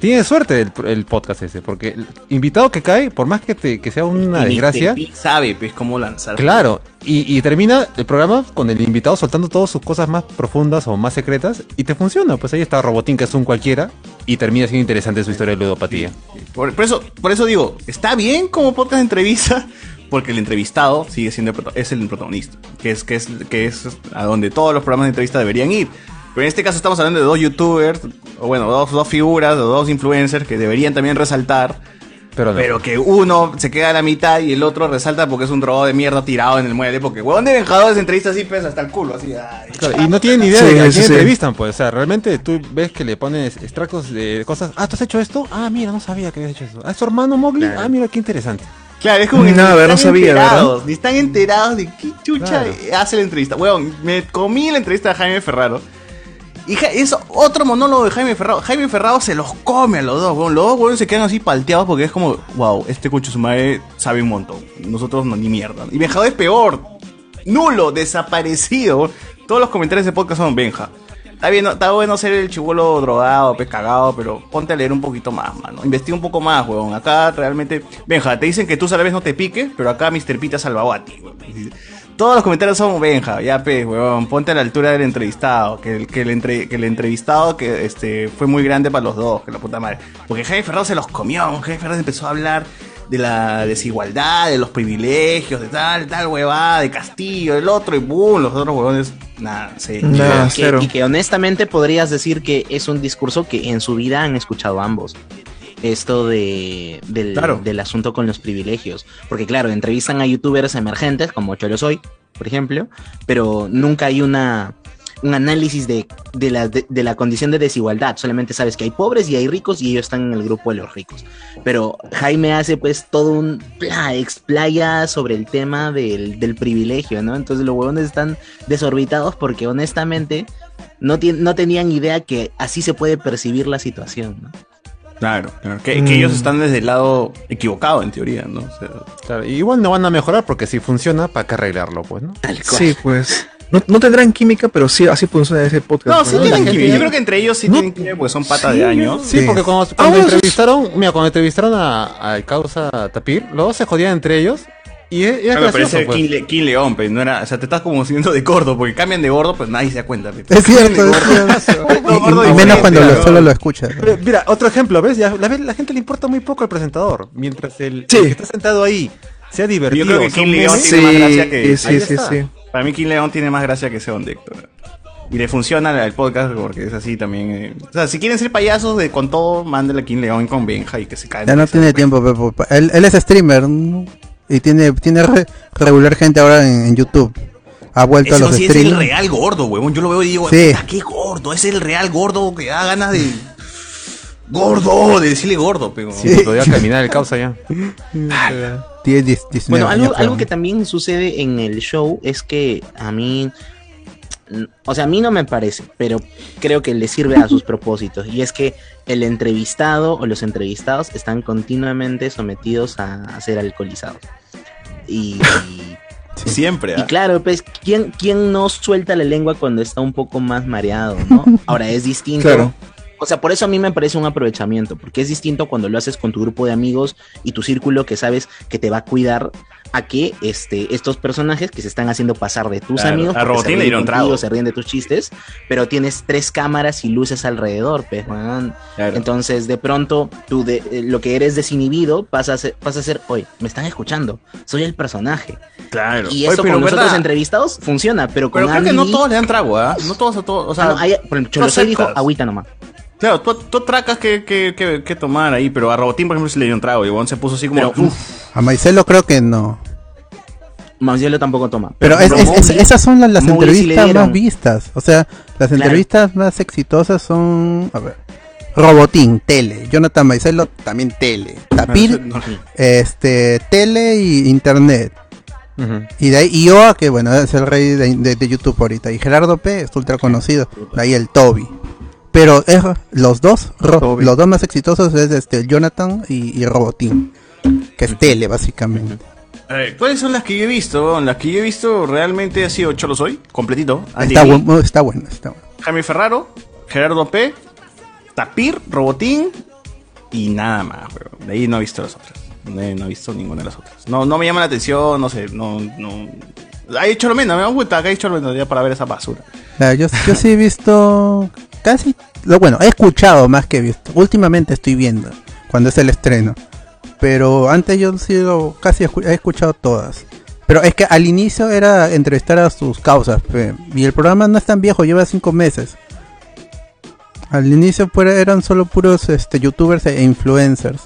Speaker 2: tiene suerte el, el podcast ese, porque el invitado que cae, por más que, te, que sea una
Speaker 1: Y Mr.
Speaker 2: desgracia,
Speaker 1: P Sabe, pues, cómo lanzar.
Speaker 2: Claro, y, y termina el programa con el invitado soltando todas sus cosas más profundas o más secretas y te funciona. Pues ahí está Robotín, que es un cualquiera, y termina siendo interesante su historia de ludopatía.
Speaker 1: Por, por eso, por eso digo, está bien como podcast de entrevista, porque el entrevistado sigue siendo el prota- es el protagonista, que es, que es, que es a donde todos los programas de entrevista deberían ir. Pero en este caso estamos hablando de dos youtubers, o bueno, dos, dos figuras, o dos influencers que deberían también resaltar.
Speaker 2: Pero,
Speaker 1: que uno se queda a la mitad y el otro resalta porque es un robot de mierda tirado en el mueble. Porque, huevón, deben jalar las entrevistas así, pues, hasta el culo, así. ay.
Speaker 2: Claro, y no tienen ni idea
Speaker 1: Sí,
Speaker 2: de a quién
Speaker 1: sí, sí.
Speaker 2: entrevistan, pues. O sea, realmente tú ves que le pones extractos de cosas. Ah, ¿tú has hecho esto? Ah, mira, no sabía que habías hecho eso. Ah, es tu hermano Mowgli. Ah, mira, qué interesante.
Speaker 1: Claro, es como que
Speaker 2: No, a ver, no sabía,
Speaker 1: enterados,
Speaker 2: ¿verdad?
Speaker 1: ni están enterados de qué chucha hace la entrevista. Weón, me comí la entrevista de Jaime Ferraro. Y Ja- es otro monólogo de Jaime Ferraro. Jaime Ferraro se los come a los dos, weón. Los dos weón, se quedan así palteados porque es como, wow, este coche su madre sabe un montón. Nosotros no, ni mierda. Y Benjado es peor. Nulo, desaparecido. Todos los comentarios de ese podcast son Benja. Está bien, no- está bueno ser el chivolo drogado, pues cagado, pero ponte a leer un poquito más, mano. Investiga un poco más, weón. Acá realmente. Benja, te dicen que tú tal vez no te pique, pero acá Mr. Pita salvabati, weón. Todos los comentarios son Benja, ya pues, weón. Ponte a la altura del entrevistado. Que, el- que el, entre- que el entrevistado que este, fue muy grande para los dos, que la puta madre. Porque Jaime Ferrado se los comió, Jaime Ferrado empezó a hablar de la desigualdad, de los privilegios, de tal, tal huevada, de Castillo, el otro, y boom, los otros huevones, nada, se
Speaker 12: y, que, y que honestamente podrías decir que es un discurso que en su vida han escuchado ambos. Esto de, del, del asunto con los privilegios. Porque claro, entrevistan a youtubers emergentes, como Cholo Soy, por ejemplo, pero nunca hay una un análisis de, de la, de, de la condición de desigualdad. Solamente sabes que hay pobres y hay ricos y ellos están en el grupo de los ricos. Pero Jaime hace pues todo un pla, explaya sobre el tema del, del privilegio, ¿no? Entonces los huevones están desorbitados porque honestamente no, tien- no tenían idea que así se puede percibir la situación, ¿no?
Speaker 1: Claro, claro, que, que ellos están desde el lado equivocado en teoría, ¿no? O sea,
Speaker 2: Claro, y igual no van a mejorar porque si funciona, ¿para qué arreglarlo, pues, no?
Speaker 10: Sí, pues. No, no tendrán química, pero sí, así funciona ese podcast.
Speaker 1: no, sí
Speaker 10: La
Speaker 1: tienen
Speaker 10: gente
Speaker 1: química.
Speaker 10: ya-
Speaker 1: Yo creo que entre ellos sí tienen química porque son patas
Speaker 2: Sí,
Speaker 1: de año.
Speaker 2: Sí, porque cuando, cuando
Speaker 1: Ah, bueno, eso es-
Speaker 2: entrevistaron, mira, cuando entrevistaron a, a Causa Tapir, los dos se jodían entre ellos y e- era
Speaker 1: Claro, pero
Speaker 2: gracioso,
Speaker 1: ese
Speaker 2: pues.
Speaker 1: King, Le- King León, pues, no era, o sea, te estás confundiendo de gordo, porque cambian de gordo, pues nadie se da cuenta. pues.
Speaker 3: Es cierto, es
Speaker 1: Gordo.
Speaker 3: cierto.
Speaker 1: Gordo
Speaker 3: Y- Y
Speaker 1: y
Speaker 3: menos
Speaker 1: feo,
Speaker 3: cuando
Speaker 1: claro.
Speaker 3: lo- solo lo escuchas.
Speaker 2: Pero, Mira, otro ejemplo, ¿ves? Ya, la, la gente le importa muy poco al presentador, mientras el, el que está sentado ahí sea divertido.
Speaker 1: Yo creo que
Speaker 2: sea
Speaker 1: King
Speaker 2: un
Speaker 1: León
Speaker 2: meme.
Speaker 1: tiene más gracia que.
Speaker 2: Ahí
Speaker 1: Ahí
Speaker 2: está.
Speaker 1: está. Para mí, King León tiene más gracia que Sean Dector. Y le funciona el podcast porque es así también. eh. O sea, si quieren ser payasos de con todo, mándenle a King León con Benja y que se caen.
Speaker 3: Ya no tiene tiempo, Pepo. Él, él es streamer ¿no? y tiene, tiene re- regular gente ahora en, en YouTube. Ha vuelto
Speaker 1: Ese
Speaker 3: a los
Speaker 1: man sí es el
Speaker 3: streams.
Speaker 1: real gordo, huevón. Yo lo veo y digo,
Speaker 3: Sí.
Speaker 1: "Puta, qué gordo. Es el real gordo que da ganas de. Gordo, de decirle gordo, pero.
Speaker 2: Sí, podía caminar el causa ya.
Speaker 3: Tiene 10, 19
Speaker 12: Bueno, algo,
Speaker 3: años,
Speaker 12: algo
Speaker 3: creo.
Speaker 12: que también sucede en el show es que a mí, mm, o sea, a mí no me parece, pero creo que le sirve a sus propósitos. Y es que el entrevistado o los entrevistados están continuamente sometidos a, a ser alcoholizados. Y,
Speaker 1: Siempre.
Speaker 12: y claro, pues, ¿quién, ¿quién no suelta la lengua cuando está un poco más mareado, no? Ahora es distinto.
Speaker 10: Claro.
Speaker 12: O sea, por eso a mí me parece un aprovechamiento, porque es distinto cuando lo haces con tu grupo de amigos y tu círculo que sabes que te va a cuidar a que este, estos personajes que se están haciendo pasar de tus
Speaker 1: Claro,
Speaker 12: amigos,
Speaker 1: a
Speaker 12: porque
Speaker 1: Robotín
Speaker 12: se
Speaker 1: le
Speaker 12: ríen
Speaker 1: dieron
Speaker 12: contigo,
Speaker 1: trago.
Speaker 12: se ríen de tus chistes, pero tienes tres cámaras y luces alrededor, pues, weón. Entonces, de pronto, tú de, eh, lo que eres desinhibido pasa a ser, pasa a ser, oye, me están escuchando, soy el personaje.
Speaker 1: Claro.
Speaker 12: Y eso
Speaker 1: Oye, pero
Speaker 12: con los
Speaker 1: ¿verdad?
Speaker 12: otros entrevistados funciona, pero con
Speaker 1: Pero creo que no
Speaker 12: Ali-
Speaker 1: todos le dan trago, ¿ah? No todos a todos. O sea,
Speaker 12: Ah, no, hay- por ejemplo,
Speaker 1: no
Speaker 12: Cholosei dijo
Speaker 1: aceptas.
Speaker 12: agüita nomás.
Speaker 1: Claro, tú, tú tracas que, que, que, que tomar ahí, pero a Robotín, por ejemplo, se le dio un trago y Bon se puso así como. uff,
Speaker 3: A Maicelo creo que no.
Speaker 12: Marcelo tampoco toma.
Speaker 3: Pero es- es- es- esas son las, las
Speaker 12: Mowgli sí le
Speaker 3: entrevistas
Speaker 12: dieron.
Speaker 3: más vistas. O sea, las
Speaker 12: Claro.
Speaker 3: entrevistas más exitosas son. A ver. Robotín, tele.
Speaker 12: Ah,
Speaker 3: Jonathan Maicelo, también tele. Tapir,
Speaker 1: No, no, no.
Speaker 3: este, tele y internet. Y de ahí Ioa, que bueno, es el rey de, de- de YouTube ahorita. Y Gerardo P es ultra conocido. De ahí el Toby. Pero es, los dos, ro- los dos más exitosos es este Jonathan y, y Robotín. Que es tele, básicamente.
Speaker 1: A ver, ¿Cuáles son las que yo he visto? weón? Las que yo he visto realmente ha sido Cholo Soy, completito. Andy
Speaker 3: Está
Speaker 1: Lee,
Speaker 3: bueno, está bueno, está bueno.
Speaker 1: Jaime Ferraro, Gerardo P, Tapir, Robotín y nada más. weón. De ahí no he visto las otras. No he, no he visto ninguna de las otras. No, no me llama la atención, no sé, no, no. Hay Cholomena, me da vuelta, acá hay Cholomena ya para ver esa basura.
Speaker 3: Claro, yo, yo sí he visto casi, lo bueno, he escuchado más que he visto. Últimamente estoy viendo cuando es el estreno. Pero antes yo sí lo- casi escu- he escuchado todas. Pero es que al inicio era entrevistar a sus causas. pe, y el programa no es tan viejo, lleva cinco meses. Al inicio pues, eran solo puros este, youtubers e influencers.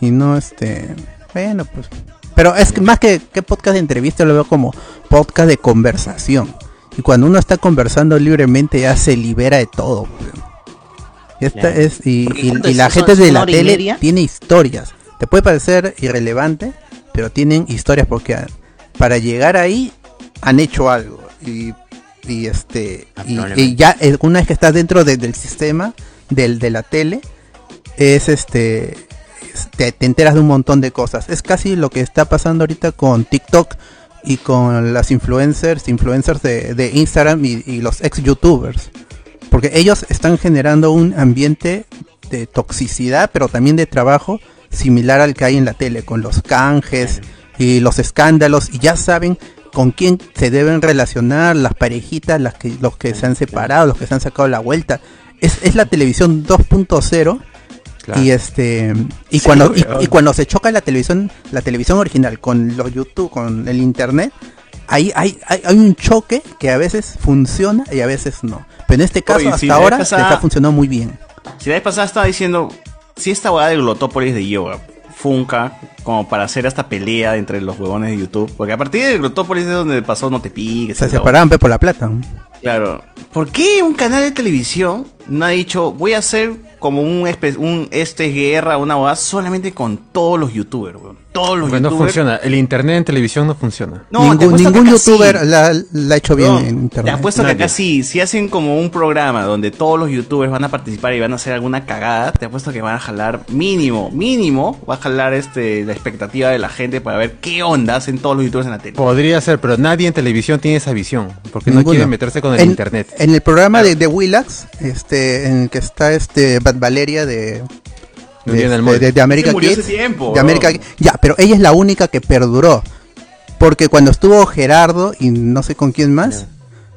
Speaker 3: Y no este... Bueno, pues... Pero es que más que, que podcast de entrevista, lo veo como podcast de conversación. Y cuando uno está conversando libremente ya se libera de todo. pues. Y, esta
Speaker 12: Claro.
Speaker 3: es, y,
Speaker 12: Porque
Speaker 3: y-
Speaker 12: ¿cuánto
Speaker 3: y
Speaker 12: es?
Speaker 3: la
Speaker 12: ¿Son-
Speaker 3: gente
Speaker 12: son
Speaker 3: de
Speaker 12: una
Speaker 3: la
Speaker 12: hora y
Speaker 3: tele
Speaker 12: media?
Speaker 3: tiene historias. Te puede parecer irrelevante, pero tienen historias porque a- para llegar ahí han hecho algo. Y, y este y,
Speaker 12: Probablemente.
Speaker 3: y ya eh, una vez que estás dentro de- del sistema del, de la tele, es este es- te, te enteras de un montón de cosas. Es casi lo que está pasando ahorita con TikTok y con las influencers, influencers de, de Instagram y, y los ex youtubers. Porque ellos están generando un ambiente de toxicidad, pero también de trabajo similar al que hay en la tele, con los canjes y los escándalos, y ya saben con quién se deben relacionar las parejitas, las que, los que se han separado, los que se han sacado la vuelta. Es, es la televisión 2.0 y este y
Speaker 12: Sí,
Speaker 3: cuando y,
Speaker 12: weón.
Speaker 3: y cuando se choca la televisión la televisión original con los YouTube con el internet ahí hay, hay, hay un choque que a veces funciona y a veces no pero en este caso
Speaker 1: Oye, ah.
Speaker 3: hasta
Speaker 1: si la
Speaker 3: ahora
Speaker 1: vez
Speaker 3: les
Speaker 1: pasada-
Speaker 3: ha funcionado muy bien
Speaker 1: Si la vez pasada estaba diciendo, si esta hueá de Glotópolis de yoga funca como para hacer esta pelea entre los huevones de YouTube, porque a partir de Glotópolis es donde pasó No Te Piques.
Speaker 3: se
Speaker 1: esa hueá.
Speaker 3: separaban pe, por la plata
Speaker 1: Claro. ¿Por qué un canal de televisión no ha dicho, voy a hacer como un, espe- un este es guerra, una hueá solamente con todos los youtubers, weón? Todos los
Speaker 2: Porque no
Speaker 1: youtubers.
Speaker 2: funciona. El internet en televisión no funciona.
Speaker 1: No, te
Speaker 3: ningún,
Speaker 1: apuesto
Speaker 3: ningún
Speaker 1: que acá
Speaker 3: youtuber
Speaker 1: sí.
Speaker 3: la, la ha hecho bien
Speaker 1: Weón,
Speaker 3: en
Speaker 1: Te
Speaker 3: internet
Speaker 1: apuesto que acá sí, si hacen como un programa donde todos los youtubers van a participar y van a hacer alguna cagada, te apuesto que van a jalar mínimo, mínimo, va a jalar este la expectativa de la gente para ver qué onda hacen todos los youtubers en la tele.
Speaker 2: Podría ser, pero nadie en televisión tiene esa visión. Porque no
Speaker 3: Ninguno.
Speaker 2: quiere meterse con el
Speaker 3: En-
Speaker 2: internet.
Speaker 3: En el programa de, de Willax, este, en el que está este Bad Valeria de
Speaker 2: De Uriana del
Speaker 3: de, este,
Speaker 2: Molde.
Speaker 3: de- de America
Speaker 2: Se murió
Speaker 3: Kids,
Speaker 2: hace tiempo,
Speaker 3: de America
Speaker 2: ¿no?
Speaker 3: Ki- ya, pero ella es la única que perduró, porque cuando estuvo Gerardo y no sé con quién más,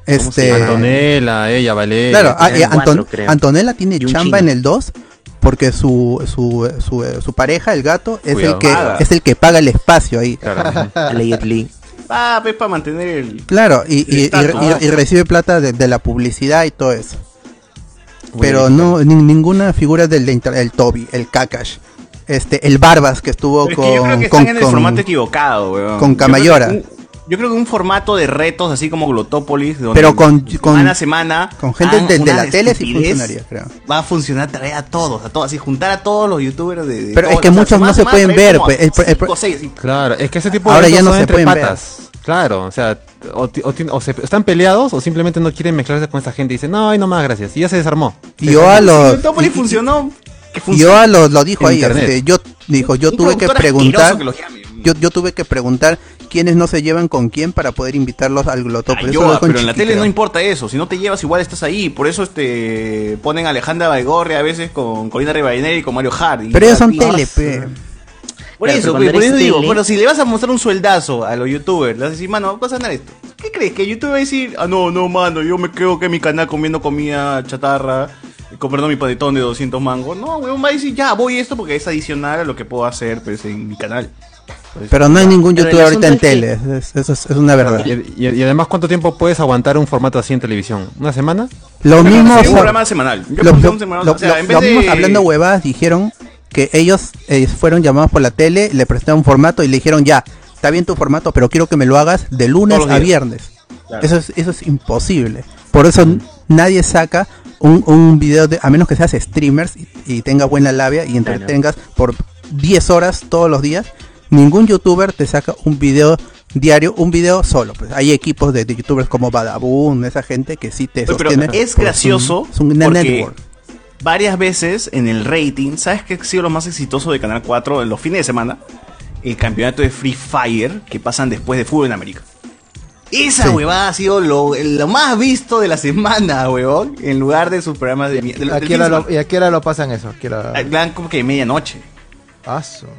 Speaker 3: este,
Speaker 2: Antonella, ella, Valeria.
Speaker 3: claro, ah, eh,
Speaker 2: Eran
Speaker 3: Anton-
Speaker 2: cuatro, creo.
Speaker 3: Antonella tiene
Speaker 2: Y un
Speaker 3: chamba
Speaker 2: chino.
Speaker 3: en el 2 porque su su, su, eh, su pareja, el gato, es
Speaker 2: Cuidado.
Speaker 3: el que
Speaker 1: Paga.
Speaker 3: es el que paga el espacio ahí.
Speaker 1: Ah, pues para mantener el...
Speaker 3: Claro, y,
Speaker 1: El
Speaker 3: y- y-
Speaker 1: estatus,
Speaker 3: y-
Speaker 1: ¿no?
Speaker 3: y recibe plata de, de la publicidad y todo eso.
Speaker 1: Muy
Speaker 3: Pero no, ni- ninguna figura del de inter- el Toby, el Kakash, este, el Barbas que estuvo
Speaker 1: Pero es
Speaker 3: con,
Speaker 1: que yo creo que
Speaker 3: con-
Speaker 1: están en el
Speaker 3: con-
Speaker 1: formato equivocado, weón.
Speaker 3: con
Speaker 1: Yo creo que
Speaker 3: Camayora.
Speaker 1: un- Yo creo que un formato de retos así como Glotópolis, donde
Speaker 3: Pero con- con-
Speaker 1: semana a semana,
Speaker 3: con gente
Speaker 1: hagan
Speaker 3: de- de
Speaker 1: Ah, una
Speaker 3: la tele sí
Speaker 1: estupidez,
Speaker 3: funcionaría, creo.
Speaker 1: Va a funcionar traer a todos, a todos, así juntar a todos los youtubers de. de
Speaker 3: Pero
Speaker 1: todas
Speaker 3: es que
Speaker 1: las-
Speaker 3: muchos
Speaker 1: semana a
Speaker 3: no se
Speaker 1: semana
Speaker 3: pueden
Speaker 1: traer
Speaker 3: ver,
Speaker 1: como a
Speaker 3: pues, el pro- el pro-
Speaker 1: cinco, seis, así.
Speaker 2: Claro, es que ese tipo de
Speaker 3: Ahora
Speaker 2: eventos
Speaker 3: ya no
Speaker 2: son
Speaker 3: se
Speaker 2: entre
Speaker 3: pueden ver.
Speaker 2: patas. Claro, o sea, o, ti- o ti- o se- están peleados o simplemente no quieren mezclarse con esa gente y dicen, no, ay, no más, gracias. Y ya se desarmó.
Speaker 3: Y yo a los-
Speaker 1: Glotópolis funcionó. que funcionó.
Speaker 3: Yo lo, lo dijo
Speaker 2: En
Speaker 3: ahí,
Speaker 2: internet.
Speaker 3: este, yo dijo, yo
Speaker 1: Un
Speaker 3: tuve que
Speaker 1: productor
Speaker 3: preguntar,
Speaker 1: asqueroso que los
Speaker 3: yo, yo tuve que preguntar quiénes no se llevan con quién para poder invitarlos al glotopo.
Speaker 1: Ah, Yo, pero en la tele no importa eso, si no te llevas igual estás ahí, por eso este ponen a Alejandra Baigorria a veces con Corina Rivadeneira y con Mario Hardy.
Speaker 3: Pero ellos son
Speaker 1: Ah,
Speaker 3: tele, pues. pe.
Speaker 1: Por
Speaker 3: Claro, pero
Speaker 1: eso,
Speaker 3: cuando
Speaker 1: pe, por
Speaker 3: eres
Speaker 1: eso digo,
Speaker 3: tele-
Speaker 1: pero si le vas a mostrar un sueldazo a los youtubers, le vas a decir, mano, vas a ganar esto. ¿Qué crees? Que YouTube va a decir, ah, no, no, mano, yo me quedo que en mi canal comiendo comida chatarra, eh, comprando mi panetón de 200 mangos. No, weón, va a decir, ya, voy esto porque es adicional a lo que puedo hacer pues, en mi canal.
Speaker 3: Pero no hay ningún
Speaker 1: Pero el
Speaker 3: youtuber ahorita en
Speaker 1: asunto es
Speaker 3: tele, es- eso es, es una verdad.
Speaker 2: Y, y- y además, ¿cuánto tiempo puedes aguantar un formato así en televisión? ¿Una semana?
Speaker 3: Lo mismo. o
Speaker 2: Sí,
Speaker 3: sea,
Speaker 2: un programa semanal. Yo
Speaker 3: lo-
Speaker 2: puse
Speaker 3: lo-
Speaker 2: un semanal,
Speaker 3: lo-
Speaker 2: o sea,
Speaker 3: lo-
Speaker 2: en vez
Speaker 3: los
Speaker 2: de-
Speaker 3: mismos hablando huevadas dijeron que ellos eh, fueron llamados por la tele, le prestaron un formato y le dijeron ya, está bien tu formato, pero quiero que me lo hagas de lunes
Speaker 8: Todos los
Speaker 3: a
Speaker 8: días.
Speaker 3: viernes.
Speaker 8: Claro.
Speaker 3: Eso, es, eso es imposible. Por eso n- nadie saca un, un video, de, a menos que seas streamers y, y tenga buena labia y entretengas por 10 horas todos los días. ningún youtuber te saca un video diario, un video solo. Pues hay equipos de, de youtubers como Badaboom, esa gente que sí te
Speaker 1: Oye, pero
Speaker 3: sostiene. por
Speaker 1: es
Speaker 3: su-
Speaker 1: gracioso
Speaker 3: su net-
Speaker 1: porque
Speaker 3: network.
Speaker 1: varias veces en el rating, ¿sabes qué ha sido lo más exitoso de Canal 4 en los fines de semana? El campeonato de Free Fire que pasan después de fútbol en América. Esa huevada ha sido lo, lo más visto de la semana, huevón. En lugar de sus programas de mierda. del-
Speaker 8: ¿A
Speaker 1: del
Speaker 8: qué
Speaker 1: fin
Speaker 8: hora
Speaker 1: de semana.
Speaker 8: lo, ¿Y a qué hora lo pasan eso? ¿A qué hora-
Speaker 1: Ah, dan como que medianoche.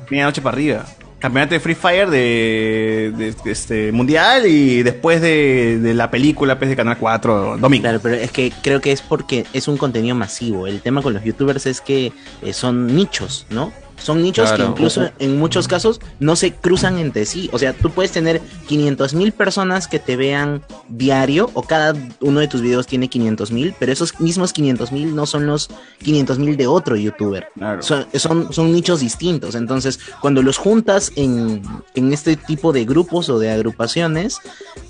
Speaker 1: Medianoche para arriba. Campeonato de Free Fire de, de- de este mundial y después de, de la película pues, de Canal 4 domingo.
Speaker 12: Claro, pero es que creo que es porque es un contenido masivo. El tema con los youtubers es que eh, son nichos, ¿no? Son nichos que
Speaker 6: Claro.
Speaker 12: incluso en muchos casos no se cruzan entre sí. O sea, tú puedes tener 500 mil personas que te vean diario o cada uno de tus videos tiene 500 mil, pero esos mismos 500 mil no son los 500 mil de otro youtuber. Son, son, son nichos distintos. Entonces, cuando los juntas en, en este tipo de grupos o de agrupaciones,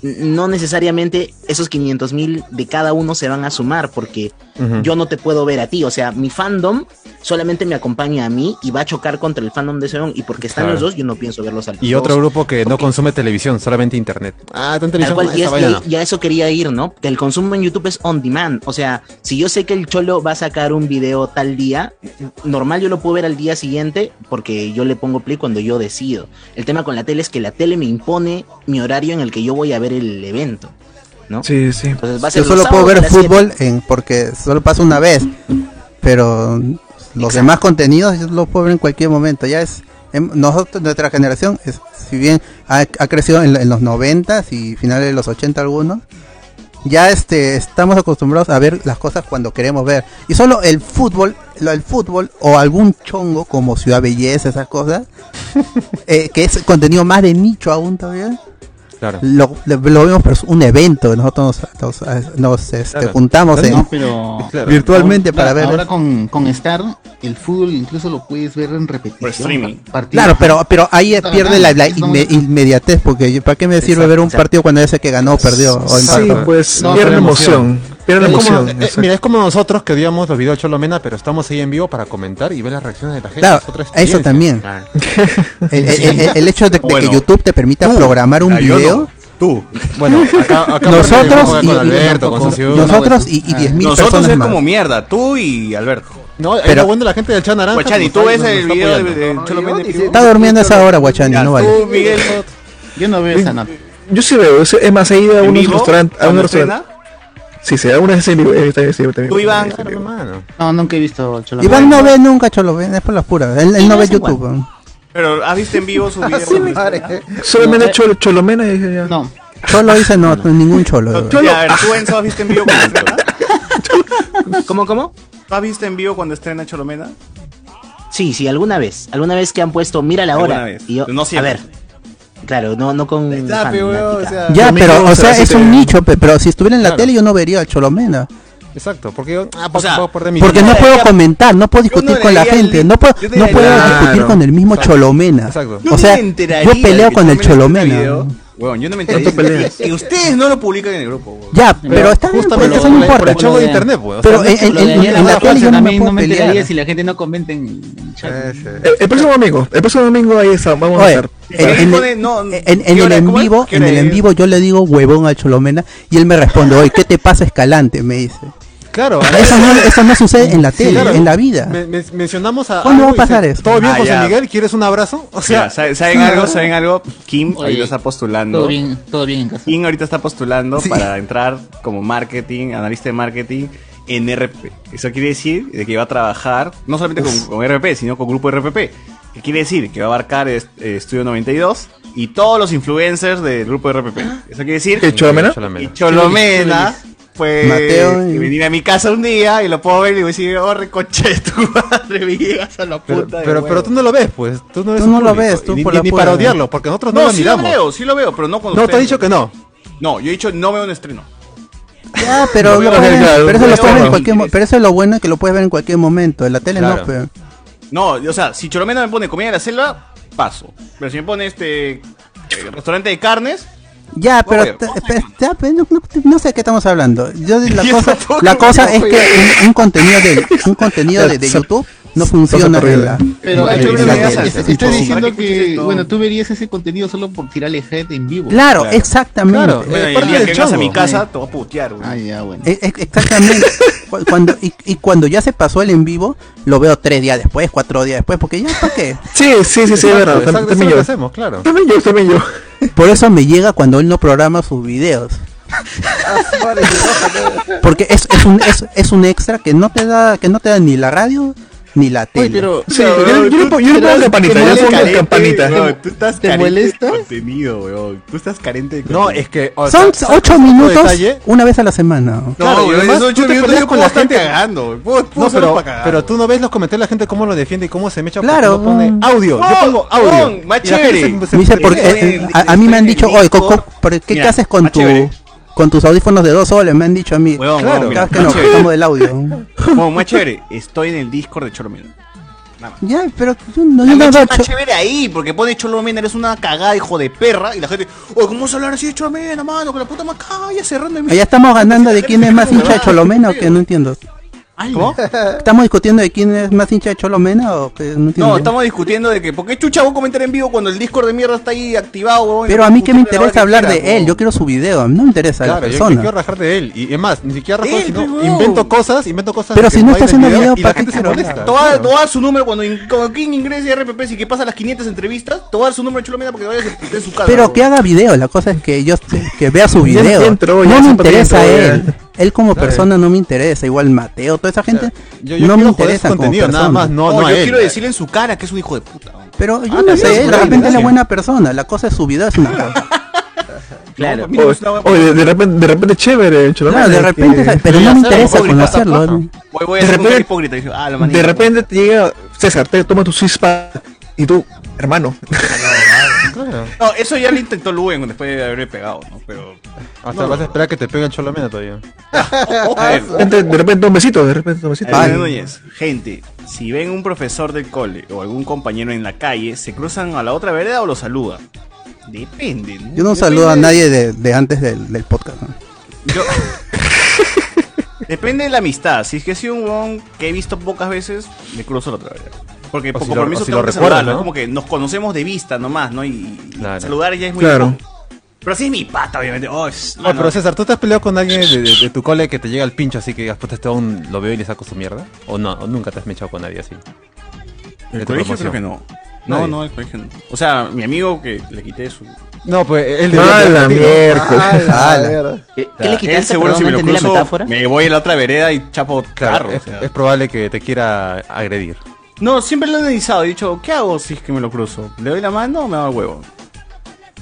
Speaker 12: n- no necesariamente esos 500 mil de cada uno se van a sumar porque
Speaker 6: Ujú.
Speaker 12: yo no te puedo ver a ti. O sea, mi fandom solamente me acompaña a mí y va a chocar contra el fandom de Seon. Y porque están
Speaker 2: Claro.
Speaker 12: los dos, yo no pienso verlos al
Speaker 2: Y otro grupo que no consume televisión, solamente internet. Ah,
Speaker 12: Tal
Speaker 2: tan televisión.
Speaker 12: cual,
Speaker 2: ah,
Speaker 12: y,
Speaker 2: esa
Speaker 12: es-
Speaker 2: vaina
Speaker 12: y-
Speaker 2: no.
Speaker 12: y a eso quería ir, ¿no? Que el consumo en YouTube es on demand. O sea, si yo sé que el Cholo va a sacar un video tal día, normal yo lo puedo ver al día siguiente porque yo le pongo play cuando yo decido. El tema con la tele es que la tele me impone mi horario en el que yo voy a ver el evento.
Speaker 10: Sí, sí.
Speaker 12: Entonces va a ser
Speaker 3: Yo
Speaker 12: los
Speaker 3: solo puedo
Speaker 12: sábados a
Speaker 3: ver
Speaker 12: las siete.
Speaker 3: fútbol en, porque solo pasa una vez. Pero los demás contenidos yo los puedo ver en cualquier momento. Ya es. em- Nosotros, nuestra generación, es, si bien ha, ha crecido en, la- en los 90 y finales de los 80 algunos, ya este, estamos acostumbrados a ver las cosas cuando queremos ver. Y solo el fútbol, lo- el fútbol o algún chongo como Ciudad Belleza, esas cosas, eh, que es contenido más de nicho aún todavía,
Speaker 2: Claro.
Speaker 3: lo, lo- lo vemos pero es un evento nosotros nos, nos- nos, este,
Speaker 17: Claro.
Speaker 3: juntamos en-
Speaker 18: No, pero-
Speaker 3: virtualmente
Speaker 18: ahora-
Speaker 3: para ver
Speaker 18: Ahora con, con Star, el fútbol incluso lo puedes ver en repetición. Por
Speaker 1: streaming.
Speaker 3: claro pero pero ahí
Speaker 18: Está
Speaker 3: pierde la, la
Speaker 18: ganando,
Speaker 3: inme-
Speaker 18: estamos-
Speaker 3: inmediatez porque yo- para qué me sirve
Speaker 18: Exacto,
Speaker 3: ver un
Speaker 18: exacto.
Speaker 3: partido cuando ese que ganó perdió o
Speaker 2: Sí,
Speaker 3: empató?
Speaker 10: pues,
Speaker 2: No,
Speaker 10: pierde
Speaker 2: pero
Speaker 10: emoción. Pierde
Speaker 2: Es como-
Speaker 10: emoción,
Speaker 2: eh,
Speaker 10: exacto.
Speaker 2: mira, es como nosotros que odiamos los videos de Cholomena, pero estamos ahí en vivo para comentar y ver las reacciones de la gente.
Speaker 3: Claro,
Speaker 2: es otra
Speaker 3: eso
Speaker 2: experiencia. Ah.
Speaker 3: también. El, el- el- el hecho de, de
Speaker 2: Bueno.
Speaker 3: que YouTube te permita programar un
Speaker 2: Ah, yo no.
Speaker 3: video.
Speaker 1: Tú.
Speaker 2: Bueno, acá, acá
Speaker 3: nosotros
Speaker 2: con
Speaker 3: y,
Speaker 2: Alberto, con Sosio.
Speaker 3: nosotros y, y 10.000
Speaker 1: Nosotros
Speaker 3: personas
Speaker 1: es
Speaker 3: más.
Speaker 1: como mierda, tú y Alberto.
Speaker 2: No,
Speaker 3: Pero-
Speaker 2: pero bueno, la gente del Chan Naranja.
Speaker 1: Guachani,
Speaker 2: pues,
Speaker 1: tú
Speaker 2: ahí
Speaker 1: ves
Speaker 2: nos
Speaker 1: el
Speaker 2: está
Speaker 1: video
Speaker 2: apoyando.
Speaker 15: eh,
Speaker 1: de- de Cholo Méndez Piu?
Speaker 3: Está durmiendo a esa hora, Guachani, no vale.
Speaker 1: Tú, Miguel.
Speaker 18: Yo no veo esa, no.
Speaker 10: Yo sí veo, es- es más, he ido a
Speaker 18: ¿En
Speaker 10: unos
Speaker 18: vivo?
Speaker 10: restaurantes. A
Speaker 18: ¿Cuando
Speaker 10: unos restaurantes. Sí, sí, algunas veces en vivo. eh, también, sí, también.
Speaker 18: No, nunca he visto Cholo.
Speaker 3: Iván no ve nunca Cholo, es por las puras. Él, él no ve YouTube. ¿no?
Speaker 1: Pero has visto en vivo su video.
Speaker 10: Solamente Cholo, Cholomena y ya.
Speaker 18: No.
Speaker 3: Cholo dice no, ningún Cholo.
Speaker 1: No, tú-
Speaker 3: Cholo-
Speaker 1: ya, a ver,
Speaker 10: ah,
Speaker 1: tú Enzo, ¿has visto en vivo cuando estrena?
Speaker 12: ¿Cómo, cómo?
Speaker 1: ¿Tú has visto en vivo cuando estrena Cholomena?
Speaker 12: Sí, sí, alguna vez. Alguna vez que han puesto, mira la
Speaker 1: Alguna
Speaker 12: hora.
Speaker 1: vez.
Speaker 12: Y yo,
Speaker 1: No
Speaker 12: a
Speaker 1: siempre.
Speaker 12: ver. Claro, no, no con.
Speaker 1: Está, pe, weón, o
Speaker 12: Ah,
Speaker 1: sea,
Speaker 3: Ya, pero, o sea, es un nicho, pe- pero si estuviera en la
Speaker 2: Claro.
Speaker 3: tele yo no vería a Cholomena.
Speaker 2: Exacto, porque yo. Ah, pues, puedo perder mi
Speaker 3: Porque
Speaker 2: tiempo.
Speaker 3: no puedo comentar, no puedo
Speaker 2: yo no
Speaker 3: discutir con la
Speaker 2: leería el
Speaker 3: gente,
Speaker 2: li-
Speaker 3: no puedo,
Speaker 2: yo no
Speaker 3: no
Speaker 2: leería-
Speaker 3: puedo
Speaker 2: Claro.
Speaker 3: discutir con el mismo
Speaker 2: Exacto.
Speaker 3: Cholomena.
Speaker 2: Exacto.
Speaker 3: O sea,
Speaker 1: me enteraría
Speaker 3: yo peleo
Speaker 1: de
Speaker 3: con
Speaker 1: que
Speaker 3: el Cholomena.
Speaker 1: Cholomena subió el video. Weón, yo no me enteraría. Y ustedes no lo publican en el grupo, weón.
Speaker 3: Ya, pero está bien,
Speaker 1: Justo
Speaker 3: pues,
Speaker 1: por
Speaker 3: eso
Speaker 1: lo-
Speaker 3: no importa.
Speaker 1: por el chongo de internet, weón. O sea,
Speaker 3: Pero
Speaker 1: no es que
Speaker 3: en-
Speaker 1: lo
Speaker 3: en-
Speaker 1: de
Speaker 3: en-
Speaker 1: Daniela
Speaker 3: en la
Speaker 1: Barbosa
Speaker 3: tele yo no me
Speaker 18: También
Speaker 3: puedo
Speaker 18: no me enteraría
Speaker 3: pelear.
Speaker 18: si la gente no comenta en en chat.
Speaker 10: El, el próximo domingo, el próximo domingo ahí está, vamos
Speaker 3: Oye,
Speaker 10: a estar.
Speaker 3: en, en- en- en el en vivo, en el en vivo yo le digo huevón al Cholomena y él me responde, oye, ¿qué te pasa Escalante? Me dice.
Speaker 2: Claro.
Speaker 3: Eso no, eso no sucede en la
Speaker 2: Sí,
Speaker 3: tele,
Speaker 2: claro.
Speaker 3: en la vida.
Speaker 2: Me- me- mencionamos a.
Speaker 3: ¿Cuándo va a
Speaker 2: algo y
Speaker 3: pasar
Speaker 2: dice,
Speaker 3: eso?
Speaker 2: ¿Todo bien,
Speaker 1: Ah,
Speaker 2: José
Speaker 1: ya.
Speaker 2: Miguel? ¿Quieres un abrazo? O sea,
Speaker 1: Mira, ¿saben, saben algo? ¿Saben algo? Kim ahorita está postulando.
Speaker 18: todo bien, todo bien en casa.
Speaker 1: Kim ahorita está postulando para entrar como marketing, analista de marketing en RP. Eso quiere decir de que va a trabajar no solamente con, con RP, sino con grupo RP. ¿Qué quiere decir? Que va a abarcar est- eh, Estudio 92 y todos los influencers del grupo RPP. Eso quiere decir
Speaker 10: ¿Qué, Cholomena?
Speaker 1: Y Cholomena pues
Speaker 10: Mateo y-
Speaker 1: y venir a mi casa un día y lo puedo ver y voy a decir, oh, recoche tu madre, me llegas a la
Speaker 2: Pero,
Speaker 1: puta de
Speaker 2: pero,
Speaker 1: huevo".
Speaker 2: pero tú no lo ves, pues. Tú no, ves
Speaker 1: Tú no
Speaker 2: al
Speaker 1: lo
Speaker 2: público.
Speaker 1: ves, tú
Speaker 2: Y ni,
Speaker 1: por
Speaker 2: ni-
Speaker 1: la
Speaker 2: ni
Speaker 1: pura-
Speaker 2: para odiarlo, porque nosotros no,
Speaker 1: No,
Speaker 2: lo
Speaker 1: sí
Speaker 2: miramos.
Speaker 1: lo veo, sí lo veo, pero no cuando
Speaker 2: No, te
Speaker 1: ustedes
Speaker 2: he dicho que no.
Speaker 1: No, yo he dicho no veo un estreno.
Speaker 3: Ya, Ah, pero,
Speaker 1: No
Speaker 3: lo
Speaker 1: veo
Speaker 3: puedes-
Speaker 1: nada,
Speaker 3: pero eso
Speaker 1: no
Speaker 3: lo
Speaker 1: veo
Speaker 3: puedes ver en
Speaker 1: nada.
Speaker 3: cualquier mo- pero eso es lo bueno que lo puedes ver en cualquier momento, en la tele
Speaker 1: Claro.
Speaker 3: no, pero
Speaker 1: No, o sea, si Cholomena me pone comida de la selva, paso. Pero si me pone este eh, restaurante de carnes,
Speaker 3: Ya,
Speaker 1: No,
Speaker 3: pero
Speaker 1: oye,
Speaker 3: te- pe- ya, pe- no, no- no sé de qué estamos hablando. Yo de- la
Speaker 1: Yo
Speaker 3: cosa,
Speaker 1: tampoco,
Speaker 3: la cosa
Speaker 1: yo,
Speaker 3: es
Speaker 1: oye.
Speaker 3: que un, un contenido de un contenido de, de YouTube No funciona.
Speaker 18: Pero,
Speaker 3: Pero
Speaker 18: hay
Speaker 3: Pero
Speaker 18: problemas.
Speaker 3: es-
Speaker 18: Estás diciendo que, bueno, tú verías ese contenido solo por tirarle head en vivo.
Speaker 3: Claro, exactamente.
Speaker 18: Bueno,
Speaker 3: Es
Speaker 18: y
Speaker 3: parte
Speaker 18: el
Speaker 3: del
Speaker 18: día que vengas a
Speaker 3: chongo.
Speaker 18: mi casa,
Speaker 1: te voy a putear, güey.
Speaker 18: Ah, ya, bueno.
Speaker 3: Eh, eh, Exactamente. Cu- cuando, y, y cuando ya se pasó el en vivo, lo veo tres días después, cuatro días después, porque ya para qué.
Speaker 10: Sí, sí, sí, sí, es verdad. Tam- También yo.
Speaker 2: claro.
Speaker 10: También yo, también yo.
Speaker 3: Por eso me llega cuando él no programa sus videos.
Speaker 10: Ah,
Speaker 3: Porque es, es un, es, es un extra que no te da, que no te da ni la radio ni la tele.
Speaker 18: Oye, pero.
Speaker 10: Sí, yo- yo le pongo- yo le pongo campanita, yo le pongo campanita.
Speaker 1: tú estás
Speaker 10: ¿Te
Speaker 1: carente
Speaker 10: molesta?
Speaker 1: de contenido, weón. Tú estás carente de
Speaker 2: No, es
Speaker 1: Eh,
Speaker 2: que. o
Speaker 3: Son
Speaker 2: sea, ¿sabes
Speaker 3: ocho
Speaker 2: otro
Speaker 3: minutos
Speaker 2: detalle?
Speaker 3: una vez a la semana.
Speaker 2: Claro,
Speaker 1: No,
Speaker 2: y
Speaker 1: yo
Speaker 2: además
Speaker 1: esos ocho
Speaker 2: tú te
Speaker 1: minutos
Speaker 2: peleas
Speaker 1: yo
Speaker 2: con
Speaker 1: puedo
Speaker 2: la
Speaker 1: estar
Speaker 2: gente.
Speaker 1: cagando, güey. Puedo- puedo
Speaker 2: no,
Speaker 1: hacerlo
Speaker 2: pero,
Speaker 1: para cagar,
Speaker 2: pero
Speaker 1: güey.
Speaker 2: tú no ves los comentarios de la gente cómo lo defiende y cómo se mecha.
Speaker 3: Claro.
Speaker 2: Claro. pone audio.
Speaker 1: Oh,
Speaker 2: yo pongo audio.
Speaker 1: oh, más
Speaker 2: Y la gente
Speaker 1: chévere.
Speaker 2: se-
Speaker 3: Me dice,
Speaker 2: se-
Speaker 3: porque,
Speaker 2: se-
Speaker 3: eh, a, a mí me han dicho, oye, co- co- ¿por ¿qué, qué
Speaker 2: Mira,
Speaker 3: haces con
Speaker 2: más
Speaker 3: tu
Speaker 2: chévere.
Speaker 3: con tus audífonos de dos soles? Me han dicho a mí.
Speaker 1: Huevón,
Speaker 3: claro,
Speaker 1: huevón,
Speaker 3: cada vez
Speaker 1: mira,
Speaker 3: que nos
Speaker 1: más chévere.
Speaker 3: quitamos del audio.
Speaker 1: Como más chévere, estoy en el Discord de Choromino.
Speaker 3: Ya, pero tú no, yo
Speaker 1: La
Speaker 3: no
Speaker 1: leche
Speaker 3: veo
Speaker 1: está
Speaker 3: cho-
Speaker 1: chévere ahí, porque pone Cholomena, eres una cagada, hijo de perra. Y la gente, oh, ¿cómo vas a hablar así de Cholomena, mano? Con la puta macaya cerrando el
Speaker 3: Allá estamos ganando de quién es más hincha de Cholomena o que no entiendo.
Speaker 1: ¿Cómo?
Speaker 3: ¿Estamos discutiendo de quién es más hincha de Cholomena o que no entiendo?
Speaker 1: No, estamos discutiendo de que, ¿por qué chucha vos comentar en vivo cuando el Discord de mierda está ahí activado, huevón?
Speaker 3: Pero a mí que me
Speaker 1: Puta, la
Speaker 3: interesa
Speaker 1: hora que
Speaker 3: hablar
Speaker 1: quieras,
Speaker 3: de él, yo quiero su video, a mí no me interesa la
Speaker 2: Claro, yo, yo
Speaker 3: persona.
Speaker 2: quiero rajar de él. Y es más, ni siquiera rajo,
Speaker 1: Él,
Speaker 2: sino
Speaker 1: huevón.
Speaker 2: invento cosas, invento cosas.
Speaker 3: Pero
Speaker 2: que
Speaker 3: si no está
Speaker 2: hay en el
Speaker 3: haciendo video,
Speaker 2: y
Speaker 3: ¿para
Speaker 2: la
Speaker 3: qué
Speaker 2: gente se
Speaker 3: quiero
Speaker 2: molesta.
Speaker 3: hablar?
Speaker 1: Te voy a-
Speaker 2: claro.
Speaker 1: te voy a dar su número cuando, in- cuando King ingrese a RPP y que pasa las 500 entrevistas, te voy a dar su número de Cholomena para que vayas a de su casa.
Speaker 3: Pero
Speaker 1: huevón.
Speaker 3: que haga video, la cosa es que yo que vea su
Speaker 1: Ya
Speaker 3: video.
Speaker 1: entró, ya
Speaker 3: no me
Speaker 1: se
Speaker 3: interesa
Speaker 1: entró, ya.
Speaker 3: él. Él como
Speaker 1: Claro.
Speaker 3: persona no me interesa, igual Mateo, toda esa gente
Speaker 2: yo- yo
Speaker 3: no me
Speaker 2: quiero joder
Speaker 3: interesa
Speaker 2: su
Speaker 3: como
Speaker 2: contenido, nada
Speaker 3: persona.
Speaker 2: más, no- no a
Speaker 1: yo
Speaker 2: él. eh.
Speaker 1: quiero decirle en su cara que es un hijo de puta. huevón.
Speaker 3: Pero yo
Speaker 1: Ah,
Speaker 3: no
Speaker 1: también es
Speaker 3: sé,
Speaker 1: por
Speaker 3: de
Speaker 1: ahí,
Speaker 3: repente él es
Speaker 1: gracias.
Speaker 3: buena persona, la cosa es su video es una cosa.
Speaker 1: Claro.
Speaker 10: O, o de, de repente, de repente es chévere, el Cholomena,
Speaker 3: Claro, de
Speaker 10: que-
Speaker 3: repente, pero no me interesa conocerlo.
Speaker 1: Voy, voy a
Speaker 10: De
Speaker 1: ser un
Speaker 10: repente-
Speaker 1: hipócrita. y digo, ah, la manita,
Speaker 10: De repente te llega César, te toma tu cispa y tú, hermano.
Speaker 1: No, eso ya lo intentó Luen después de haberle pegado, ¿no? Pero.
Speaker 2: Hasta vas
Speaker 10: este
Speaker 2: a esperar que te peguen Cholomena todavía.
Speaker 10: De repente, de repente un besito, de repente este un besito.
Speaker 1: Hernán Núñez, gente, si ven un profesor del cole o algún compañero en la calle, ¿se cruzan a la otra vereda o lo saluda? Depende, ¿no?
Speaker 3: Yo no saludo a nadie de, de antes del, del podcast. ¿no?
Speaker 1: Depende de la amistad. Si es que soy un huevón que he visto pocas veces, me cruzo la otra vereda. Porque por
Speaker 2: si lo-
Speaker 1: compromiso
Speaker 2: o si
Speaker 1: tengo
Speaker 2: lo
Speaker 1: que
Speaker 2: recuerdas,
Speaker 1: saludarlo.
Speaker 2: ¿no?
Speaker 1: Es como que nos conocemos de vista nomás, ¿no? Y, y saludar ya es muy
Speaker 2: Claro.
Speaker 1: incómodo. Pero sí es mi pata, obviamente. Oh, es-
Speaker 2: Oye,
Speaker 1: ah,
Speaker 2: pero
Speaker 1: no.
Speaker 2: César, ¿tú te has peleado con alguien de, de- de tu cole que te llega al pincho así que digas, puta, este aún lo veo y le saco su mierda? ¿O no? ¿O nunca te has mechado con nadie así?
Speaker 1: El
Speaker 2: De tu
Speaker 1: colegio
Speaker 2: promoción.
Speaker 1: creo que no. No,
Speaker 2: Nadie.
Speaker 1: no, el colegio no. O sea, mi amigo que le quité su.
Speaker 2: No, pues él
Speaker 1: ¡Ah,
Speaker 2: debería-
Speaker 1: la
Speaker 2: sí, ¿no?
Speaker 1: miércoles!
Speaker 2: ¡Ah, la
Speaker 1: ¡Ah,
Speaker 2: mierda!
Speaker 1: ¿Qué-
Speaker 2: qué le quitaste?
Speaker 1: Él seguro
Speaker 2: Perdón,
Speaker 1: si
Speaker 2: no
Speaker 1: me lo
Speaker 2: entendí la
Speaker 1: cruzo,
Speaker 2: metáfora.
Speaker 1: me voy a la otra vereda y chapo
Speaker 2: Claro,
Speaker 1: carro. o
Speaker 2: es,
Speaker 1: sea.
Speaker 2: es probable que te quiera agredir.
Speaker 1: No, siempre lo he analizado. He dicho, ¿qué hago si es que me lo cruzo? ¿Le doy la mano o me da el huevo?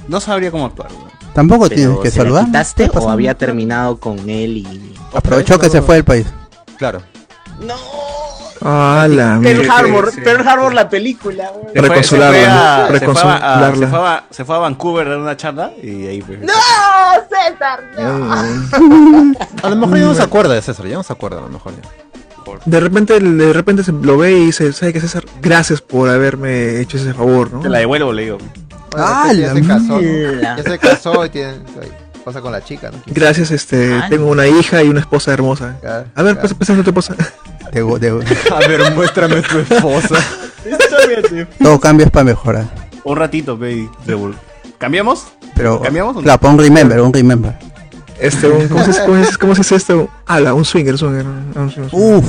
Speaker 1: No sabría cómo actuar. weón.
Speaker 3: Tampoco
Speaker 12: Pero,
Speaker 3: tienes que
Speaker 12: ¿se la
Speaker 3: saludar.
Speaker 12: quitaste
Speaker 3: ¿Qué pasa?
Speaker 12: o había terminado con él y.
Speaker 3: Aprovechó que se fue del país.
Speaker 2: Claro.
Speaker 10: Ah, la
Speaker 12: Pearl
Speaker 10: mierda.
Speaker 12: Harbor,
Speaker 18: Pearl Harbor, la película.
Speaker 1: Se fue-
Speaker 10: Reconsolarla,
Speaker 1: se
Speaker 10: ¿no?
Speaker 1: fue a- se fue a- a-
Speaker 10: Reconsolarla.
Speaker 1: Se fue a- se fue a Vancouver a dar una charla y ahí. pues,
Speaker 19: ¡No, César!
Speaker 12: Eh,
Speaker 2: A lo mejor ya
Speaker 1: Mm.
Speaker 2: no se acuerda de César, ya no se acuerda a lo mejor. ya.
Speaker 10: De repente, de repente se lo ve y dice, ¿sabe qué César? Gracias por haberme hecho ese favor, ¿no?
Speaker 1: Te la devuelvo, le digo.
Speaker 8: Bueno,
Speaker 10: Ah,
Speaker 8: este ya
Speaker 10: la
Speaker 8: se casó, ¿no?
Speaker 10: mierda.
Speaker 8: Ya se casó y tiene. Pasa con la chica, ¿no?
Speaker 10: Gracias, este,
Speaker 8: Ah,
Speaker 10: tengo una hija y una esposa hermosa. A ver, pues, pasa, pasa tu esposa.
Speaker 2: A ver, muéstrame tu esposa.
Speaker 3: Todo cambia es para mejorar.
Speaker 1: Un ratito, baby. ¿Cambiamos?
Speaker 3: Pero,
Speaker 1: ¿Cambiamos? o no?
Speaker 3: claro, pon remember, un remember.
Speaker 10: Este, un- ¿cómo, se, hace- cómo se hace- cómo se hace esto? Ala, un swinger, un swinger. un swinger.
Speaker 3: Uf.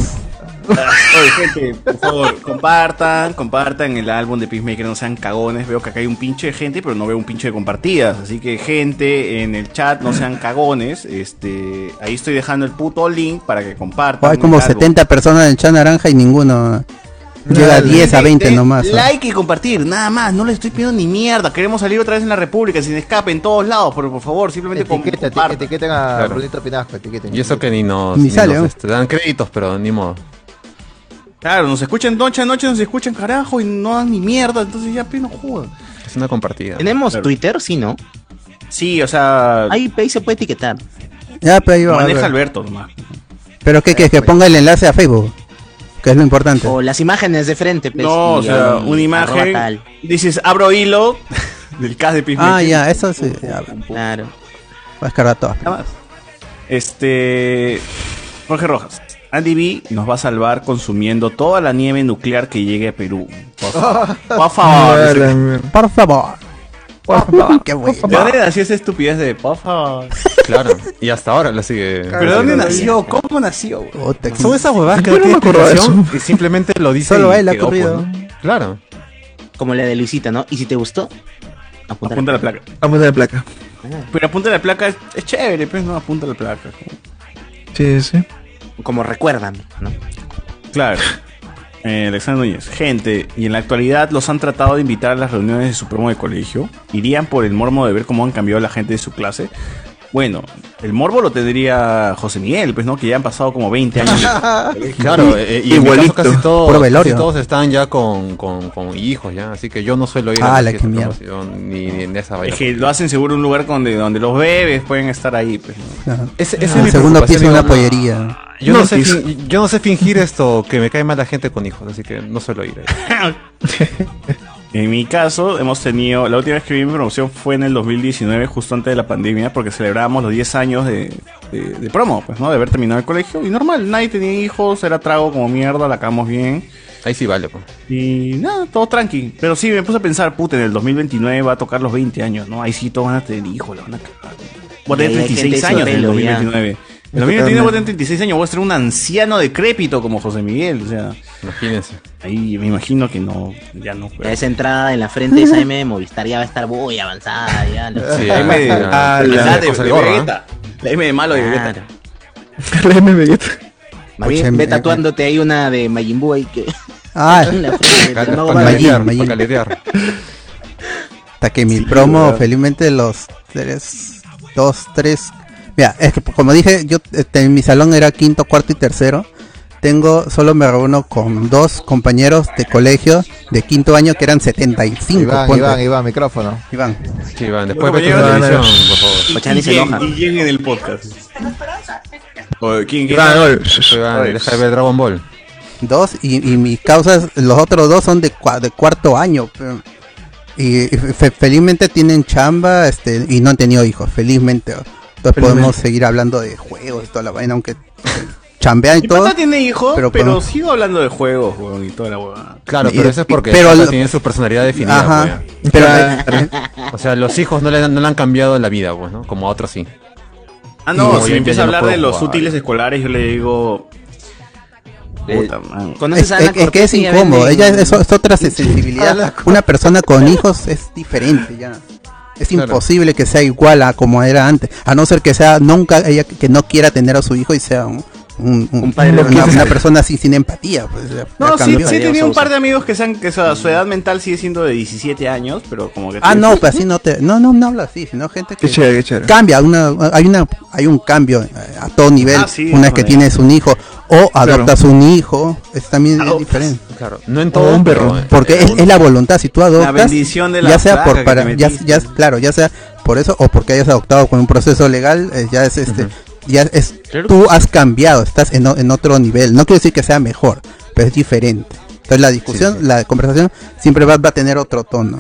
Speaker 1: Oye, gente, por favor, compartan, compartan el álbum de Peacemaker, no sean cagones. Veo que acá hay un pinche de gente, pero no veo un pinche de compartidas. Así que, gente, en el chat, no sean cagones. Este, ahí estoy dejando el puto link para que compartan.
Speaker 3: Hay como
Speaker 1: el álbum.
Speaker 3: 70 personas en el chat naranja y ninguno. Llega a 10 a 20
Speaker 1: Den
Speaker 3: nomás. ¿ah?
Speaker 1: Este, Like y compartir, nada más. No les estoy pidiendo ni mierda. Queremos salir otra vez en la República, sin escape, en todos lados. Pero por favor, simplemente com-
Speaker 8: Etiqueta, eti-
Speaker 1: compartan.
Speaker 8: etiqueten a
Speaker 2: Claro.
Speaker 8: Brunito Pinasco, etiqueten.
Speaker 2: Y eso que ni nos,
Speaker 3: Ni
Speaker 2: ni
Speaker 3: sale,
Speaker 2: nos,
Speaker 3: ¿no?
Speaker 2: este, dan créditos, pero ni modo.
Speaker 1: Claro, nos escuchan noche a noche, nos escuchan carajo y no dan ni mierda. Entonces ya, pues, no juegan.
Speaker 2: Es una compartida.
Speaker 12: ¿Tenemos Twitter? Sí, ¿no?
Speaker 1: Sí, o sea.
Speaker 12: Ahí ahí se puede etiquetar.
Speaker 3: Ya, pero ahí va, a ver.
Speaker 1: Maneja Alberto nomás.
Speaker 3: Pero ¿qué quieres? Que ponga el enlace a Facebook. Que es lo importante.
Speaker 12: O las imágenes de frente, pues,
Speaker 1: No, o
Speaker 12: y-
Speaker 1: sea,
Speaker 12: y
Speaker 1: una
Speaker 12: arroba
Speaker 1: imagen.
Speaker 12: tal.
Speaker 1: Dices, abro hilo del cast de Peacemaker.
Speaker 3: Ah, ya, eso sí. ya, va
Speaker 12: Claro.
Speaker 3: a descargar todas.
Speaker 1: Nada más. Este. Jorge Rojas. Andy B nos va a salvar consumiendo toda la nieve nuclear que llegue a Perú. Por favor. Por
Speaker 10: Ah,
Speaker 1: favor.
Speaker 10: la mierda. Por favor. Por favor. Qué bueno.
Speaker 1: ¿De dónde nació esa estupidez de por favor?
Speaker 2: Claro, y hasta ahora la sigue.
Speaker 1: ¿Pero de dónde nació? ¿Cómo nació?
Speaker 2: Son esas huevadas que
Speaker 1: Yo
Speaker 2: no tienen
Speaker 1: no me acuerdo de
Speaker 2: explicación y simplemente lo dice.
Speaker 12: Solo
Speaker 2: y
Speaker 12: a él le ha
Speaker 2: quedó, pues,
Speaker 12: ocurrido.
Speaker 2: ¿no? Claro.
Speaker 12: Como la de Luisita, ¿no? Y si te gustó, apunta,
Speaker 1: Apunta la placa.
Speaker 10: Vamos a la placa.
Speaker 1: Pero apunta la placa, es, es chévere, pues no apunta la placa.
Speaker 10: Sí, sí.
Speaker 1: Como recuerdan, ¿no? Claro. Eh, Alexander Núñez. Gente, y en la actualidad los han tratado de invitar a las reuniones de su promo de colegio. ¿Irían por el mormo de ver cómo han cambiado la gente de su clase? Bueno, el morbo lo tendría José Miguel, pues no, que ya han pasado como 20 años.
Speaker 2: Claro, eh, y en mi caso casi
Speaker 1: Puro
Speaker 2: todos,
Speaker 1: velorio.
Speaker 2: casi todos están ya con, con, con hijos, ya. Así que yo no suelo ir
Speaker 1: Ah,
Speaker 2: las
Speaker 1: la que
Speaker 2: fiestas de promoción Ni, ni en esa
Speaker 1: Es
Speaker 2: vaina.
Speaker 1: que lo hacen seguro en un lugar donde, donde los bebés pueden estar ahí, pues. ¿no?
Speaker 2: Ese-
Speaker 1: ese
Speaker 3: Ah,
Speaker 2: esa
Speaker 1: es mi
Speaker 2: mi
Speaker 1: preocupación,
Speaker 2: preocupación,
Speaker 1: digo,
Speaker 2: no. Yo no, sé fin- yo no sé fingir esto, que me cae mal la gente con hijos, así que no suelo ir.
Speaker 1: En mi caso, hemos tenido. La última vez que vi mi promoción fue en el 2019, justo antes de la pandemia, porque celebrábamos los 10 años de, de- de promo, pues, ¿no? De haber terminado el colegio. Y normal, nadie tenía hijos, era trago como mierda, la acabamos bien.
Speaker 2: Ahí sí vale, pues.
Speaker 1: Y nada, todo tranqui. Pero sí, me puse a pensar, puta, en el 2029 va a tocar los 20 años, ¿no? Ahí sí todos van a tener hijos, la van a cagar. Voy a tener
Speaker 12: Ya, ya,
Speaker 1: 36
Speaker 12: gente
Speaker 1: años en el
Speaker 12: hizo pelo, ya.
Speaker 1: 2029. En el 2029 voy a tener 36 años, voy a ser un anciano decrépito como José Miguel, o sea.
Speaker 2: Imagínense.
Speaker 1: Ahí me imagino que no, ya no.
Speaker 12: Ya esa entrada en la frente de esa M de Movistar ya va a estar muy avanzada. Ya,
Speaker 1: Sí, la M de-
Speaker 12: Ah,
Speaker 1: la-
Speaker 12: la-
Speaker 1: la de- de Vegeta. La M de malo de
Speaker 2: Ah,
Speaker 1: Vegeta.
Speaker 10: Léeme, Vegeta.
Speaker 12: Más bien,
Speaker 10: Oye,
Speaker 12: ve
Speaker 10: eh,
Speaker 12: tatuándote ahí una de Majin Buu ahí que.
Speaker 3: Ah,
Speaker 12: en la frente,
Speaker 3: Cal-
Speaker 12: no
Speaker 3: para
Speaker 12: va a-
Speaker 3: caletear, Majin. Hasta que mi promo,
Speaker 12: ¿verdad?
Speaker 3: felizmente, los tres, dos, tres. Mira, es que como dije, yo este, en mi salón era quinto, cuarto y tercero. Tengo, solo me reúno con dos compañeros de colegio de quinto año que eran 75.
Speaker 10: pues,
Speaker 8: Iván,
Speaker 3: ponte.
Speaker 8: Iván, Iván, micrófono.
Speaker 3: Iván.
Speaker 2: Sí, van,
Speaker 3: después
Speaker 2: ve tu televisión, por favor.
Speaker 1: Y Jen- y Jen en el podcast. Oye, ¿quién, quién? Oye,
Speaker 2: deja de ver Dragon Ball.
Speaker 3: Dos, y, y mis causas, los otros dos son de, cua- de cuarto año. pe- Y, y fe- felizmente tienen chamba este y no han tenido hijos, felizmente. Entonces podemos
Speaker 8: Felizmente.
Speaker 3: seguir hablando de juegos y toda la vaina, aunque chambean y
Speaker 1: Mi
Speaker 3: todo.
Speaker 1: pata tiene hijos, pero,
Speaker 3: podemos-
Speaker 1: sigo hablando de juegos, weón, y toda la huevada.
Speaker 2: Claro,
Speaker 3: Y-
Speaker 2: pero eso es porque
Speaker 3: pero
Speaker 2: Santa
Speaker 3: lo-
Speaker 2: tiene su personalidad definida.
Speaker 3: Ajá,
Speaker 2: pues.
Speaker 3: pero-
Speaker 2: Claro. o sea, los hijos no le, han- no le han cambiado la vida, pues, ¿no? Como a otros sí.
Speaker 1: Ah, no,
Speaker 2: Como
Speaker 1: si
Speaker 2: yo
Speaker 1: me empieza
Speaker 2: ya
Speaker 1: a
Speaker 2: no
Speaker 1: hablar
Speaker 2: puedo
Speaker 1: de los
Speaker 2: jugar.
Speaker 1: útiles escolares, yo le digo.
Speaker 2: Eh,
Speaker 1: Puta, man.
Speaker 3: Es, es- es que es incómodo, ella es, es otra sensibilidad. Una persona con hijos es diferente ya. Es
Speaker 8: Claro.
Speaker 3: imposible que sea igual a como era antes, a no ser que sea nunca ella que no quiera tener a su hijo y sea un, un- un-
Speaker 1: padre
Speaker 3: una,
Speaker 1: responsable.
Speaker 3: una persona así sin empatía. pues, ya-
Speaker 1: No,
Speaker 3: ya
Speaker 1: sí,
Speaker 3: cambió.
Speaker 1: sí he tenido un par de amigos que sean que su, su edad mental sigue siendo de 17 años, pero como que.
Speaker 3: Ah,
Speaker 1: tienen-
Speaker 3: no, pues así no te. No, no, no habla así, sino gente que.
Speaker 1: Qué chévere, qué chévere.
Speaker 3: Cambia, una, hay, una, hay un cambio eh, a todo nivel.
Speaker 2: Ah, sí,
Speaker 3: una vez
Speaker 2: no,
Speaker 3: que
Speaker 2: ya.
Speaker 3: tienes un hijo, o adoptas un hijo, es también es diferente.
Speaker 2: Claro, no en
Speaker 1: Oh,
Speaker 2: todo. pero, eh,
Speaker 3: Porque es, es la voluntad, si tú adoptas.
Speaker 1: bendición de la
Speaker 3: ya sea
Speaker 1: placa
Speaker 3: por
Speaker 1: que
Speaker 3: para,
Speaker 1: te
Speaker 3: ya,
Speaker 1: metiste.
Speaker 3: ya- claro, ya sea por eso o porque hayas adoptado con un proceso legal, eh, ya es este, ya es
Speaker 1: Claro.
Speaker 3: tú has cambiado, estás en, o- en otro nivel. No quiere decir que sea mejor, pero es diferente. Entonces la discusión, la conversación siempre va, va a tener otro tono.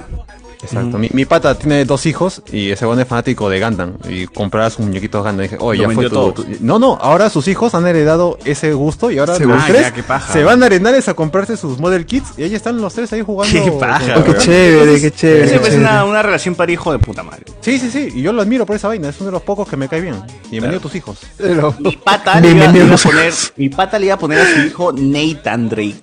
Speaker 2: Exacto. Mi, mi pata tiene dos hijos y ese bueno es fanático de Gundam. Y compraba sus muñequitos Gundam. Y dije, oye,
Speaker 1: Lo
Speaker 2: ya fue
Speaker 1: vendió
Speaker 2: todo.
Speaker 1: todo.
Speaker 2: No, no, ahora sus hijos han heredado ese gusto y ahora
Speaker 1: Se
Speaker 2: los
Speaker 1: volvió.
Speaker 2: tres
Speaker 1: Ah, ya, qué paja.
Speaker 2: se van a Arenales a comprarse sus Model Kits y ahí están los tres ahí jugando.
Speaker 1: Qué paja,
Speaker 2: Qué
Speaker 1: weón.
Speaker 2: chévere, qué chévere,
Speaker 1: Eso
Speaker 2: qué
Speaker 1: es
Speaker 2: chévere.
Speaker 1: una, una relación para hijo de puta madre.
Speaker 2: Sí, sí, sí. Y yo lo admiro por esa vaina. Es uno de los pocos que me cae bien. Bienvenido a tus hijos.
Speaker 1: Mi pata, le iba, le iba a poner, mi pata le iba a poner a su hijo Nathan Drake.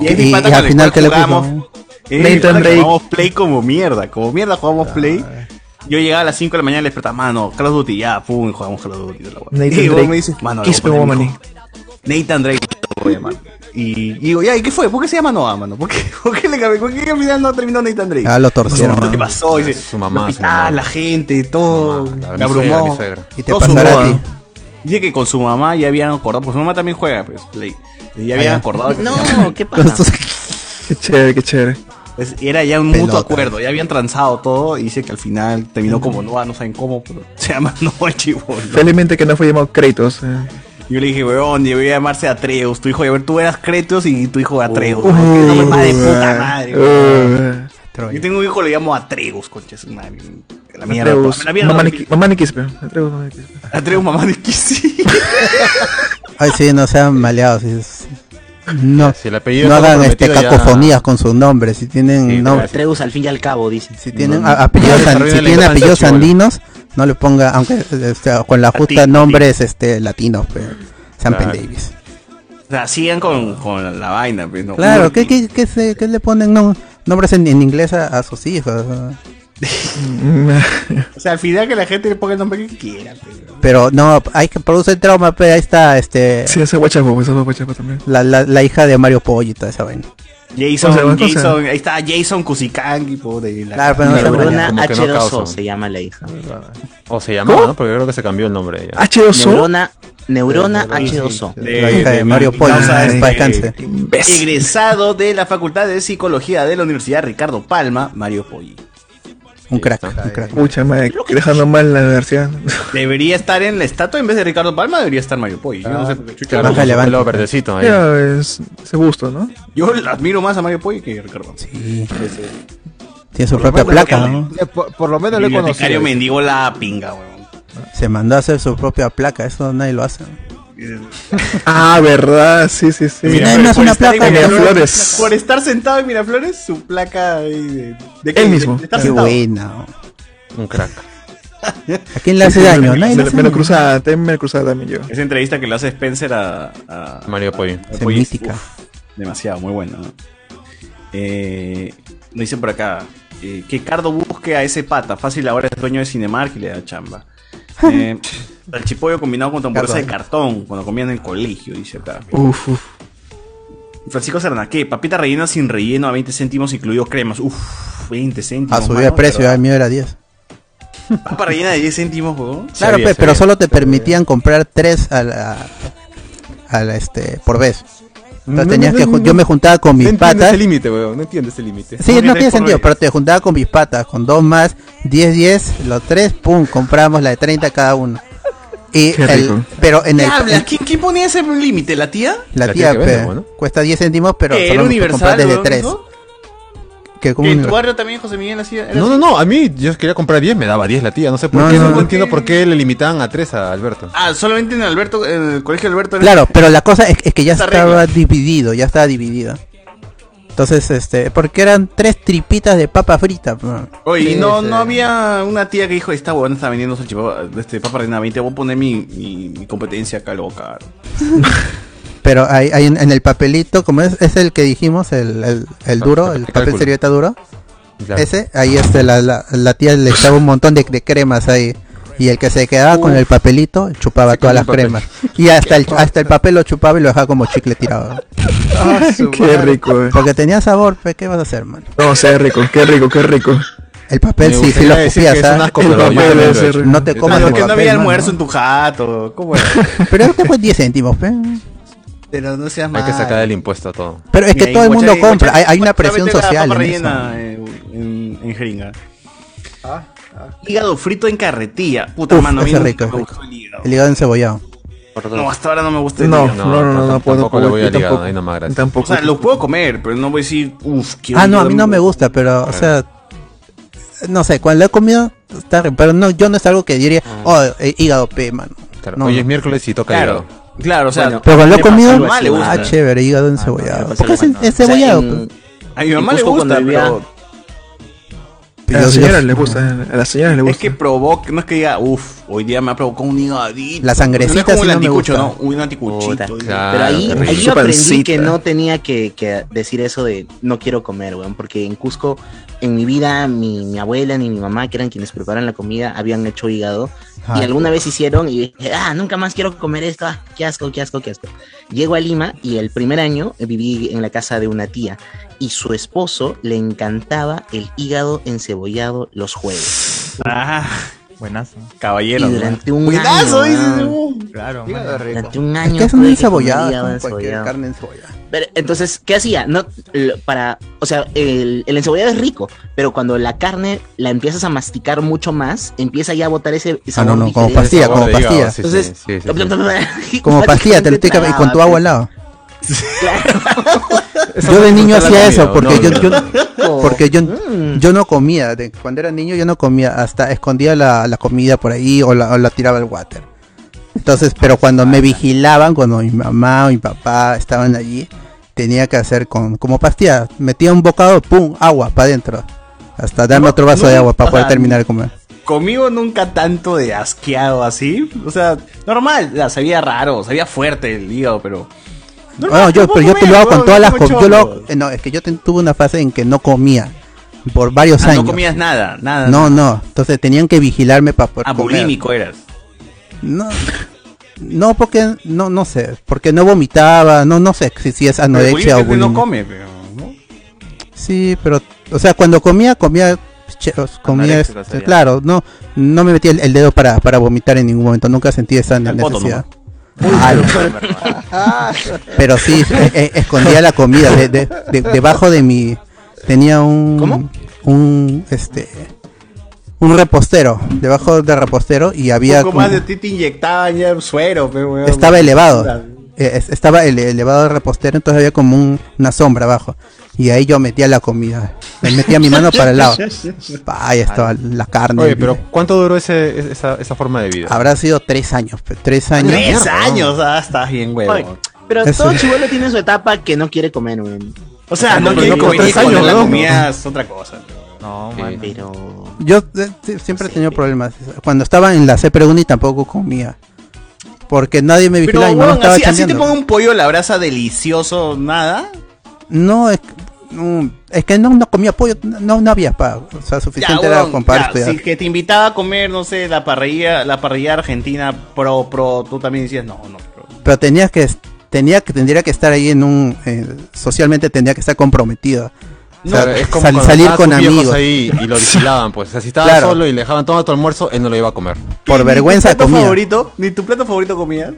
Speaker 1: Y es mi
Speaker 3: Y-
Speaker 1: pata
Speaker 3: y
Speaker 1: con
Speaker 3: al
Speaker 1: el
Speaker 3: final,
Speaker 1: cual
Speaker 3: ¿qué le puso?
Speaker 1: jugamos- es mi
Speaker 3: Nathan
Speaker 1: pata que
Speaker 3: Drake.
Speaker 1: Jugamos play como mierda, como mierda jugamos play.
Speaker 3: Ah.
Speaker 1: Yo llegaba a las 5 de la mañana y le despertaba, mano, Call of Duty, ya, pum, y jugamos Call of Duty. toda la hueá.
Speaker 8: Nathan
Speaker 1: y luego
Speaker 8: Drake.
Speaker 1: me dices, mano,
Speaker 8: ¿Qué
Speaker 1: le voy a
Speaker 8: es
Speaker 1: poner a mi
Speaker 8: Pegomani?
Speaker 1: hijo Nathan Drake, lo voy a llamar. Y, y digo, ya, ¿y qué fue? ¿Por qué se llama Noah, mano? ¿Por qué, por qué le cambié? ¿Por qué al final no terminó Nathan Drake?
Speaker 3: Ah, lo torcieron,
Speaker 1: No sé ¿Qué
Speaker 3: mano.
Speaker 1: pasó? Y dice,
Speaker 2: Ah, Su mamá,
Speaker 1: lo
Speaker 2: su mamá.
Speaker 1: hospital, la gente, todo.
Speaker 2: la-
Speaker 1: me
Speaker 2: mi
Speaker 1: abrumó.
Speaker 2: suegra, mi suegra.
Speaker 3: Y te
Speaker 1: Todo su
Speaker 3: pasará a
Speaker 1: boda.
Speaker 3: ti.
Speaker 1: Dice que con su mamá ya habían acordado, porque su mamá también juega, pues, Play. Y ya habían
Speaker 10: Ah, ya.
Speaker 1: acordado. que
Speaker 10: No,
Speaker 1: se llama.
Speaker 10: ¿qué pasa? Qué chévere, qué chévere.
Speaker 1: Es- Era ya un mutuo
Speaker 10: Pelota.
Speaker 1: acuerdo, ya habían transado todo y dice que al final terminó como Noah, no saben cómo, pero se llama Noah Chibolo.
Speaker 10: Felizmente que no fue llamado Kratos. eh.
Speaker 1: Yo le dije, weón, yo voy a llamarse Atreus, tu hijo, a ver, tú eras Cretos y tu hijo Atreus.
Speaker 10: Uh,
Speaker 1: Ay, qué nombre más de puta madre.
Speaker 10: uh,
Speaker 1: Yo tengo un hijo, le llamo Atreus, concha. Es una. La mierda.
Speaker 10: Atreus,
Speaker 1: la mierda
Speaker 10: mamá
Speaker 1: no-
Speaker 10: Niki- mamá Nikispe. Atreus, mamá Nikispe.
Speaker 1: Atreus, mamá de
Speaker 3: Ay, sí, no sean maleados. sí, sí. No,
Speaker 2: Si el apellido
Speaker 3: no
Speaker 2: está
Speaker 3: hagan este,
Speaker 2: comprometido, ya-
Speaker 3: cacofonías con sus nombres. Si tienen nombres,
Speaker 12: Atreus al fin y al cabo, dice.
Speaker 3: si tienen a- apellidos,
Speaker 12: No,
Speaker 3: an-
Speaker 12: desarrolla
Speaker 3: si
Speaker 12: la
Speaker 3: tienen
Speaker 12: infancia,
Speaker 3: apellidos
Speaker 12: chibolo.
Speaker 3: andinos, no le ponga, aunque o sea, con la justa
Speaker 1: Latino,
Speaker 3: nombres este latinos, pero sean
Speaker 1: Claro.
Speaker 3: pendejos.
Speaker 1: O sea, sigan con, con la vaina, pues, ¿no?
Speaker 3: Claro, ¿qué, qué, qué, se- qué le ponen nom- nombres en, en inglés a, a sus hijos? ¿no?
Speaker 1: O sea, al final que la gente le ponga el nombre que quiera. pues.
Speaker 3: Pero no, hay que producir trauma, pero ahí está este
Speaker 10: Sí, ese guachapo, ese guachapo también.
Speaker 3: la, la, la hija de Mario Pollo y toda esa vaina.
Speaker 1: Jason,
Speaker 10: O sea, una cosa-
Speaker 1: Jason, ahí está Jason Kusikangi, po, de la
Speaker 3: Claro, pero no se
Speaker 12: Neurona
Speaker 2: Como que no
Speaker 12: H2O
Speaker 2: causan.
Speaker 12: se llama la hija.
Speaker 2: O se llamaba, ¿no? Porque creo que se cambió el nombre. ya.
Speaker 12: Neurona, neurona H2O.
Speaker 3: La hija de Mario Pollo,
Speaker 1: causa
Speaker 3: en
Speaker 1: este-
Speaker 3: paz descanse.
Speaker 1: Egresado de la Facultad de Psicología de la Universidad Ricardo Palma, Mario Poggi.
Speaker 3: Un crack, un crack.
Speaker 10: Mucha madre, dejando mal la universidad.
Speaker 1: Debería estar en la estatua en vez de Ricardo Palma, debería estar Mario Poggi. Yo
Speaker 3: Ah,
Speaker 1: no sé, chucha,
Speaker 2: Claro,
Speaker 1: no sé.
Speaker 2: con su pelo verdecito ahí.
Speaker 10: Ya, es, ese gusto, ¿no?
Speaker 1: Yo le admiro más a Mario Poggi que a Ricardo Palma.
Speaker 3: Sí.
Speaker 1: Ese-
Speaker 3: Tiene su
Speaker 1: Por lo
Speaker 3: propia
Speaker 1: menos
Speaker 3: placa,
Speaker 1: que-
Speaker 3: ¿no?
Speaker 8: Por, por lo menos lo he
Speaker 1: Bibliotecario
Speaker 8: conocido.
Speaker 1: mendigo la pinga, weón.
Speaker 3: Se mandó a hacer su propia placa, eso nadie lo hace.
Speaker 10: Ah, verdad, sí, sí, sí.
Speaker 1: Mira,
Speaker 3: no, no es
Speaker 1: por
Speaker 3: una
Speaker 1: estar
Speaker 3: placa
Speaker 1: en
Speaker 3: de
Speaker 1: Miraflores-
Speaker 3: pues, flores.
Speaker 1: Por estar sentado en Miraflores, su placa ahí de, de
Speaker 10: Él mismo.
Speaker 1: de estar
Speaker 3: Qué
Speaker 1: sentado.
Speaker 3: buena.
Speaker 2: Un crack.
Speaker 3: ¿A quién le hace daño? Nadie le
Speaker 10: Me,
Speaker 3: hace
Speaker 10: me lo
Speaker 3: daño.
Speaker 10: cruzaba, también me lo cruzaba también yo.
Speaker 1: Esa entrevista que le hace Spencer a, a-
Speaker 2: Mario Pollo.
Speaker 1: a
Speaker 3: Es
Speaker 1: Pollo es,
Speaker 3: mítica.
Speaker 1: uf, demasiado, muy bueno. ¿no? Eh, nos dicen por acá eh, que Cardo busque a ese pata. Fácil, ahora es dueño de Cinemark y le da chamba. Eh, el chipollo combinado con hamburguesa de cartón cuando comían en el colegio, dice acá.
Speaker 10: Uf, uf.
Speaker 1: Francisco Sernaque, papita rellena sin relleno a 20 céntimos, incluido cremas. Uf, 20 céntimos.
Speaker 3: A subir el
Speaker 1: mano,
Speaker 3: precio, eh.
Speaker 1: pero-
Speaker 3: a mí era 10.
Speaker 1: Papa rellena de 10 céntimos, weón.
Speaker 3: Claro, pe- pero eh, solo te permitían comprar 3 a la, a la, este, por vez. Entonces
Speaker 2: No,
Speaker 3: tenías
Speaker 2: no,
Speaker 3: que
Speaker 2: no,
Speaker 3: jun-
Speaker 2: no.
Speaker 3: yo me juntaba con mis
Speaker 2: no entiendes
Speaker 3: patas.
Speaker 2: el límite, weón. No entiendes el límite.
Speaker 3: Sí, no tiene sentido, pero te juntaba con mis patas, con dos más, 10, 10, los tres, pum, compramos la de 30 cada uno. Y
Speaker 1: Qué
Speaker 3: el-
Speaker 1: rico.
Speaker 3: pero en
Speaker 1: ¿Qué
Speaker 3: el,
Speaker 1: hablas?
Speaker 3: en-
Speaker 1: ¿Quién, quién ponía ese límite? ¿La tía?
Speaker 3: la,
Speaker 1: La
Speaker 3: tía,
Speaker 1: tía que vende,
Speaker 3: pe,
Speaker 1: bueno.
Speaker 3: cuesta 10 céntimos, pero
Speaker 1: ¿Qué?
Speaker 3: solo
Speaker 1: ¿Era
Speaker 3: me puedes comprar
Speaker 1: Eh, universal?
Speaker 3: desde
Speaker 1: weón,
Speaker 3: 3.
Speaker 1: eso?
Speaker 3: Que como
Speaker 1: ¿Que en
Speaker 3: un-
Speaker 1: tu barrio también José Miguel hacía? era
Speaker 2: No,
Speaker 1: así?
Speaker 2: no, no. A mí yo quería comprar 10, me daba 10 la tía. No sé por
Speaker 3: No,
Speaker 2: qué.
Speaker 3: no,
Speaker 2: No,
Speaker 3: no.
Speaker 2: entiendo por qué le limitaban a 3 a Alberto.
Speaker 1: Ah, solamente en Alberto, en el colegio de Alberto. era-
Speaker 3: Claro, pero la cosa es, es que ya
Speaker 1: Esa
Speaker 3: estaba dividido, ya estaba dividido. Entonces, este, porque eran tres tripitas de papa frita. pe.
Speaker 1: Oye,
Speaker 3: Sí,
Speaker 1: no,
Speaker 3: sí.
Speaker 1: no había una tía que dijo, esta huevona está vendiendo salchipapa, este, papa reina 20, voy a poner mi, mi, mi competencia acá, lo
Speaker 3: Ah,
Speaker 1: caro.
Speaker 3: Pero ahí, ahí en, en el papelito, como es, es el que dijimos, el, el- el duro, el papel
Speaker 2: cálculo.
Speaker 3: servilleta duro.
Speaker 2: Claro.
Speaker 3: Ese, ahí este, la, la, la tía le echaba un montón de, de cremas ahí. Y el que se quedaba con el papelito chupaba todas las
Speaker 2: el papel.
Speaker 3: cremas. Y hasta el, hasta el papel lo chupaba y lo dejaba como chicle tirado.
Speaker 10: Ah, Qué rico, eh.
Speaker 3: Porque tenía sabor, pe, ¿qué vas a hacer, man?
Speaker 10: No, sea rico, qué rico, qué rico.
Speaker 3: El papel
Speaker 2: Me
Speaker 3: sí, sí
Speaker 2: gustaría
Speaker 3: lo
Speaker 2: decir
Speaker 3: escupías,
Speaker 2: que es un
Speaker 3: ¿ah?
Speaker 2: asco,
Speaker 3: El
Speaker 2: pero yo
Speaker 3: papel
Speaker 2: también lo he
Speaker 3: ese,
Speaker 2: hecho.
Speaker 3: No te
Speaker 10: Ah,
Speaker 2: Yo
Speaker 3: comas
Speaker 1: Pero
Speaker 3: el
Speaker 1: que no había
Speaker 3: papel, man,
Speaker 1: almuerzo en tu jato, ¿cómo era?
Speaker 3: Pero este fue 10 céntimos, pe.
Speaker 1: Pero no seas
Speaker 2: Hay que
Speaker 1: mal.
Speaker 2: sacar el impuesto a todo.
Speaker 3: Pero es que
Speaker 1: Mira,
Speaker 3: todo el
Speaker 1: Guacha-
Speaker 3: mundo
Speaker 1: Guacha-
Speaker 3: compra, hay, hay una
Speaker 1: Guacha
Speaker 3: presión
Speaker 1: vende la
Speaker 3: social
Speaker 1: papa
Speaker 3: en eso.
Speaker 1: rellena, eh, en, en jeringa. Hígado frito en carretilla. Puta,
Speaker 3: Uf,
Speaker 1: mano, a mí
Speaker 3: ese
Speaker 1: nunca
Speaker 3: rico,
Speaker 1: me
Speaker 3: es rico.
Speaker 1: gustó el hígado.
Speaker 3: El hígado encebollado.
Speaker 1: No, hasta ahora no me gusta el
Speaker 10: No,
Speaker 1: hígado.
Speaker 10: no, no, no, no puedo.
Speaker 2: tampoco le voy
Speaker 10: yo
Speaker 2: al hígado,
Speaker 10: tampoco.
Speaker 2: ahí nomás, gracias.
Speaker 1: O
Speaker 10: Tampoco.
Speaker 1: sea, lo puedo comer, pero no voy a decir, uff, quiero
Speaker 3: Ah,
Speaker 1: un
Speaker 3: no, a
Speaker 1: hígado
Speaker 3: mí no me gusta, pero, o sea, no sé, cuando lo he comido, está rico, pero no, yo no es algo que diría, oh, eh, hígado P, mano.
Speaker 2: Claro,
Speaker 3: No,
Speaker 2: Hoy
Speaker 3: no.
Speaker 2: es miércoles y toca
Speaker 1: Claro,
Speaker 2: hígado.
Speaker 1: claro, o sea.
Speaker 3: Pero cuando lo he
Speaker 1: a mi
Speaker 3: comido,
Speaker 1: mamá le gusta.
Speaker 3: ah, chévere, hígado encebollado. ¿Por qué es en-
Speaker 12: O sea,
Speaker 3: encebollado?
Speaker 12: en-
Speaker 1: A mi
Speaker 12: en
Speaker 1: mamá le
Speaker 12: Cusco
Speaker 1: gusta,
Speaker 12: cuando vivía-
Speaker 1: pero
Speaker 10: A las
Speaker 3: Dios,
Speaker 10: señoras
Speaker 3: Dios.
Speaker 10: les gusta, eh, a las señoras les
Speaker 1: es
Speaker 10: gusta.
Speaker 1: que provoca, no es que diga, uff, hoy día me ha provocado un hígadito.
Speaker 3: La sangrecita
Speaker 1: No es como
Speaker 3: sí
Speaker 1: el
Speaker 3: no me
Speaker 1: anticucho,
Speaker 3: gusta.
Speaker 1: ¿no? Un anticuchito.
Speaker 12: Puta.
Speaker 1: ¿no?
Speaker 12: Pero ahí,
Speaker 10: qué rico.
Speaker 12: ahí yo
Speaker 10: Su
Speaker 12: aprendí
Speaker 10: pancita.
Speaker 12: que no tenía que, que decir eso de no quiero comer, weón, porque en Cusco, en mi vida, mi, mi abuela ni mi mamá, que eran quienes preparan la comida, habían hecho hígado.
Speaker 3: Ah.
Speaker 12: y alguna vez hicieron y dije, ah, nunca más quiero comer esto, ah, qué asco, qué asco, qué asco. Llego a Lima y el primer año viví en la casa de una tía y su esposo le encantaba el hígado encebollado los jueves.
Speaker 1: Ah,
Speaker 15: Buenazo.
Speaker 12: Y
Speaker 1: caballero. ¿no?
Speaker 12: durante un
Speaker 1: Buenazo,
Speaker 12: año...
Speaker 1: dices,
Speaker 12: weón,
Speaker 1: uh.
Speaker 8: Claro,
Speaker 3: Hígado rico.
Speaker 12: Durante un
Speaker 3: Es
Speaker 12: año...
Speaker 3: que es una
Speaker 12: tuve que comer
Speaker 3: encebollada, es
Speaker 12: hígado
Speaker 3: como cualquier
Speaker 12: encebollado.
Speaker 3: carne encebollada.
Speaker 12: Pero, entonces, ¿qué hacía? No, l- para, o sea, el, el encebollado es rico, pero cuando la carne la empiezas a masticar mucho más, empieza ya a botar ese
Speaker 3: Ah,
Speaker 12: sabor.
Speaker 3: no, no, como
Speaker 12: diferente.
Speaker 3: pastilla,
Speaker 2: Sabor
Speaker 3: como
Speaker 2: de hígado,
Speaker 3: pastilla.
Speaker 2: sí, sí,
Speaker 12: Entonces,
Speaker 2: sí, sí, sí.
Speaker 3: Como pastilla, te lo
Speaker 12: prácticamente
Speaker 3: estoy cam- y con tu
Speaker 12: tragaba,
Speaker 3: agua al
Speaker 12: pues.
Speaker 3: lado. yo de niño
Speaker 13: nunca la
Speaker 3: hacía
Speaker 13: he
Speaker 3: eso
Speaker 13: comido,
Speaker 3: porque
Speaker 13: no,
Speaker 3: yo,
Speaker 13: yo
Speaker 3: yo- porque yo, yo no comía de- cuando era niño yo no comía hasta escondía la, la comida por ahí o la, o la tiraba al water entonces pero cuando me vigilaban cuando mi mamá o mi papá estaban allí tenía que hacer con como pastilla metía un bocado pum agua para adentro hasta darme otro vaso
Speaker 1: no,
Speaker 3: de agua para
Speaker 1: o
Speaker 3: poder
Speaker 1: sea,
Speaker 3: terminar de comer
Speaker 1: Conmigo nunca tanto de asqueado así. O sea, normal. Ya, sabía raro, sabía fuerte el hígado, pero.
Speaker 3: No, yo, pero yo te lo hago con todas las co- yo lo hago-
Speaker 1: cosas.
Speaker 3: eh, No, es que yo ten- tuve una fase en que no comía por varios
Speaker 1: Ah,
Speaker 3: años.
Speaker 1: no comías nada, nada.
Speaker 3: No, no. Entonces tenían que vigilarme para poder
Speaker 1: Ah,
Speaker 3: comer.
Speaker 1: bulímico eras.
Speaker 3: No. No, porque no no sé, porque no vomitaba, Ah, no no sé si, si es
Speaker 1: Pero
Speaker 3: anorexia
Speaker 1: bulímico
Speaker 3: o
Speaker 1: es que no
Speaker 3: bulimia.
Speaker 1: come, pero.
Speaker 3: Sí, pero o sea, cuando comía comía che- os- comía
Speaker 1: Anoréxico
Speaker 3: este,
Speaker 1: sería.
Speaker 3: claro, no no me metía el, el dedo para, para vomitar en ningún momento, nunca sentí esa
Speaker 1: Al poto
Speaker 3: necesidad.
Speaker 1: nomás.
Speaker 3: Ah, no. Pero sí, eh, eh, escondía la comida de- de- de- debajo de mi tenía un un este un repostero, debajo del repostero y había
Speaker 1: Un poco
Speaker 3: como-
Speaker 1: más de ti te inyectaban ya suero, pero. weón.
Speaker 3: estaba
Speaker 1: Puta.
Speaker 3: elevado. Eh, es- estaba ele- elevado el repostero, entonces había como un- una sombra abajo. Y ahí yo metía la comida. Me metía mi mano para el lado. Pa, ahí estaba la carne.
Speaker 2: Oye, pero ¿cuánto duró ese, esa, esa forma de vida?
Speaker 3: Habrá sido tres años. pe- Tres años.
Speaker 2: Tres
Speaker 1: años, ah, estás bien, huevo.
Speaker 12: Oye, Pero
Speaker 3: Eso.
Speaker 12: todo chivolo tiene su etapa que no quiere comer, weón.
Speaker 1: O sea, no quiere comer cuando la comida es otra cosa.
Speaker 12: No, man. Pero.
Speaker 3: Yo eh, sí, siempre he tenido problemas. Cuando estaba en la C-Pregunta tampoco comía. Porque nadie me
Speaker 1: Pero,
Speaker 3: vigilaba. mi mamá
Speaker 1: weón,
Speaker 3: estaba
Speaker 1: así, así te
Speaker 3: chambeando.
Speaker 1: pongo un pollo a la brasa delicioso, nada.
Speaker 3: No, es, no, es que no, no comía pollo. No, no había pa. O sea, suficiente era
Speaker 1: weón,
Speaker 3: con para
Speaker 1: ya,
Speaker 3: estudiar.
Speaker 1: Si que te invitaba a comer, no sé, la parrilla, la parrilla argentina pro, pro, tú también decías, no, no. pro.
Speaker 3: pero tenías que tenía que tendría que estar ahí en un eh, socialmente tendría que estar comprometido O
Speaker 2: No,
Speaker 3: sea,
Speaker 2: es como
Speaker 3: sal-
Speaker 2: cuando
Speaker 3: salir
Speaker 2: estaban
Speaker 3: con
Speaker 2: sus viejos
Speaker 3: amigos
Speaker 2: ahí y lo vigilaban, pues. O sea, si estaba
Speaker 3: Claro.
Speaker 2: solo y le dejaban todo tu almuerzo, él no lo iba a comer.
Speaker 3: Por
Speaker 1: Ni tu
Speaker 3: vergüenza
Speaker 1: plato
Speaker 3: comía.
Speaker 1: favorito? ¿Ni tu plato favorito comías?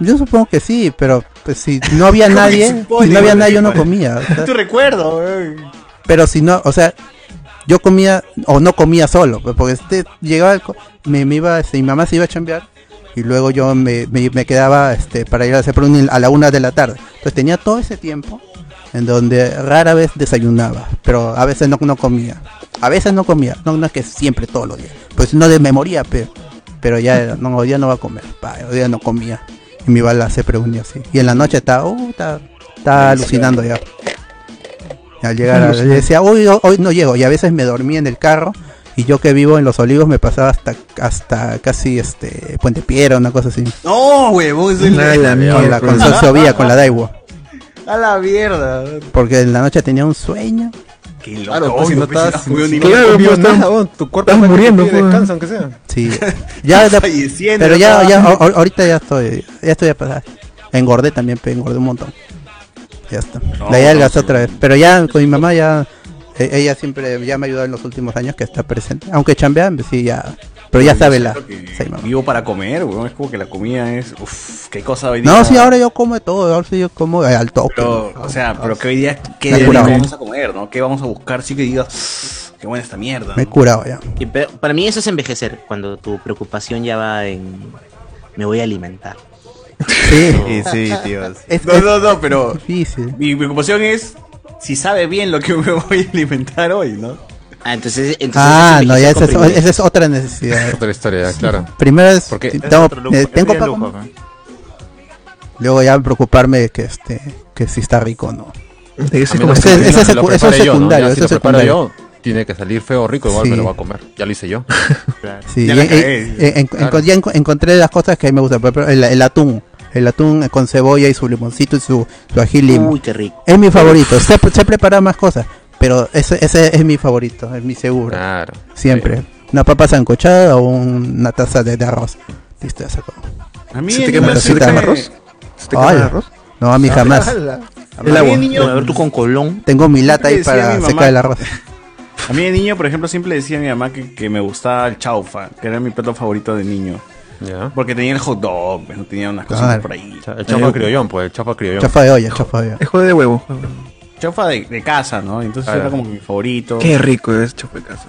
Speaker 3: yo supongo que sí pero pues, si no había
Speaker 1: Como
Speaker 3: nadie
Speaker 1: que supone,
Speaker 3: si no había
Speaker 1: bueno,
Speaker 3: nadie yo no
Speaker 1: supone.
Speaker 3: comía o sea,
Speaker 1: Tu recuerdo, weón.
Speaker 3: pero si no o sea yo comía o no comía solo pues, porque este llegaba el co- me, me iba este, mi mamá se iba a chambear y luego yo me, me- me quedaba este para ir a hacer pruning a la una de la tarde entonces tenía todo ese tiempo en donde rara vez desayunaba, pero a veces no, no comía. A veces no comía, no, no es que siempre todos los días. Pues no de memoria, pero, pero ya era, no, hoy día no va a comer, pa, hoy día no comía. Y mi bala se preguntó así. Y en la noche estaba, uh, está, está alucinando ya. Y Al llegar, a-
Speaker 8: Alucinando.
Speaker 3: decía, hoy, hoy no llego. Y a veces me dormía en el carro. Y yo que vivo en Los Olivos me pasaba hasta, hasta casi este Puente Piedra, una cosa así.
Speaker 1: No, huevón,
Speaker 10: Pues,
Speaker 1: es el-
Speaker 3: con
Speaker 10: Ah,
Speaker 3: la Consorcio Vía, con la Daiwa.
Speaker 1: A la mierda.
Speaker 3: Porque en la noche tenía un sueño.
Speaker 1: Qué loco.
Speaker 2: Claro, pues, si no
Speaker 1: obvio, pues,
Speaker 2: estás-
Speaker 1: no, weón, ni
Speaker 2: Claro,
Speaker 1: me
Speaker 2: pues,
Speaker 1: comió
Speaker 2: estás-
Speaker 1: nada.
Speaker 2: weón, tu cuerpo
Speaker 3: Estás
Speaker 2: está
Speaker 3: muriendo, pues.
Speaker 2: que pide
Speaker 3: joder.
Speaker 2: descanso, aunque sea.
Speaker 3: Sí. Ya, de-
Speaker 1: Está falleciendo,
Speaker 3: pero ya,
Speaker 1: estaba-
Speaker 3: ya, a- a- ahorita ya estoy, ya estoy a pasar. Engordé también, pe, engordé un montón. Ya está.
Speaker 1: No,
Speaker 3: La ya
Speaker 1: no,
Speaker 3: adelgazé
Speaker 1: sí.
Speaker 3: otra vez. Pero ya con mi mamá ya, e- ella siempre ya me ha ayudado en los últimos años que está presente. Aunque chambea, pues, sí, ya. Pero ya
Speaker 1: Yo
Speaker 3: sabe la.
Speaker 1: siento que
Speaker 3: sí, mamá.
Speaker 1: Vivo para comer, weón. Es como que la comida es. Uff, qué cosa hoy día.
Speaker 3: No, sí, ahora yo como de todo, ahora sí yo como eh, al toque.
Speaker 1: Pero, o sea, pero que hoy día, ¿qué
Speaker 3: Me he
Speaker 1: de
Speaker 3: curado.
Speaker 1: rico vamos a comer, no? ¿Qué vamos a buscar? Sí que digas, qué buena esta mierda.
Speaker 3: Me he curado ya.
Speaker 12: Y pe- para mí eso es envejecer, cuando tu preocupación ya va en me voy a alimentar.
Speaker 3: Sí,
Speaker 1: sí, tío.
Speaker 3: Es-
Speaker 1: no,
Speaker 3: es-
Speaker 1: no, no, pero.
Speaker 3: Difícil.
Speaker 1: Mi preocupación es si sabe bien lo que me voy a alimentar hoy, ¿no?
Speaker 12: Ah, entonces.
Speaker 3: Ah, no, ya esa es, esa es otra necesidad.
Speaker 2: Otra historia,
Speaker 3: Sí.
Speaker 2: claro.
Speaker 3: Primero es,
Speaker 2: Porque-
Speaker 3: tengo-
Speaker 2: Es otro lujo,
Speaker 3: eh,
Speaker 2: es
Speaker 3: tengo
Speaker 2: de
Speaker 3: pa'
Speaker 2: lujo,
Speaker 3: comer. Luego ya preocuparme de que este, que si está rico o no.
Speaker 2: A menos
Speaker 3: Ese- ese
Speaker 2: que lo
Speaker 3: este, es secu-
Speaker 2: prepare
Speaker 3: eso es
Speaker 2: yo, ¿no?
Speaker 3: secundario,
Speaker 2: Ya,
Speaker 3: eso
Speaker 2: si lo
Speaker 3: es
Speaker 2: preparo
Speaker 3: secundario.
Speaker 2: yo, tiene que salir feo o rico, igual
Speaker 3: Sí.
Speaker 2: me lo va a comer. Ya lo hice yo.
Speaker 3: Sí,
Speaker 2: Ya
Speaker 3: y-
Speaker 2: la
Speaker 3: y-
Speaker 2: cagué.
Speaker 3: y- en- en-
Speaker 2: Claro.
Speaker 3: ya enco- encontré las cosas que a mí me gustan, por ejemplo, el, el atún. El atún con cebolla y su limoncito y su, su ají lima.
Speaker 12: Uy, qué rico.
Speaker 3: Es mi favorito. sé, sé preparar más cosas, pero ese, ese es mi favorito, es mi seguro.
Speaker 2: Claro.
Speaker 3: Siempre. Una papa sancochada o una taza de, de arroz. Listo, ya se acabó.
Speaker 1: A mí
Speaker 3: ¿Se
Speaker 1: en
Speaker 3: te quema-
Speaker 1: la
Speaker 3: se te
Speaker 1: cita-
Speaker 3: quema arroz? ¿Se te quema el
Speaker 1: Ala.
Speaker 3: arroz? No, a mí jamás.
Speaker 1: Ah, Ala.
Speaker 3: El
Speaker 1: A mí
Speaker 3: agua.
Speaker 1: de niño-
Speaker 3: Bueno, a ver, tú con
Speaker 12: Colón.
Speaker 3: Tengo mi lata ahí
Speaker 1: Siempre decía
Speaker 3: para
Speaker 1: mi
Speaker 3: secar
Speaker 1: mamá-
Speaker 3: el arroz.
Speaker 1: A mí de niño, por ejemplo, siempre le decía a mi mamá que, que me gustaba el chaufa, que era mi plato favorito de niño. Porque tenía el hot dog, pues, no tenía unas cosas
Speaker 3: Claro.
Speaker 1: por ahí.
Speaker 2: El chapa criollón, pues, el chapa criollón.
Speaker 3: Chafa de olla, chafa de olla.
Speaker 1: Es juego de huevo. Chaufa de, de casa, ¿no? Entonces
Speaker 2: Claro.
Speaker 1: era como que mi favorito.
Speaker 2: Qué rico
Speaker 1: es chaufa de casa.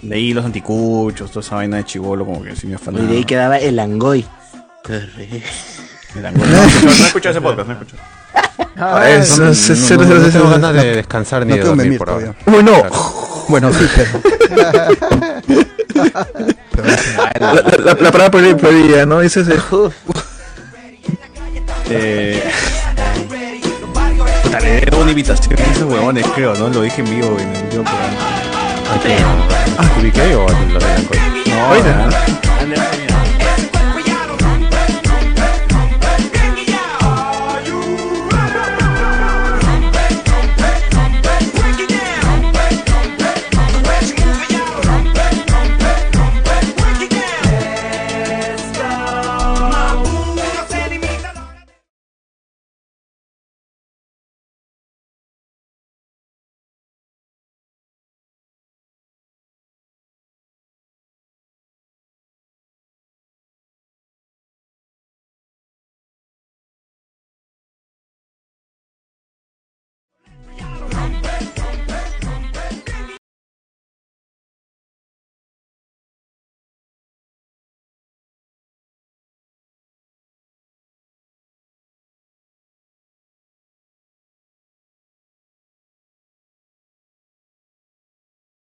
Speaker 1: De ahí los anticuchos, toda esa vaina de chivolo, como que sí me
Speaker 12: Y de
Speaker 1: afanaba.
Speaker 12: ahí quedaba el angoy. Qué rico.
Speaker 1: No he escuchado ese podcast, no he escuchado.
Speaker 2: Ah, es-
Speaker 10: no,
Speaker 2: es-
Speaker 10: no,
Speaker 2: es-
Speaker 10: no,
Speaker 2: es-
Speaker 10: no,
Speaker 2: es-
Speaker 10: no,
Speaker 2: tengo
Speaker 10: no,
Speaker 2: ganas
Speaker 10: no,
Speaker 2: de
Speaker 10: no,
Speaker 2: descansar ni
Speaker 10: no
Speaker 2: de
Speaker 10: quiero
Speaker 2: dormir
Speaker 10: venir
Speaker 2: por ahora.
Speaker 10: todavía. Uy, no.
Speaker 2: Bueno, sí,
Speaker 10: La, la, la- la palabra prohi- prohibida, ¿no? Dices. eh,
Speaker 1: Eh, puta, le debo una invitación a esos huevones, creo, ¿no? Lo dije en vivo en el video programa. Ah,
Speaker 2: ¿A quién? ¿A Kubikei o a los de la cosa?
Speaker 1: No,
Speaker 2: Oye,
Speaker 1: no.